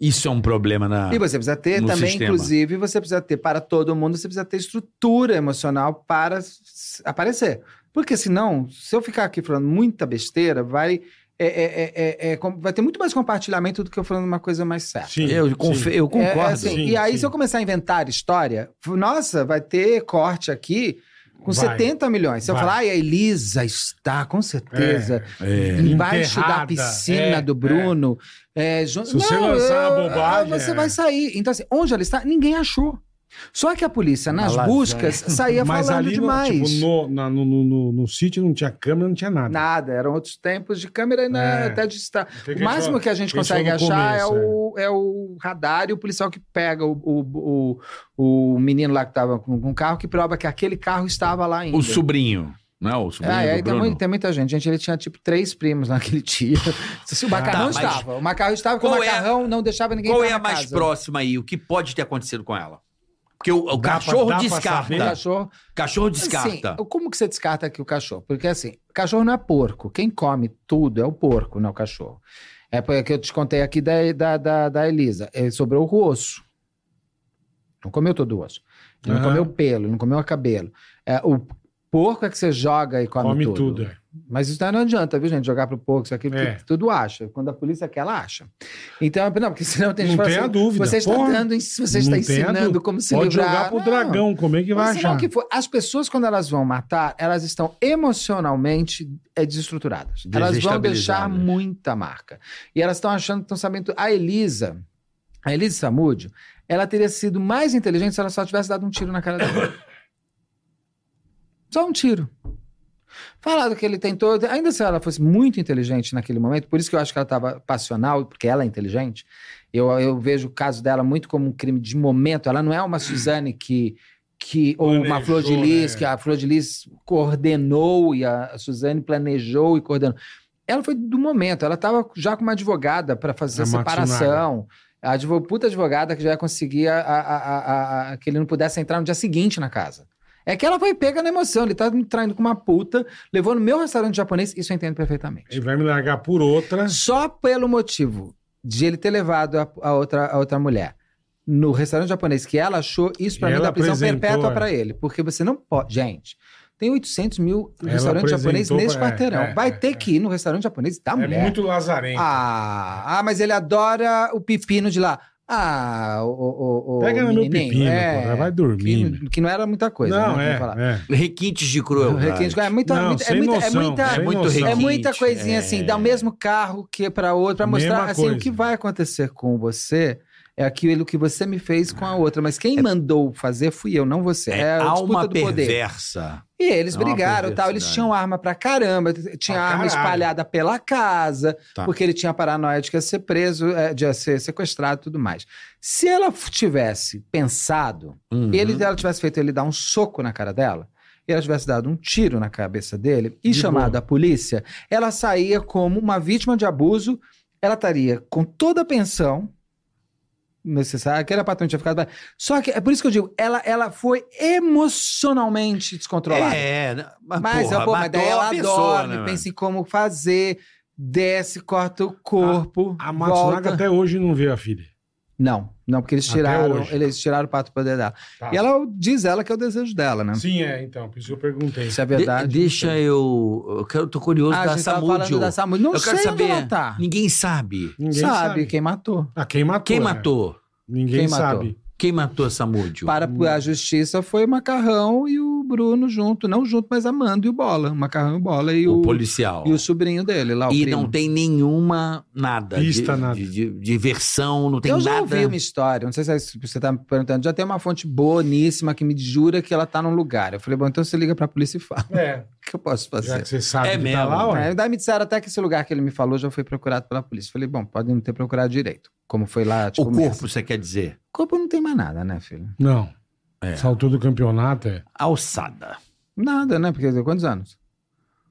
Speaker 4: Isso é um problema na.
Speaker 5: E você precisa ter
Speaker 4: No
Speaker 5: também,
Speaker 4: sistema.
Speaker 5: inclusive, você precisa ter para todo mundo, você precisa ter estrutura emocional para s- aparecer. Porque senão, se eu ficar aqui falando muita besteira, vai, é, é, é, é, é, com- vai ter muito mais compartilhamento do que eu falando uma coisa mais certa.
Speaker 3: Sim,
Speaker 4: eu, conf-
Speaker 3: sim.
Speaker 4: eu
Speaker 5: É,
Speaker 4: concordo.
Speaker 5: é assim,
Speaker 3: Sim,
Speaker 5: e aí,
Speaker 3: sim.
Speaker 5: se eu começar a inventar história, f- nossa, vai ter corte aqui com
Speaker 3: Vai.
Speaker 5: 70 milhões. Se eu
Speaker 3: Vai.
Speaker 5: falar, ai, a Elisa está, com certeza,
Speaker 4: É.
Speaker 5: embaixo da
Speaker 3: Enterrada,
Speaker 5: piscina
Speaker 3: é,
Speaker 5: do Bruno. é, Ju-
Speaker 3: Se você lançar uma bobagem,
Speaker 5: ah, Você
Speaker 3: é.
Speaker 5: vai sair. Então, assim, onde ela está, ninguém achou. Só que a polícia, nas
Speaker 4: lasanha.
Speaker 5: buscas, saía
Speaker 3: é. Mas
Speaker 5: falando
Speaker 3: ali, no-
Speaker 5: demais.
Speaker 3: tipo, no, na- no, no, no, no sítio não tinha câmera, não tinha nada.
Speaker 5: Nada, eram outros tempos de câmera e na-
Speaker 3: É.
Speaker 5: até de estar.
Speaker 3: Tem
Speaker 5: O máximo que a gente
Speaker 3: pensou
Speaker 5: consegue
Speaker 3: no
Speaker 5: achar é,
Speaker 3: começo,
Speaker 5: o, é o radar e o policial que pega o, o, o, o menino lá que estava com com o carro, que prova que aquele carro estava lá ainda.
Speaker 4: O sobrinho. Não é o sobrinho
Speaker 5: Ah,
Speaker 4: do
Speaker 5: é, tem,
Speaker 4: Bruno?
Speaker 5: muito- tem muita gente. Gente, ele tinha tipo três primos naquele dia. Se o macarrão
Speaker 4: Tá, mas-
Speaker 5: estava. O macarrão estava, porque o
Speaker 4: Qual é a-
Speaker 5: macarrão não deixava ninguém
Speaker 4: Qual é
Speaker 5: entrar
Speaker 4: a
Speaker 5: na
Speaker 4: mais
Speaker 5: casa.
Speaker 4: próxima aí? O que pode ter acontecido com ela? Porque o, o
Speaker 3: Dá pra-
Speaker 4: cachorro
Speaker 3: dá pra
Speaker 5: O
Speaker 4: descarta.
Speaker 3: saber?
Speaker 5: cachorro.
Speaker 4: Cachorro
Speaker 5: Descarta.
Speaker 4: descarta.
Speaker 5: como que você descarta aqui o cachorro? Porque assim, o cachorro não é porco. Quem come tudo é o porco, não é o cachorro. É porque eu te contei aqui da, da, da, da Elisa. Eh, sobrou o osso. Não comeu todo o osso. Ele Não
Speaker 3: Aham.
Speaker 5: comeu o pelo, não comeu o cabelo. É, o porco é que você joga e come,
Speaker 3: Come tudo.
Speaker 5: tudo.
Speaker 3: é.
Speaker 5: Mas isso não adianta, viu, gente? Jogar pro pouco, isso aqui, porque
Speaker 3: É.
Speaker 5: tudo acha. Quando a polícia quer, ela acha. Então, não, porque senão tem gente
Speaker 3: Não
Speaker 5: que
Speaker 3: tem
Speaker 5: fala assim,
Speaker 3: a dúvida.
Speaker 5: Você está,
Speaker 3: Porra,
Speaker 5: dando, você está
Speaker 3: não tem a
Speaker 5: ensinando
Speaker 3: dúvida.
Speaker 5: como se
Speaker 3: Pode
Speaker 5: livrar.
Speaker 3: jogar pro
Speaker 5: Não.
Speaker 3: dragão, como é que vai
Speaker 5: Mas será
Speaker 3: achar?
Speaker 5: que for? As pessoas, quando elas vão matar, elas estão emocionalmente é, desestruturadas. Elas vão deixar
Speaker 4: Desestabilizadas.
Speaker 5: muita marca. E elas estão achando que estão sabendo. tudo. A Elisa, a Elisa Samúdio, ela teria sido mais inteligente se ela só tivesse dado um tiro na cara dela. só um tiro. Falado que ele tentou. Ainda se ela fosse muito inteligente naquele momento, por isso que eu acho que ela estava passional, porque ela é inteligente. Eu, eu vejo o caso dela muito como um crime de momento. Ela não é uma Suzane que. que ou uma
Speaker 3: Planejou,
Speaker 5: Flor de Lis,
Speaker 3: né?
Speaker 5: que a Flor de Lis coordenou e a Suzane planejou e coordenou. Ela foi do momento. Ela estava já com uma advogada para fazer
Speaker 3: A
Speaker 5: a separação. A advo- puta advogada que já ia conseguir a- a- a- a- a- que ele não pudesse entrar no dia seguinte na casa. É que ela foi pega na emoção. Ele tá me traindo com uma puta, levou no meu restaurante japonês, isso eu entendo perfeitamente.
Speaker 3: Ele vai me largar por outra.
Speaker 5: Só pelo motivo de ele ter levado a, a outra, a outra mulher no restaurante japonês, que ela achou isso pra
Speaker 3: E
Speaker 5: mim
Speaker 3: ela
Speaker 5: da prisão
Speaker 3: apresentou,
Speaker 5: perpétua
Speaker 3: é.
Speaker 5: pra ele. Porque você não pode. Gente, tem 800 mil
Speaker 3: Ela
Speaker 5: restaurantes japoneses
Speaker 3: apresentou,
Speaker 5: nesse
Speaker 3: é,
Speaker 5: quarteirão.
Speaker 3: é,
Speaker 5: Vai
Speaker 3: é,
Speaker 5: ter
Speaker 3: é.
Speaker 5: que ir no restaurante japonês da
Speaker 3: É
Speaker 5: mulher.
Speaker 3: muito lazarento.
Speaker 5: Ah, ah, mas ele adora o pepino de lá. Ah, o. o, o- o
Speaker 3: Pega no meu
Speaker 5: menininho,
Speaker 3: pepino,
Speaker 5: é,
Speaker 3: porra, vai dormir.
Speaker 5: que, que não era muita coisa.
Speaker 3: não, é,
Speaker 5: né, vamos falar.
Speaker 3: é.
Speaker 4: Requintes de
Speaker 5: O
Speaker 4: crueldade.
Speaker 5: Requinte é muita,
Speaker 3: Não,
Speaker 5: muita- é
Speaker 3: sem
Speaker 5: muita, é
Speaker 3: noção,
Speaker 5: muita,
Speaker 4: É
Speaker 3: sem
Speaker 4: muito
Speaker 3: noção.
Speaker 5: é
Speaker 4: requinte.
Speaker 5: muita coisinha
Speaker 4: é.
Speaker 5: assim, dá o mesmo carro que para outro, para mostrar
Speaker 3: Mesma
Speaker 5: assim
Speaker 3: coisa.
Speaker 5: o que vai acontecer com você é aquilo que você me fez com a outra, mas quem mandou fazer fui eu, não você. É,
Speaker 4: É,
Speaker 5: a
Speaker 4: alma
Speaker 5: disputa do poder.
Speaker 4: perversa.
Speaker 5: E eles
Speaker 4: É uma
Speaker 5: brigaram, tal, eles
Speaker 4: perversidade.
Speaker 5: tinham arma pra caramba, t- tinha
Speaker 3: Pra
Speaker 5: arma
Speaker 3: caralho.
Speaker 5: espalhada pela casa,
Speaker 2: Tá.
Speaker 5: porque ele tinha paranoia de que ia ser preso, é, de ia ser sequestrado e tudo mais. Se ela f- tivesse pensado
Speaker 4: Uhum.
Speaker 5: ele, ela tivesse feito ele dar um soco na cara dela, e ela tivesse dado um tiro na cabeça dele e
Speaker 3: De
Speaker 5: chamado
Speaker 3: boa.
Speaker 5: a polícia, ela saía como uma vítima de abuso, ela estaria com toda a pensão necessária, aquela patrão tinha ficado. Só que é por isso que eu digo, ela, ela foi emocionalmente descontrolada.
Speaker 4: É, né? mas,
Speaker 5: Mas,
Speaker 4: porra,
Speaker 5: é pô, mas
Speaker 4: matou
Speaker 5: daí
Speaker 4: a
Speaker 5: ela
Speaker 4: pessoa,
Speaker 5: dorme,
Speaker 4: né,
Speaker 5: pensa em como fazer, desce, corta o
Speaker 4: Ah.
Speaker 5: corpo.
Speaker 3: A Matsunaga
Speaker 5: volta.
Speaker 3: até hoje não vê a filha.
Speaker 5: Não, não, porque eles
Speaker 3: Até
Speaker 5: tiraram,
Speaker 3: hoje.
Speaker 5: eles tiraram o pato poder dela.
Speaker 3: Tá.
Speaker 4: Ah.
Speaker 5: E ela diz ela que é o desejo dela, né?
Speaker 3: Sim, é, então. Por isso que eu perguntei.
Speaker 5: Isso é
Speaker 4: mano? De-
Speaker 5: verdade.
Speaker 4: deixa eu. Eu quero, tô curioso
Speaker 5: Ah, a
Speaker 4: da
Speaker 5: gente tava
Speaker 4: Samúdio.
Speaker 5: falando da Samúdio. Não
Speaker 4: Eu
Speaker 5: sei
Speaker 4: quero
Speaker 5: onde
Speaker 4: saber.
Speaker 5: ela tá.
Speaker 4: Ninguém sabe.
Speaker 3: Ninguém
Speaker 5: sabe,
Speaker 3: sabe.
Speaker 5: quem matou.
Speaker 3: Ah, quem matou.
Speaker 4: Quem
Speaker 3: né?
Speaker 4: matou?
Speaker 3: Ninguém
Speaker 5: Quem matou?
Speaker 3: sabe.
Speaker 4: Quem matou a Samúdio?
Speaker 5: Para a justiça foi o Macarrão e o Bruno junto. Não junto, mas Amando e o Bola. O Macarrão e o Bola e
Speaker 4: o,
Speaker 5: o,
Speaker 4: policial.
Speaker 5: e o sobrinho dele lá, o
Speaker 4: E
Speaker 5: primo.
Speaker 4: não tem nenhuma nada.
Speaker 3: Pista,
Speaker 4: de,
Speaker 3: nada.
Speaker 4: De, de- de versão, não tem
Speaker 5: Eu já
Speaker 4: nada.
Speaker 5: ouvi uma história, não sei se é isso que você tá me perguntando, já tem uma fonte boníssima que me jura que ela tá num lugar. Eu falei, bom, então você liga pra polícia e fala,
Speaker 3: É,
Speaker 5: o que eu posso
Speaker 3: já
Speaker 5: fazer?
Speaker 3: que você sabe
Speaker 4: É
Speaker 3: que tá
Speaker 4: mesmo.
Speaker 3: lá, ó.
Speaker 5: É, daí me disseram até que esse lugar que ele me falou já foi procurado pela polícia. Eu falei, bom, podem não ter procurado direito. Como foi lá, tipo,
Speaker 4: o corpo,
Speaker 5: mesmo.
Speaker 4: você quer dizer?
Speaker 5: O corpo não tem mais nada, né, filho?
Speaker 3: Não.
Speaker 4: É.
Speaker 3: Saltou do campeonato, é.
Speaker 4: Alçada.
Speaker 5: Nada, né? Porque quantos anos?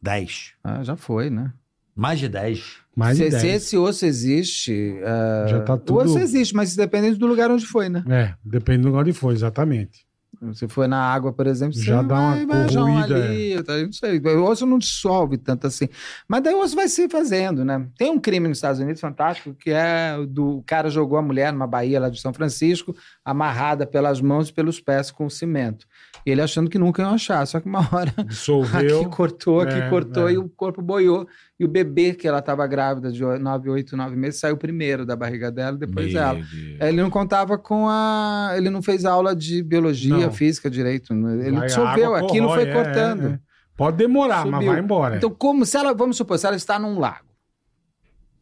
Speaker 4: 10.
Speaker 5: Ah, já foi, né?
Speaker 4: Mais de 10.
Speaker 3: Mais
Speaker 5: se,
Speaker 3: de
Speaker 5: se
Speaker 3: 10.
Speaker 5: esse osso existe. ah,
Speaker 3: Já tá
Speaker 5: O
Speaker 3: tudo...
Speaker 5: osso existe, mas depende do lugar onde foi, né?
Speaker 3: É, depende do lugar onde foi, exatamente.
Speaker 5: Se foi na água, por exemplo, você
Speaker 3: Já dá uma
Speaker 5: vai, vai achar um
Speaker 3: corroída, é.
Speaker 5: ali, tá? Eu não sei. O osso não dissolve tanto assim. Mas daí o osso vai se fazendo, né? Tem um crime nos Estados Unidos fantástico que é o do o cara jogou a mulher numa baía lá de São Francisco, amarrada pelas mãos e pelos pés com cimento. E ele achando que nunca iam achar, só Ah, que uma hora
Speaker 3: Dissolveu.
Speaker 5: Aqui cortou, aqui
Speaker 3: É,
Speaker 5: cortou
Speaker 3: é.
Speaker 5: e o corpo boiou. E o bebê que ela estava grávida de 9, 8, 9 meses saiu primeiro da barriga dela e depois
Speaker 4: Meu
Speaker 5: ela. Ele não contava com a. Ele não fez aula de biologia,
Speaker 3: Não.
Speaker 5: físico, direito. né? Ele
Speaker 3: Vai, a
Speaker 5: dissolveu,
Speaker 3: água
Speaker 5: aquilo foi
Speaker 3: corrói, é,
Speaker 5: cortando.
Speaker 3: é. Pode demorar, mas
Speaker 5: Subiu.
Speaker 3: vai embora.
Speaker 5: Então, como se ela, vamos supor, se ela está num lago,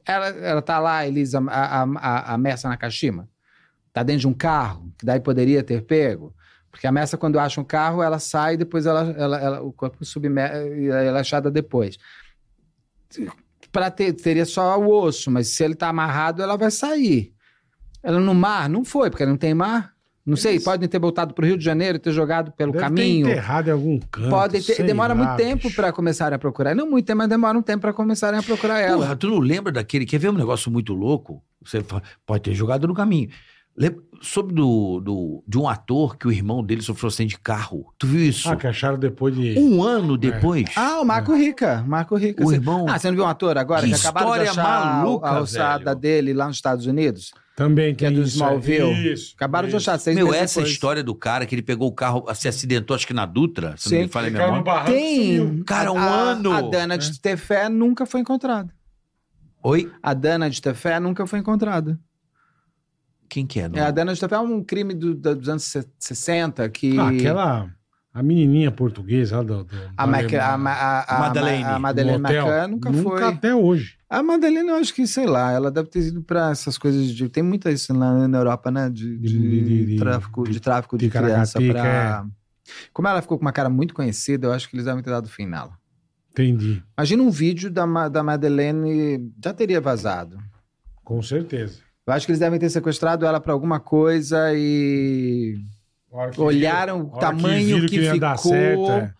Speaker 5: ela, ela tá lá, Elisa, a, a, a, a Messa Nakashima, tá dentro de um carro, que daí poderia ter pego, porque a Messa, quando acha um carro, ela sai e depois ela, ela, ela- o corpo submerge, ela é achada depois. Pra ter, teria só o osso, mas se ele tá amarrado, ela vai sair. Ela no mar? Não foi, porque não tem mar. Não sei,
Speaker 3: Eles-
Speaker 5: podem ter voltado pro Rio de Janeiro e ter jogado pelo
Speaker 3: Deve ter
Speaker 5: caminho.
Speaker 3: enterrado em algum
Speaker 4: Ah,
Speaker 3: canto.
Speaker 5: Podem ter,
Speaker 3: sei
Speaker 5: demora
Speaker 3: lá,
Speaker 5: muito tempo
Speaker 3: bicho.
Speaker 5: pra começarem a procurar. Não muito tempo, mas demora um tempo pra começarem a procurar ela.
Speaker 4: Porra, tu não lembra daquele? Quer ver um negócio muito louco? Você fala, pode ter jogado no caminho. Lembra, sobre do, do- de um ator que o irmão dele sofreu acidente de carro. Tu viu isso?
Speaker 3: Ah, É. que acharam depois de...
Speaker 4: um ano depois,
Speaker 5: Ah, o Marco Rica. Marco Rica.
Speaker 4: o
Speaker 5: Você-
Speaker 4: irmão.
Speaker 5: Ah, você não viu um ator agora?
Speaker 4: Que
Speaker 5: Que acabaram de
Speaker 4: história
Speaker 5: achar a-
Speaker 4: maluca,
Speaker 5: a alçada
Speaker 4: velho.
Speaker 5: dele lá nos Estados Unidos.
Speaker 3: Também
Speaker 5: Que é
Speaker 3: tem
Speaker 5: do
Speaker 3: isso,
Speaker 5: Smallville.
Speaker 3: Isso.
Speaker 5: Acabaram de
Speaker 3: isso.
Speaker 5: achar seis
Speaker 4: meu,
Speaker 5: meses
Speaker 4: essa
Speaker 5: depois.
Speaker 4: história do cara que ele pegou o carro, se acidentou, acho que na Dutra, se não
Speaker 5: Sim.
Speaker 4: me falha a
Speaker 3: Caiu no
Speaker 4: memória.
Speaker 3: barranco, sumiu.
Speaker 5: Tem.
Speaker 4: Cara, um
Speaker 5: a,
Speaker 4: ano. É.
Speaker 5: A Dana de Tefé nunca foi encontrada.
Speaker 4: Oi?
Speaker 5: A Dana de Tefé nunca foi encontrada.
Speaker 4: Quem que é? não?
Speaker 5: É, a Dana de Tefé é um crime do- da- dos anos se- 60 que.
Speaker 3: Ah, aquela... A menininha portuguesa lá do... do
Speaker 5: A,
Speaker 3: do
Speaker 5: Ma
Speaker 3: alemão.
Speaker 5: a, Ma- a, a,
Speaker 4: Madeleine.
Speaker 5: a Madeleine
Speaker 3: No hotel.
Speaker 5: Macan nunca, foi.
Speaker 3: até hoje.
Speaker 5: A Madalena, eu acho que, sei lá, ela deve ter ido pra essas coisas de. Tem muita isso lá na Europa, né? De, de,
Speaker 3: De- de- de-
Speaker 5: tráfico de,
Speaker 3: de-
Speaker 5: tráfico de,
Speaker 3: de
Speaker 5: criança
Speaker 3: Caracateca,
Speaker 5: pra. Como ela ficou com uma cara muito conhecida, eu acho que eles devem ter dado fim nela.
Speaker 3: Entendi.
Speaker 5: Imagina um vídeo da, Ma- da Madeleine. Já teria vazado.
Speaker 3: Com certeza.
Speaker 5: Eu acho que eles devem ter sequestrado ela pra alguma coisa e.
Speaker 3: A hora que
Speaker 5: Olharam
Speaker 3: viram-
Speaker 5: o
Speaker 3: a hora
Speaker 5: tamanho
Speaker 3: viram
Speaker 5: que,
Speaker 3: ia dar
Speaker 5: ficou.
Speaker 3: certo, é.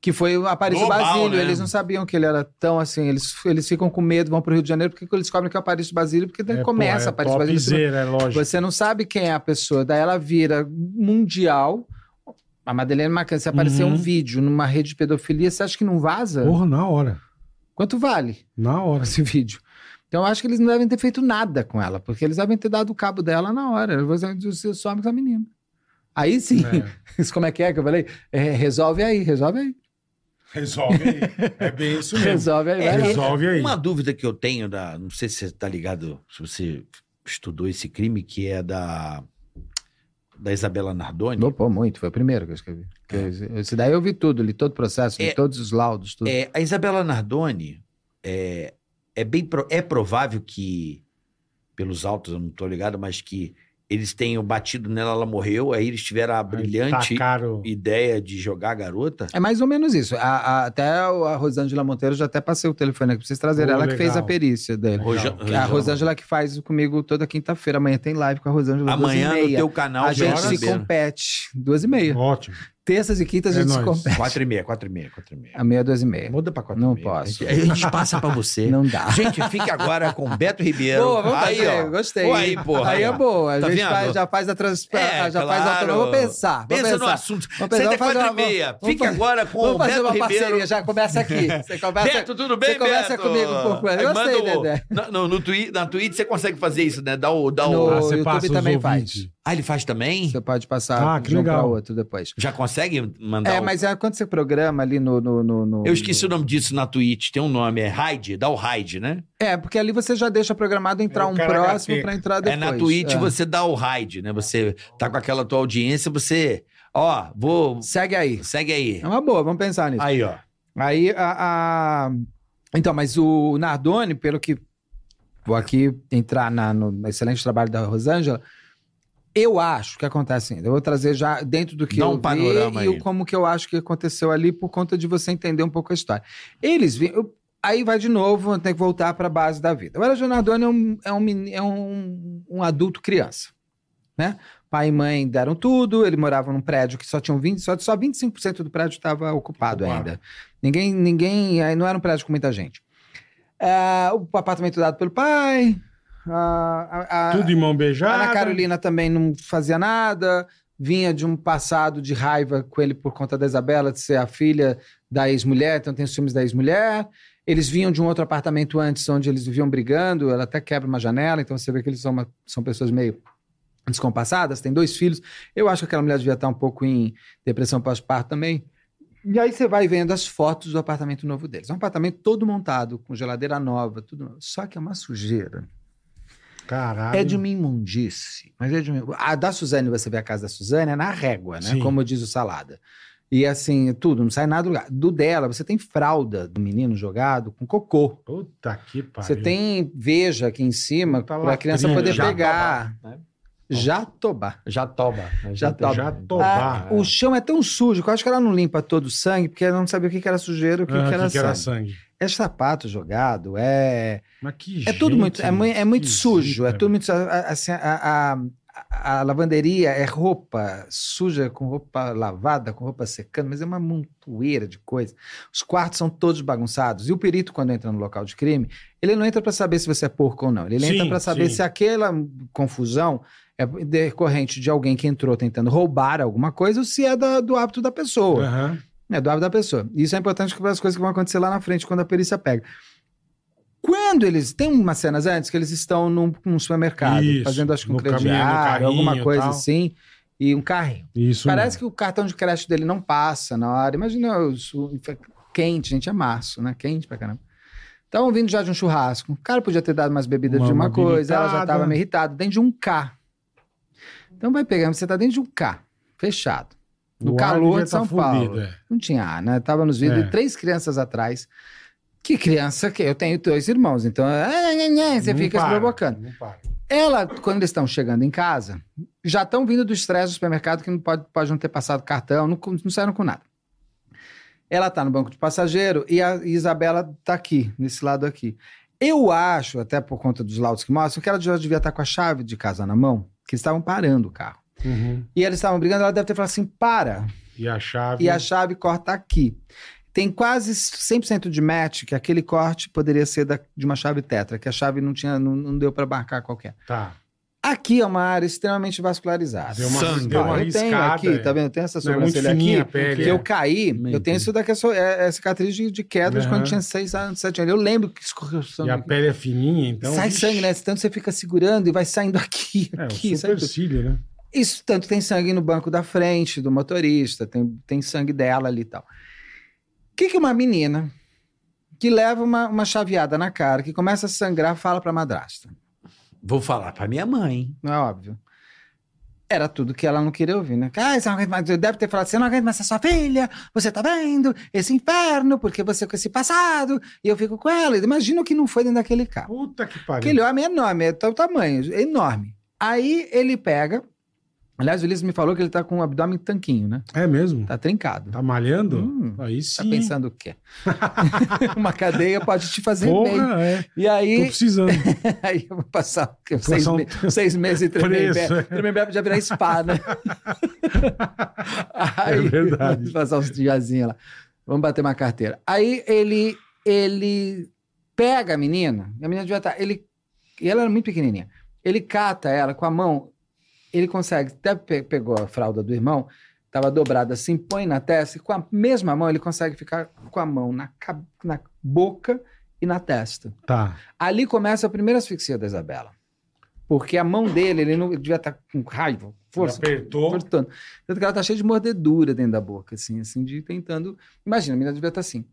Speaker 5: Que foi o Aparício
Speaker 4: Global,
Speaker 5: Basílio.
Speaker 4: né?
Speaker 5: Eles não sabiam que ele era tão assim. Eles, eles ficam com medo, vão pro Rio de Janeiro, porque eles descobrem que é o Aparício Basílio, porque daí
Speaker 3: É,
Speaker 5: começa
Speaker 3: pô, é
Speaker 5: o Aparício Basílio.
Speaker 3: topzera, é lógico.
Speaker 5: Você não sabe quem é a pessoa, daí ela vira mundial. A Madeleine Marcante, se aparecer
Speaker 3: Uhum.
Speaker 5: um vídeo numa rede de pedofilia, você acha que não vaza?
Speaker 3: Porra, na hora.
Speaker 5: Quanto vale
Speaker 3: Na hora.
Speaker 5: esse vídeo? Então eu acho que eles não devem ter feito nada com ela, porque eles devem ter dado o cabo dela na hora. Eles devem dizer, "Você some com a menina. Aí sim, isso como é que é que eu falei? É, resolve aí, resolve aí.
Speaker 3: Resolve aí. É bem isso mesmo.
Speaker 5: Resolve É aí. vai lá.
Speaker 3: Resolve aí.
Speaker 4: Uma dúvida que eu tenho, da, não sei se você está ligado, se você estudou esse crime, que é da, da Isabela Nardoni.
Speaker 5: Não, pô, muito. Foi o primeiro que eu escrevi. Que eu- Esse daí eu vi tudo, li todo o processo, li
Speaker 4: É.
Speaker 5: todos os laudos, tudo.
Speaker 4: É, a Isabela Nardoni é, é bem pro- é provável que, pelos autos, eu não estou ligado, mas que eles tenham batido nela, ela morreu, aí eles tiveram a
Speaker 3: tá
Speaker 4: brilhante
Speaker 5: tá,
Speaker 3: Tacaram.
Speaker 4: ideia de jogar a garota.
Speaker 5: É mais ou menos isso. A- a- até a Rosângela Monteiro já até passei o telefone aqui pra vocês trazerem.
Speaker 3: Oh,
Speaker 5: ela que fez a
Speaker 3: legal.
Speaker 5: perícia dele.
Speaker 4: Roja-
Speaker 5: A Rosângela que faz comigo toda quinta-feira. Amanhã tem live com a Rosângela.
Speaker 4: Amanhã
Speaker 5: duas e
Speaker 4: no
Speaker 5: meia.
Speaker 4: teu canal,
Speaker 5: A
Speaker 4: que
Speaker 5: gente
Speaker 4: horas?
Speaker 5: se compete. Duas e meia.
Speaker 3: Ótimo.
Speaker 5: Terças e quintas
Speaker 3: É
Speaker 5: a gente se
Speaker 3: nóis.
Speaker 5: compete.
Speaker 4: Quatro e meia, quatro e meia, quatro e meia.
Speaker 5: A meia, duas e meia.
Speaker 4: Muda pra quatro
Speaker 5: Não
Speaker 4: e meia.
Speaker 5: posso.
Speaker 4: A gente passa pra você.
Speaker 5: Não dá.
Speaker 4: Gente, fique agora com Beto Ribeiro.
Speaker 5: Boa, vamos
Speaker 4: aí,
Speaker 5: fazer.
Speaker 4: ó.
Speaker 5: Gostei.
Speaker 4: Pô, aí, porra.
Speaker 5: Aí é boa. A
Speaker 4: Tá
Speaker 5: gente
Speaker 4: vendo?
Speaker 5: faz- já faz a transparência.
Speaker 4: É,
Speaker 5: já faz a
Speaker 4: claro.
Speaker 5: autonomia. Vou pensar. Vou
Speaker 4: Pensa no
Speaker 5: pensar.
Speaker 4: assunto.
Speaker 5: Vamos pensar,
Speaker 4: Senta
Speaker 5: vamos fazer
Speaker 4: quatro e
Speaker 5: uma-
Speaker 4: meia.
Speaker 5: vamos
Speaker 4: Fique
Speaker 5: fazer-
Speaker 4: agora com
Speaker 5: Vamos
Speaker 4: o
Speaker 5: fazer
Speaker 4: Beto
Speaker 5: uma
Speaker 4: Ribeiro.
Speaker 5: parceria. Já começa aqui. Você começa
Speaker 4: Beto, tudo bem,
Speaker 5: Você conversa
Speaker 4: Beto?
Speaker 5: comigo um pouco, eu
Speaker 4: Aí
Speaker 5: gostei,
Speaker 4: manda o-
Speaker 5: Dedé.
Speaker 4: Não, não, no Twi- na Twitch você consegue fazer isso, né? Dá o... Dá
Speaker 5: No-
Speaker 4: o...
Speaker 3: Ah, você
Speaker 5: YouTube
Speaker 3: passa os
Speaker 5: também
Speaker 3: ouvintes.
Speaker 4: Ah, ele faz também?
Speaker 5: Você pode
Speaker 3: Ah,
Speaker 5: passar
Speaker 3: que
Speaker 5: de um para
Speaker 3: legal.
Speaker 5: outro depois.
Speaker 4: Já consegue mandar
Speaker 5: É,
Speaker 4: o-
Speaker 5: mas é quando você programa ali no. no, no- no-
Speaker 4: Eu esqueci o nome disso na Twitch. Tem um nome, é Raid. Dá o Raid, né?
Speaker 5: É, porque ali você já deixa programado entrar
Speaker 3: É, o
Speaker 5: um
Speaker 3: cara
Speaker 5: próximo
Speaker 3: gateca.
Speaker 5: pra entrar depois.
Speaker 4: é na Twitch
Speaker 5: É.
Speaker 4: você dá o Raid, né? Você tá com aquela tua audiência, você... Ó, vou...
Speaker 5: Segue aí.
Speaker 4: Segue aí.
Speaker 5: É uma boa, vamos pensar nisso.
Speaker 4: Aí, ó.
Speaker 5: Aí a, a- Então, mas o Nardoni, pelo que. Vou aqui entrar na- no, no excelente trabalho da Rosângela. Eu acho que acontece ainda. Eu vou trazer já dentro do que
Speaker 4: Dá
Speaker 5: eu
Speaker 4: um
Speaker 5: vi
Speaker 4: panorama
Speaker 5: e o
Speaker 4: aí.
Speaker 5: como que eu acho que aconteceu ali por conta de você entender um pouco a história. Eles vi- eu- aí vai de novo, tem que voltar para a base da vida. O Elagio Nardoni é um, é um, meni- é um- um adulto criança, né? Pai e mãe deram tudo, ele morava num prédio que só tinham 20, só, só 25% do prédio estava ocupado
Speaker 3: Ocupado.
Speaker 5: ainda. Ninguém, ninguém, aí não era um prédio com muita gente. Ah, o apartamento dado pelo pai, ah, a- a-
Speaker 3: Tudo em mão beijada.
Speaker 5: Ana Carolina também não fazia nada, vinha de um passado de raiva com ele por conta da Isabela, de ser a filha da ex-mulher, então tem os filmes da ex-mulher. Eles vinham de um outro apartamento antes, onde eles viviam brigando, ela até quebra uma janela, então você vê que eles são, uma- são pessoas meio descompassadas, tem dois filhos. Eu acho que aquela mulher devia estar um pouco em depressão pós-parto também. E aí você vai vendo as fotos do apartamento novo deles. É um apartamento todo montado, com geladeira nova, tudo novo. Só que é uma sujeira.
Speaker 3: Caralho.
Speaker 5: É de uma imundice. Mas é de uma... A da Suzane, você vê a casa da Suzane, é na régua, né?
Speaker 3: Sim.
Speaker 5: Como diz o Salada. E assim, tudo, não sai nada do lugar. Do dela, você tem fralda do menino jogado com cocô.
Speaker 3: Puta que pariu.
Speaker 5: Você tem veja aqui em cima
Speaker 3: Tá
Speaker 5: para
Speaker 3: lá,
Speaker 5: a criança
Speaker 3: trilha.
Speaker 5: poder
Speaker 3: Já
Speaker 5: pegar.
Speaker 4: tomar, né?
Speaker 5: Jatobá.
Speaker 4: Já toba. né?
Speaker 5: Já toba.
Speaker 3: Já
Speaker 5: Ah,
Speaker 3: tobar.
Speaker 5: o chão é tão sujo que eu acho que ela não limpa todo o sangue, porque ela não sabia o que que era sujeira e o que,
Speaker 3: Ah,
Speaker 5: que era
Speaker 3: que
Speaker 5: sangue.
Speaker 3: sangue.
Speaker 5: É sapato jogado, é
Speaker 3: Mas que
Speaker 5: É tudo
Speaker 3: gente
Speaker 5: muito, é, mui- é muito
Speaker 3: esquisita,
Speaker 5: sujo, é tudo muito su- a- assim, a, a- a lavanderia é roupa suja, com roupa lavada, com roupa secando, mas é uma montoeira de coisa. Os quartos são todos bagunçados. E o perito, quando entra no local de crime, ele não entra para saber se você é porco ou não. Ele
Speaker 3: Sim,
Speaker 5: entra para saber
Speaker 3: sim.
Speaker 5: se aquela confusão é decorrente de alguém que entrou tentando roubar alguma coisa ou se é da- do hábito da pessoa.
Speaker 3: Aham.
Speaker 5: É do hábito da pessoa. Isso é importante para as coisas que vão acontecer lá na frente quando a perícia pega. Quando eles. Tem umas cenas antes que eles estão num, num supermercado,
Speaker 3: Isso,
Speaker 5: fazendo acho que um
Speaker 3: no
Speaker 5: crédito
Speaker 3: caminhão, no
Speaker 5: diário, alguma
Speaker 3: carrinho,
Speaker 5: coisa
Speaker 3: tal.
Speaker 5: assim, e um carrinho.
Speaker 3: Isso.
Speaker 5: Parece que o cartão de crédito dele não passa na hora. Imagina o su- quente, gente, é março, né? Quente pra caramba. Estavam vindo já de um churrasco. O cara podia ter dado umas bebidas
Speaker 3: Uma-
Speaker 5: de uma
Speaker 3: uma
Speaker 5: coisa, ela já
Speaker 3: bebitada.
Speaker 5: estava meio irritada, dentro de um K. Então vai pegando, você tá dentro de um K, fechado. No calor
Speaker 3: tá
Speaker 5: de São Paulo. Não tinha ar, né? Tava nos vidros
Speaker 3: É.
Speaker 5: e três crianças atrás. Que criança que é? eu tenho dois irmãos, então é, é, é, é, você fica se provocando.
Speaker 3: Não para.
Speaker 5: Ela, quando eles estão chegando em casa, já estão vindo do estresse do supermercado que não pode, pode não ter passado cartão, não, com- não saíram com nada. Ela tá no banco de passageiro e a Isabela tá aqui, nesse lado aqui. Eu acho, até por conta dos laudos que mostram, que ela já devia estar com a chave de casa na mão, que eles estavam parando o carro.
Speaker 3: Uhum.
Speaker 5: E eles estavam brigando, ela deve ter falado assim: para,
Speaker 3: E a chave.
Speaker 5: e a chave corta aqui. Tem quase 100% de match que aquele corte poderia ser da- de uma chave tetra, que a chave não tinha, não, não deu para marcar qualquer.
Speaker 3: Tá.
Speaker 5: Aqui é uma área extremamente vascularizada.
Speaker 3: Deu uma,
Speaker 1: Sangue.
Speaker 3: deu uma
Speaker 5: eu tenho
Speaker 3: riscada,
Speaker 5: aqui,
Speaker 3: é.
Speaker 5: tá vendo? Eu tenho essa
Speaker 3: Não, é muito
Speaker 5: sobrancelha aqui.
Speaker 3: fininha a pele.
Speaker 5: Que
Speaker 3: é.
Speaker 5: eu caí,
Speaker 4: Meio
Speaker 5: eu tenho isso daqui, é, só- é, é cicatriz de, de queda de
Speaker 3: Aham.
Speaker 5: quando tinha 6 anos, 7 anos. Eu lembro que escorreu
Speaker 3: E
Speaker 5: sangue.
Speaker 3: a
Speaker 5: aqui.
Speaker 3: pele é fininha, então...
Speaker 5: sai
Speaker 3: Ixi,
Speaker 5: sangue, né? Tanto você fica segurando e vai saindo aqui,
Speaker 3: É,
Speaker 5: aqui.
Speaker 3: o
Speaker 5: sai tudo.
Speaker 3: supercílio, né?
Speaker 5: Isso, tanto tem sangue no banco da frente do motorista, tem, tem sangue dela ali e tal. O que, que uma menina que leva uma, uma chaveada na cara, que começa a sangrar, fala pra madrasta?
Speaker 4: Vou falar pra minha mãe.
Speaker 5: Não é óbvio. Era tudo que ela não queria ouvir, né? Ah, você não aguenta mais. Deve ter falado, você não aguenta mais essa sua filha, você tá vendo esse inferno, porque você com esse passado, e eu fico com ela. Imagina o que não foi dentro daquele carro.
Speaker 3: Puta que pariu.
Speaker 5: Aquele homem é enorme, é o tamanho, é enorme. Aí ele pega. Aliás, o Ulisses me falou que ele tá com o abdômen tanquinho, né?
Speaker 3: É mesmo? Tá,
Speaker 5: Tá trincado. Tá,
Speaker 3: malhando?
Speaker 5: Hum,
Speaker 3: Aí sim.
Speaker 5: pensando o quê? Uma cadeia pode te fazer bem.
Speaker 3: Porra, é.
Speaker 5: E
Speaker 3: Tô
Speaker 5: aí,
Speaker 3: precisando.
Speaker 5: aí eu vou passar o quê?
Speaker 3: Vou
Speaker 5: seis,
Speaker 3: passar um
Speaker 5: me- seis meses e tremembé.
Speaker 3: Preso, é.
Speaker 5: Tremembé já virar spa, né? aí,
Speaker 3: É verdade.
Speaker 5: Passar uns diazinhos lá. Vamos bater uma carteira. Aí ele, ele pega a menina, e a menina devia estar. Ele, e ela era muito pequenininha. Ele cata ela com a mão, ele consegue. Até pe- pegou a fralda do irmão, estava dobrada assim, põe na testa, e com a mesma mão ele consegue ficar com a mão na, cab- na boca e na testa.
Speaker 3: Tá.
Speaker 5: Ali começa a primeira asfixia da Isabela. Porque a mão dele, ele não ele devia estar com raiva, força,
Speaker 3: Apertou.
Speaker 5: cortando. Tanto que ela tá cheia de mordedura dentro da boca, assim, assim, de tentando. Imagina, a menina devia estar assim.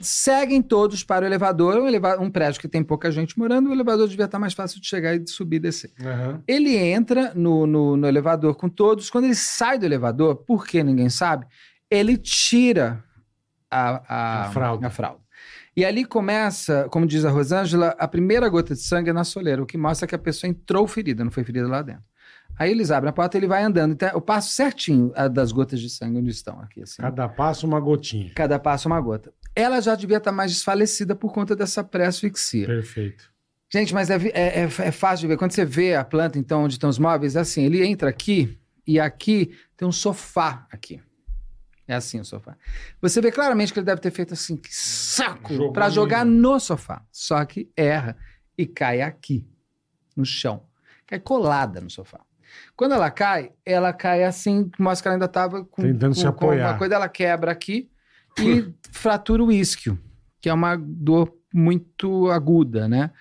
Speaker 5: Seguem todos para o elevador, um, eleva- um prédio que tem pouca gente morando, o elevador devia estar mais fácil de chegar e de subir e descer.
Speaker 3: Aham.
Speaker 5: Ele entra no, no, no elevador com todos. Quando ele sai do elevador, porque ninguém sabe, ele tira a,
Speaker 3: A fralda.
Speaker 5: E ali começa, como diz a Rosângela, a primeira gota de sangue é na soleira, o que mostra que a pessoa entrou ferida, não foi ferida lá dentro. Aí eles abrem a porta e ele vai andando. Então, eu passo certinho a das gotas de sangue onde estão aqui. Assim.
Speaker 3: Cada passo uma gotinha.
Speaker 5: Cada passo é uma gota. Ela já devia estar mais desfalecida por conta dessa pré-asfixia.
Speaker 3: Perfeito.
Speaker 5: Gente, mas é, vi- é- é- é fácil de ver. Quando você vê a planta, então, onde estão os móveis, é assim, ele entra aqui e aqui tem um sofá aqui. É assim o sofá. Você vê claramente que ele deve ter feito assim, que saco,
Speaker 3: Jogou
Speaker 5: para
Speaker 3: no-
Speaker 5: jogar no sofá. Só que erra e cai aqui, no chão. Cai colada no sofá. Quando ela cai, ela cai assim, mostra que ela ainda estava com,
Speaker 3: Tentando
Speaker 5: com,
Speaker 3: se
Speaker 5: com alguma
Speaker 3: apoiar.
Speaker 5: coisa, ela quebra aqui e fratura o isquio, que é uma dor muito aguda, né?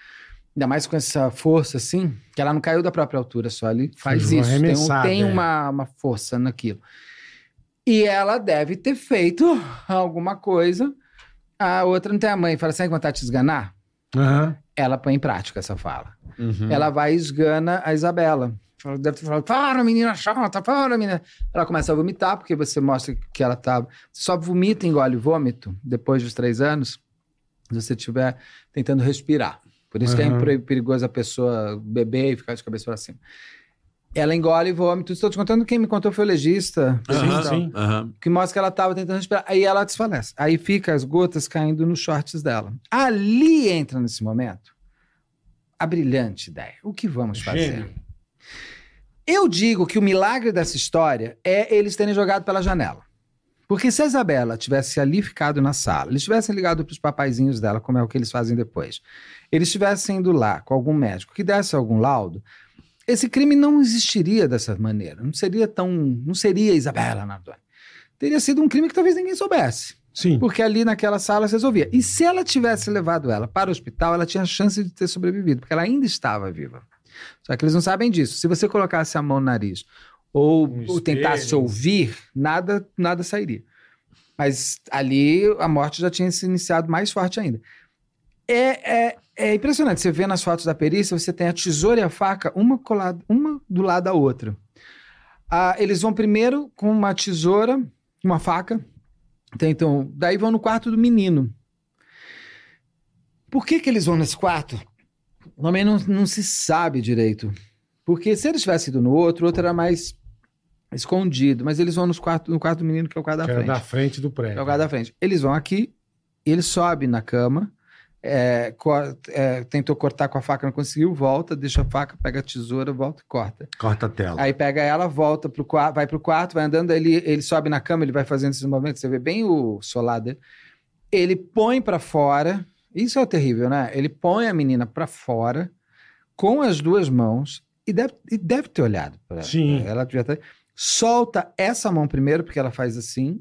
Speaker 5: Ainda mais com essa força, assim, que ela não caiu da própria altura só, ele faz
Speaker 3: Foi
Speaker 5: isso. Tem, um-
Speaker 3: arremessada,
Speaker 5: tem
Speaker 3: é.
Speaker 5: uma, uma força naquilo. E ela deve ter feito alguma coisa. A outra não tem a mãe, fala, sem contar te esganar?
Speaker 3: Aham.
Speaker 5: Ela põe em prática essa fala.
Speaker 4: Uhum.
Speaker 5: Ela vai e esgana a Isabela. Fala- Deve ter falado, para, menina chata, para, menina. Ela começa a vomitar, porque você mostra que ela tá. Só vomita, engole vômito, depois dos três anos, se você estiver tentando respirar. Por isso
Speaker 3: Uhum.
Speaker 5: que é perigoso a pessoa beber e ficar de cabeça para cima. Ela engole vômito. Estou te contando, quem me contou foi o legista.
Speaker 3: Aham,
Speaker 5: Então,
Speaker 3: sim.
Speaker 4: Aham.
Speaker 5: que mostra que ela estava tentando respirar. Aí ela desfalece. Aí fica as gotas caindo nos shorts dela. Ali entra nesse momento a brilhante ideia. O que vamos fazer?
Speaker 3: Gênio.
Speaker 5: Eu digo que o milagre dessa história é eles terem jogado pela janela. Porque se a Isabela tivesse ali ficado na sala, eles tivessem ligado para os papaizinhos dela, como é o que eles fazem depois, eles tivessem ido lá com algum médico que desse algum laudo, esse crime não existiria dessa maneira. Não seria tão. Não seria Isabela Nardoni. Teria sido um crime que talvez ninguém soubesse.
Speaker 3: Sim.
Speaker 5: Porque ali naquela sala se resolvia. E se ela tivesse levado ela para o hospital, ela tinha chance de ter sobrevivido, porque ela ainda estava viva. Só que eles não sabem disso. Se você colocasse a mão no nariz ou,
Speaker 3: Um
Speaker 5: ou tentasse
Speaker 3: espelho.
Speaker 5: ouvir, nada, nada sairia. Mas ali a morte já tinha se iniciado mais forte ainda. É, é, é impressionante. Você vê nas fotos da perícia, você tem a tesoura e a faca, uma, colada, uma do lado da outra. Ah, eles vão primeiro com uma tesoura, uma faca. Tem, então, daí vão no quarto do menino. Por que, que eles vão nesse quarto? Também não, não se sabe direito. Porque se eles tivessem ido no outro, o outro era mais escondido. Mas eles vão nos quarto, no quarto do menino, que é o quarto da
Speaker 3: Que era
Speaker 5: frente.
Speaker 3: da frente do prédio.
Speaker 5: É o cara da frente. Eles vão aqui, ele sobe na cama, é, cor- é, tentou cortar com a faca, não conseguiu, volta, deixa a faca, pega a tesoura, volta e corta.
Speaker 2: Corta a tela.
Speaker 5: Aí pega ela, volta pro quarto, vai pro quarto, vai andando, ele, ele sobe na cama, ele vai fazendo esses movimentos, você vê bem o solar dele. Ele põe pra fora, isso é terrível, né? Ele põe a menina pra fora com as duas mãos e deve, e deve ter olhado. pra-
Speaker 3: Sim.
Speaker 5: Ela devia ter- Solta essa mão primeiro, porque ela faz assim.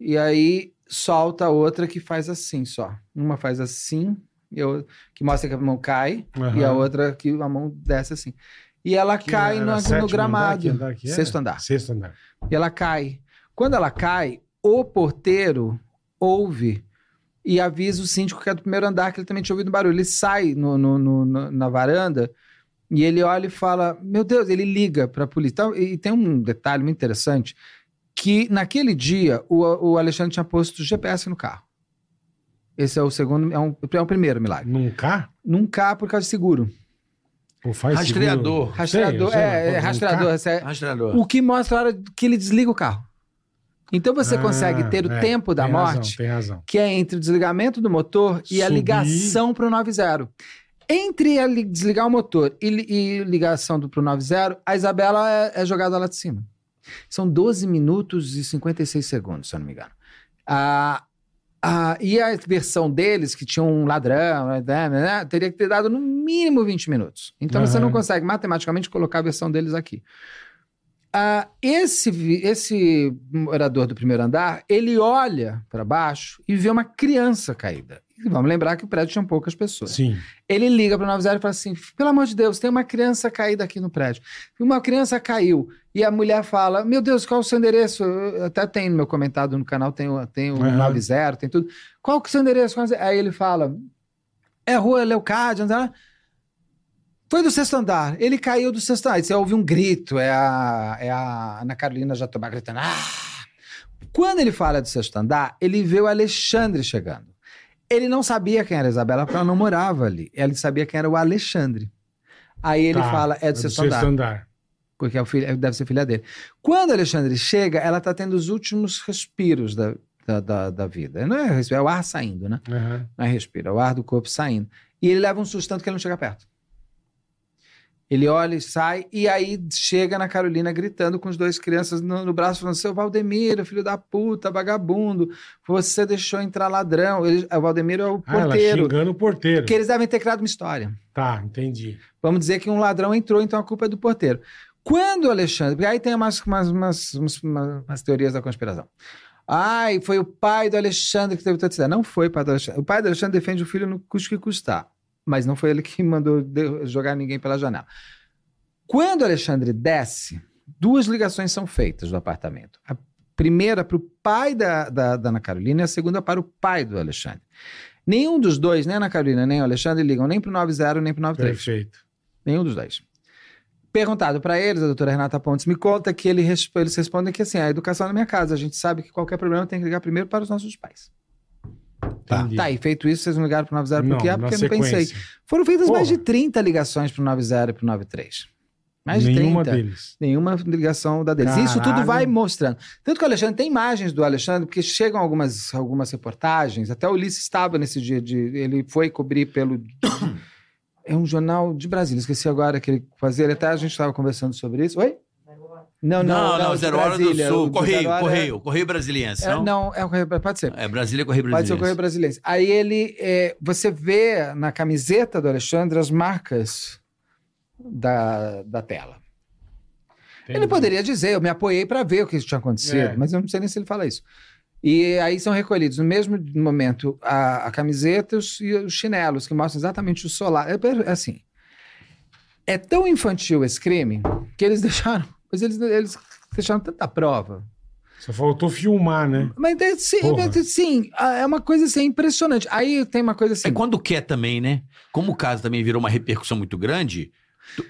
Speaker 5: E aí solta a outra que faz assim só. Uma faz assim, e a outra- que mostra que a mão cai, e a
Speaker 3: Aham.
Speaker 5: outra que a mão desce assim. E ela
Speaker 3: Que
Speaker 5: cai
Speaker 3: era
Speaker 5: no, assim, no
Speaker 3: sétimo
Speaker 5: gramado.
Speaker 3: andar, que andar que era?
Speaker 5: Sexto andar.
Speaker 3: Sexto andar.
Speaker 5: E ela cai. Quando ela cai, o porteiro ouve e avisa o síndico que é do primeiro andar, que ele também tinha ouvido um barulho. Ele sai no- no- no- no- na varanda e ele olha e fala: Meu Deus, ele liga para a polícia. Então, E e tem um detalhe muito interessante: que naquele dia o, o Alexandre tinha posto GPS no carro. Esse é o segundo, é, um, é o primeiro milagre.
Speaker 3: Num K?
Speaker 5: Num carro por causa de seguro.
Speaker 3: Ou faz
Speaker 4: Rastreador.
Speaker 3: seguro?
Speaker 5: Rastreador,
Speaker 3: Sei, eu sei,
Speaker 5: é,
Speaker 3: mas
Speaker 5: é,
Speaker 3: num K?
Speaker 5: rastreador. você-
Speaker 3: Ah,
Speaker 4: Rastreador.
Speaker 5: o que mostra a hora que ele desliga o carro. Então você
Speaker 3: Ah,
Speaker 5: consegue ter o
Speaker 3: é,
Speaker 5: tempo da
Speaker 3: tem
Speaker 5: morte,
Speaker 3: Razão, tem razão.
Speaker 5: que é entre o desligamento do motor e a
Speaker 3: Subir.
Speaker 5: ligação para o 90. Entre a li- desligar o motor e, li- e ligação do, pro 90, a Isabela é, é jogada lá de cima. São 12 minutos e 56 segundos, se eu não me engano. Ah, ah, e a versão deles, que tinha um ladrão, né, né, né, teria que ter dado no mínimo 20 minutos. Então você
Speaker 3: Aham.
Speaker 5: não consegue matematicamente colocar a versão deles aqui. Ah, esse, vi- esse morador do primeiro andar, ele olha para baixo e vê uma criança caída. E vamos lembrar que o prédio tinha poucas pessoas.
Speaker 3: Sim.
Speaker 5: Ele liga para o 90 e fala assim: pelo amor de Deus, tem uma criança caída aqui no prédio. E Uma criança caiu. E a mulher fala: Meu Deus, qual o seu endereço? Eu- Até tem no meu comentado no canal, tem, o- tem o
Speaker 3: Aham.
Speaker 5: 90, tem tudo. Qual que é o seu endereço? Qual é o seu-" Aí ele fala: É rua Leocádia, andar. Foi do sexto andar. Ele caiu do sexto andar. Aí você ouve um grito, é a, é a Ana Carolina Jatobá gritando. Ah! Quando ele fala do sexto andar, ele vê o Alexandre chegando. Ele não sabia quem era a Isabela, porque ela não morava ali. Ele sabia quem era o Alexandre. Aí ele
Speaker 3: Tá,
Speaker 5: fala, é do sexto andar, porque é o filho, deve ser filha dele. Quando o Alexandre chega, ela está tendo os últimos respiros da, da, da- da vida. Não é respiro, é o ar saindo, né?
Speaker 3: Aham.
Speaker 5: Não é respiro, é o ar do corpo saindo. E ele leva um sustento que ele não chega perto. Ele olha e sai, e aí chega na Carolina gritando com os dois crianças no, no braço, falando: seu Valdemiro, filho da puta, vagabundo, você deixou entrar ladrão. Ele, o Valdemiro é o
Speaker 3: Ah, ela
Speaker 5: porteiro.
Speaker 3: xingando o porteiro.
Speaker 5: Porque eles devem ter criado uma história.
Speaker 3: Tá, entendi.
Speaker 5: Vamos dizer que um ladrão entrou, então a culpa é do porteiro. Quando o Alexandre. Porque aí tem umas, umas, umas, umas, umas teorias da conspiração. Ai, foi o pai do Alexandre que teve toda essa ideia. Não foi o pai do Alexandre. O pai do Alexandre defende o filho no custo que custar. Mas não foi ele que mandou de- jogar ninguém pela janela. Quando o Alexandre desce, duas ligações são feitas do apartamento. A primeira para o pai da, da, da Ana Carolina e a segunda para o pai do Alexandre. Nenhum dos dois, nem a Ana Carolina, nem o Alexandre, ligam nem para o 90, nem para o 93.
Speaker 3: Perfeito.
Speaker 5: Nenhum dos dois. Perguntado para eles, a doutora Renata Pontes me conta que ele resp- eles respondem que assim, a educação é na minha casa, a gente sabe que qualquer problema tem que ligar primeiro para os nossos pais.
Speaker 2: Tá.
Speaker 3: Entendi.
Speaker 5: Tá, e feito isso, vocês não ligaram para o 90
Speaker 3: Não,
Speaker 5: porque é
Speaker 3: na
Speaker 5: porque eu não pensei.
Speaker 3: sequência.
Speaker 5: Foram feitas mais
Speaker 3: Porra.
Speaker 5: de 30 ligações para o 90 e para o 93. Mais de
Speaker 3: Nenhuma
Speaker 5: 30.
Speaker 3: deles.
Speaker 5: Nenhuma ligação da deles. Isso tudo
Speaker 3: Caralho.
Speaker 5: vai mostrando. Tanto que o Alexandre tem imagens do Alexandre, porque chegam algumas, algumas reportagens. Até o Ulisses estava nesse dia de. Ele foi cobrir pelo. é um jornal de Brasília, esqueci agora que ele fazia. Ele Até a gente estava conversando sobre isso. Oi? Não,
Speaker 4: Não,
Speaker 5: não,
Speaker 4: não,
Speaker 5: o de
Speaker 4: Zero Hora do
Speaker 5: Brasília, o
Speaker 4: Sul.
Speaker 5: do
Speaker 4: Correio,
Speaker 5: Zero Hora é-
Speaker 4: Correio, Correio Brasiliense.
Speaker 5: é-
Speaker 4: não?
Speaker 5: não, é o Correio, pode ser.
Speaker 4: É Brasília, Correio
Speaker 5: Pode ser
Speaker 4: Brasiliense.
Speaker 5: o Correio Brasiliense. Aí ele, é, você vê na camiseta do Alexandre as marcas da, da tela. Ele
Speaker 3: Entendi.
Speaker 5: poderia dizer, eu me apoiei para ver o que tinha acontecido,
Speaker 3: É.
Speaker 5: mas eu não sei nem se ele fala isso. E aí são recolhidos no mesmo momento a, a camiseta e os- e os chinelos, que mostram exatamente o solar. É, per- assim, é tão infantil esse crime que eles deixaram, mas eles, eles deixaram tanta prova.
Speaker 3: Só faltou filmar, né?
Speaker 5: Mas é, sim,
Speaker 3: Porra.
Speaker 5: é, sim, é uma coisa assim, impressionante. Aí tem uma coisa assim.
Speaker 4: É quando quer também, né? Como o caso também virou uma repercussão muito grande,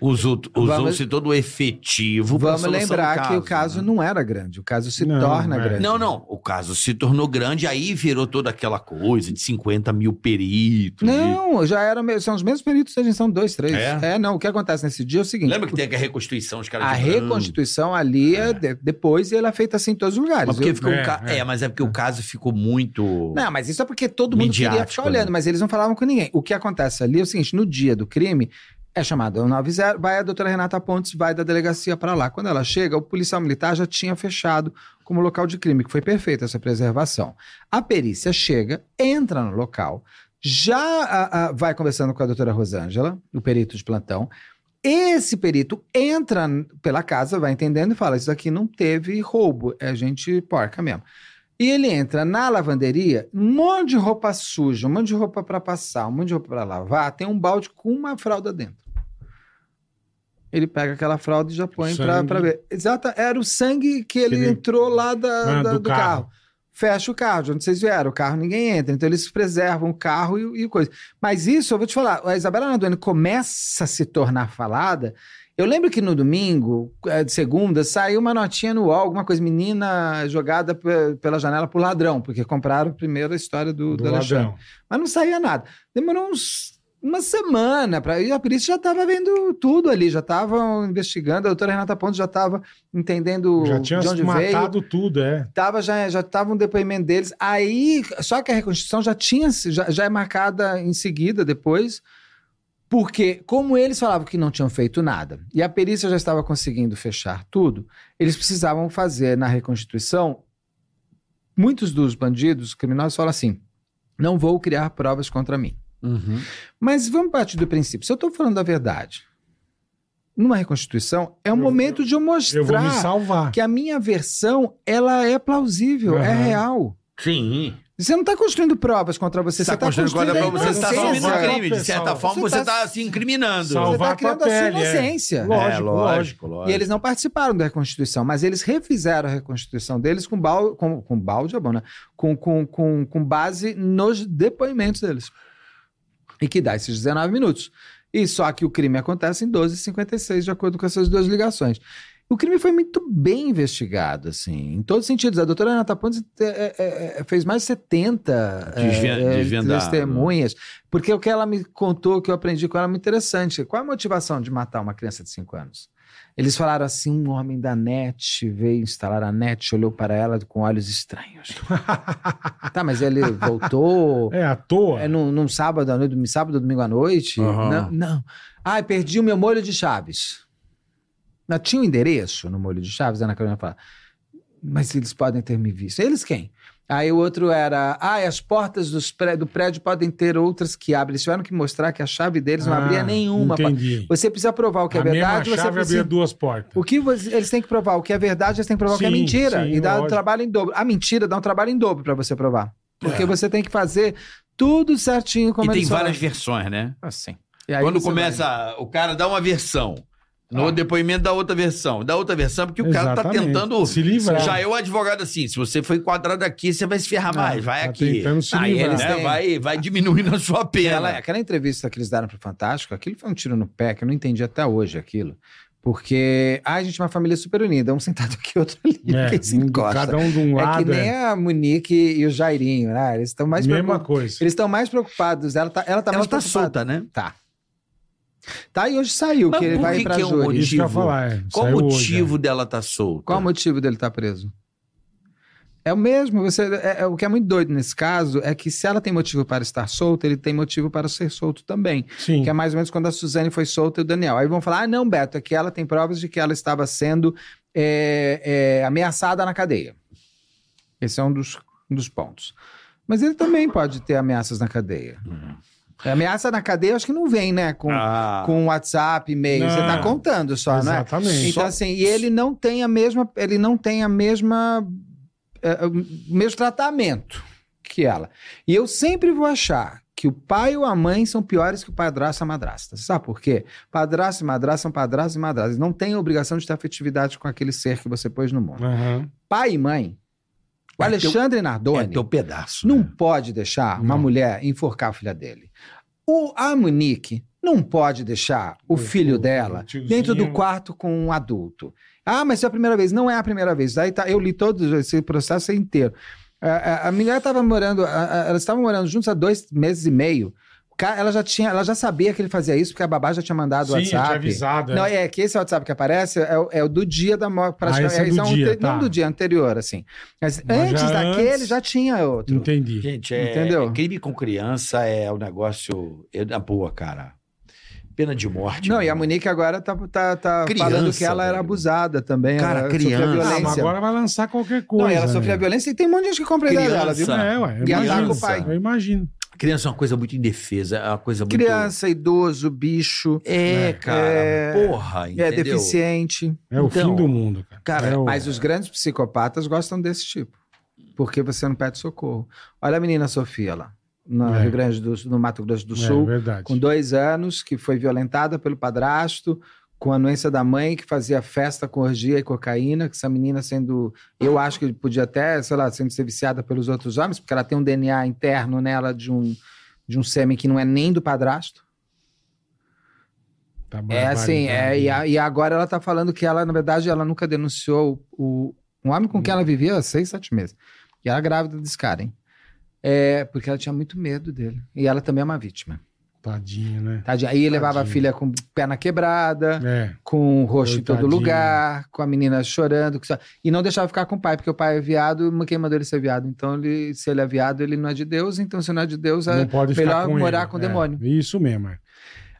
Speaker 4: usou- usou-se todo o efetivo pra
Speaker 5: Vamos
Speaker 4: solução do
Speaker 5: lembrar que o caso
Speaker 4: né?
Speaker 5: não era grande, o caso se
Speaker 3: Não,
Speaker 5: torna
Speaker 3: é.
Speaker 5: grande.
Speaker 4: Não, não. O caso se tornou grande, aí virou toda aquela coisa de 50 mil peritos. de-
Speaker 5: Não, já era, me- são os mesmos peritos, a gente são dois, três.
Speaker 4: É?
Speaker 5: É? não, o que acontece nesse dia é o seguinte.
Speaker 4: Lembra que tem a Reconstituição, os caras
Speaker 5: A
Speaker 4: de branco?
Speaker 5: reconstituição ali é de- depois e ela é feita assim em todos os lugares.
Speaker 4: Mas porque
Speaker 5: Eu-
Speaker 4: ficou
Speaker 3: É,
Speaker 4: um ca-
Speaker 3: é.
Speaker 4: é. mas é porque o caso ficou muito.
Speaker 5: Não, mas isso é porque todo mundo queria
Speaker 4: Midiático,
Speaker 5: ficar olhando,
Speaker 4: né?
Speaker 5: mas eles não falavam com ninguém. O que acontece ali é o seguinte: no dia do crime, é chamado 90, vai a doutora Renata Pontes, vai da delegacia para lá. Quando ela chega, o policial militar já tinha fechado como local de crime, que foi perfeita essa preservação. A perícia chega, entra no local, já ah, ah, vai conversando com a doutora Rosângela, o perito de plantão, Esse perito entra n- pela casa, vai entendendo e fala: Isso aqui não teve roubo, é gente porca mesmo. E ele entra na lavanderia, um monte de roupa suja, um monte de roupa para passar, um monte de roupa para lavar, tem um balde com uma fralda dentro. Ele pega aquela fralda e já põe pra
Speaker 3: Sangue.
Speaker 5: pra ver. Exata, era o sangue que ele,
Speaker 3: ele-
Speaker 5: entrou lá da-
Speaker 3: Ah,
Speaker 5: da-
Speaker 3: do
Speaker 5: do,
Speaker 3: carro.
Speaker 5: carro. Fecha o carro, de onde vocês vieram, o carro ninguém entra. Então eles preservam o carro e, e coisa. Mas isso, eu vou te falar, a Isabela Nardoni começa a se tornar falada. Eu lembro que no domingo, eh, de segunda, saiu uma notinha no UOL, alguma coisa, menina jogada pe- pela janela por ladrão, porque compraram primeiro a história do, do,
Speaker 3: do
Speaker 5: Alexandre.
Speaker 3: ladrão.
Speaker 5: Mas não saía nada. Demorou uns, uma semana para e a polícia já estava vendo tudo ali, já estavam investigando, a doutora Renata Pontes já estava entendendo
Speaker 3: Já tinha
Speaker 5: de onde veio.
Speaker 3: matado tudo, é.
Speaker 5: Tava, já já estava um depoimento deles. Aí, só que a reconstrução já tinha se- já, já é marcada em seguida depois. Porque, como eles falavam que não tinham feito nada e a perícia já estava conseguindo fechar tudo, eles precisavam fazer na reconstituição. Muitos dos bandidos criminosos falam assim: não vou criar provas contra mim.
Speaker 4: Uhum.
Speaker 5: Mas vamos partir do princípio. Se eu estou falando a verdade, numa reconstituição, é o
Speaker 3: Eu-
Speaker 5: momento de eu
Speaker 3: Eu vou me
Speaker 5: mostrar
Speaker 3: salvar.
Speaker 5: que a minha versão ela é plausível, é
Speaker 3: Aham.
Speaker 5: real.
Speaker 4: Sim.
Speaker 5: Você não está construindo provas contra você,
Speaker 4: tá
Speaker 3: tá
Speaker 5: você está
Speaker 4: coisa
Speaker 5: construindo,
Speaker 4: pra você,
Speaker 5: a
Speaker 4: você tá
Speaker 3: inocência.
Speaker 4: assumindo um
Speaker 5: inocência.
Speaker 4: crime. De certa
Speaker 3: Salvar.
Speaker 4: forma,
Speaker 5: Você
Speaker 4: você
Speaker 5: tá-
Speaker 4: tá se incriminando.
Speaker 5: Você
Speaker 3: Salvar
Speaker 5: está
Speaker 3: a
Speaker 5: criando a sua
Speaker 3: pele, é.
Speaker 5: inocência.
Speaker 3: Lógico,
Speaker 4: É,
Speaker 3: lógico.
Speaker 4: lógico.
Speaker 5: E eles não participaram da reconstituição, mas eles refizeram a reconstituição deles com, bal, com, com balde, é bom, né? Com, com, com, com base nos depoimentos deles. E que dá esses 19 minutos. E só que o crime acontece em 12h56, de acordo com essas duas ligações. O crime foi muito bem investigado, assim, em todos os sentidos. A doutora Renata Pontes é, é, é, fez mais de 70 é,
Speaker 4: Desven-
Speaker 5: é,
Speaker 4: desvendado.
Speaker 5: testemunhas, porque o que ela me contou, que eu aprendi com ela, é muito interessante. Qual a motivação de matar uma criança de 5 anos? Eles falaram assim: um homem da net veio instalar a net, olhou para ela com olhos estranhos. tá, mas ele voltou.
Speaker 3: É à toa.
Speaker 5: É num, num sábado à noite, num sábado, domingo à noite?
Speaker 4: Aham.
Speaker 5: Não, não. Ai, perdi o meu molho de chaves. Não tinha o endereço no molho de chaves, a Ana Carolina fala. Mas eles podem ter me visto. Eles quem? Aí o outro era, ai, as portas dos pré- do prédio podem ter outras que abrem. Eles tiveram que mostrar que a chave deles não
Speaker 3: Ah,
Speaker 5: abria nenhuma. porta.
Speaker 3: Entendi.
Speaker 5: Você precisa provar o que é
Speaker 3: a
Speaker 5: verdade,
Speaker 3: mesma
Speaker 5: você
Speaker 3: chave
Speaker 5: precisa
Speaker 3: abria duas portas.
Speaker 5: o que você- eles têm que provar? O que é verdade, eles têm que provar o que é
Speaker 3: Sim,
Speaker 5: mentira.
Speaker 3: sim,
Speaker 5: e dá
Speaker 3: lógico.
Speaker 5: um trabalho em dobro. A mentira dá um trabalho em dobro pra você provar.
Speaker 3: É.
Speaker 5: Porque você tem que fazer tudo certinho como
Speaker 4: E tem
Speaker 5: eles falam.
Speaker 4: várias versões, né?
Speaker 5: Assim. E aí
Speaker 4: Quando
Speaker 5: você
Speaker 4: começa,
Speaker 5: vai.
Speaker 4: o cara dá uma versão. No
Speaker 3: Ah.
Speaker 4: depoimento da outra versão. Da outra versão, porque o cara tá
Speaker 3: Exatamente.
Speaker 4: tentando.
Speaker 3: se livrar.
Speaker 4: Já é o advogado assim, se você foi enquadrado aqui, você vai se ferrar mais, vai
Speaker 3: tá
Speaker 4: aqui.
Speaker 3: tentando se
Speaker 4: Aí
Speaker 3: livrar. é, tá
Speaker 4: ele
Speaker 5: Eles
Speaker 4: né,
Speaker 5: têm-
Speaker 4: vai, vai diminuindo a sua pena.
Speaker 5: Aquela, aquela entrevista que eles deram pro Fantástico, aquilo foi um tiro no pé, que eu não entendi até hoje aquilo. Porque, ai, gente, é uma família super unida, um sentado aqui, outro ali,
Speaker 3: É,
Speaker 5: ninguém se encosta.
Speaker 3: Cada um de um
Speaker 5: é que
Speaker 3: lado.
Speaker 5: nem
Speaker 3: é.
Speaker 5: a Monique e o Jairinho, né? Eles estão mais,
Speaker 3: Mesma
Speaker 5: preocup-
Speaker 3: coisa.
Speaker 5: eles estão mais preocupados. Ela tá, ela tá
Speaker 4: Ela
Speaker 5: mais
Speaker 4: tá
Speaker 5: preocupada.
Speaker 4: solta, né?
Speaker 5: Tá. Tá, e hoje saiu,
Speaker 4: Mas
Speaker 5: que ele
Speaker 4: por
Speaker 5: vai
Speaker 4: que
Speaker 5: pra
Speaker 4: que é um
Speaker 5: júri.
Speaker 4: motivo?
Speaker 3: Isso que eu ia falar. É.
Speaker 4: Qual
Speaker 3: Saiu
Speaker 4: o
Speaker 3: hoje,
Speaker 4: motivo dela tá solta?
Speaker 5: Qual o motivo dele estar preso? É o mesmo, você, é- é- o que é muito doido nesse caso é que se ela tem motivo para estar solta, ele tem motivo para ser solto também.
Speaker 3: é. Sim.
Speaker 5: Que é mais ou menos quando a Suzane foi solta e o Daniel. Aí vão falar: ah, não, Beto, é que ela tem provas de que ela estava sendo é, é, ameaçada na cadeia. Esse é um dos, um dos pontos. Mas ele também pode ter ameaças na cadeia. Ameaça na cadeia, eu acho que não vem, né? Com,
Speaker 4: Uhum. Ah,
Speaker 5: com WhatsApp, e-mail. Você tá
Speaker 3: Não.
Speaker 5: contando só, né?
Speaker 3: Exatamente.
Speaker 5: Então, assim, e ele não tem a mesma. Ele não tem a mesma. é, o mesmo tratamento que ela. E eu sempre vou achar que o pai ou a mãe são piores que o padrasto e a madrasta. Sabe por quê? Padrasto e madrasta são padrasto e madrasta. Eles não têm a obrigação de ter afetividade com aquele ser que você pôs no mundo.
Speaker 3: Aham.
Speaker 5: Pai e mãe. O
Speaker 4: É
Speaker 5: Alexandre
Speaker 4: é
Speaker 5: Nardoni
Speaker 4: teu pedaço.
Speaker 5: não
Speaker 4: né?
Speaker 5: pode deixar uma
Speaker 3: Não.
Speaker 5: mulher enforcar a filha dele. O, a Monique não pode deixar o
Speaker 3: O-
Speaker 5: filho
Speaker 3: o-
Speaker 5: dela
Speaker 3: o tiozinho.
Speaker 5: dentro do quarto com um adulto. Ah, mas isso é a primeira vez. Não é a primeira vez. Daí tá, eu li todo esse processo inteiro. É, A, a- a mulher estava morando, a- a- elas estavam morando juntos há dois meses e meio. O ca- Ela já, tinha, ela já sabia que ele fazia isso, porque a babá já tinha mandado o
Speaker 3: Sim, eu
Speaker 5: WhatsApp.
Speaker 3: tinha avisado. é.
Speaker 5: Não, é que esse WhatsApp que aparece é, o- é o do dia da morte. Praticamente,
Speaker 3: esse é do
Speaker 5: um
Speaker 3: dia,
Speaker 5: ante-
Speaker 3: tá.
Speaker 5: Não do dia anterior, assim. Mas
Speaker 3: Mas
Speaker 5: antes
Speaker 3: já
Speaker 5: daquele,
Speaker 3: antes-
Speaker 5: já tinha outro.
Speaker 3: Entendi.
Speaker 4: Gente, é,
Speaker 5: Entendeu?
Speaker 4: é crime com criança é o negócio é da boa, cara. Pena de morte.
Speaker 5: Não,
Speaker 4: mano.
Speaker 5: e a Monique agora tá, tá, tá
Speaker 4: Criança,
Speaker 5: falando que ela era
Speaker 4: velho.
Speaker 5: abusada também.
Speaker 4: Cara,
Speaker 5: ela
Speaker 4: criança.
Speaker 5: Sofria
Speaker 3: Ah, mas
Speaker 5: violência.
Speaker 3: agora vai lançar
Speaker 5: é
Speaker 3: qualquer coisa.
Speaker 5: não, ela sofria
Speaker 3: né?
Speaker 5: violência e tem um monte de gente que compra a ideia dela, viu?
Speaker 4: Criança. violência.
Speaker 3: É, ué.
Speaker 5: E
Speaker 3: eu
Speaker 5: ataca
Speaker 3: imagino.
Speaker 5: o pai.
Speaker 3: Eu imagino.
Speaker 4: Criança é uma coisa muito indefesa, é uma coisa muito.
Speaker 5: Criança, idoso, bicho,
Speaker 4: É,
Speaker 3: É.
Speaker 4: cara.
Speaker 5: É.
Speaker 4: Porra,
Speaker 5: é
Speaker 4: entendeu?
Speaker 5: deficiente.
Speaker 3: É o
Speaker 4: Então,
Speaker 3: fim do mundo, cara.
Speaker 4: cara,
Speaker 3: é o...
Speaker 5: Mas os grandes psicopatas gostam desse tipo. Porque você não pede socorro. Olha a menina Sofia lá, no,
Speaker 3: É.
Speaker 5: Rio Grande do, Sul- no Mato Grosso do
Speaker 3: é,
Speaker 5: Sul.
Speaker 3: verdade.
Speaker 5: com dois anos, que foi violentada pelo padrasto, com a anuência da mãe, que fazia festa com orgia e cocaína, que essa menina sendo. Eu acho que podia até, sei lá, sendo ser viciada pelos outros homens, porque ela tem um DNA interno nela de um, de um sêmen que não é nem do padrasto.
Speaker 3: Tá né?
Speaker 5: É assim, é, e, a- e agora ela tá falando que ela, na verdade, ela nunca denunciou o, um homem com quem ela vivia há seis, sete meses. E ela é grávida desse cara, hein? É, porque ela tinha muito medo dele. E ela também é uma vítima.
Speaker 3: Tadinho, né?
Speaker 5: Tadinha. Aí levava a
Speaker 3: Tadinha.
Speaker 5: filha com perna quebrada.
Speaker 3: É.
Speaker 5: com o rosto em todo
Speaker 3: Coitadinho.
Speaker 5: lugar, com a menina chorando. que só- E não deixava ficar com o pai, porque o pai é viado, quem mandou ele ser viado. Então, ele, se ele é viado, ele não é de Deus. Então, se não é de Deus, é-
Speaker 3: Não pode ficar
Speaker 5: melhor
Speaker 3: com
Speaker 5: morar
Speaker 3: ele.
Speaker 5: com o
Speaker 3: É,
Speaker 5: demônio.
Speaker 3: Isso mesmo. é.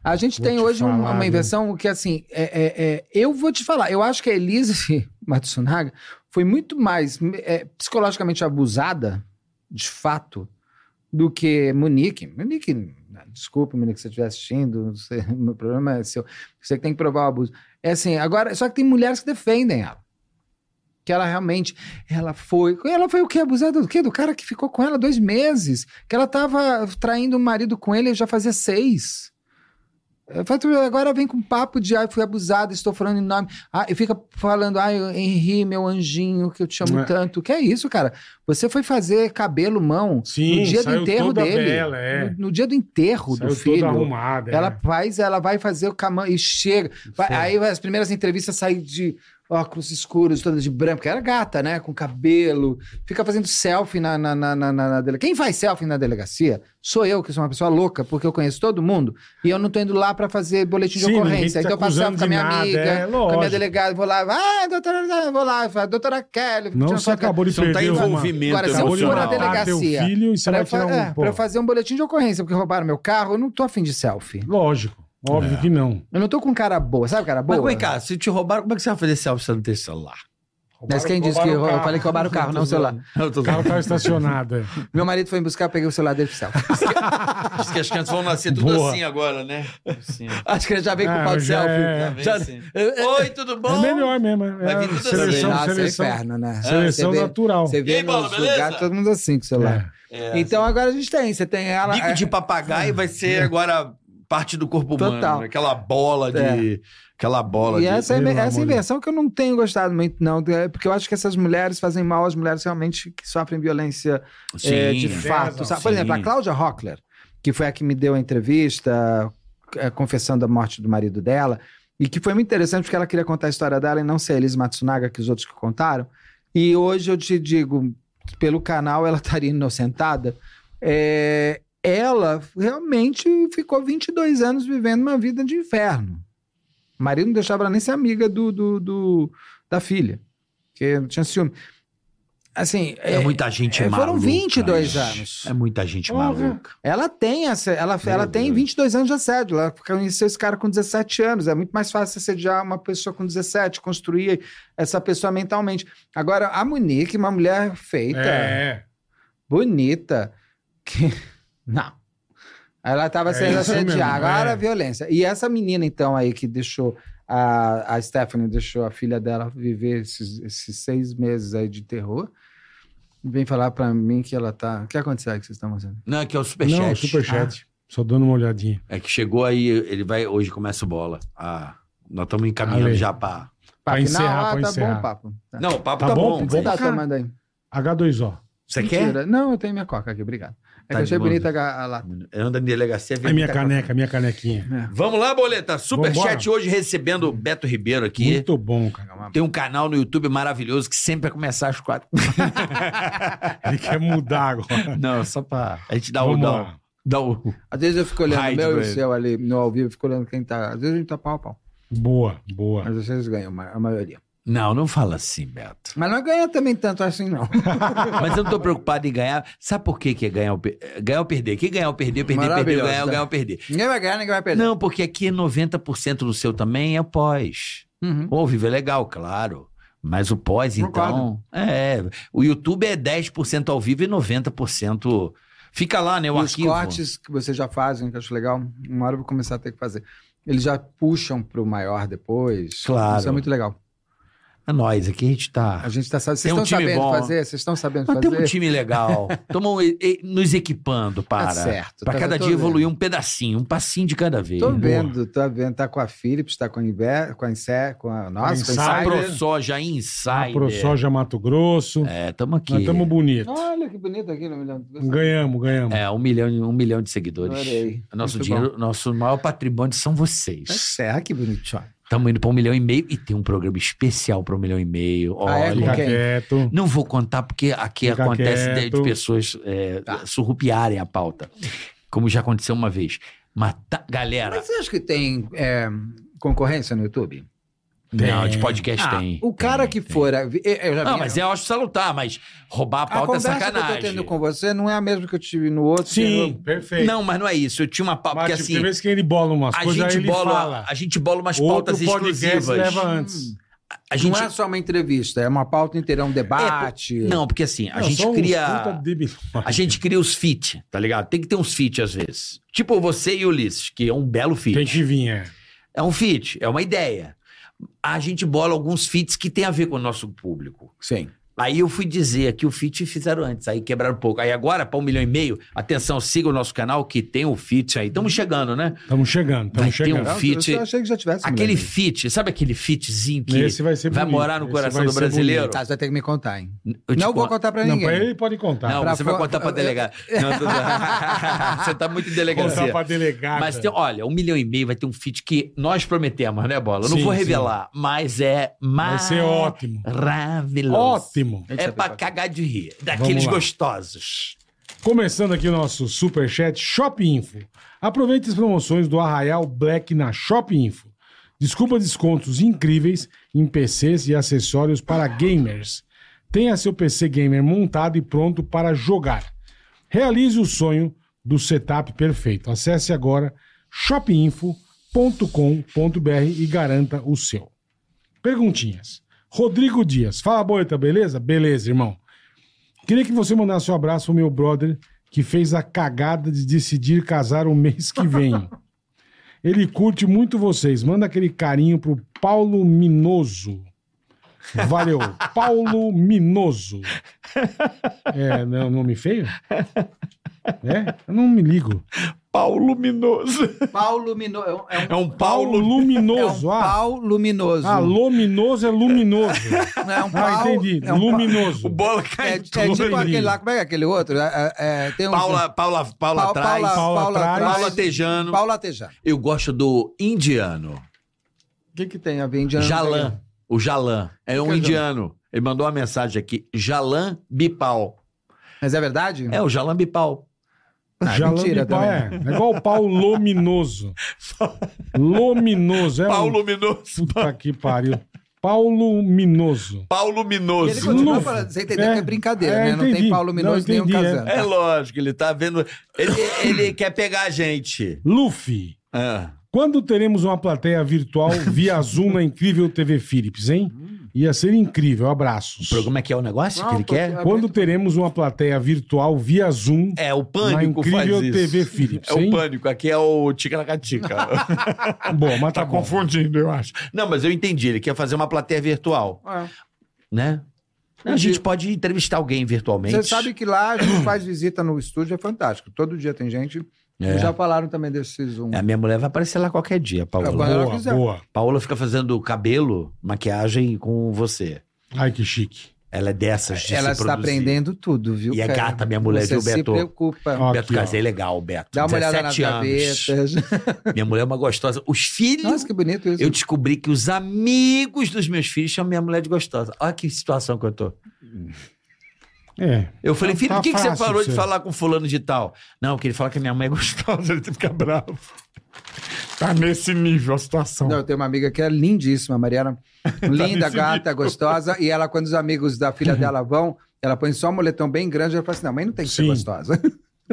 Speaker 5: a gente
Speaker 3: Vou
Speaker 5: tem
Speaker 3: te
Speaker 5: hoje um-
Speaker 3: falar,
Speaker 5: uma
Speaker 3: viu?
Speaker 5: inversão que, assim, é- é- é- eu vou te falar. Eu acho que a Elise Matsunaga foi muito mais é, psicologicamente abusada, de fato, do que Monique. Monique, né, desculpa, Monique, se você estiver assistindo, não sei, meu problema é seu. Você que tem que provar o abuso. É assim, agora, só que tem mulheres que defendem ela. Que ela realmente, ela foi. Ela foi o quê? Abusada do quê? Do cara que ficou com ela dois meses. Que ela tava traindo o marido com ele já fazia seis. Eu falo, "Tu Agora vem com papo de, ai, fui abusada, estou falando em nome. Ah, e fica falando, ai, Henri, meu anjinho, que eu te amo
Speaker 3: É.
Speaker 5: tanto. Que é isso, cara? Você foi fazer cabelo, mão,
Speaker 3: Sim,
Speaker 5: no dia do
Speaker 3: saiu
Speaker 5: enterro
Speaker 3: toda
Speaker 5: dele.
Speaker 3: bela, é.
Speaker 5: no, no dia do enterro
Speaker 3: Saiu
Speaker 5: do
Speaker 3: toda
Speaker 5: filho.
Speaker 3: arrumada.
Speaker 5: Ela
Speaker 3: é.
Speaker 5: faz, ela vai fazer o caminho e chega. Vai-
Speaker 3: Foi.
Speaker 5: aí as primeiras entrevistas sai de óculos escuros, toda de branco, porque era gata, né? Com cabelo. Fica fazendo selfie na, na, na, na, na, na delegacia. Quem faz selfie na delegacia sou eu, que sou uma pessoa louca, porque eu conheço todo mundo. E eu não tô indo lá pra fazer boletim de
Speaker 3: Sim, ninguém
Speaker 5: ocorrência.
Speaker 3: tá
Speaker 5: Então eu passo selfie
Speaker 3: acusando
Speaker 5: com a minha
Speaker 3: de nada,
Speaker 5: amiga,
Speaker 3: é,
Speaker 5: com a minha
Speaker 3: lógico.
Speaker 5: delegada. Vou lá, ah, doutora, vou lá, fala, doutora Kelly.
Speaker 3: Não
Speaker 5: tira um
Speaker 3: só
Speaker 5: foto-
Speaker 3: acabou de
Speaker 4: Então
Speaker 3: perder
Speaker 4: tá
Speaker 3: uma-
Speaker 4: envolvimento
Speaker 5: Agora, se eu
Speaker 3: Acabou de
Speaker 5: for na
Speaker 4: emocional.
Speaker 3: matar teu
Speaker 5: delegacia
Speaker 3: filho e você
Speaker 5: Pra
Speaker 3: vai
Speaker 5: eu, fa-
Speaker 3: tirar um...
Speaker 5: é,
Speaker 3: pô,
Speaker 5: pra eu fazer um boletim de ocorrência, porque roubaram meu carro, eu não tô afim de selfie.
Speaker 3: Lógico. Óbvio que não.
Speaker 5: Eu não tô com cara boa, sabe cara
Speaker 4: Mas
Speaker 5: boa?
Speaker 4: vem cá, se te roubaram, como é que você vai fazer selfie se não tem celular?
Speaker 5: Mas quem disse que
Speaker 3: Roubaram o
Speaker 5: eu, eu
Speaker 3: carro.
Speaker 5: falei que roubaram o carro, não o celular.
Speaker 4: Eu tô
Speaker 3: O carro tava estacionado. é.
Speaker 5: Meu marido foi me buscar, eu peguei o celular dele pro selfie.
Speaker 4: Diz que as crianças vão nascer
Speaker 3: tudo Boa. assim
Speaker 4: agora, né? Sim.
Speaker 5: Acho que ele já veio com
Speaker 3: Ah,
Speaker 5: o pau de
Speaker 3: já
Speaker 5: selfie.
Speaker 3: é-
Speaker 4: Já- Oi, tudo bom?
Speaker 3: É melhor mesmo. É,
Speaker 4: Vai vir
Speaker 3: É
Speaker 4: tudo
Speaker 3: seleção,
Speaker 4: assim.
Speaker 5: Nossa,
Speaker 3: seleção, Ah,
Speaker 5: é inferno, né?
Speaker 3: seleção
Speaker 5: você vê,
Speaker 3: natural.
Speaker 5: Você vê
Speaker 4: E aí, Bola,
Speaker 5: nos
Speaker 4: beleza?
Speaker 5: lugares, todo mundo assim com o celular.
Speaker 3: É.
Speaker 4: É,
Speaker 5: então agora a gente tem, você tem ela... é,
Speaker 4: bico de papagaio vai ser agora parte do corpo humano.
Speaker 5: Total. É.
Speaker 4: né? Aquela bola de. Aquela bola
Speaker 5: E
Speaker 4: de.
Speaker 5: essa,
Speaker 3: Pelo
Speaker 5: é,
Speaker 3: amor
Speaker 5: essa
Speaker 3: de
Speaker 5: inversão que eu não tenho gostado muito, não. é Porque eu acho que essas mulheres fazem mal às mulheres realmente que sofrem violência é, de fato.
Speaker 3: Lesam,
Speaker 5: sabe? Por
Speaker 4: sim.
Speaker 5: exemplo, a Cláudia Hockler, que foi a que me deu a entrevista é, confessando a morte do marido dela, e que foi muito interessante porque ela queria contar a história dela e não ser a Elise Matsunaga, que os outros que contaram. E hoje eu te digo, pelo canal ela estaria inocentada. É, ela realmente ficou 22 anos vivendo uma vida de inferno. O marido não deixava ela nem ser amiga do, do- do- da filha, porque tinha ciúme. Assim,
Speaker 4: É muita gente
Speaker 5: é,
Speaker 4: maluca.
Speaker 5: foram 22
Speaker 4: gente.
Speaker 5: anos.
Speaker 4: É muita gente
Speaker 3: Porra.
Speaker 4: maluca.
Speaker 5: Ela tem essa, ela,
Speaker 4: Meu
Speaker 5: ela tem
Speaker 4: Deus.
Speaker 5: 22 anos de assédio. Ela conheceu esse cara com 17 anos. É muito mais fácil assediar uma pessoa com 17, construir essa pessoa mentalmente. Agora, a Monique, uma mulher feita,
Speaker 3: É.
Speaker 5: bonita, que. Não. Ela estava
Speaker 3: É
Speaker 5: sendo
Speaker 3: isso mesmo,
Speaker 5: assediada. Agora
Speaker 3: é.
Speaker 5: a violência. E essa menina, então, aí que deixou. A, a Stephanie deixou a filha dela viver esses, esses seis meses aí de terror. Vem falar pra mim que ela tá. O que aconteceu aí que vocês estão fazendo?
Speaker 4: Não, que é o superchat.
Speaker 3: Não, superchat.
Speaker 5: Ah.
Speaker 3: Só dando uma olhadinha.
Speaker 4: É que chegou aí, ele vai. Hoje começa o bola. Ah, nós estamos encaminhando
Speaker 3: Ale.
Speaker 4: já pra.
Speaker 3: Pra
Speaker 5: Papo
Speaker 3: encerrar,
Speaker 5: final?
Speaker 3: pra
Speaker 5: tá
Speaker 3: encerrar.
Speaker 5: bom o papo. Tá.
Speaker 4: Não, o papo
Speaker 3: Tá
Speaker 4: tá,
Speaker 3: bom,
Speaker 4: bom.
Speaker 3: tá
Speaker 5: Você
Speaker 4: mas-
Speaker 5: tá
Speaker 3: cara.
Speaker 5: tomando aí?
Speaker 3: H2O.
Speaker 4: Você quer?
Speaker 5: Mentira. Não, eu tenho minha coca aqui, obrigado.
Speaker 4: Tá
Speaker 5: É que eu achei
Speaker 4: de boa.
Speaker 5: bonita a, a lata.
Speaker 4: Anda em delegacia. vê
Speaker 3: A É minha
Speaker 4: muita
Speaker 3: caneca, a minha canequinha.
Speaker 4: Vamos lá, Boleta. Superchat
Speaker 3: Vambora.
Speaker 4: hoje recebendo o Beto Ribeiro aqui.
Speaker 3: Muito bom, cara.
Speaker 4: Tem um canal no YouTube maravilhoso que sempre vai começar às quatro.
Speaker 3: Ele quer mudar agora.
Speaker 4: Não, só pra. A gente dá o.
Speaker 3: Vamos
Speaker 4: Dá, o-
Speaker 3: lá.
Speaker 4: dá o...
Speaker 5: Às vezes eu fico olhando
Speaker 4: Hide,
Speaker 5: o meu e o
Speaker 4: velho.
Speaker 5: seu ali no ao vivo, eu fico olhando quem tá. Às vezes a gente tá pau a pau.
Speaker 3: Boa, boa.
Speaker 5: Mas vocês ganham, ma- a maioria.
Speaker 4: Não, não fala assim, Beto.
Speaker 5: Mas não ganha também tanto assim, não.
Speaker 4: Mas eu não tô preocupado em ganhar. Sabe por que, que é ganhar ou, per- é ganhar ou perder? Que ganhar ou perder, perder, perder,
Speaker 5: Maravilhoso,
Speaker 4: ganhar ou
Speaker 5: tá.
Speaker 4: ganhar ou perder.
Speaker 5: Ninguém vai ganhar, ninguém vai perder.
Speaker 4: Não, porque aqui é 90% do seu também é pós.
Speaker 5: Uhum.
Speaker 4: O vivo é legal, claro. Mas o pós, então. É. O YouTube é 10% ao vivo e 90% Fica lá, né? O
Speaker 5: E os
Speaker 4: arquivo.
Speaker 5: cortes que vocês já fazem, que eu acho legal, uma hora eu vou começar a ter que fazer. Eles já puxam pro maior depois.
Speaker 4: Claro.
Speaker 5: Isso é muito legal.
Speaker 4: É nóis, aqui a gente tá.
Speaker 5: A gente tá sabendo.
Speaker 4: Tem
Speaker 5: Vocês
Speaker 4: um
Speaker 5: estão
Speaker 4: time
Speaker 5: sabendo
Speaker 4: bom.
Speaker 5: fazer? Vocês estão sabendo
Speaker 4: Mas
Speaker 5: fazer?
Speaker 4: temos um time legal. Estamos nos equipando para.
Speaker 5: Tá certo.
Speaker 4: Para
Speaker 5: tá-
Speaker 4: cada
Speaker 5: tô
Speaker 4: dia
Speaker 5: vendo.
Speaker 4: evoluir um pedacinho, um passinho de cada vez.
Speaker 5: Tô
Speaker 4: né?
Speaker 5: vendo, tô vendo. Tá com a Philips, tá com a Inver, com a Inse, com a nossa, com
Speaker 3: Insider.
Speaker 5: a
Speaker 4: A
Speaker 5: Insider.
Speaker 4: ProSoja Insider.
Speaker 3: ProSoja Mato Grosso.
Speaker 4: É, estamos aqui.
Speaker 3: Nós estamos bonitos.
Speaker 5: Olha que bonito aqui no milhão.
Speaker 3: Ganhamos, ganhamos.
Speaker 4: É, um milhão, um milhão de seguidores.
Speaker 5: Adorei.
Speaker 4: Nosso
Speaker 5: Muito
Speaker 4: dinheiro, nosso maior patrimônio são vocês.
Speaker 5: Será que bonito, ó.
Speaker 4: Estamos indo para um milhão e meio e tem um programa especial para um milhão e meio.
Speaker 5: Ah, é?
Speaker 4: Olha.
Speaker 3: Fica
Speaker 5: quem?
Speaker 3: quieto.
Speaker 4: Não vou contar porque aqui
Speaker 3: Fica
Speaker 4: acontece de,
Speaker 3: quieto.
Speaker 4: de pessoas é,
Speaker 5: Tá.
Speaker 4: surrupiarem a pauta, como já aconteceu uma vez. Mas tá- galera,
Speaker 5: Mas você acha que tem é, concorrência no YouTube? Ah,
Speaker 4: não, de podcast tem.
Speaker 5: O cara
Speaker 4: tem,
Speaker 5: que
Speaker 4: tem.
Speaker 5: for. Eu, eu já
Speaker 4: Não,
Speaker 5: vi-
Speaker 4: mas eu acho salutar, mas roubar a
Speaker 5: A
Speaker 4: pauta é
Speaker 5: conversa que eu tô
Speaker 4: sacanagem.
Speaker 5: tendo com você não é a mesma que eu tive no outro.
Speaker 3: Sim,
Speaker 5: que
Speaker 3: perfeito.
Speaker 4: Não, mas não é isso. Eu tinha uma pauta, porque
Speaker 3: Mas, tipo, tem
Speaker 4: assim,
Speaker 3: vezes que ele bola umas
Speaker 4: a
Speaker 3: coisas, aí
Speaker 4: gente,
Speaker 3: ele
Speaker 4: bola,
Speaker 3: fala.
Speaker 4: a gente bola umas
Speaker 3: Outro
Speaker 4: pautas
Speaker 3: podcast
Speaker 4: exclusivas. Hum.
Speaker 3: leva
Speaker 5: eu-
Speaker 3: antes.
Speaker 4: A gente...
Speaker 5: Não é só uma entrevista, é uma pauta inteira, é um debate.
Speaker 4: Não, porque assim, a
Speaker 3: Não,
Speaker 4: gente
Speaker 3: só uns puta
Speaker 4: cria.
Speaker 3: debilóide.
Speaker 4: A gente cria os fit, tá ligado? Tem que ter uns fit às vezes. Tipo você e Ulisses, que é um belo fit.
Speaker 3: Tem que vir, é.
Speaker 4: É um fit, é uma ideia. A gente bola alguns fits que tem a ver com o nosso público.
Speaker 5: Sim.
Speaker 4: Aí eu fui dizer que o fit fizeram antes, aí quebraram um pouco. Aí agora, para um milhão e meio, atenção, siga o nosso canal que tem o fit aí. Estamos chegando, né?
Speaker 3: Estamos chegando,
Speaker 4: Vai
Speaker 3: estamos
Speaker 4: ter um
Speaker 3: chegando.
Speaker 5: Eu-
Speaker 4: Fit-
Speaker 5: Então, Eu achei que já tivesse.
Speaker 4: Aquele
Speaker 5: mulher.
Speaker 4: fit, sabe aquele fitzinho que
Speaker 3: Esse vai ser
Speaker 4: vai
Speaker 3: bonito,
Speaker 4: morar no
Speaker 3: esse
Speaker 4: coração
Speaker 3: vai
Speaker 4: do
Speaker 3: ser
Speaker 4: brasileiro?
Speaker 5: Tá, você vai ter que me contar, hein?
Speaker 4: Eu te
Speaker 5: não vou
Speaker 4: conto.
Speaker 5: contar pra
Speaker 3: Não, Tá.
Speaker 5: ninguém.
Speaker 3: pra ele ele pode contar.
Speaker 4: Não,
Speaker 5: Pra
Speaker 4: você vai
Speaker 5: fo-
Speaker 4: contar pra
Speaker 5: eu-
Speaker 4: delegado. Não, tô- você tá muito em
Speaker 3: contar
Speaker 4: delegacia.
Speaker 3: pra delegada.
Speaker 4: Mas tem, olha, um milhão e meio vai ter um feat que nós prometemos, né, Bola? Eu Não
Speaker 3: Sim,
Speaker 4: vou revelar, mas é
Speaker 3: Vai ser ótimo.
Speaker 4: maravilhoso.
Speaker 3: Ótimo.
Speaker 5: Tem que
Speaker 4: É
Speaker 5: saber
Speaker 4: pra
Speaker 5: qual-
Speaker 4: cagar de rir. Daqueles
Speaker 3: Vamos lá.
Speaker 4: gostosos.
Speaker 3: Começando aqui o nosso superchat Shop Info. Aproveite as promoções do Arraial Black na Shop Info. Desculpa descontos incríveis em PCs e acessórios para gamers. Tenha seu PC gamer montado e pronto para jogar. Realize o sonho do setup perfeito. Acesse agora shopinfo.com.br e garanta o seu. Perguntinhas. Rodrigo Dias. Fala, Boita, beleza? Beleza, irmão. Queria que você mandasse um abraço pro meu brother que fez a cagada de decidir casar o mês que vem. Ele curte muito vocês. Manda aquele carinho pro Paulo Minoso. Valeu. Paulo Minoso. É, não é um nome feio? É? Eu não me ligo.
Speaker 4: Pau luminoso.
Speaker 5: Pau luminoso. É um,
Speaker 4: É um pau
Speaker 3: Paulo
Speaker 4: luminoso.
Speaker 5: é um
Speaker 3: Luminoso. ah,
Speaker 5: pau luminoso.
Speaker 3: ah, luminoso é luminoso.
Speaker 5: Não, é um
Speaker 3: Ah,
Speaker 5: pau,
Speaker 3: entendi.
Speaker 5: É um pau-
Speaker 3: Luminoso.
Speaker 4: O bola
Speaker 5: É,
Speaker 4: cai
Speaker 5: é
Speaker 4: de
Speaker 5: tipo
Speaker 3: Entendi.
Speaker 5: aquele lá, como é que é aquele outro? É, é, é, tem um,
Speaker 4: Paula, Paula, Paula
Speaker 5: Pau-
Speaker 4: atrás. Paula,
Speaker 3: então, Paula
Speaker 5: Paula
Speaker 3: atrás.
Speaker 5: atrás.
Speaker 4: Tejano.
Speaker 5: Pau latejado.
Speaker 4: Eu gosto do indiano.
Speaker 5: O que, que tem a ver indiano?
Speaker 4: Jalan. O Jalan. É um
Speaker 5: Que é
Speaker 4: indiano. Ele mandou uma mensagem aqui. Jalan Bipal.
Speaker 5: Mas é verdade?
Speaker 4: É o Jalan Bipal.
Speaker 5: Ah,
Speaker 3: Já
Speaker 5: mentira
Speaker 3: lambe pau,
Speaker 5: também.
Speaker 3: é. É igual o pau luminoso. luminoso, é
Speaker 4: Pau
Speaker 3: Paulo...
Speaker 4: luminoso.
Speaker 3: Puta que pariu. Paulo Minoso.
Speaker 4: Pau
Speaker 5: E
Speaker 4: luminoso.
Speaker 5: ele continua
Speaker 3: Lufa.
Speaker 5: falando, você entendeu
Speaker 3: É.
Speaker 5: que é brincadeira,
Speaker 3: É,
Speaker 5: né? Não
Speaker 3: entendi.
Speaker 5: tem pau luminoso
Speaker 3: Não, entendi,
Speaker 5: nem um
Speaker 3: é.
Speaker 5: casando.
Speaker 4: É lógico, ele tá vendo. Ele, ele quer pegar a gente.
Speaker 3: Luffy.
Speaker 4: Ah,
Speaker 3: Quando teremos uma plateia virtual via Zoom na incrível TV Philips, hein? Ia ser incrível. Abraços.
Speaker 4: Como é que é o negócio que ele quer?
Speaker 3: Quando teremos uma plateia virtual via Zoom
Speaker 4: É, o
Speaker 3: na
Speaker 4: pânico faz
Speaker 3: incrível
Speaker 4: isso.
Speaker 3: TV Philips,
Speaker 4: É o
Speaker 3: hein?
Speaker 4: pânico, aqui é o
Speaker 5: Tá
Speaker 4: ticaracatica.
Speaker 3: Bom, mas tá,
Speaker 1: Tá
Speaker 3: bom.
Speaker 1: confundindo, eu acho.
Speaker 4: Não, mas eu entendi, ele quer fazer uma plateia virtual,
Speaker 5: É.
Speaker 4: né? A gente pode entrevistar alguém virtualmente.
Speaker 5: Você sabe que lá a gente faz visita no estúdio, é fantástico. Todo dia tem gente.
Speaker 4: É.
Speaker 5: Já falaram também desse Zoom.
Speaker 4: A minha mulher vai aparecer lá qualquer dia, Paola.
Speaker 5: Agora- quando ela
Speaker 3: Boa,
Speaker 5: quiser.
Speaker 3: boa.
Speaker 4: Paola fica fazendo cabelo, maquiagem com você.
Speaker 3: Ai, que chique.
Speaker 4: Ela é dessas de
Speaker 5: Ela
Speaker 4: se
Speaker 5: está
Speaker 4: produzir.
Speaker 5: aprendendo tudo, viu?
Speaker 4: E é
Speaker 5: cara?
Speaker 4: gata, minha mulher,
Speaker 5: Você
Speaker 4: viu,
Speaker 5: se
Speaker 4: Beto?
Speaker 5: preocupa.
Speaker 3: Ó,
Speaker 4: Beto
Speaker 3: aqui, ó.
Speaker 4: Casei é legal, Beto.
Speaker 5: Dá uma olhada nas
Speaker 4: 17 anos.
Speaker 5: gavetas.
Speaker 4: Minha mulher é uma gostosa. Os filhos
Speaker 5: Nossa, que bonito isso.
Speaker 4: Eu descobri que os amigos dos meus filhos chamam minha mulher de gostosa. Olha que situação que eu tô.
Speaker 3: É.
Speaker 4: Eu falei,
Speaker 3: Não
Speaker 4: filho,
Speaker 3: tá
Speaker 4: por que, que você
Speaker 3: fácil,
Speaker 4: parou de
Speaker 3: seu.
Speaker 4: falar com fulano de tal? Não, porque ele fala que minha mãe é gostosa, ele fica bravo.
Speaker 1: Tá nesse nível a situação.
Speaker 5: Não, eu tenho uma amiga que é lindíssima, Mariana.
Speaker 3: Tá
Speaker 5: Linda,
Speaker 1: nesse
Speaker 5: gata, gostosa. E ela, quando os amigos da
Speaker 3: Uhum.
Speaker 5: filha dela vão, ela põe só um moletom bem grande. Ela fala assim: não, mas não tem que ser
Speaker 3: Sim. Tá
Speaker 5: gostosa.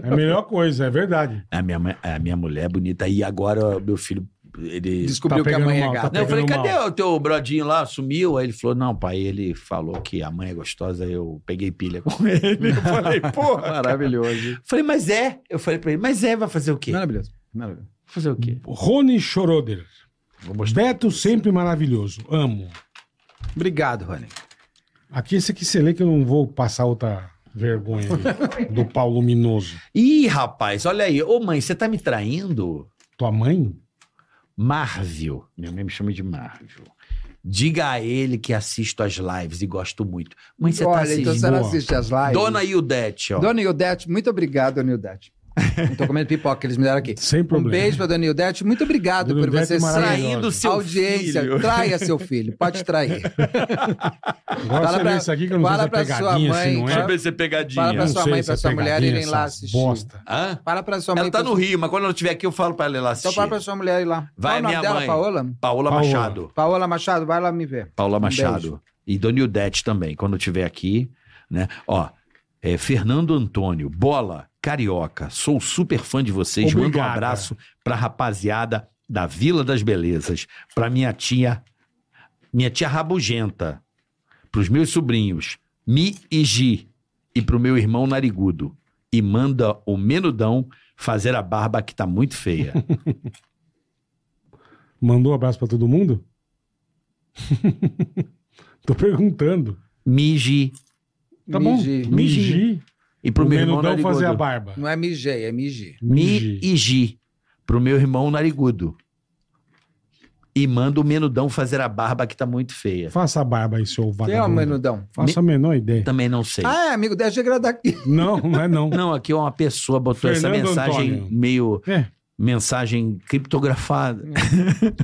Speaker 3: É a melhor coisa, é verdade.
Speaker 4: A minha, mãe- a minha mulher é bonita. E agora, ó, meu filho ele
Speaker 5: Descobriu
Speaker 3: Tá
Speaker 5: que a mãe
Speaker 3: pegando
Speaker 5: é
Speaker 3: mal,
Speaker 5: gata.
Speaker 3: tá
Speaker 4: Não, eu falei,
Speaker 3: pegando
Speaker 4: cadê o teu brodinho lá? Sumiu? Aí ele falou, não, pai, ele falou que a mãe é gostosa, eu peguei pilha com ele. Eu falei, porra.
Speaker 5: Maravilhoso.
Speaker 4: Falei, mas é. Eu falei pra ele, mas é, vai fazer o quê? Vai
Speaker 5: Maravilhoso. Maravilhoso.
Speaker 4: fazer o quê?
Speaker 3: Rony Schroeder. Beto sempre maravilhoso. Amo.
Speaker 5: Obrigado, Rony.
Speaker 3: Aqui esse aqui você lê que eu não vou passar outra vergonha aí, do pau luminoso.
Speaker 4: Ih, rapaz, olha aí. Ô, mãe, você tá me traindo?
Speaker 3: Tua mãe?
Speaker 4: Marvel. Minha mãe me chama de Marvel. Diga a ele que assisto as lives e gosto muito. Mãe, você tá
Speaker 5: Olha,
Speaker 4: assistindo.
Speaker 5: então você não
Speaker 3: boa.
Speaker 5: assiste as lives.
Speaker 4: Dona Iudete, ó.
Speaker 5: Dona Iudete, muito obrigado, Dona Iudete. Não tô comendo pipoca que eles me deram aqui.
Speaker 3: Sem problema.
Speaker 5: Um beijo pra Dona Iudete. Muito obrigado
Speaker 3: Dona
Speaker 5: por
Speaker 3: Iudete
Speaker 5: você
Speaker 3: maravilhosa.
Speaker 4: Traindo seu
Speaker 5: audiência. Então,
Speaker 4: filho.
Speaker 5: Traia seu filho. Pode trair.
Speaker 3: Agora
Speaker 5: Fala
Speaker 3: você
Speaker 5: pra-
Speaker 3: lê isso aqui que eu não sei
Speaker 5: fala
Speaker 3: se é
Speaker 5: pra sua
Speaker 3: pegadinha, se não
Speaker 5: mãe, fala
Speaker 3: é.
Speaker 4: Deixa eu ver se é pegadinha.
Speaker 5: Fala pra
Speaker 3: Não
Speaker 5: sua
Speaker 3: sei
Speaker 5: mãe e
Speaker 3: se
Speaker 5: pra
Speaker 3: é
Speaker 5: sua mulher
Speaker 3: pegadinha,
Speaker 5: irem lá
Speaker 3: essas
Speaker 5: assistir.
Speaker 3: Bosta.
Speaker 4: Hã?
Speaker 5: Fala pra sua
Speaker 4: Ela
Speaker 5: mãe.
Speaker 4: tá
Speaker 5: pra-
Speaker 4: no Rio, mas quando ela estiver aqui, eu falo pra ela ir lá assistir.
Speaker 5: Então fala pra sua mulher ir lá.
Speaker 4: Vai,
Speaker 5: Qual o nome
Speaker 4: minha
Speaker 5: dela,
Speaker 4: mãe.
Speaker 5: Paola?
Speaker 4: Paola
Speaker 3: Paola.
Speaker 4: Machado.
Speaker 5: Paola Machado, vai lá me ver.
Speaker 4: Paola
Speaker 5: Um
Speaker 4: Machado. e Dona Ildete também, quando estiver aqui, né? Ó, é, Fernando Antônio, bola, carioca, sou super fã de vocês. Manda um
Speaker 3: Obrigada.
Speaker 4: abraço pra rapaziada da Vila das Belezas, pra minha tia, minha tia Rabugenta, pros meus sobrinhos, Mi e Gi, e pro meu irmão Narigudo. E manda o menudão fazer a barba que tá muito feia.
Speaker 3: Mandou um abraço pra todo mundo? Tô perguntando.
Speaker 4: Miji.
Speaker 3: Tá bom?
Speaker 5: Migi.
Speaker 3: Migi.
Speaker 4: E pro
Speaker 3: o
Speaker 4: meu irmão
Speaker 3: menudão
Speaker 4: Narigudo.
Speaker 3: fazer a barba.
Speaker 5: Não é Migei, é Migi.
Speaker 4: Mi e Gi pro meu irmão narigudo. E manda o menudão fazer a barba que tá muito feia.
Speaker 3: Faça a barba aí, seu
Speaker 5: Quem é o
Speaker 3: vagabundo.
Speaker 5: menudão?
Speaker 3: Faça a menor ideia.
Speaker 4: Também não sei.
Speaker 5: Ah, é amigo dela, achei que era daqui.
Speaker 3: Não, não é não.
Speaker 4: Não, aqui uma pessoa botou
Speaker 3: Fernando
Speaker 4: essa mensagem
Speaker 3: Antônio.
Speaker 4: meio.
Speaker 3: É.
Speaker 4: Mensagem criptografada.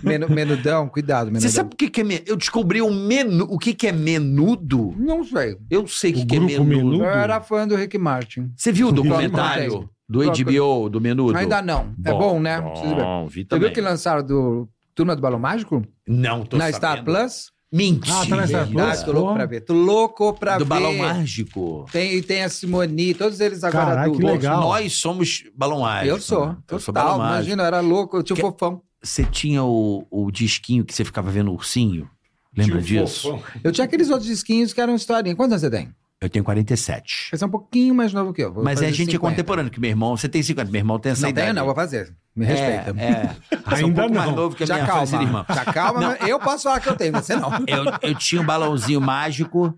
Speaker 5: Menu- menudão, cuidado, menudão.
Speaker 4: Você sabe o que, que é. men- Eu descobri o menu. O que, que é menudo?
Speaker 5: Não sei.
Speaker 4: Eu sei o que,
Speaker 3: O
Speaker 4: que é
Speaker 3: grupo
Speaker 4: menudo.
Speaker 3: Menudo?
Speaker 5: Eu era fã do Rick Martin.
Speaker 4: Você viu o
Speaker 3: Grupo
Speaker 4: documentário
Speaker 5: Menudo.
Speaker 4: do HBO, do menudo?
Speaker 5: Ainda não. é bom, né? Vocês viram?
Speaker 4: Bom, vi
Speaker 5: Você
Speaker 4: também.
Speaker 5: viu que lançaram do Turma do Balão Mágico?
Speaker 4: Não, tô
Speaker 5: na
Speaker 4: sabendo.
Speaker 5: Star Plus?
Speaker 4: Mentira.
Speaker 3: Ah, tá na Star Plus?
Speaker 5: Ah, tô louco
Speaker 3: porra.
Speaker 5: pra ver. Tô louco pra
Speaker 4: Do
Speaker 5: ver.
Speaker 4: balão mágico.
Speaker 5: Tem, tem a Simoni, todos eles agora
Speaker 3: Caralho,
Speaker 5: do...
Speaker 3: que legal.
Speaker 4: Nós somos balão mágico.
Speaker 5: Eu sou.
Speaker 4: né? Eu sou
Speaker 5: Total,
Speaker 4: balão mágico.
Speaker 5: imagina, eu era louco, eu tinha um
Speaker 4: Que-
Speaker 5: fofão.
Speaker 4: Você tinha o, o disquinho que você ficava vendo o ursinho? Lembra
Speaker 3: um
Speaker 4: disso?
Speaker 5: Eu tinha aqueles outros disquinhos que eram historinha. Quantos anos você tem?
Speaker 4: Eu tenho 47.
Speaker 5: Você é um pouquinho mais novo que eu. Vou
Speaker 4: Mas a
Speaker 5: fazer
Speaker 4: gente
Speaker 5: 50.
Speaker 4: é contemporâneo, que meu irmão... Você tem 50, meu irmão tem essa
Speaker 5: Não
Speaker 4: idade.
Speaker 5: tenho, não, vou fazer. Me
Speaker 4: É,
Speaker 5: respeita.
Speaker 4: É, Você é um
Speaker 3: Ainda
Speaker 4: pouco mais
Speaker 3: não.
Speaker 4: novo que a
Speaker 5: Já
Speaker 4: minha
Speaker 5: calma,
Speaker 4: falecida irmã.
Speaker 5: já calma. mas Eu posso falar que eu tenho, você não.
Speaker 4: Eu, eu tinha um balãozinho mágico.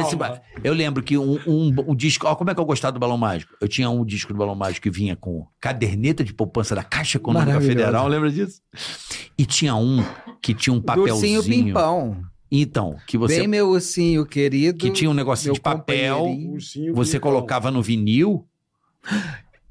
Speaker 4: Esse ba- Eu lembro que um, um, um disco. Ó, como é que eu gostava do balão mágico? Eu tinha um disco do balão mágico que vinha com caderneta de poupança da Caixa Econômica
Speaker 5: Maravilhoso.
Speaker 4: Federal, lembra disso? E tinha um que tinha um
Speaker 5: Do ursinho
Speaker 4: papelzinho.
Speaker 5: Pimpão.
Speaker 4: Então, que você
Speaker 5: Bem, meu ursinho querido.
Speaker 4: que tinha um negocinho
Speaker 5: meu
Speaker 4: de papel,
Speaker 5: companheirinho.
Speaker 4: você colocava no vinil.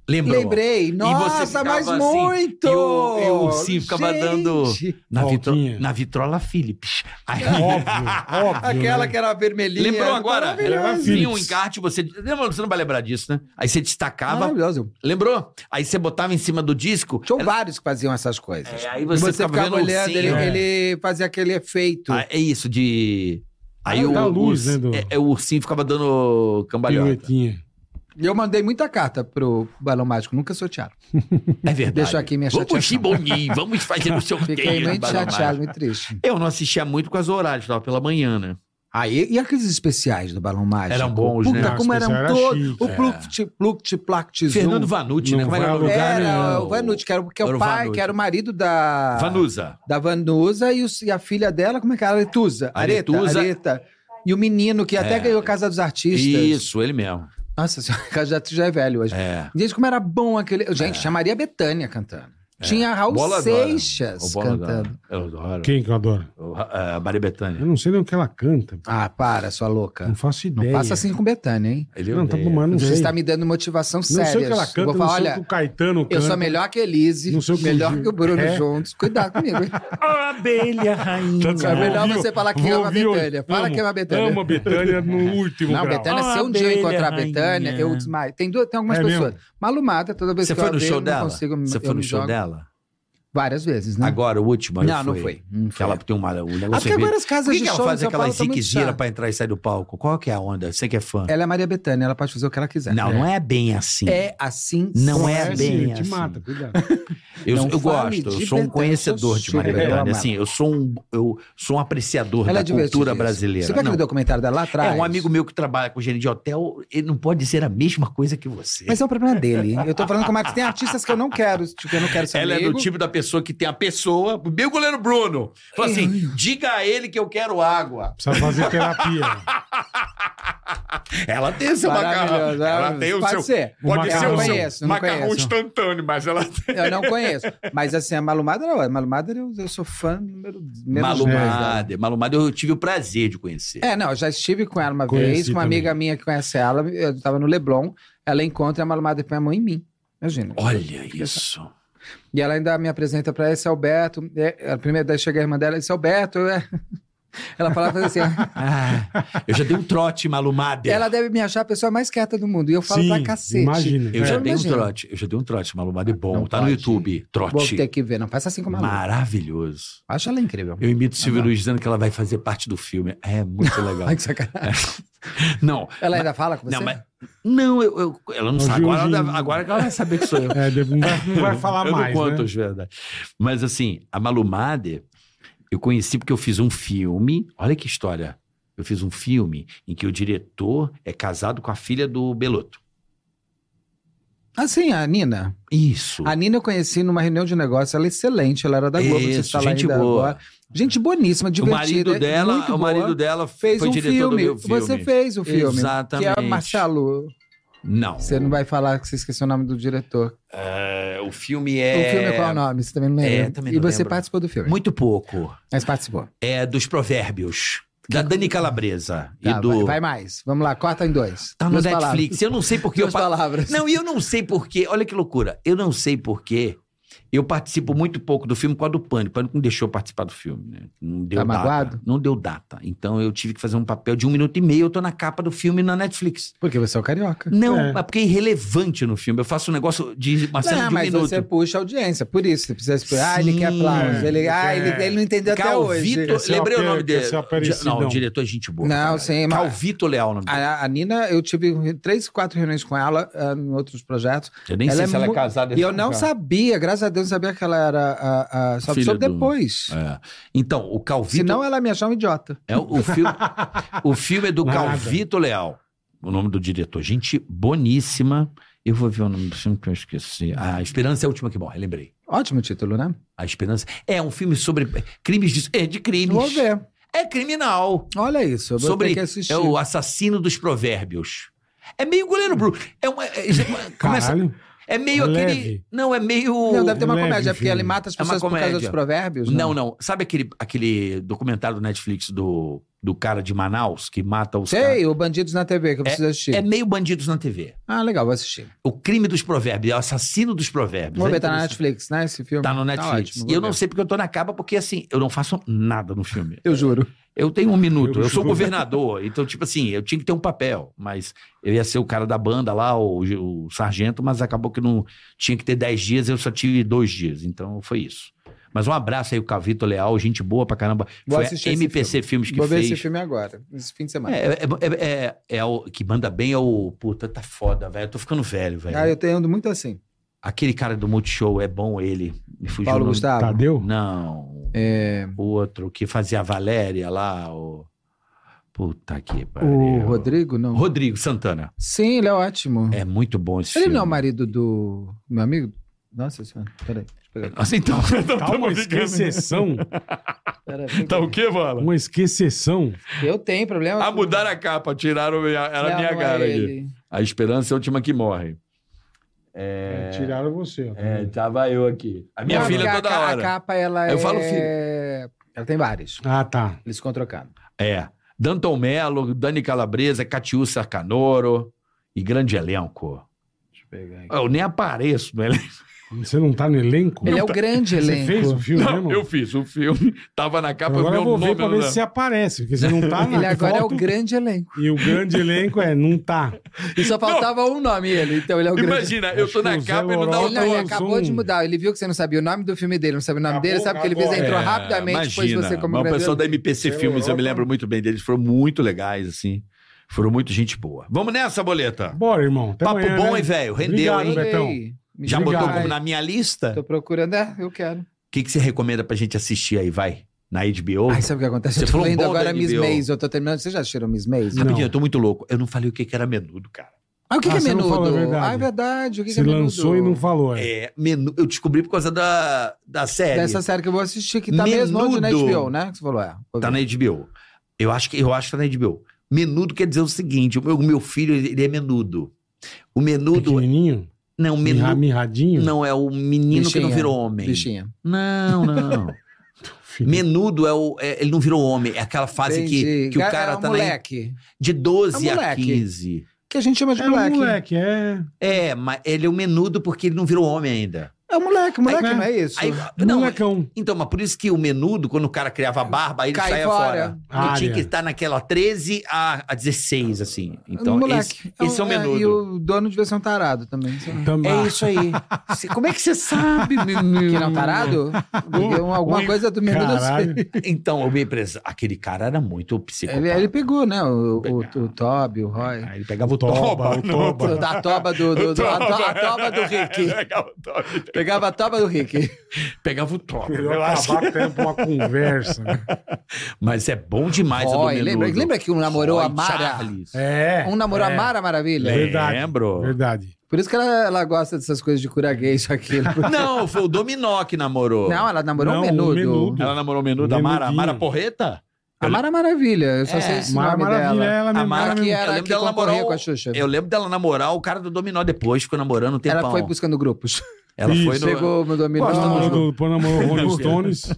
Speaker 4: Lembrou?
Speaker 5: Lembrei.
Speaker 4: um você
Speaker 5: Nossa,
Speaker 4: ficava
Speaker 5: mas
Speaker 4: assim,
Speaker 5: muito!
Speaker 4: e o- e o ursinho ficava dando- Na, vitro,
Speaker 3: Voltinha.
Speaker 4: na vitrola Philips.
Speaker 5: É
Speaker 4: Aí,
Speaker 3: Óbvio, óbvio.
Speaker 5: Aquela
Speaker 3: né?
Speaker 5: que é era vermelhinha.
Speaker 4: lembrou agora?
Speaker 3: Era
Speaker 4: é Vinha um
Speaker 3: Philips.
Speaker 4: encarte, você. Lembra, você não vai lembrar disso, né? Aí você destacava,
Speaker 5: Maravilhoso.
Speaker 4: lembrou? Aí você botava em cima do disco.
Speaker 5: Tinham
Speaker 4: ela-
Speaker 5: vários que faziam essas coisas.
Speaker 4: É, aí
Speaker 5: E
Speaker 4: você, ficava, vendo o
Speaker 5: olhando,
Speaker 4: ursinho.
Speaker 5: ele,
Speaker 3: É.
Speaker 5: ele fazia aquele efeito.
Speaker 4: Ah, é isso, de. Aí
Speaker 3: Ah,
Speaker 4: o,
Speaker 3: da luz,
Speaker 4: o,
Speaker 3: né, do-
Speaker 4: é, é, o ursinho ficava dando cambalhota.
Speaker 3: Piruetinha.
Speaker 5: E eu mandei muita carta pro Balão Mágico, nunca sortearam.
Speaker 4: É verdade.
Speaker 5: Deixa aqui minha
Speaker 4: Vamos,
Speaker 5: chateação.
Speaker 4: Chibonim, vamos fazer o sorteio.
Speaker 5: Fiquei
Speaker 4: do
Speaker 5: muito
Speaker 4: Balão
Speaker 5: chateado,
Speaker 4: Mágico.
Speaker 5: muito triste.
Speaker 4: Eu não assistia muito com as horários, tava pela manhã, né?
Speaker 5: Aí, e aqueles especiais do Balão Mágico?
Speaker 4: Eram bons,
Speaker 5: Puta,
Speaker 4: né?
Speaker 5: como
Speaker 3: Os
Speaker 5: eram
Speaker 3: especiais eram
Speaker 5: todos.
Speaker 3: chiques,
Speaker 5: o
Speaker 3: é.
Speaker 5: Pluct, Pluct, Plact, Zum.
Speaker 4: Fernando Vanucci, né?
Speaker 3: não
Speaker 4: Como era
Speaker 3: vai
Speaker 4: o nome?
Speaker 3: lugar
Speaker 5: Era
Speaker 3: nenhum. Ah.
Speaker 5: o Vanucci, que era, que é
Speaker 4: Era
Speaker 5: o
Speaker 4: o
Speaker 5: pai,
Speaker 4: Vanucci.
Speaker 5: que era o marido da...
Speaker 4: Vanusa.
Speaker 5: Da Vanusa e, o- e a filha dela, como é que é? Aretusa. Areta,
Speaker 4: Aretuza.
Speaker 5: Areta. E o menino que até
Speaker 4: É.
Speaker 5: ganhou Casa dos Artistas.
Speaker 4: Isso, ele mesmo.
Speaker 5: Nossa senhora, Casa dos Artistas já é velho hoje.
Speaker 4: É.
Speaker 5: Gente, como era bom aquele. Gente, tinha Maria Bethânia cantando. Tinha Raul
Speaker 4: É. Bola adora.
Speaker 5: Seixas
Speaker 4: O Bola
Speaker 5: cantando.
Speaker 4: adora. Eu adoro.
Speaker 3: Quem que eu adoro?
Speaker 4: O, ah, Maria
Speaker 3: Eu
Speaker 4: Bethânia.
Speaker 3: não sei nem o que ela canta.
Speaker 5: Ah, para, sua louca.
Speaker 3: Não faço
Speaker 5: Não
Speaker 4: Um
Speaker 3: ideia.
Speaker 5: faça assim com Betânia, hein?
Speaker 4: Ele
Speaker 3: Não, tá
Speaker 4: odeia.
Speaker 3: bom, mas não
Speaker 5: Você
Speaker 3: sei.
Speaker 5: está me dando motivação
Speaker 3: Não
Speaker 5: séria.
Speaker 3: sei o que ela
Speaker 5: Eu
Speaker 3: canta,
Speaker 5: Vou
Speaker 3: não
Speaker 5: falar,
Speaker 3: sei o
Speaker 5: olha,
Speaker 3: que o Caetano canta.
Speaker 5: eu sou melhor que a Elise,
Speaker 3: Não sei o que o
Speaker 5: melhor
Speaker 3: Gil-
Speaker 5: que o Bruno
Speaker 3: É.
Speaker 5: juntos. Cuidado comigo, hein?
Speaker 6: A abelha rainha.
Speaker 3: Tanto que
Speaker 5: É
Speaker 3: eu vou
Speaker 5: melhor
Speaker 3: ouvir-
Speaker 5: você falar que
Speaker 3: vou
Speaker 5: ama a
Speaker 3: ouvir hoje.
Speaker 5: Bethânia. Fala que ama a Bethânia.
Speaker 3: Amo a Betânia no último
Speaker 5: Não,
Speaker 3: grau.
Speaker 5: Betânia, se um
Speaker 6: Ah,
Speaker 5: dia eu encontrar a
Speaker 6: abelha,
Speaker 5: Betânia, eu
Speaker 6: rainha.
Speaker 5: desmaio. Tem, duas, tem algumas
Speaker 3: É
Speaker 5: pessoas. Malumada, toda vez
Speaker 4: Você
Speaker 5: que eu
Speaker 4: foi no
Speaker 5: a vejo,
Speaker 4: show
Speaker 5: eu não
Speaker 4: dela?
Speaker 5: consigo me-
Speaker 4: Você
Speaker 5: eu
Speaker 4: foi
Speaker 5: me
Speaker 4: no show
Speaker 5: jogo.
Speaker 4: dela?
Speaker 5: Várias vezes, né?
Speaker 4: Agora, o último aí
Speaker 5: não, não foi. Não
Speaker 4: Que
Speaker 5: foi.
Speaker 4: ela tem uma, um
Speaker 5: Ah,
Speaker 4: negócio...
Speaker 5: porque agora as
Speaker 4: Por
Speaker 5: casas
Speaker 4: que,
Speaker 5: de
Speaker 4: que ela
Speaker 5: show
Speaker 4: faz
Speaker 5: em São
Speaker 4: aquela
Speaker 5: Paulo tão muito
Speaker 4: ziquezira
Speaker 5: chatas.
Speaker 4: pra entrar e sair do palco? Qual que é a onda? Você que é fã.
Speaker 5: Ela é Maria Bethânia, ela pode fazer o que ela quiser.
Speaker 4: Não, não é bem assim.
Speaker 5: É assim.
Speaker 4: Não é
Speaker 5: sim.
Speaker 4: bem
Speaker 3: te
Speaker 4: assim.
Speaker 3: mata, cuidado.
Speaker 4: eu
Speaker 5: não
Speaker 4: eu
Speaker 5: fale
Speaker 4: gosto,
Speaker 5: de
Speaker 4: eu sou um
Speaker 5: Betânia,
Speaker 4: conhecedor de
Speaker 5: sou
Speaker 4: Maria
Speaker 5: super
Speaker 4: Bethânia.
Speaker 5: amada.
Speaker 4: Assim, eu sou um, eu sou um apreciador
Speaker 5: Ela é
Speaker 4: da cultura
Speaker 5: divertidíssima.
Speaker 4: brasileira.
Speaker 5: Você viu aquele
Speaker 4: Não.
Speaker 5: documentário dela lá
Speaker 4: É,
Speaker 5: atrás?
Speaker 4: um amigo meu que trabalha com gerente de hotel, ele não pode dizer a mesma coisa que você.
Speaker 5: Mas é um problema dele. Eu tô falando como é que tem artistas que eu não quero. Tipo, eu não quero ser
Speaker 4: Ela é
Speaker 5: amigo.
Speaker 4: do tipo da pessoa que tem a pessoa, meu goleiro Bruno. Fala assim: diga a ele que eu quero água.
Speaker 3: Precisa fazer terapia.
Speaker 4: Ela tem esse macarrão.
Speaker 5: Maravilhoso,
Speaker 4: Ela
Speaker 5: maravilhoso.
Speaker 4: tem o
Speaker 5: Pode
Speaker 4: seu.
Speaker 5: ser.
Speaker 4: Pode ser
Speaker 5: Eu não
Speaker 4: o seu
Speaker 5: conheço, não
Speaker 4: macarrão
Speaker 5: conheço.
Speaker 4: instantâneo, mas ela tem.
Speaker 5: Eu não conheço. Mas assim, a Malumada não. A Malumada eu, eu sou fã número menos dez dela.
Speaker 4: Malumada, Malumada, eu tive o prazer de conhecer.
Speaker 5: É, não, eu já estive com ela uma
Speaker 3: Conheci
Speaker 5: vez, com uma
Speaker 3: também.
Speaker 5: amiga minha que conhece ela, eu tava no Leblon, ela encontra a Malumada e põe a mão em mim. Imagina.
Speaker 4: Olha isso.
Speaker 5: E ela ainda me apresenta pra esse Alberto. É, a primeira vez chega a irmã dela, esse Alberto. é. Ela fala faz assim: ó,
Speaker 4: Ah, eu já dei um trote, Malumada.
Speaker 5: ela deve me achar a pessoa mais quieta do mundo. E eu falo
Speaker 3: Sim,
Speaker 5: pra cacete.
Speaker 3: imagina. É,
Speaker 4: Eu já
Speaker 5: Eu
Speaker 4: dei um
Speaker 5: imagino.
Speaker 4: trote. Eu já dei um trote, Malumada é bom.
Speaker 5: Não
Speaker 4: tá no
Speaker 5: pode.
Speaker 4: YouTube.
Speaker 5: Vou
Speaker 4: Trote.
Speaker 5: ter que ver, não faça assim com a Malu.
Speaker 4: Maravilhoso.
Speaker 5: Acho ela incrível.
Speaker 4: Eu imito Silvio
Speaker 5: não.
Speaker 4: Luiz dizendo que ela vai fazer parte do filme. É muito legal.
Speaker 5: Ai, que sacanagem.
Speaker 4: Não,
Speaker 5: Ela ainda fala com você?
Speaker 4: não, mas. Não, eu, eu- ela não
Speaker 3: Hoje,
Speaker 4: sabe. Agora,
Speaker 3: hoje-
Speaker 4: ela deve- agora que ela vai saber que sou eu.
Speaker 3: É, deve- não vai, não vai falar
Speaker 4: eu
Speaker 3: mais,
Speaker 4: Não
Speaker 3: né?
Speaker 4: conto as verdades. Mas assim, a Malumade, eu conheci porque eu fiz um filme. Olha que história. Eu fiz um filme em que o diretor é casado com a filha do Beloto.
Speaker 5: Ah, sim, a Nina.
Speaker 4: Isso.
Speaker 5: A Nina eu conheci numa reunião de negócio, ela é excelente, ela era da Globo, você
Speaker 4: Isso,
Speaker 5: está lá
Speaker 4: gente
Speaker 5: ainda
Speaker 4: boa.
Speaker 5: agora. Gente boníssima,
Speaker 4: o
Speaker 5: divertida.
Speaker 4: marido
Speaker 5: né?
Speaker 4: dela,
Speaker 5: muito
Speaker 4: o marido
Speaker 5: boa.
Speaker 4: dela
Speaker 5: fez
Speaker 4: foi
Speaker 5: um
Speaker 4: diretor
Speaker 5: filme.
Speaker 4: do meu filme.
Speaker 5: Você fez o filme.
Speaker 4: Exatamente.
Speaker 5: Que é Marcelo.
Speaker 4: Não.
Speaker 5: Você não vai falar que você esqueceu o nome do diretor.
Speaker 4: É, o filme é.
Speaker 5: O filme qual é o nome? Você também não lembra?
Speaker 4: É, também
Speaker 5: e
Speaker 4: não
Speaker 5: você
Speaker 4: lembro.
Speaker 5: participou do filme.
Speaker 4: Muito pouco.
Speaker 5: Mas participou. Tá,
Speaker 4: É dos Provérbios. Da Dani Calabresa.
Speaker 5: Tá,
Speaker 4: e do.
Speaker 5: vai, vai mais. Vamos lá, corta em dois.
Speaker 4: Tá no
Speaker 5: Duas
Speaker 4: Netflix.
Speaker 5: palavras.
Speaker 4: Eu não sei porque eu.
Speaker 5: Duas
Speaker 4: pa-
Speaker 5: palavras.
Speaker 4: Não, e eu não sei porquê. Olha que loucura. Eu não sei porquê. Eu participo muito pouco do filme por causa do Pânico. O Pânico não deixou eu participar do filme, né? Não deu
Speaker 5: Tá
Speaker 4: data.
Speaker 5: magoado?
Speaker 4: Não deu data. Então eu tive que fazer um papel de um minuto e meio. Eu tô na capa do filme na Netflix.
Speaker 5: Porque você é o carioca.
Speaker 4: Não,
Speaker 3: É.
Speaker 4: é porque é irrelevante no filme. Eu faço um negócio de uma cena
Speaker 5: não,
Speaker 4: de um
Speaker 5: mas
Speaker 4: minuto.
Speaker 5: você puxa a audiência, por isso. Você precisa explicar. Ah, ele quer
Speaker 4: Sim.
Speaker 5: aplauso. Ele, ah,
Speaker 3: É.
Speaker 5: ele, ele não entendeu até hoje.
Speaker 4: Calvito.
Speaker 3: Esse é o
Speaker 4: Lembrei o
Speaker 3: ape-
Speaker 4: nome dele.
Speaker 3: esse é o
Speaker 4: Di- Não,
Speaker 3: Aparecidão.
Speaker 4: o diretor é gente boa.
Speaker 5: Não,
Speaker 4: caralho.
Speaker 5: sim, mas-
Speaker 4: Calvito Leal, o nome dele.
Speaker 5: A, a Nina, eu tive três, quatro reuniões com ela ah, em outros projetos.
Speaker 4: Eu nem
Speaker 5: ela
Speaker 4: sei
Speaker 5: é
Speaker 4: se ela é
Speaker 5: mu-
Speaker 4: casada.
Speaker 5: E eu não sabia, graças a Deus, não sabia que ela era. A, a, só
Speaker 4: Filha
Speaker 5: soube
Speaker 4: do-
Speaker 5: depois.
Speaker 4: É. Então, o Calvito.
Speaker 5: Senão ela me achava um idiota.
Speaker 4: É, o, filme,
Speaker 3: né?
Speaker 4: o filme é do
Speaker 3: Nada.
Speaker 4: Calvito Leal. O nome do diretor. Gente boníssima. Eu vou ver o nome do filme que eu esqueci. A Esperança é a Última que Morre, lembrei.
Speaker 5: Ótimo título, né?
Speaker 4: A Esperança. É um filme sobre crimes de, é, de crimes.
Speaker 5: Vou ver.
Speaker 4: É criminal.
Speaker 5: Olha isso, eu vou ter
Speaker 4: sobre
Speaker 5: que assistir.
Speaker 4: é o assassino dos provérbios. É meio goleiro Bruno. É uma, é- é- começa,
Speaker 3: Caralho.
Speaker 4: é meio
Speaker 3: Leve.
Speaker 4: aquele. Não, é meio.
Speaker 5: Não, deve ter uma
Speaker 3: Leve,
Speaker 5: comédia, porque
Speaker 3: filho.
Speaker 5: ele mata as
Speaker 4: É uma
Speaker 5: pessoas por causa
Speaker 4: comédia.
Speaker 5: dos provérbios. né?
Speaker 4: Não, não. Sabe aquele, aquele documentário do Netflix do, do cara de Manaus que mata os caras?
Speaker 5: Sei, o Bandidos na TV, que eu preciso assistir.
Speaker 4: É meio bandidos na TV.
Speaker 5: Ah, legal, vou assistir.
Speaker 4: O crime dos provérbios, é o assassino dos provérbios.
Speaker 5: Vou
Speaker 4: É
Speaker 5: ver, tá na
Speaker 4: interessante.
Speaker 5: Netflix, né? Esse filme.
Speaker 4: Tá no Netflix.
Speaker 5: ótimo,
Speaker 4: e eu
Speaker 5: vou
Speaker 4: não
Speaker 5: ver.
Speaker 4: sei porque eu tô na capa, porque assim, eu não faço nada no filme.
Speaker 5: Eu juro.
Speaker 4: Eu tenho um minuto,
Speaker 3: Eu
Speaker 4: eu sou
Speaker 3: juro.
Speaker 4: governador, então, tipo assim, eu tinha que ter um papel, mas eu ia ser o cara da banda lá, o, o sargento, mas acabou que não tinha que ter 10 dias, eu só tive dois dias, então foi isso. Mas um abraço aí, o Cavito Leal, gente boa pra caramba.
Speaker 5: Vou
Speaker 4: foi
Speaker 5: assistir
Speaker 4: a
Speaker 5: esse
Speaker 4: MPC Filmes que
Speaker 5: Vou ver
Speaker 4: fez.
Speaker 5: esse filme agora, esse fim de semana.
Speaker 4: É, é, é- é- é o que manda bem é o. Puta, tá foda, velho. Eu tô ficando velho, velho.
Speaker 5: Ah, eu tenho ando muito assim.
Speaker 4: Aquele cara do Multishow é bom ele. Me fugiu
Speaker 5: Paulo
Speaker 4: o nome.
Speaker 5: Gustavo.
Speaker 3: Tadeu?
Speaker 4: Não.
Speaker 5: É,
Speaker 4: O outro que fazia a Valéria lá, o. Puta que pariu.
Speaker 5: o Rodrigo, não.
Speaker 4: Rodrigo Santana.
Speaker 5: Sim, ele é ótimo.
Speaker 4: É muito bom esse
Speaker 5: Ele
Speaker 4: filme.
Speaker 5: não é o marido do meu amigo? Nossa senhora, peraí. deixa eu pegar aqui.
Speaker 4: Nossa, então. assim.
Speaker 3: Tá uma esqueceção.
Speaker 5: Peraí, peraí.
Speaker 4: Então,
Speaker 1: Tá o quê, Vala?
Speaker 3: Uma esqueceção.
Speaker 5: Eu tenho problema.
Speaker 4: Ah,
Speaker 5: com-
Speaker 4: mudaram a capa, tiraram minha, era
Speaker 5: Não,
Speaker 4: a minha
Speaker 5: não é
Speaker 4: cara aqui.
Speaker 5: ele.
Speaker 4: A esperança é a última que morre.
Speaker 3: É, tiraram você. ó.
Speaker 4: É, tava eu aqui. A minha
Speaker 5: Não,
Speaker 4: filha é
Speaker 5: porque a
Speaker 4: toda
Speaker 5: ca-
Speaker 4: hora.
Speaker 5: A capa, ela
Speaker 4: Eu falo,
Speaker 5: é... Ela tem vários.
Speaker 3: Ah, tá.
Speaker 5: Eles ficam trocando.
Speaker 4: É. Danton Mello, Dani Calabresa, Catiúcia Canoro e grande elenco.
Speaker 5: Deixa eu pegar aqui.
Speaker 4: Ah, Eu nem apareço né? no elenco.
Speaker 3: Você não tá no elenco?
Speaker 5: Ele é
Speaker 3: Não,
Speaker 5: o
Speaker 3: tá-
Speaker 5: grande
Speaker 3: Você
Speaker 5: elenco.
Speaker 3: fez o filme, né,
Speaker 1: Não,
Speaker 3: irmão?
Speaker 1: eu fiz o filme, tava na capa,
Speaker 3: Agora eu
Speaker 1: meu
Speaker 3: vou
Speaker 1: nome
Speaker 3: ver pra ver
Speaker 1: né?
Speaker 3: se aparece, porque você não tá na
Speaker 5: Ele agora é o
Speaker 3: foto,
Speaker 5: grande elenco.
Speaker 3: E o grande elenco é, não tá.
Speaker 5: E só faltava um nome ele, então ele é o grande.
Speaker 1: Imagina, eu
Speaker 3: Acho
Speaker 1: tô
Speaker 3: que o
Speaker 1: na
Speaker 3: Zé
Speaker 1: capa e não dá
Speaker 3: Loró-
Speaker 1: o
Speaker 5: Ele, não, ele
Speaker 3: Faltou
Speaker 5: acabou
Speaker 3: um.
Speaker 5: de mudar. Ele viu que você não sabia o nome do filme dele, não sabia o nome
Speaker 3: Acabou,
Speaker 5: dele, sabe o que ele fez?
Speaker 3: acabou.
Speaker 5: Ele tá entrou
Speaker 3: É,
Speaker 5: rapidamente, depois você como
Speaker 4: mas o
Speaker 5: grande
Speaker 4: pessoal da
Speaker 5: elenco.
Speaker 4: MPC
Speaker 1: é
Speaker 3: Pela
Speaker 4: Filmes, eu me
Speaker 3: Europa.
Speaker 4: lembro muito bem deles, foram muito legais, assim. Foram muito gente boa. Vamos nessa, boleta.
Speaker 3: Bora, irmão. Até
Speaker 4: Papo
Speaker 3: amanhã,
Speaker 4: bom,
Speaker 3: né?
Speaker 4: hein, velho? Rendeu,
Speaker 3: Obrigado,
Speaker 4: hein?
Speaker 3: Beto. Betão.
Speaker 5: Ei, me
Speaker 4: Já
Speaker 5: diga
Speaker 3: Obrigado.
Speaker 4: botou
Speaker 5: mais.
Speaker 4: como na minha lista?
Speaker 5: Tô procurando, é, eu quero.
Speaker 4: O que, que você recomenda pra gente assistir aí, vai? Na HBO?
Speaker 5: Ai, sabe o que acontece?
Speaker 4: Você
Speaker 5: eu tô
Speaker 4: falou um
Speaker 5: vendo
Speaker 4: bom
Speaker 5: agora
Speaker 4: da
Speaker 5: Miss
Speaker 4: HBO.
Speaker 5: Maisel, eu tô terminando. Vocês já assistiram Miss Maisel?
Speaker 3: Não.
Speaker 4: Rapidinho, eu tô muito louco. Eu não falei o que, que era menudo, cara.
Speaker 5: Ah, o que,
Speaker 3: Ah,
Speaker 5: que é
Speaker 3: você não falou a
Speaker 5: menudo?
Speaker 3: verdade.
Speaker 5: Ah, é verdade, o que, que
Speaker 3: Você
Speaker 5: é menudo?
Speaker 3: lançou e não falou, é.
Speaker 4: É, menu... Eu descobri por causa da, da série.
Speaker 5: Dessa série que eu vou assistir, que tá mesmo hoje na
Speaker 4: Menudo.
Speaker 5: HBO, né? Que você falou, é. vou
Speaker 4: Tá
Speaker 5: ver.
Speaker 4: na HBO. Eu acho que, eu acho que tá na HBO. Menudo quer dizer o seguinte: o meu, o meu filho, ele ele é menudo. O menudo.
Speaker 3: Pequenininho?
Speaker 4: Não,
Speaker 3: Mirra,
Speaker 4: menudo.
Speaker 3: mirradinho?
Speaker 4: é Não, é o menino que
Speaker 5: Bichinha.
Speaker 4: não virou homem.
Speaker 5: Bichinha.
Speaker 4: Não, não.
Speaker 3: Filho.
Speaker 4: menudo é o. é- ele não virou homem. É aquela fase que,
Speaker 5: Entendi.
Speaker 4: que o
Speaker 5: Ga-
Speaker 4: cara
Speaker 5: é
Speaker 4: tá
Speaker 5: um
Speaker 4: na-
Speaker 5: moleque.
Speaker 4: De 12
Speaker 5: É um
Speaker 4: a
Speaker 5: moleque.
Speaker 4: 15.
Speaker 5: Que a gente chama de
Speaker 3: É um
Speaker 5: moleque.
Speaker 3: moleque, é.
Speaker 4: É, mas ele é um menudo porque ele não virou homem ainda.
Speaker 5: É um moleque, moleque,
Speaker 3: Aí,
Speaker 5: não é isso?
Speaker 4: Aí,
Speaker 3: Não,
Speaker 4: não,
Speaker 3: Molecão.
Speaker 4: então, mas por isso que o menudo, quando o cara criava a barba, ele
Speaker 5: Cai
Speaker 4: saia
Speaker 5: fora.
Speaker 4: fora.
Speaker 3: Área.
Speaker 4: Ele tinha que estar naquela 13 a, a 16, assim.
Speaker 5: Um
Speaker 4: Então,
Speaker 5: moleque. um-
Speaker 4: esse, esse é o menudo.
Speaker 5: e o dono devia ser um tarado também. sei lá.
Speaker 3: Também.
Speaker 4: É isso aí. Cê- como é que você sabe, menino?
Speaker 5: Que não, tarado? Porque um- alguma
Speaker 3: Ui,
Speaker 5: coisa do menudo eu sei.
Speaker 3: Caralho.
Speaker 4: Então, o meu empresa, aquele cara era muito psicopata.
Speaker 5: Ele, ele pegou, né? O, o, o Toby, o Roy.
Speaker 4: Ah, ele pegava o
Speaker 3: Toba,
Speaker 4: toba.
Speaker 3: o Toba.
Speaker 5: Da toba do, do, do- a, to- a toba do Rick.
Speaker 1: Pegava o toque.
Speaker 5: Pegava a toba do Rick.
Speaker 4: Pegava o toba.
Speaker 3: Melhor
Speaker 4: Eu acho
Speaker 3: acabar
Speaker 4: que-
Speaker 3: até com uma conversa. né?
Speaker 4: Mas é bom demais a do
Speaker 5: Roy,
Speaker 4: menudo.
Speaker 5: lembra, lembra que um namorou
Speaker 4: Roy
Speaker 5: a Mara?
Speaker 4: Charles.
Speaker 3: É.
Speaker 5: Um namorou
Speaker 3: é.
Speaker 5: a Mara Maravilha?
Speaker 3: Verdade.
Speaker 4: Lembro.
Speaker 3: Verdade.
Speaker 5: Por isso que ela, ela gosta dessas coisas de cura gay, isso aquilo.
Speaker 4: Não, foi o Dominó que namorou.
Speaker 5: Não, ela namorou
Speaker 3: Não,
Speaker 5: um
Speaker 3: um
Speaker 5: menudo.
Speaker 3: menudo.
Speaker 4: Ela namorou o menudo da Mara.
Speaker 3: Menudinho.
Speaker 4: Mara Porreta?
Speaker 5: A Mara Maravilha, eu só
Speaker 4: É,
Speaker 5: sei esse
Speaker 3: Mara
Speaker 5: nome
Speaker 3: Maravilha,
Speaker 5: dela.
Speaker 3: ela mesmo.
Speaker 4: Mara
Speaker 3: ela
Speaker 5: Ela que
Speaker 3: mesmo.
Speaker 4: Eu
Speaker 5: era
Speaker 4: lembro
Speaker 5: que
Speaker 4: dela
Speaker 5: concorria
Speaker 4: namorar o-
Speaker 5: com a Xuxa.
Speaker 4: Eu lembro dela namorar o cara do Dominó depois, ficou namorando um tempão.
Speaker 5: Ela foi buscando grupos.
Speaker 4: Ela foi
Speaker 3: Isso.
Speaker 4: no...
Speaker 5: Pegou o meu dominó.
Speaker 3: Depois namorou do- depois namorou o Rolling Stones.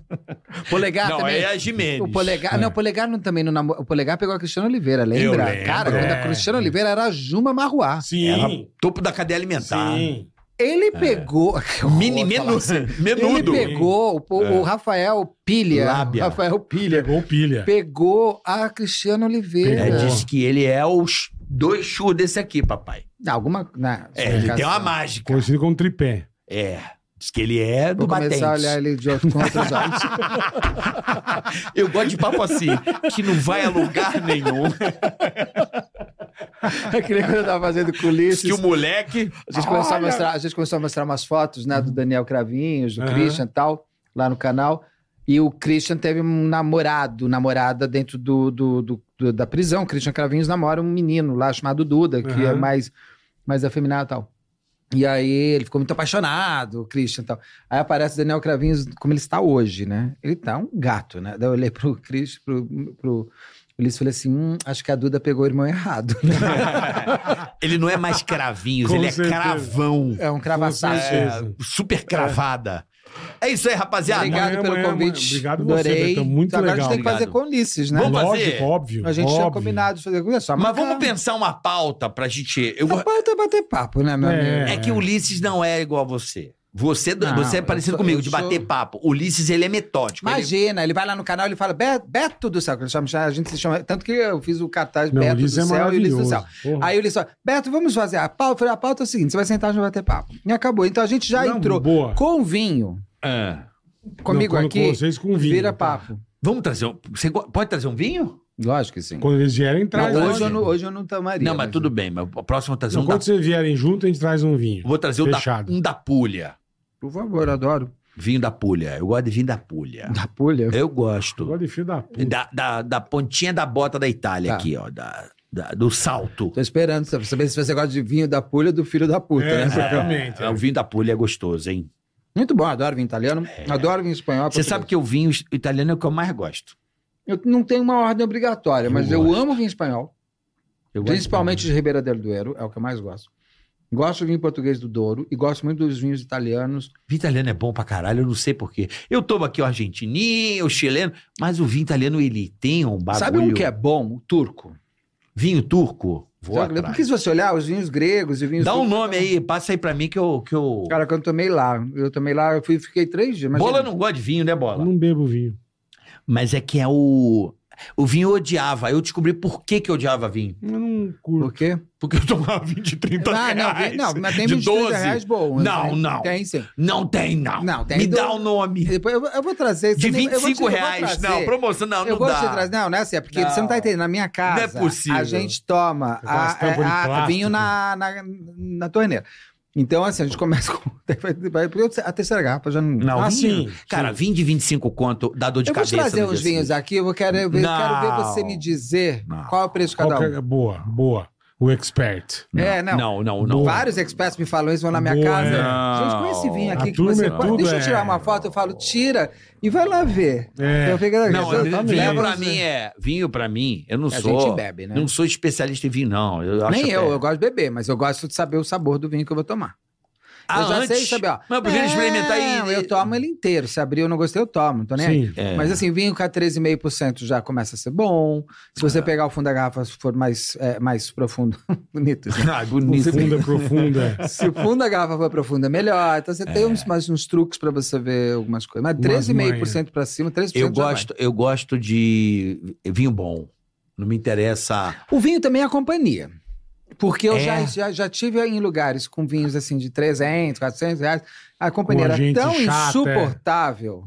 Speaker 5: Polegar
Speaker 4: Não,
Speaker 5: também.
Speaker 4: é a Jimenez.
Speaker 5: O
Speaker 4: né?
Speaker 5: Polegar, não, o Polegar não, também não namorou. O Polegar pegou a Cristiana Oliveira, lembra?
Speaker 4: Eu lembro.
Speaker 5: Cara, quando a
Speaker 3: É.
Speaker 5: Cristiana Oliveira era a Juma Marruá.
Speaker 3: Sim.
Speaker 4: Era topo da cadeia alimentar.
Speaker 3: Sim.
Speaker 5: Ele pegou.
Speaker 4: Mini
Speaker 5: Eu vou falar
Speaker 4: menu,
Speaker 5: assim.
Speaker 4: É. menudo. É.
Speaker 5: Ele pegou o, o Rafael Pilha.
Speaker 4: Lábia.
Speaker 5: Rafael Pilha.
Speaker 3: Pegou pilha.
Speaker 5: Pegou a Cristiana Oliveira.
Speaker 4: É,
Speaker 3: Pegou.
Speaker 4: diz que ele é os dois churros desse aqui, papai.
Speaker 5: Alguma. né,
Speaker 4: É, ele tem uma
Speaker 5: explicação.
Speaker 4: mágica.
Speaker 3: Conhecido como tripé.
Speaker 4: É. Diz que ele é do
Speaker 5: Vou
Speaker 4: batente.
Speaker 5: começar a olhar ele de outro, com outros olhos.
Speaker 4: Eu gosto de papo assim, que não vai a lugar nenhum.
Speaker 5: Aquele quando eu tava fazendo
Speaker 4: Diz
Speaker 5: culices.
Speaker 4: que o moleque.
Speaker 5: A gente, começou a, mostrar, a gente começou a mostrar umas fotos, né? Do Daniel Cravinhos, do
Speaker 3: Uhum. Aham.
Speaker 5: Christian e tal, lá no canal. E o Christian teve um namorado, namorada dentro do, do- do- do- da prisão. O Christian Cravinhos namora um menino lá chamado Duda, que é
Speaker 3: Aham.
Speaker 5: mais, mais afeminado e tal. E aí ele ficou muito apaixonado, o Christian e tal. Aí aparece o Daniel Cravinhos como ele está hoje, né? Ele tá um gato, né? Daí eu olhei pro Christian, pro, pro Ulisses e falei assim: hum, acho que a Duda pegou o irmão errado. né?
Speaker 4: Ele não é mais cravinhos,
Speaker 3: Com
Speaker 4: ele é
Speaker 3: certeza.
Speaker 4: cravão.
Speaker 5: é um
Speaker 3: Com
Speaker 5: cravaçado.
Speaker 3: certeza.
Speaker 4: Super cravada. É isso aí, rapaziada.
Speaker 5: Obrigado
Speaker 3: Amanhã,
Speaker 5: pelo
Speaker 3: amanhã,
Speaker 5: convite.
Speaker 3: obrigado você,
Speaker 5: Adorei.
Speaker 3: Betão, muito
Speaker 5: Agora a
Speaker 3: legal.
Speaker 5: gente tem que fazer com
Speaker 4: Obrigado.
Speaker 5: o Ulisses, né?
Speaker 4: Vamos
Speaker 3: Lógico,
Speaker 4: fazer.
Speaker 3: óbvio.
Speaker 5: a gente
Speaker 3: óbvio.
Speaker 5: tinha combinado de fazer com isso.
Speaker 4: Mas vamos pensar uma pauta pra gente. Eu... go-
Speaker 5: Rapaz, tá bater papo, né, meu
Speaker 3: É.
Speaker 5: amigo?
Speaker 4: É que Ulisses não é igual a você. Você,
Speaker 5: Não,
Speaker 4: você é
Speaker 5: eu
Speaker 4: parecido
Speaker 5: sou-
Speaker 4: comigo,
Speaker 5: eu
Speaker 4: de
Speaker 5: sou-
Speaker 4: bater papo. Ulisses, ele é metódico. ele-
Speaker 5: Imagina, ele vai lá no canal e ele fala "Be- Beto do Céu, que ele chama- a gente se chama. Tanto que eu fiz o cartaz
Speaker 3: Não,
Speaker 5: Beto do
Speaker 3: Ulisses é
Speaker 5: Céu e Ulisses do
Speaker 3: maravilhoso.
Speaker 5: Céu.
Speaker 3: Porra.
Speaker 5: Aí o Ulisses fala: Beto, vamos fazer a pauta. Eu falei, a pauta é o seguinte: você vai sentar e a gente vai bater papo. E acabou. Então a gente já
Speaker 3: Não,
Speaker 5: entrou
Speaker 3: Boa.
Speaker 5: com vinho,
Speaker 4: Ah.
Speaker 5: comigo
Speaker 3: Não, quando-
Speaker 5: aqui,
Speaker 3: Com vocês com vinho.
Speaker 5: vira
Speaker 3: tá?
Speaker 5: papo.
Speaker 4: Vamos trazer um. Você go- pode trazer um vinho?
Speaker 5: Lógico que sim.
Speaker 3: Quando eles vierem, traz.
Speaker 5: Não,
Speaker 3: né?
Speaker 5: hoje, eu não, hoje eu não tomaria.
Speaker 4: não, mas tudo bem. Mas o próximo eu vou trazer
Speaker 3: Então,
Speaker 4: um da...
Speaker 3: quando vocês vierem junto, a gente traz um vinho.
Speaker 4: Vou trazer o da-
Speaker 3: Fechado.
Speaker 4: um da pulha.
Speaker 5: Por favor, eu adoro.
Speaker 4: Vinho da pulha. Eu gosto de vinho da pulha.
Speaker 5: Da pulha.
Speaker 4: Eu gosto.
Speaker 3: Agora de filho da puta.
Speaker 4: Da, da, da pontinha da bota da Itália
Speaker 5: Tá.
Speaker 4: aqui, ó. Da, da- do salto.
Speaker 5: Tô esperando pra saber se você gosta de vinho da pulha do filho da puta,
Speaker 3: É,
Speaker 5: né?
Speaker 3: exatamente.
Speaker 4: É, O vinho da pulha é gostoso, hein?
Speaker 5: Muito bom, adoro vinho italiano, adoro vinho espanhol.
Speaker 4: É. Você sabe que o vinho italiano é o que eu mais gosto.
Speaker 5: Eu não tenho uma ordem obrigatória, mas eu amo vinho espanhol,
Speaker 4: Eu gosto
Speaker 5: principalmente de Ribeira del Duero, é o que eu mais gosto. Gosto do vinho português do Douro e gosto muito dos vinhos italianos.
Speaker 4: Vinho italiano é bom pra caralho, eu não sei porquê. Eu tomo aqui o
Speaker 5: é?
Speaker 4: argentininho, o chileno, mas o vinho italiano, ele tem um bagulho...
Speaker 5: Sabe um que é bom? O turco.
Speaker 4: Vinho turco? Vou
Speaker 5: Joga-
Speaker 4: atrás.
Speaker 5: Porque se você olhar, os vinhos gregos e vinhos...
Speaker 4: Dá um nome aí, passa aí pra mim que eu. Que eu...
Speaker 5: Cara, é que eu tomei lá. Eu tomei lá, eu fui, fiquei três dias. imagina.
Speaker 4: bola não gosta de vinho, né, Bola?
Speaker 3: Não bebo vinho.
Speaker 4: Mas é que é o. O vinho eu odiava. Eu descobri por que, que eu odiava vinho.
Speaker 3: Eu não curto.
Speaker 5: Por quê?
Speaker 4: Porque eu tomava vinho de 30
Speaker 5: Ah, não,
Speaker 4: reais.
Speaker 5: vi- não, mas tem
Speaker 4: de
Speaker 5: 23
Speaker 4: 12.
Speaker 5: reais bom.
Speaker 4: Não,
Speaker 5: Tem-
Speaker 4: não.
Speaker 5: Tem sim.
Speaker 4: Não tem, não.
Speaker 5: Não, tem
Speaker 4: Me
Speaker 5: do-
Speaker 4: dá o nome.
Speaker 5: Depois eu, vou- eu vou trazer...
Speaker 4: De
Speaker 5: eu vou te-
Speaker 4: 25
Speaker 5: eu vou
Speaker 4: reais.
Speaker 5: trazer.
Speaker 4: Não, promoção, não,
Speaker 5: eu
Speaker 4: não
Speaker 5: vou
Speaker 4: dá.
Speaker 5: te trazer. Não, não é assim, é porque
Speaker 4: Não.
Speaker 5: você não tá entendendo. Na minha casa,
Speaker 4: Não é possível.
Speaker 5: a gente toma a- é,
Speaker 3: Aquelas tampas de
Speaker 5: a- a-
Speaker 3: plástico.
Speaker 5: vinho na, na, na torneira. Então, assim, a gente começa com. vai- vai- porque A terceira garrafa já não.
Speaker 4: Não,
Speaker 3: Ah,
Speaker 4: vinho.
Speaker 3: sim,
Speaker 4: Cara, vinho de 25 conto dá dor de
Speaker 5: eu vou te
Speaker 4: cabeça. né,
Speaker 5: trazer
Speaker 4: no
Speaker 5: uns
Speaker 4: dia
Speaker 5: vinhos ah,
Speaker 4: seguinte.
Speaker 5: aqui, eu quero, eu quero ver
Speaker 4: Não.
Speaker 5: você me dizer
Speaker 4: Não.
Speaker 5: qual é o preço de
Speaker 3: Qual
Speaker 5: cada
Speaker 3: que
Speaker 5: um.
Speaker 3: é- Boa, boa. O expert.
Speaker 5: É, não.
Speaker 4: Não, não, não.
Speaker 5: Vários experts me falam isso, vão na minha
Speaker 3: Boa,
Speaker 5: casa.
Speaker 4: é.
Speaker 5: Gente, com esse vinho
Speaker 3: A
Speaker 5: aqui que
Speaker 3: turma
Speaker 5: você
Speaker 3: é
Speaker 5: pode.
Speaker 3: tudo,
Speaker 5: Deixa eu
Speaker 3: é.
Speaker 5: tirar uma foto, eu falo, tira e vai lá ver. Então,
Speaker 3: É.
Speaker 5: Eu fico
Speaker 4: Não,
Speaker 3: Exatamente.
Speaker 4: vinho
Speaker 5: leva
Speaker 4: pra mim é. Vinho pra mim, eu não
Speaker 5: A
Speaker 4: sou.
Speaker 5: gente bebe, né?
Speaker 4: Não sou especialista em vinho, não. Eu acho é.
Speaker 5: Nem eu,
Speaker 4: até-
Speaker 5: eu gosto de beber, mas eu gosto de saber o sabor do vinho que eu vou tomar.
Speaker 4: Ah,
Speaker 5: eu já
Speaker 4: antes?
Speaker 5: sei saber, ó. É,
Speaker 4: Mas eu prefiro experimentar e.
Speaker 5: Eu tomo ele inteiro. Se abrir eu não gostei, eu tomo, não tô nem aí.
Speaker 3: Sim.
Speaker 4: É.
Speaker 5: Mas assim, vinho com a 13,5% já começa a ser bom. Se
Speaker 4: É.
Speaker 5: você pegar o fundo da garrafa, se for mais, é, mais profundo, bonito. né?
Speaker 4: Ah, bonito.
Speaker 3: Profunda, profunda.
Speaker 5: Se o fundo da garrafa for profundo, é melhor. Então você tem uns, mais uns truques pra você ver algumas coisas. Mas
Speaker 3: Umas
Speaker 5: 13,5% pra cima, 13%
Speaker 4: Eu
Speaker 5: já
Speaker 4: gosto, eu gosto de vinho bom. Não me interessa.
Speaker 5: vai. O vinho também é a companhia. Porque eu
Speaker 4: É.
Speaker 5: já, já, já tive em lugares com vinhos assim de 300, 400 reais. A companhia
Speaker 3: Com
Speaker 5: era
Speaker 3: gente
Speaker 5: tão
Speaker 3: chata, é.
Speaker 5: insuportável.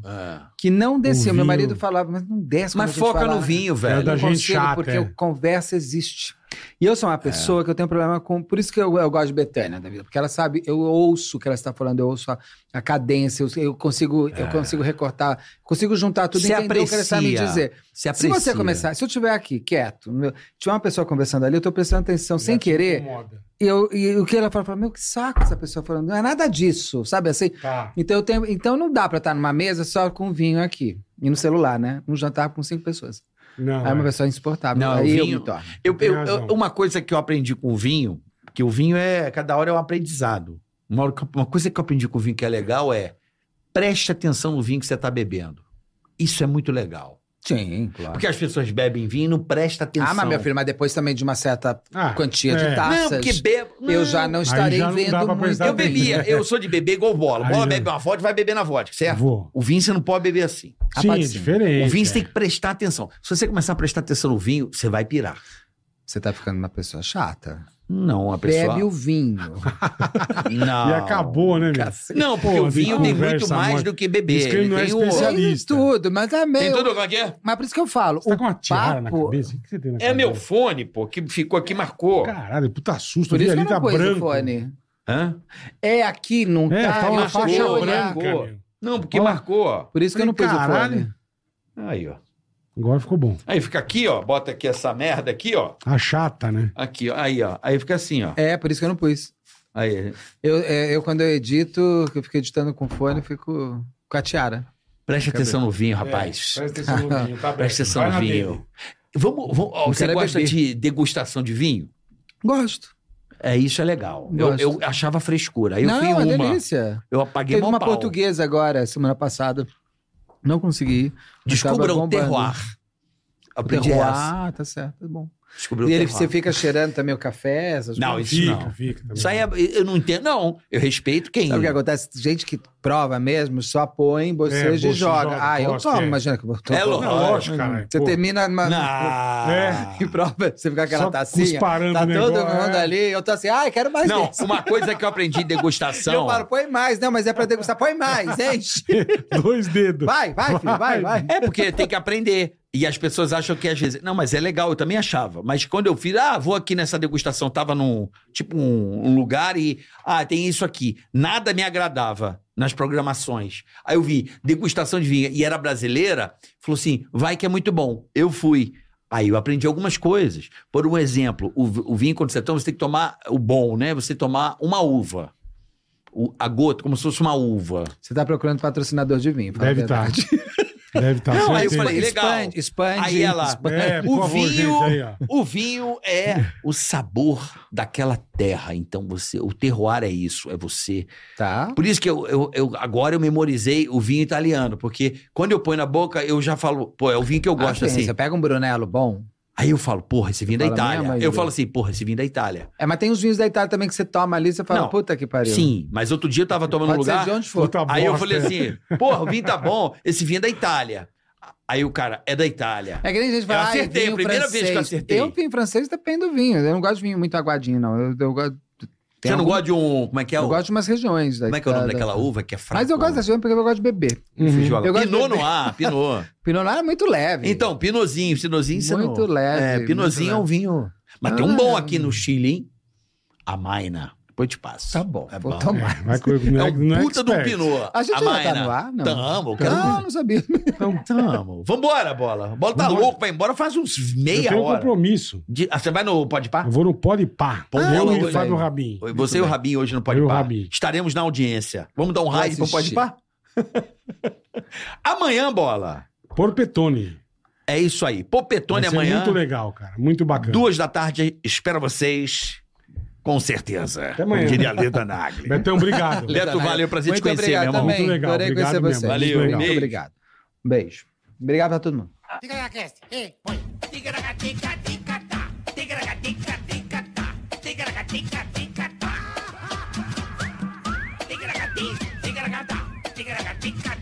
Speaker 5: que não descia.
Speaker 3: O
Speaker 5: Meu
Speaker 3: vinho.
Speaker 5: marido falava, mas não desce. É. quando
Speaker 4: Mas
Speaker 5: a gente
Speaker 4: foca
Speaker 5: fala,
Speaker 4: no
Speaker 5: né?"
Speaker 4: vinho,
Speaker 3: É da
Speaker 4: velho.
Speaker 5: Eu
Speaker 3: gente
Speaker 5: consigo,
Speaker 3: chata,
Speaker 5: porque
Speaker 3: é.
Speaker 5: o conversa existe. E eu sou uma pessoa que eu tenho problema com. Por isso que eu, eu gosto de Betânia da vida, porque ela sabe, eu ouço o que ela está falando, eu ouço a, a cadência, eu, eu consigo,
Speaker 3: É.
Speaker 5: eu consigo recortar, consigo juntar tudo e
Speaker 4: Se
Speaker 5: entender o que ela está me
Speaker 4: aprecia.
Speaker 5: dizer.
Speaker 4: Você
Speaker 5: Se
Speaker 4: aprecia.
Speaker 5: você começar, se eu estiver aqui quieto, meu, tiver uma pessoa conversando ali, eu estou prestando atenção sem
Speaker 3: Já te
Speaker 5: querer,
Speaker 3: incomoda.
Speaker 5: e, eu, e o que ela fala, fala, meu, que saco essa pessoa falando, não é nada disso, sabe assim?
Speaker 3: Tá.
Speaker 5: Então, eu tenho- então não dá pra estar numa mesa só com vinho aqui. E no celular, né? Um jantar com cinco pessoas.
Speaker 3: Não,
Speaker 5: Aí é uma
Speaker 3: é.
Speaker 5: pessoa insuportável.
Speaker 4: Não, o
Speaker 5: Aí eu
Speaker 4: vinho-
Speaker 5: me torno.
Speaker 4: Eu-
Speaker 3: Tem
Speaker 4: eu-
Speaker 3: razão.
Speaker 4: eu- uma coisa que eu aprendi com o vinho, que o vinho é. Cada hora é um aprendizado. Uma, hora que eu- uma coisa que eu aprendi com o vinho que é legal é preste atenção no vinho que você está bebendo. Isso é muito legal.
Speaker 5: Sim, claro.
Speaker 4: Porque as pessoas bebem vinho e não presta atenção.
Speaker 5: Ah, mas meu filho, mas depois também de uma certa
Speaker 3: Ah,
Speaker 5: quantia
Speaker 3: é.
Speaker 5: de
Speaker 4: Não,
Speaker 5: taças,
Speaker 4: porque bebo.
Speaker 5: eu já não estarei
Speaker 3: já não dá
Speaker 5: vendo
Speaker 3: pra
Speaker 5: muito.
Speaker 3: prestar
Speaker 4: Eu
Speaker 5: Eu bebi.
Speaker 4: bebia, eu sou de beber igual bola.
Speaker 3: Aí
Speaker 4: Bola
Speaker 3: já-
Speaker 4: bebe uma vodka, vai beber na vodka, certo?
Speaker 3: Vou.
Speaker 4: O vinho você não pode beber assim.
Speaker 5: Ah,
Speaker 3: Sim, é
Speaker 5: pode sim.
Speaker 3: diferente.
Speaker 4: O vinho você
Speaker 3: é.
Speaker 4: tem que prestar atenção. Se você começar a prestar atenção no vinho, você vai pirar.
Speaker 5: Você tá ficando uma pessoa chata.
Speaker 4: Não, a pessoa.
Speaker 5: Bebe o vinho.
Speaker 4: Não.
Speaker 3: E acabou, né, meu?
Speaker 4: Não, porque
Speaker 3: Pô,
Speaker 4: o vinho
Speaker 3: vinho
Speaker 4: tem
Speaker 3: conversa,
Speaker 4: muito mais
Speaker 3: amor.
Speaker 4: do que beber.
Speaker 3: Isso que ele não é
Speaker 4: tem o-
Speaker 3: especialista.
Speaker 5: Tem
Speaker 3: Realista.
Speaker 5: tudo, mas também.
Speaker 4: Tem tudo como é que é?
Speaker 5: Mas por isso que eu falo.
Speaker 3: Você tá
Speaker 5: o
Speaker 3: com uma tiara na
Speaker 5: papo-
Speaker 3: cabeça? O que você tem na
Speaker 4: É
Speaker 3: cabeça?
Speaker 4: meu fone, pô, que ficou aqui, marcou.
Speaker 3: Caralho, puta susto.
Speaker 5: Por
Speaker 3: vi
Speaker 5: isso que eu
Speaker 3: ali tá
Speaker 5: não pus o
Speaker 3: branco.
Speaker 5: fone.
Speaker 4: Hã?
Speaker 5: É aqui, não
Speaker 3: É,
Speaker 5: tá.
Speaker 3: tá uma
Speaker 5: eu
Speaker 4: marcou,
Speaker 3: faixa
Speaker 5: vou olhar.
Speaker 3: branca.
Speaker 4: marcou.
Speaker 3: meu.
Speaker 4: Não, porque
Speaker 3: Ó.
Speaker 4: marcou, ó.
Speaker 5: Por isso que eu não pus o
Speaker 3: Caralho.
Speaker 5: fone.
Speaker 4: Aí, ó.
Speaker 3: Agora ficou bom.
Speaker 4: Aí fica aqui, ó. Bota aqui essa merda aqui, ó.
Speaker 3: A chata, né?
Speaker 4: Aqui, ó. Aí, ó. Aí fica assim, ó.
Speaker 5: É, por isso que eu não pus.
Speaker 4: Aí.
Speaker 5: Eu, é, eu, quando eu edito, que eu fico editando com fone, eu fico com a tiara.
Speaker 4: Preste atenção no vinho, rapaz.
Speaker 3: Presta É, atenção no vinho, tá
Speaker 4: Presta atenção no vinho. Vamos, vamos- ó,
Speaker 5: Não
Speaker 4: você
Speaker 5: quero
Speaker 4: gosta
Speaker 5: beber.
Speaker 4: de degustação de vinho?
Speaker 5: Gosto.
Speaker 4: É, isso é legal. Eu,
Speaker 5: Gosto.
Speaker 4: eu achava frescura. Aí eu
Speaker 5: não,
Speaker 4: fui em
Speaker 5: é
Speaker 4: uma.
Speaker 5: delícia.
Speaker 4: Eu apaguei
Speaker 5: Teve
Speaker 4: mó
Speaker 5: uma
Speaker 4: pau.
Speaker 5: portuguesa agora, semana passada. Não consegui. ir.
Speaker 4: Descubra
Speaker 5: Acaba
Speaker 4: o
Speaker 5: bombando.
Speaker 4: terroir.
Speaker 5: O
Speaker 4: Aprendi
Speaker 5: terroir.
Speaker 4: essa.
Speaker 5: Ah, tá certo. Tá bom.
Speaker 4: Descobri o
Speaker 5: E ele,
Speaker 4: terroir.
Speaker 5: você fica cheirando também o café, essas
Speaker 4: Não,
Speaker 5: coisas.
Speaker 4: isso
Speaker 3: Fica,
Speaker 4: não.
Speaker 3: fica. tá também.
Speaker 4: Isso aí é, eu não entendo, não. Eu respeito quem. é.
Speaker 5: Sabe o que é acontece? Gente que prova mesmo, só põe
Speaker 3: É,
Speaker 5: boceja e
Speaker 3: bolsa,
Speaker 5: joga.
Speaker 3: joga,
Speaker 5: ah, eu
Speaker 3: gosta,
Speaker 5: tomo,
Speaker 3: é.
Speaker 5: imagina que eu vou
Speaker 4: É
Speaker 3: Não, lógico, cara.
Speaker 5: Você
Speaker 3: Pô,
Speaker 5: termina numa,
Speaker 4: Não.
Speaker 3: É.
Speaker 5: e Ah, prova, você fica com aquela
Speaker 3: Só
Speaker 5: tacinha.
Speaker 3: cusparando
Speaker 5: Tá
Speaker 3: o
Speaker 5: todo
Speaker 3: negócio,
Speaker 5: mundo
Speaker 3: é.
Speaker 5: ali. Eu tô assim, ai, quero mais
Speaker 4: Não,
Speaker 5: desse.
Speaker 4: uma coisa que eu aprendi em degustação.
Speaker 5: Eu falo, põe mais. Não, mas é pra degustar. Põe mais, enche.
Speaker 3: Dois dedos.
Speaker 5: Vai, vai, filho, vai, vai.
Speaker 4: É porque tem que aprender. E as pessoas acham que às vezes. Não, mas é legal, eu também achava. Mas quando eu fiz, ah, vou aqui nessa degustação, tava num. Tipo, um, um lugar e. Ah, tem isso aqui. Nada me agradava nas programações. Aí eu vi, degustação de vinho, e era brasileira, falou assim: vai que é muito bom. Eu fui. Aí eu aprendi algumas coisas. Por um exemplo, o, vi- o vinho, quando você toma, você tem que tomar o bom, né? Você tomar uma uva. O, a gota, como se fosse uma uva.
Speaker 5: Você tá procurando patrocinador de vinho. fala a
Speaker 3: Deve estar.
Speaker 5: verdade.
Speaker 3: Deve estar.
Speaker 4: tá. Não, aí eu
Speaker 3: certeza.
Speaker 4: falei, legal.
Speaker 5: Expande, expande.
Speaker 4: Aí ela.
Speaker 3: É,
Speaker 4: o
Speaker 3: por favor,
Speaker 4: vinho.
Speaker 3: gente, aí, ó.
Speaker 4: O vinho é o sabor daquela terra. Então você, o terroir é isso, é você.
Speaker 5: Tá.
Speaker 4: Por isso que eu, eu- eu- agora eu memorizei o vinho italiano, porque quando eu ponho na boca eu já falo, pô, é o vinho que eu gosto
Speaker 5: Ah, sim,
Speaker 4: assim.
Speaker 5: Você pega um Brunello bom.
Speaker 4: Aí eu falo, porra, esse vinho é da
Speaker 5: Fala, minha
Speaker 4: Itália.
Speaker 5: mãe,
Speaker 4: eu
Speaker 5: Deus.
Speaker 4: falo assim, porra, esse vinho da Itália.
Speaker 5: É, mas tem uns vinhos da Itália também que você toma ali e você fala,
Speaker 4: Não.
Speaker 5: puta que pariu.
Speaker 4: Sim, mas outro dia eu tava tomando um
Speaker 5: Pode
Speaker 4: lugar.
Speaker 5: ser de onde for.
Speaker 3: Puta
Speaker 4: Aí eu
Speaker 3: bosta.
Speaker 4: falei assim, porra, o vinho tá bom, esse vinho é da Itália. Aí o cara, é da Itália.
Speaker 5: É que nem gente fala,
Speaker 4: Eu
Speaker 5: "Ai,
Speaker 4: acertei,
Speaker 5: vinho
Speaker 4: a primeira vez que eu
Speaker 5: francês."
Speaker 4: acertei.
Speaker 5: Eu, vinho francês, depende do vinho. Eu não gosto de vinho muito aguadinho, não. Eu, eu gosto-
Speaker 4: Você
Speaker 5: tem
Speaker 4: não
Speaker 5: algum-
Speaker 4: gosta de um. Como é que é
Speaker 5: Eu
Speaker 4: o.
Speaker 5: gosto de umas regiões. Da
Speaker 4: como é que é o nome
Speaker 5: da-
Speaker 4: daquela uva que é fraca?
Speaker 5: Mas eu gosto das regiões porque eu gosto de beber.
Speaker 3: Uhum.
Speaker 5: eu gosto de
Speaker 4: Pinot
Speaker 5: beber.
Speaker 4: no ar, Pinot.
Speaker 5: Pinot Noir é muito leve.
Speaker 4: Então, Pinozinho, Pinozinho você
Speaker 5: muito
Speaker 4: não.
Speaker 5: leve.
Speaker 4: É,
Speaker 5: muito
Speaker 4: Pinozinho é um
Speaker 5: leve.
Speaker 4: vinho. Mas tem
Speaker 5: Ah.
Speaker 4: um bom aqui no Chile, hein? A Maina. Depois eu te passo.
Speaker 5: Tá bom,
Speaker 4: É
Speaker 5: vou
Speaker 4: bom.
Speaker 5: tomar.
Speaker 3: Vai com o
Speaker 4: É
Speaker 3: moleque, não
Speaker 4: um
Speaker 3: é
Speaker 4: puta de um
Speaker 3: expert.
Speaker 4: Pinot.
Speaker 5: A gente
Speaker 4: a
Speaker 5: já
Speaker 4: Maina.
Speaker 5: tá no ar? Não.
Speaker 4: Tamo,
Speaker 5: Não,
Speaker 4: cara.
Speaker 5: não sabia.
Speaker 3: Então, tá.
Speaker 4: Tamo. Vambora, bola. Bola tá
Speaker 3: Vambora.
Speaker 4: louco, vai embora faz uns
Speaker 3: Eu
Speaker 4: meia
Speaker 3: tenho um
Speaker 4: hora.
Speaker 3: compromisso.
Speaker 4: De- ah, você vai no Pode Par?
Speaker 3: Eu vou no Pode Pá.
Speaker 4: Pô,
Speaker 3: eu
Speaker 4: bola,
Speaker 3: e
Speaker 4: hein,
Speaker 3: o Fábio
Speaker 5: velho.
Speaker 3: Rabin.
Speaker 4: Oi, Você e o Rabinho hoje no Pode
Speaker 3: Eu e o
Speaker 4: Par.
Speaker 3: Rabinho.
Speaker 4: Estaremos na audiência. Vamos dar um raio pro Pode
Speaker 5: assistir.
Speaker 4: Par? amanhã, bola.
Speaker 3: Porpetone.
Speaker 4: É isso aí.
Speaker 3: Vai
Speaker 4: Popetone
Speaker 3: ser
Speaker 4: amanhã.
Speaker 3: Muito legal, cara. Muito bacana.
Speaker 4: Duas da tarde, espero vocês. Com certeza.
Speaker 3: Até amanhã.
Speaker 4: Como Diria Leda Nagli.
Speaker 3: Betão, obrigado.
Speaker 4: Beto, valeu, prazer te
Speaker 5: Muito
Speaker 4: conhecer,
Speaker 5: obrigado
Speaker 4: meu irmão.
Speaker 5: também.
Speaker 3: Muito legal,
Speaker 5: Adorei
Speaker 3: obrigado
Speaker 5: conhecer
Speaker 3: mesmo,
Speaker 5: vocês.
Speaker 4: muito legal.
Speaker 5: Muito
Speaker 4: Beijo.
Speaker 5: obrigado. Beijo. Obrigado a todo mundo.
Speaker 7: Tica na cast, e põe. Tica na tica tica tá. Tica na tica tica tá. Tica na tica tica tá. Tica na tica tica tá. Tica na tica